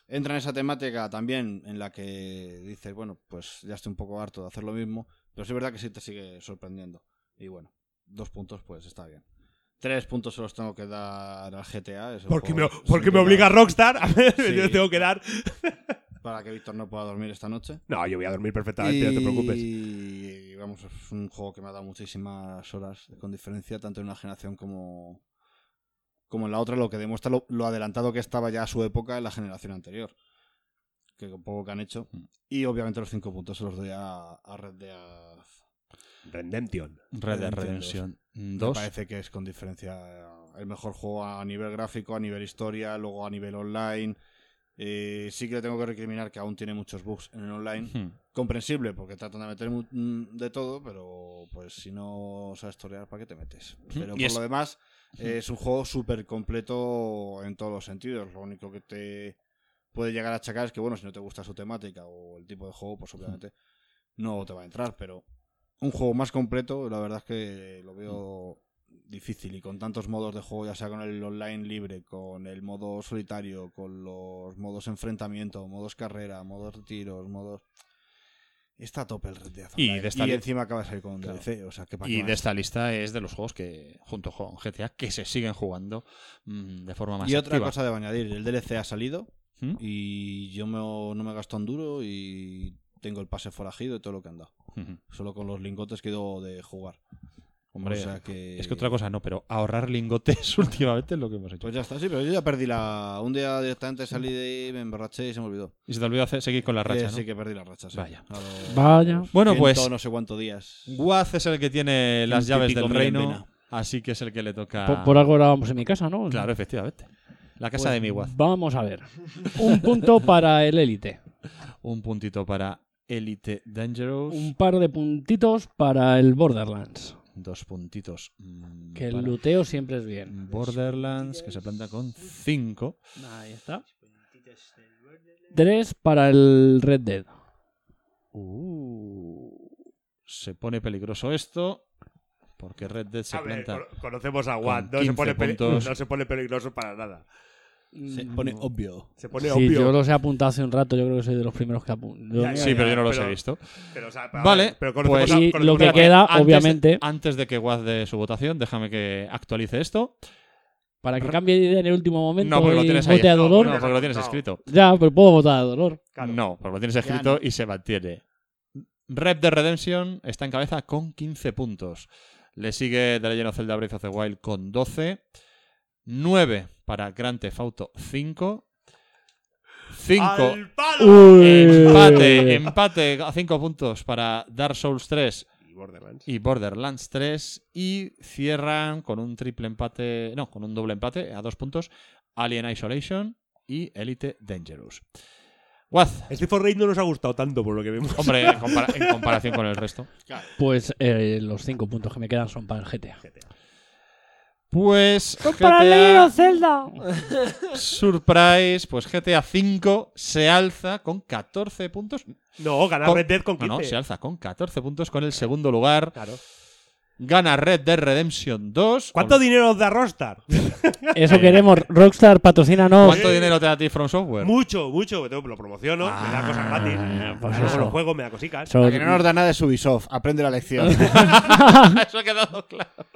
S4: entra en esa temática también en la que dices, bueno, pues ya estoy un poco harto de hacer lo mismo, pero sí es verdad que sí te sigue sorprendiendo. Y bueno, dos puntos, pues está bien. Tres puntos se los tengo que dar al GTA. es el
S5: Porque me,
S4: juego, sin
S5: porque me
S4: duda,
S5: obliga Rockstar. A ver,
S4: Sí.
S5: Yo tengo que dar.
S4: Para que Víctor no pueda dormir esta noche.
S5: No, yo voy a dormir perfectamente, no te preocupes.
S4: Y vamos, es un juego que me ha dado muchísimas horas, con diferencia, tanto en una generación como, como en la otra, lo que demuestra lo, lo adelantado que estaba ya a su época en la generación anterior. Que con poco que han hecho.
S5: Mm.
S4: Y obviamente los cinco puntos se los doy a, a Red Dead
S5: Redemption.
S2: Red Dead Redemption dos.
S4: Me parece que es con diferencia el mejor juego a nivel gráfico, a nivel historia, luego a nivel online. Eh, sí que le tengo que recriminar que aún tiene muchos bugs en el online.
S2: Hmm.
S4: Comprensible, porque tratan de meter mu- mm, de todo, pero pues si no sabes torear, ¿para qué te metes?
S2: Hmm.
S4: Pero
S2: Y
S4: por
S2: es-
S4: lo demás,
S2: Hmm.
S4: eh, es un juego súper completo en todos los sentidos. Lo único que te puede llegar a achacar es que, bueno, si no te gusta su temática o el tipo de juego, pues obviamente no te va a entrar, pero un juego más completo, la verdad es que lo veo difícil y con tantos modos de juego, ya sea con el online libre, con el modo solitario, con los modos enfrentamiento, modos carrera, modos tiros, modos... Está a tope el Red Dead
S2: Y
S4: Online.
S2: de esta li-
S4: encima acaba de salir con un
S2: Claro.
S4: DLC, o sea, que para
S2: Y de esta lista es de los juegos que, junto con GTA, que se siguen jugando mm, de forma más
S4: Y otra
S2: activa. ¿Mm?
S4: cosa debo añadir, el DLC ha salido y yo me- no me gasto un duro y tengo el pase forajido y todo lo que han dado.
S2: Ujú.
S4: Solo con los lingotes que debo de jugar.
S2: Hombre,
S4: o sea que...
S2: es que otra cosa no, pero ahorrar lingotes últimamente es lo que hemos hecho.
S4: Pues ya está, sí, pero yo ya perdí la. Un día directamente salí de ahí, me emborraché y se me olvidó.
S2: Y se te olvidó hacer- seguir con la racha,
S4: Eh,
S2: ¿no?
S4: Sí, que perdí la racha, sí.
S2: Vaya.
S4: A los-
S9: Vaya.
S2: Bueno, pues.
S4: ciento no sé cuántos días.
S2: Guaz es el que tiene las
S4: Ciento y
S2: llaves
S4: pico
S2: del
S4: mil en
S2: reino,
S4: vena.
S2: así que es el que le toca.
S9: Por, por algo grabamos en mi casa, ¿no?
S2: Claro, efectivamente. La casa
S9: Pues
S2: de mi Guaz.
S9: Vamos a ver. Un punto para el élite.
S2: Un puntito para Elite Dangerous.
S9: Un par de puntitos para el Borderlands.
S2: Dos puntitos. mm,
S9: Que el
S2: para
S9: luteo siempre es bien.
S2: Borderlands, que se planta con cinco.
S9: Ahí está. Tres para el Red Dead.
S2: Uh, se pone peligroso esto. Porque Red Dead se
S5: A ver,
S2: planta.
S5: cono- conocemos a
S2: con
S5: Watt. No se,
S2: 15
S5: pone peli-
S2: puntos.
S5: no se pone peligroso para nada.
S4: Se
S2: Mm,
S4: pone obvio.
S5: Se pone
S9: Sí,
S5: obvio.
S9: yo los he apuntado hace un rato, yo creo que soy de los primeros que apunto.
S5: Ya, ya,
S2: Sí, pero yo no los
S5: pero-
S2: he visto.
S5: pero, o sea, pero-
S2: vale,
S5: pero conocemos
S2: pues
S5: a-
S9: Y
S5: conocemos
S9: lo que
S5: a-
S9: queda,
S2: antes-
S9: obviamente,
S2: Antes de que Guaz dé su votación, déjame que actualice esto.
S9: para que cambie de idea en el último momento
S2: No, porque lo
S9: y
S2: tienes ahí.
S9: vote a
S2: No,
S9: dolor.
S2: no, porque lo tienes escrito.
S9: Ya, pero puedo votar a dolor.
S2: No, porque lo tienes escrito y se mantiene. Rep de Redemption está en cabeza con 15 puntos. Le sigue The Legend of Zelda Breath of the Wild con 12. 9 para Grand Theft Auto 5. 5.
S5: ¡Al palo! Eh, Uy.
S2: Empate, empate a 5 puntos para Dark Souls 3
S5: Y Borderlands.
S2: y Borderlands 3. Y cierran con un triple empate, no, con un doble empate a 2 puntos Alien Isolation y Elite Dangerous. Guaz,
S5: Este for Raid no nos ha gustado tanto por lo que vemos.
S2: Hombre, en, compara- en comparación con el resto.
S9: Pues eh, los cinco puntos que me quedan son para el GTA.
S2: Pues.
S19: Para
S2: GTA
S19: leer a Zelda.
S2: Surprise, pues GTA V se alza con 14 puntos.
S5: No, gana Red Dead con
S2: No, no,
S5: 15.
S2: se alza con 14 puntos con el segundo lugar.
S5: Claro.
S2: Gana Red Dead Redemption 2.
S5: ¿Cuánto dinero os da Rockstar?
S9: Eso queremos. Rockstar, patrocínanos.
S2: ¿Cuánto dinero te da a ti From Software?
S5: Mucho, mucho. Yo Lo promociono, me da cosas gratis.
S9: pues
S5: Luego
S9: eso.
S5: lo juego, me da cositas.
S9: Eso-
S4: A que no nos da nada de Ubisoft, aprende la lección.
S2: Eso ha quedado claro.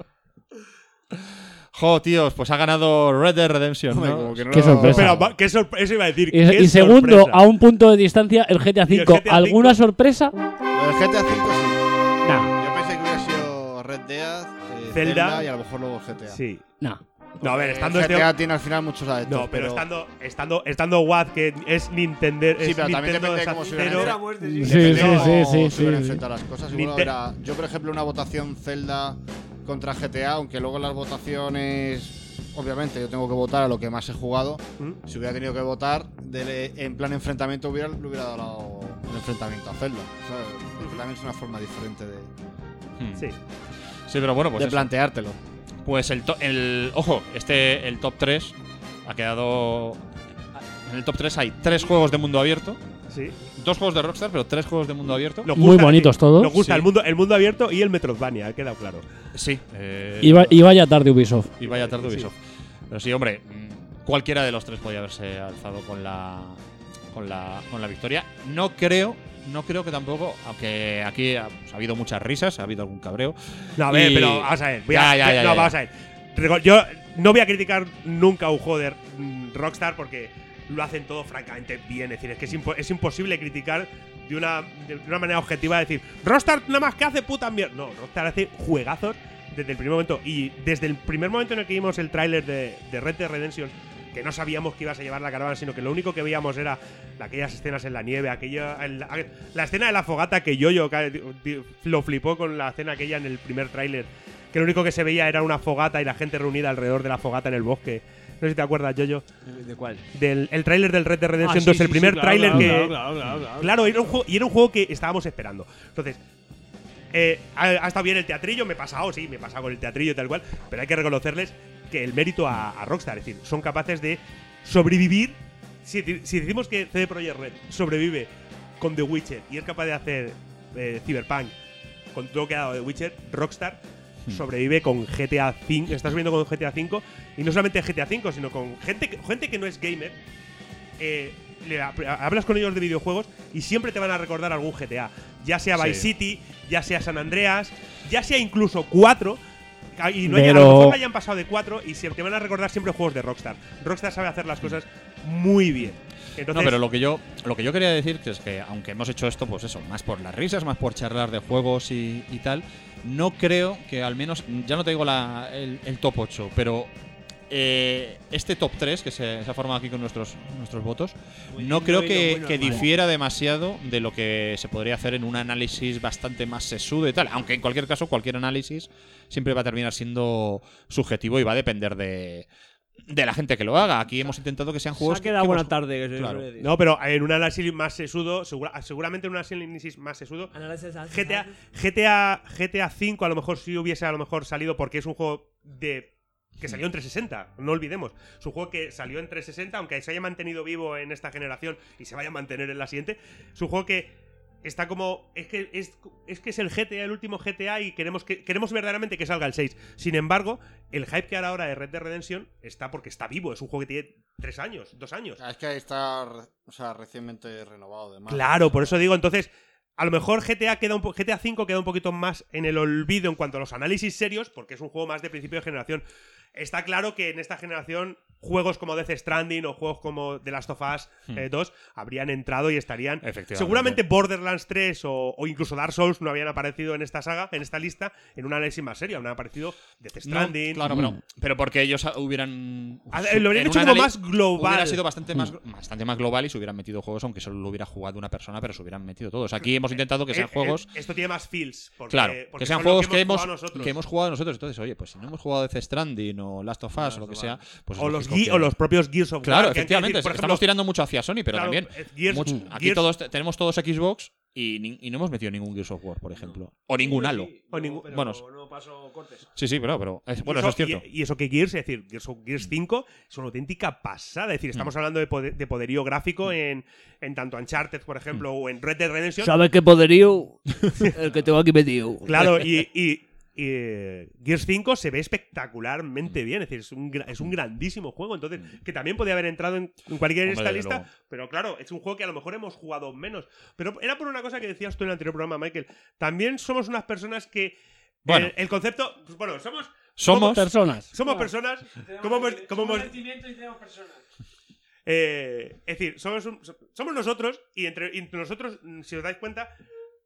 S2: Jo, tíos, pues ha ganado Red Dead Redemption.
S4: Hombre,
S2: ¿no?
S4: como que no-
S9: Qué sorpresa.
S5: Pero, va- qué sorpresa. Eso iba a decir.
S9: Y,
S5: qué
S9: y segundo,
S5: sorpresa.
S9: a un punto de distancia, el GTA V.
S5: Y el GTA
S9: ¿Alguna sorpresa?
S4: Lo del GTA V sí.
S9: Nah.
S4: Yo pensé que hubiera sido Red Dead, eh,
S5: Zelda.
S4: Zelda. y a lo mejor luego GTA.
S5: Sí.
S9: No.
S5: No, a ver,
S4: Eh,
S5: estando este-
S4: GTA tiene al final muchos adeptos.
S5: No, pero, estando, estando, estando Watt, que es Nintendo.
S4: Sí,
S5: es
S4: pero también
S5: Nintendo
S4: depende de cómo se
S5: Sacero.
S4: hubiera
S9: sí,
S4: Depende
S9: sí,
S4: de cómo se
S9: sí, sí,
S4: hubieran
S9: sí, sí.
S4: enfrentado las cosas. Igual
S5: Ninte-
S4: hubiera- yo, por ejemplo, una votación Zelda contra GTA, aunque luego las votaciones. Obviamente, yo tengo que votar a lo que más he jugado.
S5: ¿Mm?
S4: Si hubiera tenido que votar de- en plan enfrentamiento, hubiera, le hubiera dado el enfrentamiento a Zelda. ¿sabes? Porque También es una forma diferente de,
S2: Hmm.
S5: Sí.
S2: Sí, pero bueno, pues.
S4: de
S2: eso.
S4: planteártelo.
S2: Pues el, to- el ojo, este el top 3 ha quedado en el top 3 hay tres juegos de mundo abierto,
S5: Sí.
S2: dos juegos de Rockstar, pero tres juegos de mundo abierto.
S5: Nos
S9: Muy bonitos
S5: sí,
S9: todos.
S5: Nos gusta
S2: Sí.
S5: el, mundo, el mundo abierto y el Metroidvania, ha quedado claro.
S2: Sí, eh,
S9: Iba, iba ya tarde Ubisoft.
S2: y vaya tarde
S5: Sí.
S2: Ubisoft. Pero sí, hombre, mm, cualquiera de los tres podía haberse alzado con la con la, con la victoria. No creo, no creo que tampoco, aunque aquí ha, pues, ha habido muchas risas, ha habido algún cabreo.
S5: No, a ver,
S2: Y-
S5: pero vamos a ver. voy
S2: Ya,
S5: a-
S2: ya, ya,
S5: no,
S2: ya.
S5: vamos a ver. Reco- Yo no voy a criticar nunca un juego de mm, Rockstar porque lo hacen todo francamente bien. Es decir, es que es, impo- es imposible criticar de una, de una manera objetiva. Decir, Rockstar nada más que hace puta mierda. No, Rockstar hace juegazos desde el primer momento. Y desde el primer momento en el que vimos el tráiler de, de Red Dead Redemption, que no sabíamos que ibas a llevar la caravana, sino que lo único que veíamos era aquellas escenas en la nieve, aquella, el- la escena de la fogata que yo, yo lo flipó con la escena aquella en el primer tráiler, que lo único que se veía era una fogata y la gente reunida alrededor de la fogata en el bosque. No sé si te acuerdas, Yoyo.
S19: ¿De cuál?
S5: Del el tráiler del Red Dead Redemption
S19: sí, Ah,
S5: 2,
S19: sí,
S5: el
S19: sí,
S5: primer
S19: claro,
S5: tráiler
S19: claro,
S5: que.
S19: claro, claro, claro, claro.
S5: Claro, era un juego, y era un juego que estábamos esperando. Entonces, eh, ha, ha estado bien el teatrillo, me he pasado, sí, me he pasado con el teatrillo y tal cual, pero hay que reconocerles que el mérito a, a Rockstar, es decir, son capaces de sobrevivir. Si, di- si decimos que CD Projekt Red sobrevive con The Witcher y es capaz de hacer eh, Cyberpunk con todo lo que ha dado The Witcher, Rockstar
S2: Hmm.
S5: sobrevive con GTA V, está subiendo con GTA V y no solamente GTA V, sino con gente, que- gente que no es gamer eh, le ha- hablas con ellos de videojuegos y siempre te van a recordar algún GTA. Ya sea Vice
S2: Sí.
S5: City, ya sea San Andreas, ya sea incluso 4. ah, Y no haya- a
S2: Pero-
S5: lo mejor no hayan pasado de 4 y se te van a recordar siempre juegos de Rockstar. Rockstar sabe hacer las cosas muy bien. Entonces,
S2: no, pero lo que yo lo que yo quería decir que es que aunque hemos hecho esto, pues eso, más por las risas, más por charlar de juegos y, y tal, no creo que al menos, ya no te digo la- el, el top 8, pero eh, este top 3 que se, se ha formado aquí con nuestros, nuestros votos, no creo
S19: bueno,
S2: que,
S19: bueno,
S2: que
S19: vale.
S2: difiera demasiado de lo que se podría hacer en un análisis bastante más sesudo y tal, aunque en cualquier caso cualquier análisis siempre va a terminar siendo subjetivo y va a depender de... De la gente que lo haga. Aquí hemos intentado que sean
S5: Se
S2: juegos.
S5: ha quedado
S2: que
S5: buena
S2: hemos-
S5: tarde, que se
S2: Claro.
S5: suele decir. No, pero en un análisis más sesudo, segura- seguramente en un análisis más sesudo, GTA, GTA, GTA 5 a lo mejor sí hubiese a lo mejor salido porque es un juego de que salió en 360, no olvidemos. Es un juego que salió en 360, aunque se haya mantenido vivo en esta generación y se vaya a mantener en la siguiente. Es un juego que está como. Es que es, es que es el GTA, el último GTA, y queremos, que, queremos verdaderamente que salga el 6. Sin embargo, el hype que hay ahora de Red Dead Redemption está porque está vivo. Es un juego que tiene 3 años, 2 años.
S20: Es que ahí está o sea, recientemente renovado, además.
S5: Claro, por eso digo, entonces, a lo mejor GTA, queda un po- GTA V queda un poquito más en el olvido en cuanto a los análisis serios, porque es un juego más de principio de generación. Está claro que en esta generación juegos como Death Stranding o juegos como The Last of Us
S2: Hmm.
S5: eh, 2 habrían entrado y estarían...
S2: Efectivamente.
S5: Seguramente Borderlands 3 o, o incluso Dark Souls no habían aparecido en esta saga, en esta lista, en un análisis más serio. Habrían aparecido Death
S2: No,
S5: Stranding...
S2: claro, pero, pero porque ellos ah, hubieran.
S5: Ah, eh, lo hubieran
S2: en
S5: hecho
S2: un
S5: como
S2: anali-
S5: más global.
S2: Hubiera sido bastante más, bastante más global y se hubieran metido juegos, aunque solo lo hubiera jugado una persona, pero se hubieran metido todos. Aquí hemos intentado que
S5: Eh,
S2: sean
S5: eh,
S2: juegos.
S5: esto tiene más feels. Porque,
S2: claro,
S5: porque
S2: que sean
S5: son lo
S2: juegos que hemos,
S5: jugado nosotros.
S2: que hemos jugado nosotros. Entonces, oye, pues si no hemos jugado Death Stranding o Last of Us o lo que sea, pues. es
S5: o, los
S2: lógico
S5: Ge-
S2: que-
S5: o los propios Gears of War.
S2: Claro,
S5: que han-
S2: efectivamente.
S5: que decir, por
S2: estamos
S5: ejemplo,
S2: tirando mucho hacia Sony, pero
S5: claro,
S2: también.
S5: eh, Gears-
S2: mucho- aquí
S5: Gears-
S2: todos te- tenemos todos Xbox y, nin- y no hemos metido ningún Gears of War, por ejemplo. O ningún Halo.
S5: O ningún-
S2: bueno, Sí, sí, pero, pero es- bueno,
S5: y
S2: eso es cierto.
S5: Y, y eso que Gears, es decir, Gears, of- Gears 5 es una auténtica pasada.
S2: Mm.
S5: Es decir, estamos hablando de, poder- de poderío gráfico en, en tanto Uncharted, por
S2: Mm.
S5: ejemplo, o en Red Dead Redemption.
S19: ¿Sabes qué poderío? El que tengo aquí metido.
S5: Claro, y, y- y, eh, Gears 5 se ve
S2: Mm.
S5: espectacularmente bien. Es decir, es un, gra- es un grandísimo juego. Entonces, que también podía haber entrado en, en cualquier
S2: Hombre,
S5: esta
S2: desde
S5: lista.
S2: luego.
S5: Pero claro, es un juego que a lo mejor hemos jugado menos. Pero era por una cosa que decías tú en el anterior programa, Michael. También somos unas personas que.
S2: Bueno.
S5: El, el concepto. pues, bueno, somos.
S2: Somos
S9: personas.
S5: Somos personas. ¿Cómo hemos- cómo hemos- eh, es decir, somos, un- so- somos nosotros y entre, entre nosotros, mm, si os dais cuenta,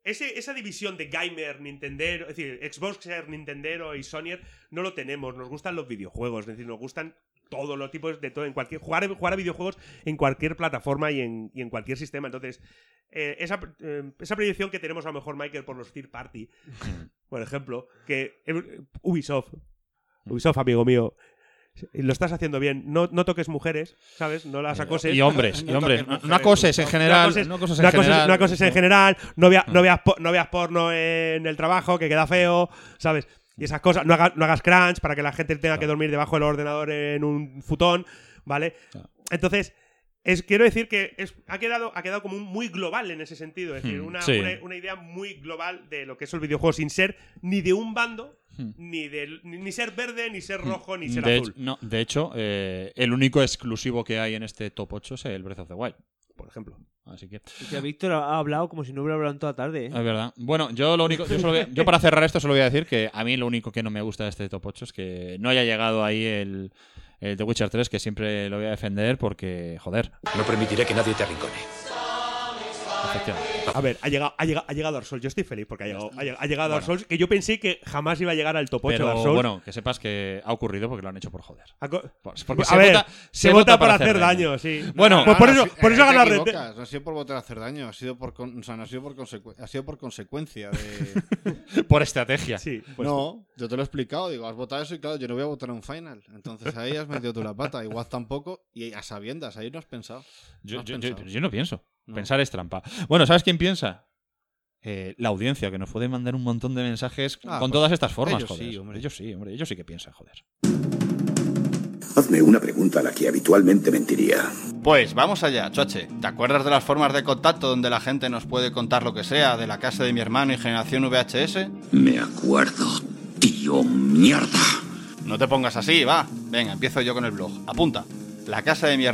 S5: ese- esa división de gamer, Nintendero, es decir, Xboxer, Nintendero y Sonyer, no lo tenemos. Nos gustan los videojuegos, es decir, nos gustan todos los tipos de todo, en cualquier jugar, jugar a videojuegos en cualquier plataforma y en, y en cualquier sistema. Entonces, eh, esa, eh, esa proyección que tenemos a lo mejor, Michael, por los Third Party, por ejemplo, que eh, Ubisoft,
S2: Mm.
S5: Ubisoft, amigo mío, lo estás haciendo bien. No, no toques mujeres, ¿sabes? No las acoses.
S2: Y hombres, y hombres. No, no acoses en general.
S5: No acoses,
S2: no acoses
S5: no
S2: en
S5: acoses-
S2: general. Mm.
S5: no acoses en
S2: No.
S5: general. No vea- no veas, po- no veas porno en el trabajo, que queda feo, ¿sabes? Y esas cosas. No hagas, no hagas crunch para que la gente tenga que dormir debajo del ordenador en un futón, ¿vale? Entonces, es, quiero decir que es- ha, quedado, ha quedado como un- muy global en ese sentido. Es decir,
S2: Hmm,
S5: una,
S2: sí.
S5: una- una idea muy global de lo que es el videojuego sin ser ni de un bando,
S2: Hmm.
S5: ni, del- ni ni ser verde, ni ser rojo, ni ser
S2: de,
S5: azul.
S2: hecho- no, de hecho, eh, el único exclusivo que hay en este top 8 es el Breath of the Wild.
S5: por ejemplo.
S2: Así que.
S3: Y que Víctor ha hablado como si no hubiera hablado en toda tarde. ¿eh?
S2: Es verdad. Bueno, yo lo único. Yo, solo voy- yo para cerrar esto solo voy a decir que a mí lo único que no me gusta de este top 8 es que no haya llegado ahí el, el The Witcher 3, que siempre lo voy a defender porque, joder. No permitiré que nadie te arrincone.
S5: A ver, ha llegado, ha llegado, ha llegado Dark Souls. Yo estoy feliz porque ha llegado, ha llegado, ha llegado Dark Souls, que yo pensé que jamás iba a llegar al top 8
S2: Pero
S5: Dark Souls.
S2: bueno, que sepas que ha ocurrido porque lo han hecho por joder.
S5: Ha co-
S2: Porque
S5: a
S2: se
S5: ver,
S2: vota-
S5: se
S2: se
S5: vota
S2: vota
S5: para
S2: para
S5: hacer
S2: hacer
S5: daño,
S2: daño.
S5: sí.
S2: Bueno, eh,
S5: pues por eso,
S4: no,
S5: por eso
S4: ahí te
S5: gana Red Dead.
S4: equivocas, No ha sido por votar a hacer daño, ha sido por, con- o sea, no ha sido por, consecu- ha sido por consecuencia de...
S2: Por estrategia.
S5: Sí, pues
S4: no, yo te lo he explicado, digo, has votado eso y claro, yo no voy a votar un final. Entonces ahí has metido tú la pata, igual tampoco, y a sabiendas, ahí no has pensado.
S2: Yo,
S4: has
S2: yo- yo-
S4: pensado.
S2: yo no pienso.
S4: No.
S2: Pensar es trampa. Bueno, ¿sabes quién piensa? Eh, la audiencia, que nos puede mandar un montón de mensajes
S4: Ah,
S2: con
S4: pues,
S2: todas estas formas,
S4: ellos
S2: joder.
S4: sí, hombre.
S2: Ellos sí, hombre. Ellos sí que piensan, joder.
S12: Hazme una pregunta a la que habitualmente mentiría.
S4: Pues vamos allá, Choche. ¿Te acuerdas de las formas de contacto donde la gente nos puede contar lo que sea de la casa de mi hermano y generación VHS?
S12: Me acuerdo, tío mierda.
S4: No te pongas así, va. Venga, empiezo yo con el blog. Apunta. La casa de mi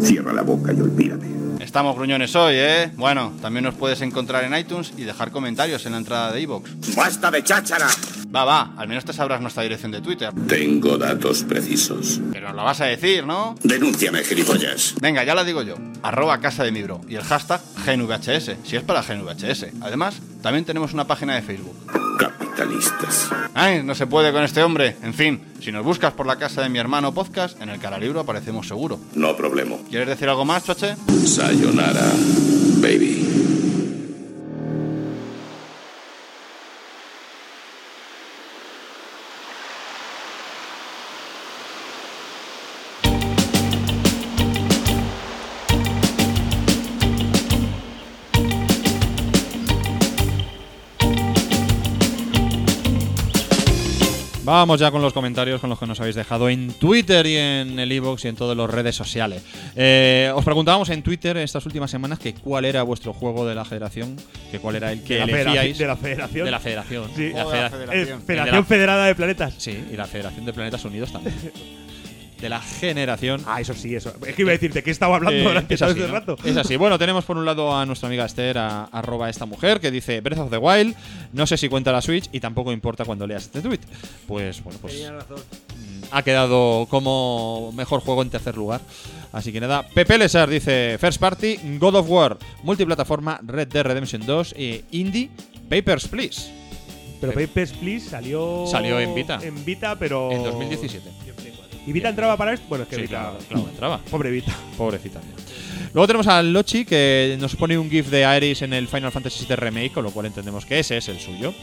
S12: Cierra la boca y olvídate.
S4: Estamos gruñones hoy, ¿eh? Bueno, también nos puedes encontrar en iTunes y dejar comentarios en la entrada de iVoox.
S12: ¡Basta de cháchara!
S4: Va, va, al menos te sabrás nuestra dirección de Twitter.
S12: Tengo datos precisos.
S4: Pero nos la vas a decir, ¿no?
S12: Denúnciame, gilipollas.
S4: Venga, ya la digo yo. Arroba casa de mi bro y el hashtag GNVHS, si es para GNVHS. Además, también tenemos una página de Facebook.
S12: Capitalistas.
S4: Ay, no se puede con este hombre. En fin, si nos buscas por la casa de mi hermano podcast, en el caralibro aparecemos seguro.
S12: No problema.
S4: ¿Quieres decir algo más, Choche?
S12: Sayonara, baby.
S2: Vamos ya con los comentarios con los que nos habéis dejado en Twitter y en el iBox y en todas las redes sociales. Eh, os preguntábamos en Twitter estas últimas semanas que cuál era vuestro juego de la generación, que cuál era el que
S5: De la
S2: elegíais.
S5: federaci- de la federación.
S2: De la federación.
S5: Sí.
S2: La
S5: O de
S2: federa-
S5: la federación.
S2: el de
S5: Federación Federada de Planetas.
S2: Sí, y la Federación de Planetas Unidos también. De la generación.
S5: Ah, eso sí, eso. Es que iba a decirte que estaba hablando durante
S2: es
S5: todo
S2: Eh, así,
S5: este
S2: ¿no?
S5: rato.
S2: Es así. Bueno, tenemos por un lado a nuestra amiga Esther, a, arroba esta mujer, que dice Breath of the Wild. No sé si cuenta la Switch y tampoco importa cuando leas este tweet. Pues bueno, pues
S3: Tenía razón.
S2: ha quedado como mejor juego en tercer lugar. Así que nada, Pepe Lesar dice First Party, God of War, multiplataforma, Red Dead Redemption 2, eh, Indie, Papers, Please.
S5: Pero Papers, Please salió.
S2: Eh, Salió en Vita.
S5: En Vita, pero.
S2: En 2017.
S5: ¿Y Vita entraba para esto? Bueno, es que
S2: Sí,
S5: Vita.
S2: claro, claro, entraba.
S5: Pobre Vita.
S2: Pobrecita. Luego tenemos a Lochi que nos pone un GIF de Aeris en el Final Fantasy VII Remake, con lo cual entendemos que ese es el suyo.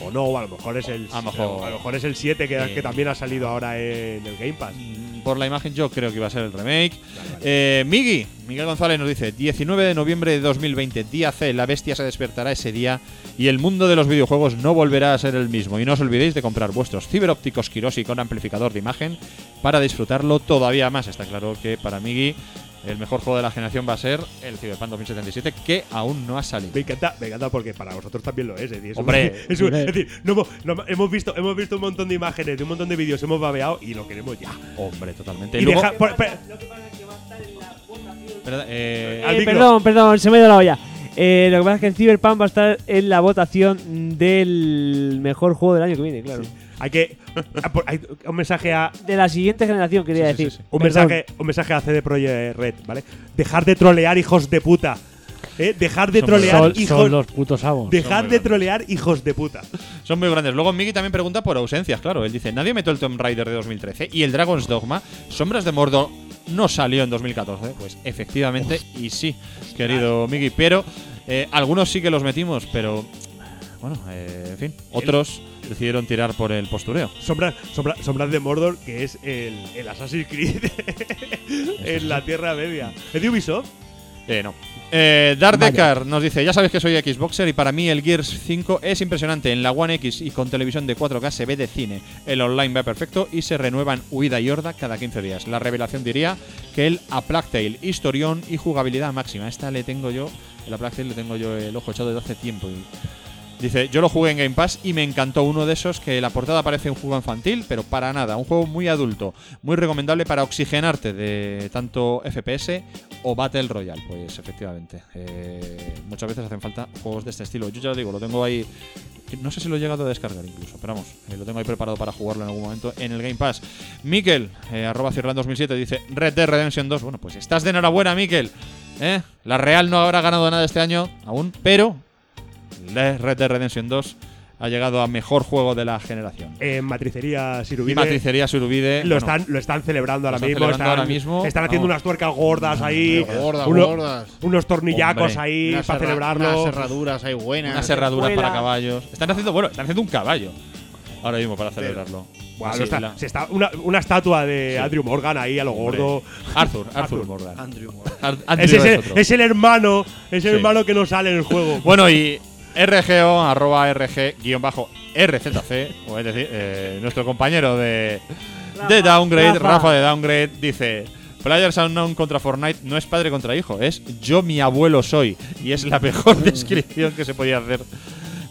S5: O no, a lo mejor es el.
S2: A lo mejor-
S5: a lo mejor es el 7 que,
S2: Eh.
S5: que también ha salido ahora en el Game Pass.
S2: Mm, Por la imagen yo creo que iba a ser el remake. Eh, Migi, Miguel González nos dice, 19 de noviembre de 2020, día C, la bestia se despertará ese día y el mundo de los videojuegos no volverá a ser el mismo. Y no os olvidéis de comprar vuestros ciberópticos Kirosi con amplificador de imagen para disfrutarlo todavía más. Está claro que para Migi el mejor juego de la generación va a ser el Cyberpunk 2077 que aún no ha salido.
S5: Me encanta, me encanta porque para vosotros también lo es. es decir, es un-
S2: Hombre,
S5: es un-
S2: hombre.
S5: es decir, no hemos- no- hemos, visto, hemos visto un montón de imágenes, de un montón de vídeos, hemos babeado y lo queremos ya.
S2: Hombre, totalmente.
S5: Y
S2: Luego-
S5: deja- por- por-
S2: Perdón, eh,
S5: Al
S3: Eh,
S5: micro.
S3: perdón, perdón, se me ha ido la olla. Eh, lo que pasa es que el Cyberpunk va a estar en la votación del mejor juego del año que viene, claro.
S5: Hay que. ah, por- hay un mensaje a.
S3: De la siguiente generación, quería
S5: Sí, sí,
S3: decir.
S5: sí, sí. Un,
S3: Perdón.
S5: mensaje, un mensaje a CD Projekt Red, ¿vale? Dejar de trolear, hijos de puta. ¿Eh? Dejar de
S9: Son-
S5: trolear,
S9: son-
S5: hijos.
S9: son los putos amos. Son
S5: Dejar
S9: muy
S5: de
S9: grandes.
S5: trolear, hijos de puta.
S2: Son muy grandes. Luego Miki también pregunta por ausencias, claro. Él dice, nadie metió el Tomb Raider de 2013 y el Dragon's Dogma, Sombras de Mordor, no salió en 2014. Pues efectivamente, y sí, querido Miki. Pero eh, algunos sí que los metimos, pero bueno, eh, en fin. Otros decidieron tirar por el postureo.
S5: Sombras, sombra- sombras de Mordor, que es el, el Assassin's Creed en la Tierra Media. ¿Es de Ubisoft?
S2: Eh, no. Eh, Dark Deckard nos dice, ya sabes que soy Xboxer y para mí el Gears 5 es impresionante. En la One X y con televisión de 4K se ve de cine. El online va perfecto y se renuevan huida y horda cada 15 días. La revelación diría que el A Plague Tale, historión y jugabilidad máxima. Esta le tengo yo, el A Plague Tale le tengo yo el ojo echado desde hace tiempo. y- Dice, yo lo jugué en Game Pass y me encantó uno de esos que la portada parece un juego infantil, pero para nada, un juego muy adulto, muy recomendable para oxigenarte de tanto FPS o Battle Royale. Pues efectivamente, eh, muchas veces hacen falta juegos de este estilo. Yo ya lo digo, lo tengo ahí, no sé si lo he llegado a descargar incluso, pero vamos, eh, lo tengo ahí preparado para jugarlo en algún momento en el Game Pass. Miquel, eh, arroba Cirlan 2007, dice, Red Dead Redemption 2, bueno, pues estás de enhorabuena, Miquel. ¿eh? La Real no habrá ganado nada este año aún, pero la Red Dead Redemption 2 ha llegado a mejor juego de la generación.
S5: En matricería Sirubide.
S2: Y Matricería Surubide.
S5: Eh, Lo,
S2: bueno,
S5: están, lo están celebrando ahora
S2: están
S5: mismo.
S2: celebrando
S5: están,
S2: ahora mismo.
S5: están haciendo
S2: Vamos.
S5: unas tuercas gordas ahí.
S2: Hombre, gordas,
S5: uno-
S2: gordas.
S5: Unos tornillacos
S2: Hombre.
S5: ahí
S20: Unas
S5: para
S20: herra-
S5: celebrarlo.
S20: unas herraduras ahí buenas.
S2: unas herraduras
S5: vuela.
S2: para caballos. Están haciendo, bueno, están haciendo un caballo ahora mismo para celebrarlo.
S5: Buah,
S2: Sí,
S5: lo está-
S2: la-
S5: se está- una, una estatua de
S2: Sí.
S5: Andrew Morgan ahí a lo
S2: Hombre.
S5: gordo.
S2: Arthur, Arthur Morgan.
S20: Andrew Morgan.
S2: Ar-
S5: Es,
S2: Andrew
S5: ese-
S2: otro.
S5: es el hermano, es el
S2: Sí.
S5: hermano que no sale en el juego.
S2: Bueno, y RGO, arroba RG, guión bajo, RZC, o es decir, eh, nuestro compañero de, de Downgrade,
S5: Rafa.
S2: Rafa. de Downgrade, dice. Players Unknown contra Fortnite no es padre contra hijo, es yo mi abuelo soy. Y es la mejor descripción que se podía hacer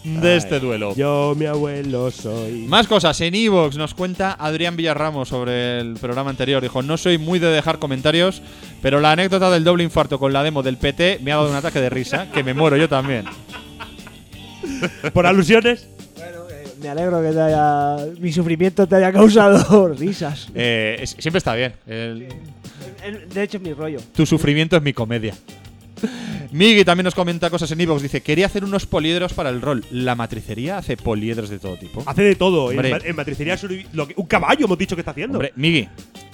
S2: de este duelo.
S5: Yo, mi abuelo, soy.
S2: Más cosas, en Evox nos cuenta Adrián Villarramos sobre el programa anterior. Dijo, no soy muy de dejar comentarios, pero la anécdota del doble infarto con la demo del PT me ha dado un ataque de risa, que me muero yo también.
S5: Por alusiones.
S19: Me alegro que te haya, mi sufrimiento te haya causado risas.
S2: Eh, es- siempre está bien. El-
S19: El- De hecho, es mi rollo.
S2: tu sufrimiento es mi comedia. Migi también nos comenta cosas en Evox. Dice, quería hacer unos poliedros para el rol. La matricería hace poliedros de todo tipo.
S5: Hace de todo. En
S2: Hombre.
S5: ma- En, matricería Suri- lo que- un caballo hemos dicho que está haciendo.
S2: Hombre, Migi,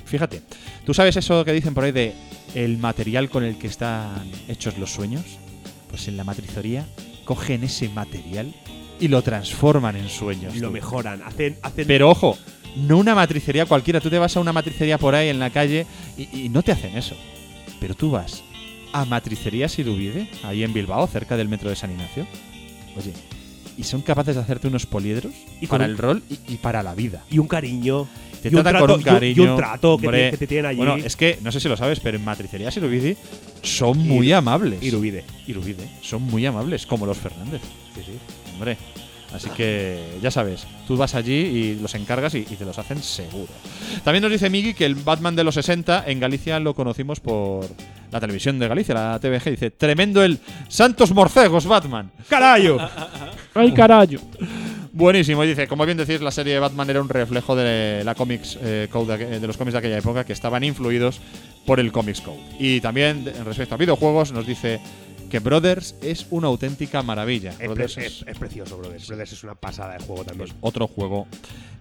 S2: fíjate. ¿Tú sabes eso que dicen por ahí de el material con el que están hechos los sueños? Pues en la matricería cogen ese material y lo transforman en sueños.
S5: Y lo
S2: tú.
S5: mejoran. Hacen, hacen
S2: Pero ojo, no una matricería cualquiera. Tú te vas a una matricería por ahí en la calle y, y no te hacen eso. Pero tú vas a Matricería Sirubide, ahí en Bilbao, cerca del metro de San Ignacio. Oye, y son capaces de hacerte unos poliedros
S5: Y con
S2: para
S5: un-
S2: el rol y, y para la vida.
S5: y un cariño.
S2: Te
S5: y un
S2: tratan
S5: trato,
S2: con un
S5: y un-
S2: cariño.
S5: y un trato que te-
S2: hombre.
S5: que te tienen allí.
S2: Bueno, es que no sé si lo sabes, pero en Matricería Sirubide son muy
S5: Ir-
S2: amables.
S5: Irubide.
S2: Irubide. Son muy amables, como los Fernández.
S5: Sí, sí.
S2: Hombre. Así que ya sabes, tú vas allí y los encargas y, y te los hacen seguro. También nos dice Migi que el Batman de los 60 en Galicia lo conocimos por la televisión de Galicia, la TVG. Dice, tremendo el Santos Morcegos Batman.
S5: ¡Carayo!
S9: ¡Ay, carajo!
S2: Buenísimo, y dice, como bien decís, la serie de Batman era un reflejo de la Comics eh, Code de, aqu- de los cómics de aquella época que estaban influidos por el Comics Code. Y también de- respecto a videojuegos nos dice que Brothers es una auténtica maravilla.
S5: Es, pre-
S2: Brothers
S5: es- es precioso, Brothers. Brothers es una pasada de juego también.
S2: otro juego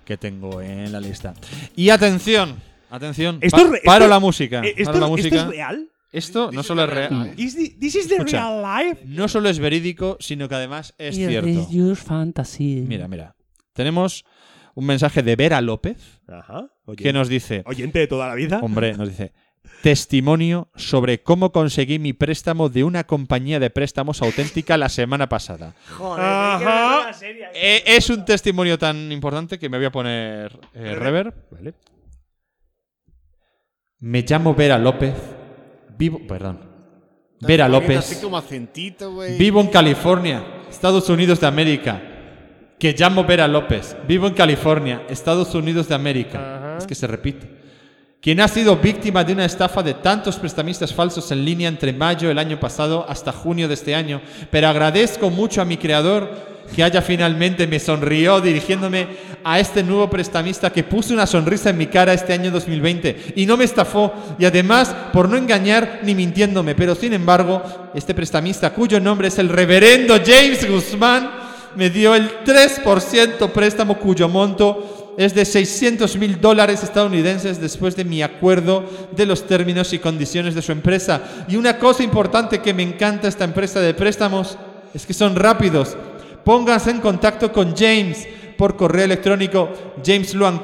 S2: que tengo en la lista. Y atención, atención,
S5: Esto
S2: pa-
S5: es re- esto-
S2: paro la música,
S5: eh, esto
S2: paro la
S5: es-
S2: música.
S5: ¿Esto es real?
S2: Esto no solo es real,
S5: Is thi- this is the
S2: Escucha.
S5: real life?
S2: no solo es verídico, sino que además es cierto.
S9: fantasy.
S2: Mira, mira. Tenemos un mensaje de Vera López
S5: Ajá. Oye,
S2: que nos dice,
S5: oyente de toda la vida.
S2: hombre, nos dice, testimonio sobre cómo conseguí mi préstamo de una compañía de préstamos auténtica la semana pasada.
S5: Ajá.
S2: Eh, es un testimonio tan importante que me voy a poner eh, reverb.
S5: Vale.
S2: Me llamo Vera López. Vivo. Perdón. Vera
S20: Así
S2: López.
S20: como acentito, güey.
S2: Vivo en California, Estados Unidos de América. Que llamo Vera López. Vivo en California, Estados Unidos de América. Es que se repite. Quien ha sido víctima de una estafa de tantos prestamistas falsos en línea entre mayo del año pasado hasta junio de este año. Pero agradezco mucho a mi creador que haya finalmente me sonrió dirigiéndome a este nuevo prestamista que puso una sonrisa en mi cara este año 2020 y no me estafó y además por no engañar ni mintiéndome. Pero sin embargo, este prestamista cuyo nombre es el reverendo James Guzmán me dio el 3% préstamo cuyo monto es de 600 mil dólares estadounidenses después de mi acuerdo de los términos y condiciones de su empresa. Y una cosa importante que me encanta esta empresa de préstamos es que son rápidos. Pónganse en contacto con James por correo electrónico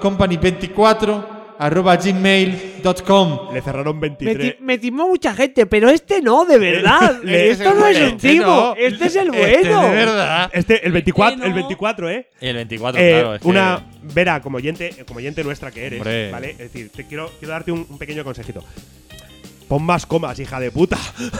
S2: jamesluancompany24 arroba gmail.com
S5: Le cerraron
S19: Me,
S5: 23.
S19: ti- me timó mucha gente, pero este no, de verdad.
S5: Le-
S19: Esto no es un
S2: Este
S19: timo,
S2: no.
S19: este es el
S2: Este
S19: bueno.
S2: de verdad.
S5: Este, el 24,
S9: no.
S5: el 24, ¿eh?
S2: El 24,
S5: Eh,
S2: Ah, claro. es que-
S5: una Vera, como oyente, como oyente nuestra que eres,
S2: Hombre.
S5: ¿vale? Es decir, te quiero, quiero darte un, un pequeño consejito. Pon más comas, hija de puta.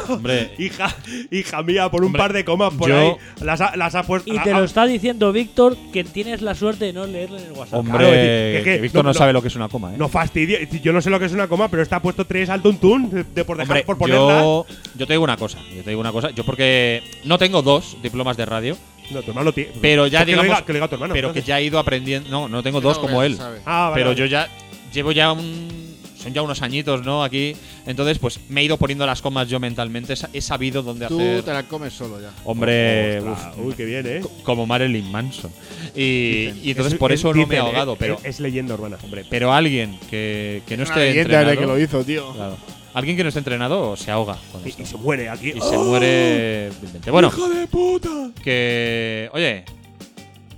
S2: Hombre.
S5: hija, hija mía, por un
S2: Hombre,
S5: par de comas por
S2: yo-
S5: ahí. Las ha, las ha puesto.
S3: Y te
S5: ha-
S3: lo está diciendo Víctor que tienes la suerte de no leerlo en el WhatsApp.
S2: Hombre,
S5: Claro, es decir, que-
S2: que
S5: que
S2: Víctor no,
S5: no- no-
S2: sabe lo que es una coma, ¿eh?
S5: No fastidia. Yo no sé lo que es una coma, pero está puesto tres al tuntún de, de por dejar
S2: Hombre,
S5: por ponerla.
S2: yo, yo te digo una cosa, yo te digo una cosa, yo porque no tengo dos diplomas de radio,
S5: No, tu hermano tiene.
S2: pero ya
S5: Pues que lo
S2: digamos,
S5: diga- que lo diga tu hermano,
S2: pero
S5: entonces.
S2: que ya he ido aprendiendo, no, no tengo dos
S5: no,
S2: como
S5: ya
S2: él,
S5: sabe. Ah, vale,
S2: pero
S5: vale.
S2: yo ya llevo ya un, son ya unos añitos, ¿no? Aquí, entonces pues me he ido poniendo las comas yo mentalmente, sa- he sabido dónde
S4: Tú
S2: hacer.
S4: te la comes solo ya.
S2: Hombre,
S5: Ostras,
S2: uf,
S5: uy, qué bien, ¿eh?
S2: co- como Marilyn Manson. Y,
S5: Dicen.
S2: y entonces
S5: Es-
S2: por
S5: es-
S2: eso no me
S5: dicen,
S2: he
S5: ¿eh?
S2: ahogado, pero
S5: Es, es leyenda urbana. Hombre,
S2: pero alguien que, que no
S5: Es
S2: esté
S5: una leyenda
S2: entrenado,
S5: desde que lo hizo, tío.
S2: claro. alguien que no esté entrenado se ahoga con esto.
S5: Y se muere aquí.
S2: Y se
S5: ¡Oh!
S2: muere vilmente. Bueno,
S5: ¡Hijo de puta!
S2: que oye,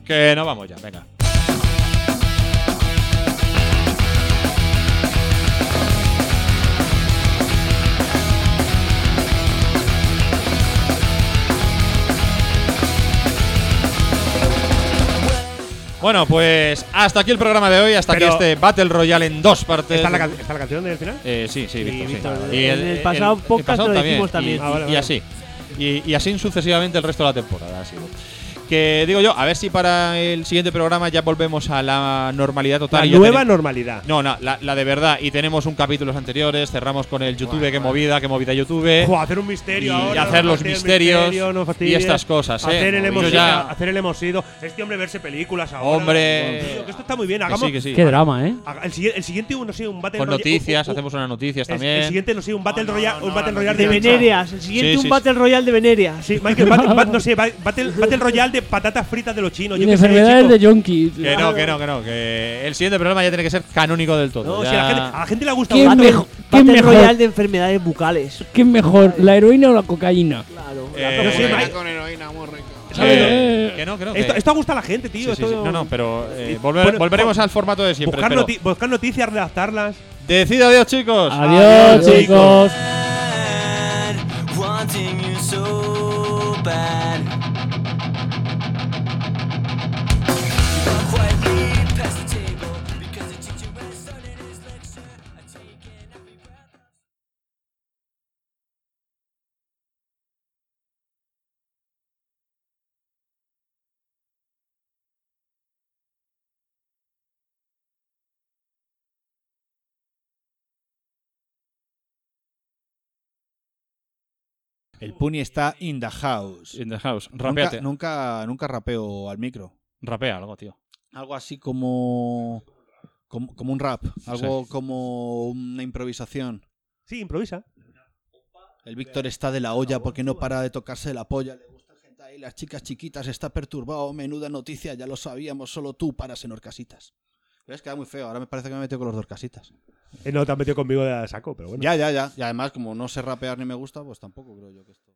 S2: que no vamos ya, venga. Bueno, pues hasta aquí el programa de hoy, hasta
S5: Pero-
S2: aquí este Battle Royale en dos partes.
S5: ¿Está la, can- está la canción del final?
S2: Eh, sí, sí, Víctor, sí.
S5: Víctor,
S2: Y
S5: en el pasado podcast
S2: pasado
S5: lo dijimos
S2: Y,
S5: también, sí. Ah, vale,
S2: y
S5: vale.
S2: así. Y, y así sucesivamente el resto de la temporada ha sido. Que digo yo, a ver si para el siguiente programa ya volvemos a la normalidad total.
S5: La
S2: y ya
S5: nueva
S2: tenemos-
S5: normalidad.
S2: No, no, la, la de verdad. Y tenemos un capítulo los anteriores, cerramos con el YouTube, qué movida, qué movida YouTube.
S5: Jo, hacer un misterio
S2: Eh, y
S5: ahora.
S2: hacer
S5: no
S2: los
S5: fastidies,
S2: misterios
S5: misterio, no
S2: y
S5: fastidies.
S2: estas cosas, eh.
S5: Hacer el,
S2: Yo
S5: hemos,
S2: ya-
S5: hacer el hemos ido. Este hombre verse películas ahora.
S2: Hombre.
S5: Tío, que esto está muy bien.
S2: Que sí,
S5: Hagamos.
S2: que sí.
S9: Qué drama, ¿eh?
S5: Haga- El, siguiente- el siguiente, no sé, un Battle
S2: Con
S5: Royale-
S2: noticias,
S5: un- un-
S2: hacemos unas noticias
S5: uh, es-
S2: también.
S5: El siguiente, no sé, un Battle Royale. un Battle Royale
S3: De Venerias, el siguiente
S2: Sí,
S3: un
S2: sí,
S3: Battle Royale de Venerias.
S5: Sí, Michael, bat- bat- no sé, ba- battle, battle Royale de patatas fritas de los chinos.
S9: Y
S5: Yo
S9: de
S5: qué sé,
S9: enfermedades
S5: chico.
S9: de Yonki.
S2: Que no, que no, que no. Que el siguiente programa ya tiene que ser canónico del todo.
S5: No,
S2: ya-
S5: si a, la gente, a la gente le ha gustado.
S3: ¿Qué,
S5: Battle-
S3: mejo-
S5: Battle
S3: Battle
S5: Royale.
S3: Royale de enfermedades bucales.
S9: ¿Qué es mejor, la heroína o la cocaína?
S3: Claro.
S2: Eh,
S5: No sé,
S4: Heroína
S5: Mike.
S4: con heroína, muy rico.
S2: eh, que no, que no. que-
S5: Esto, esto ha gustado a la gente, tío.
S2: Sí, sí, sí.
S5: esto-
S2: No, no, pero eh,
S5: Sí.
S2: volver-
S5: Bueno,
S2: volveremos
S5: bu-
S2: al formato de siempre.
S5: buscar,
S2: pero-
S5: noti- buscar noticias, redactarlas.
S2: Decid adiós, chicos.
S9: Adiós,
S2: Adiós,
S9: chicos.
S12: wanting you so bad. But quietly past the table because the teacher when it started his lecture. I take it.
S4: El Puni está in the house.
S2: Ah, In the house.
S4: Nunca,
S2: Eh, Rapeate.
S4: nunca, nunca rapeo al micro.
S2: Rapea algo, tío.
S4: Algo así como. Como, como un rap, algo como una improvisación.
S5: Sí, improvisa.
S4: El Víctor está de la olla porque no para de tocarse la polla. Le gusta gente ahí, las chicas chiquitas, está perturbado. Menuda noticia, ya lo sabíamos, solo tú paras en horcasitas. Ves, queda muy feo, ahora me parece que me he metido con los de horcasitas.
S5: Eh, no te has metido conmigo de saco, pero bueno.
S4: Ya, ya, ya. Y además, como no sé rapear ni me gusta, pues tampoco creo yo que esto.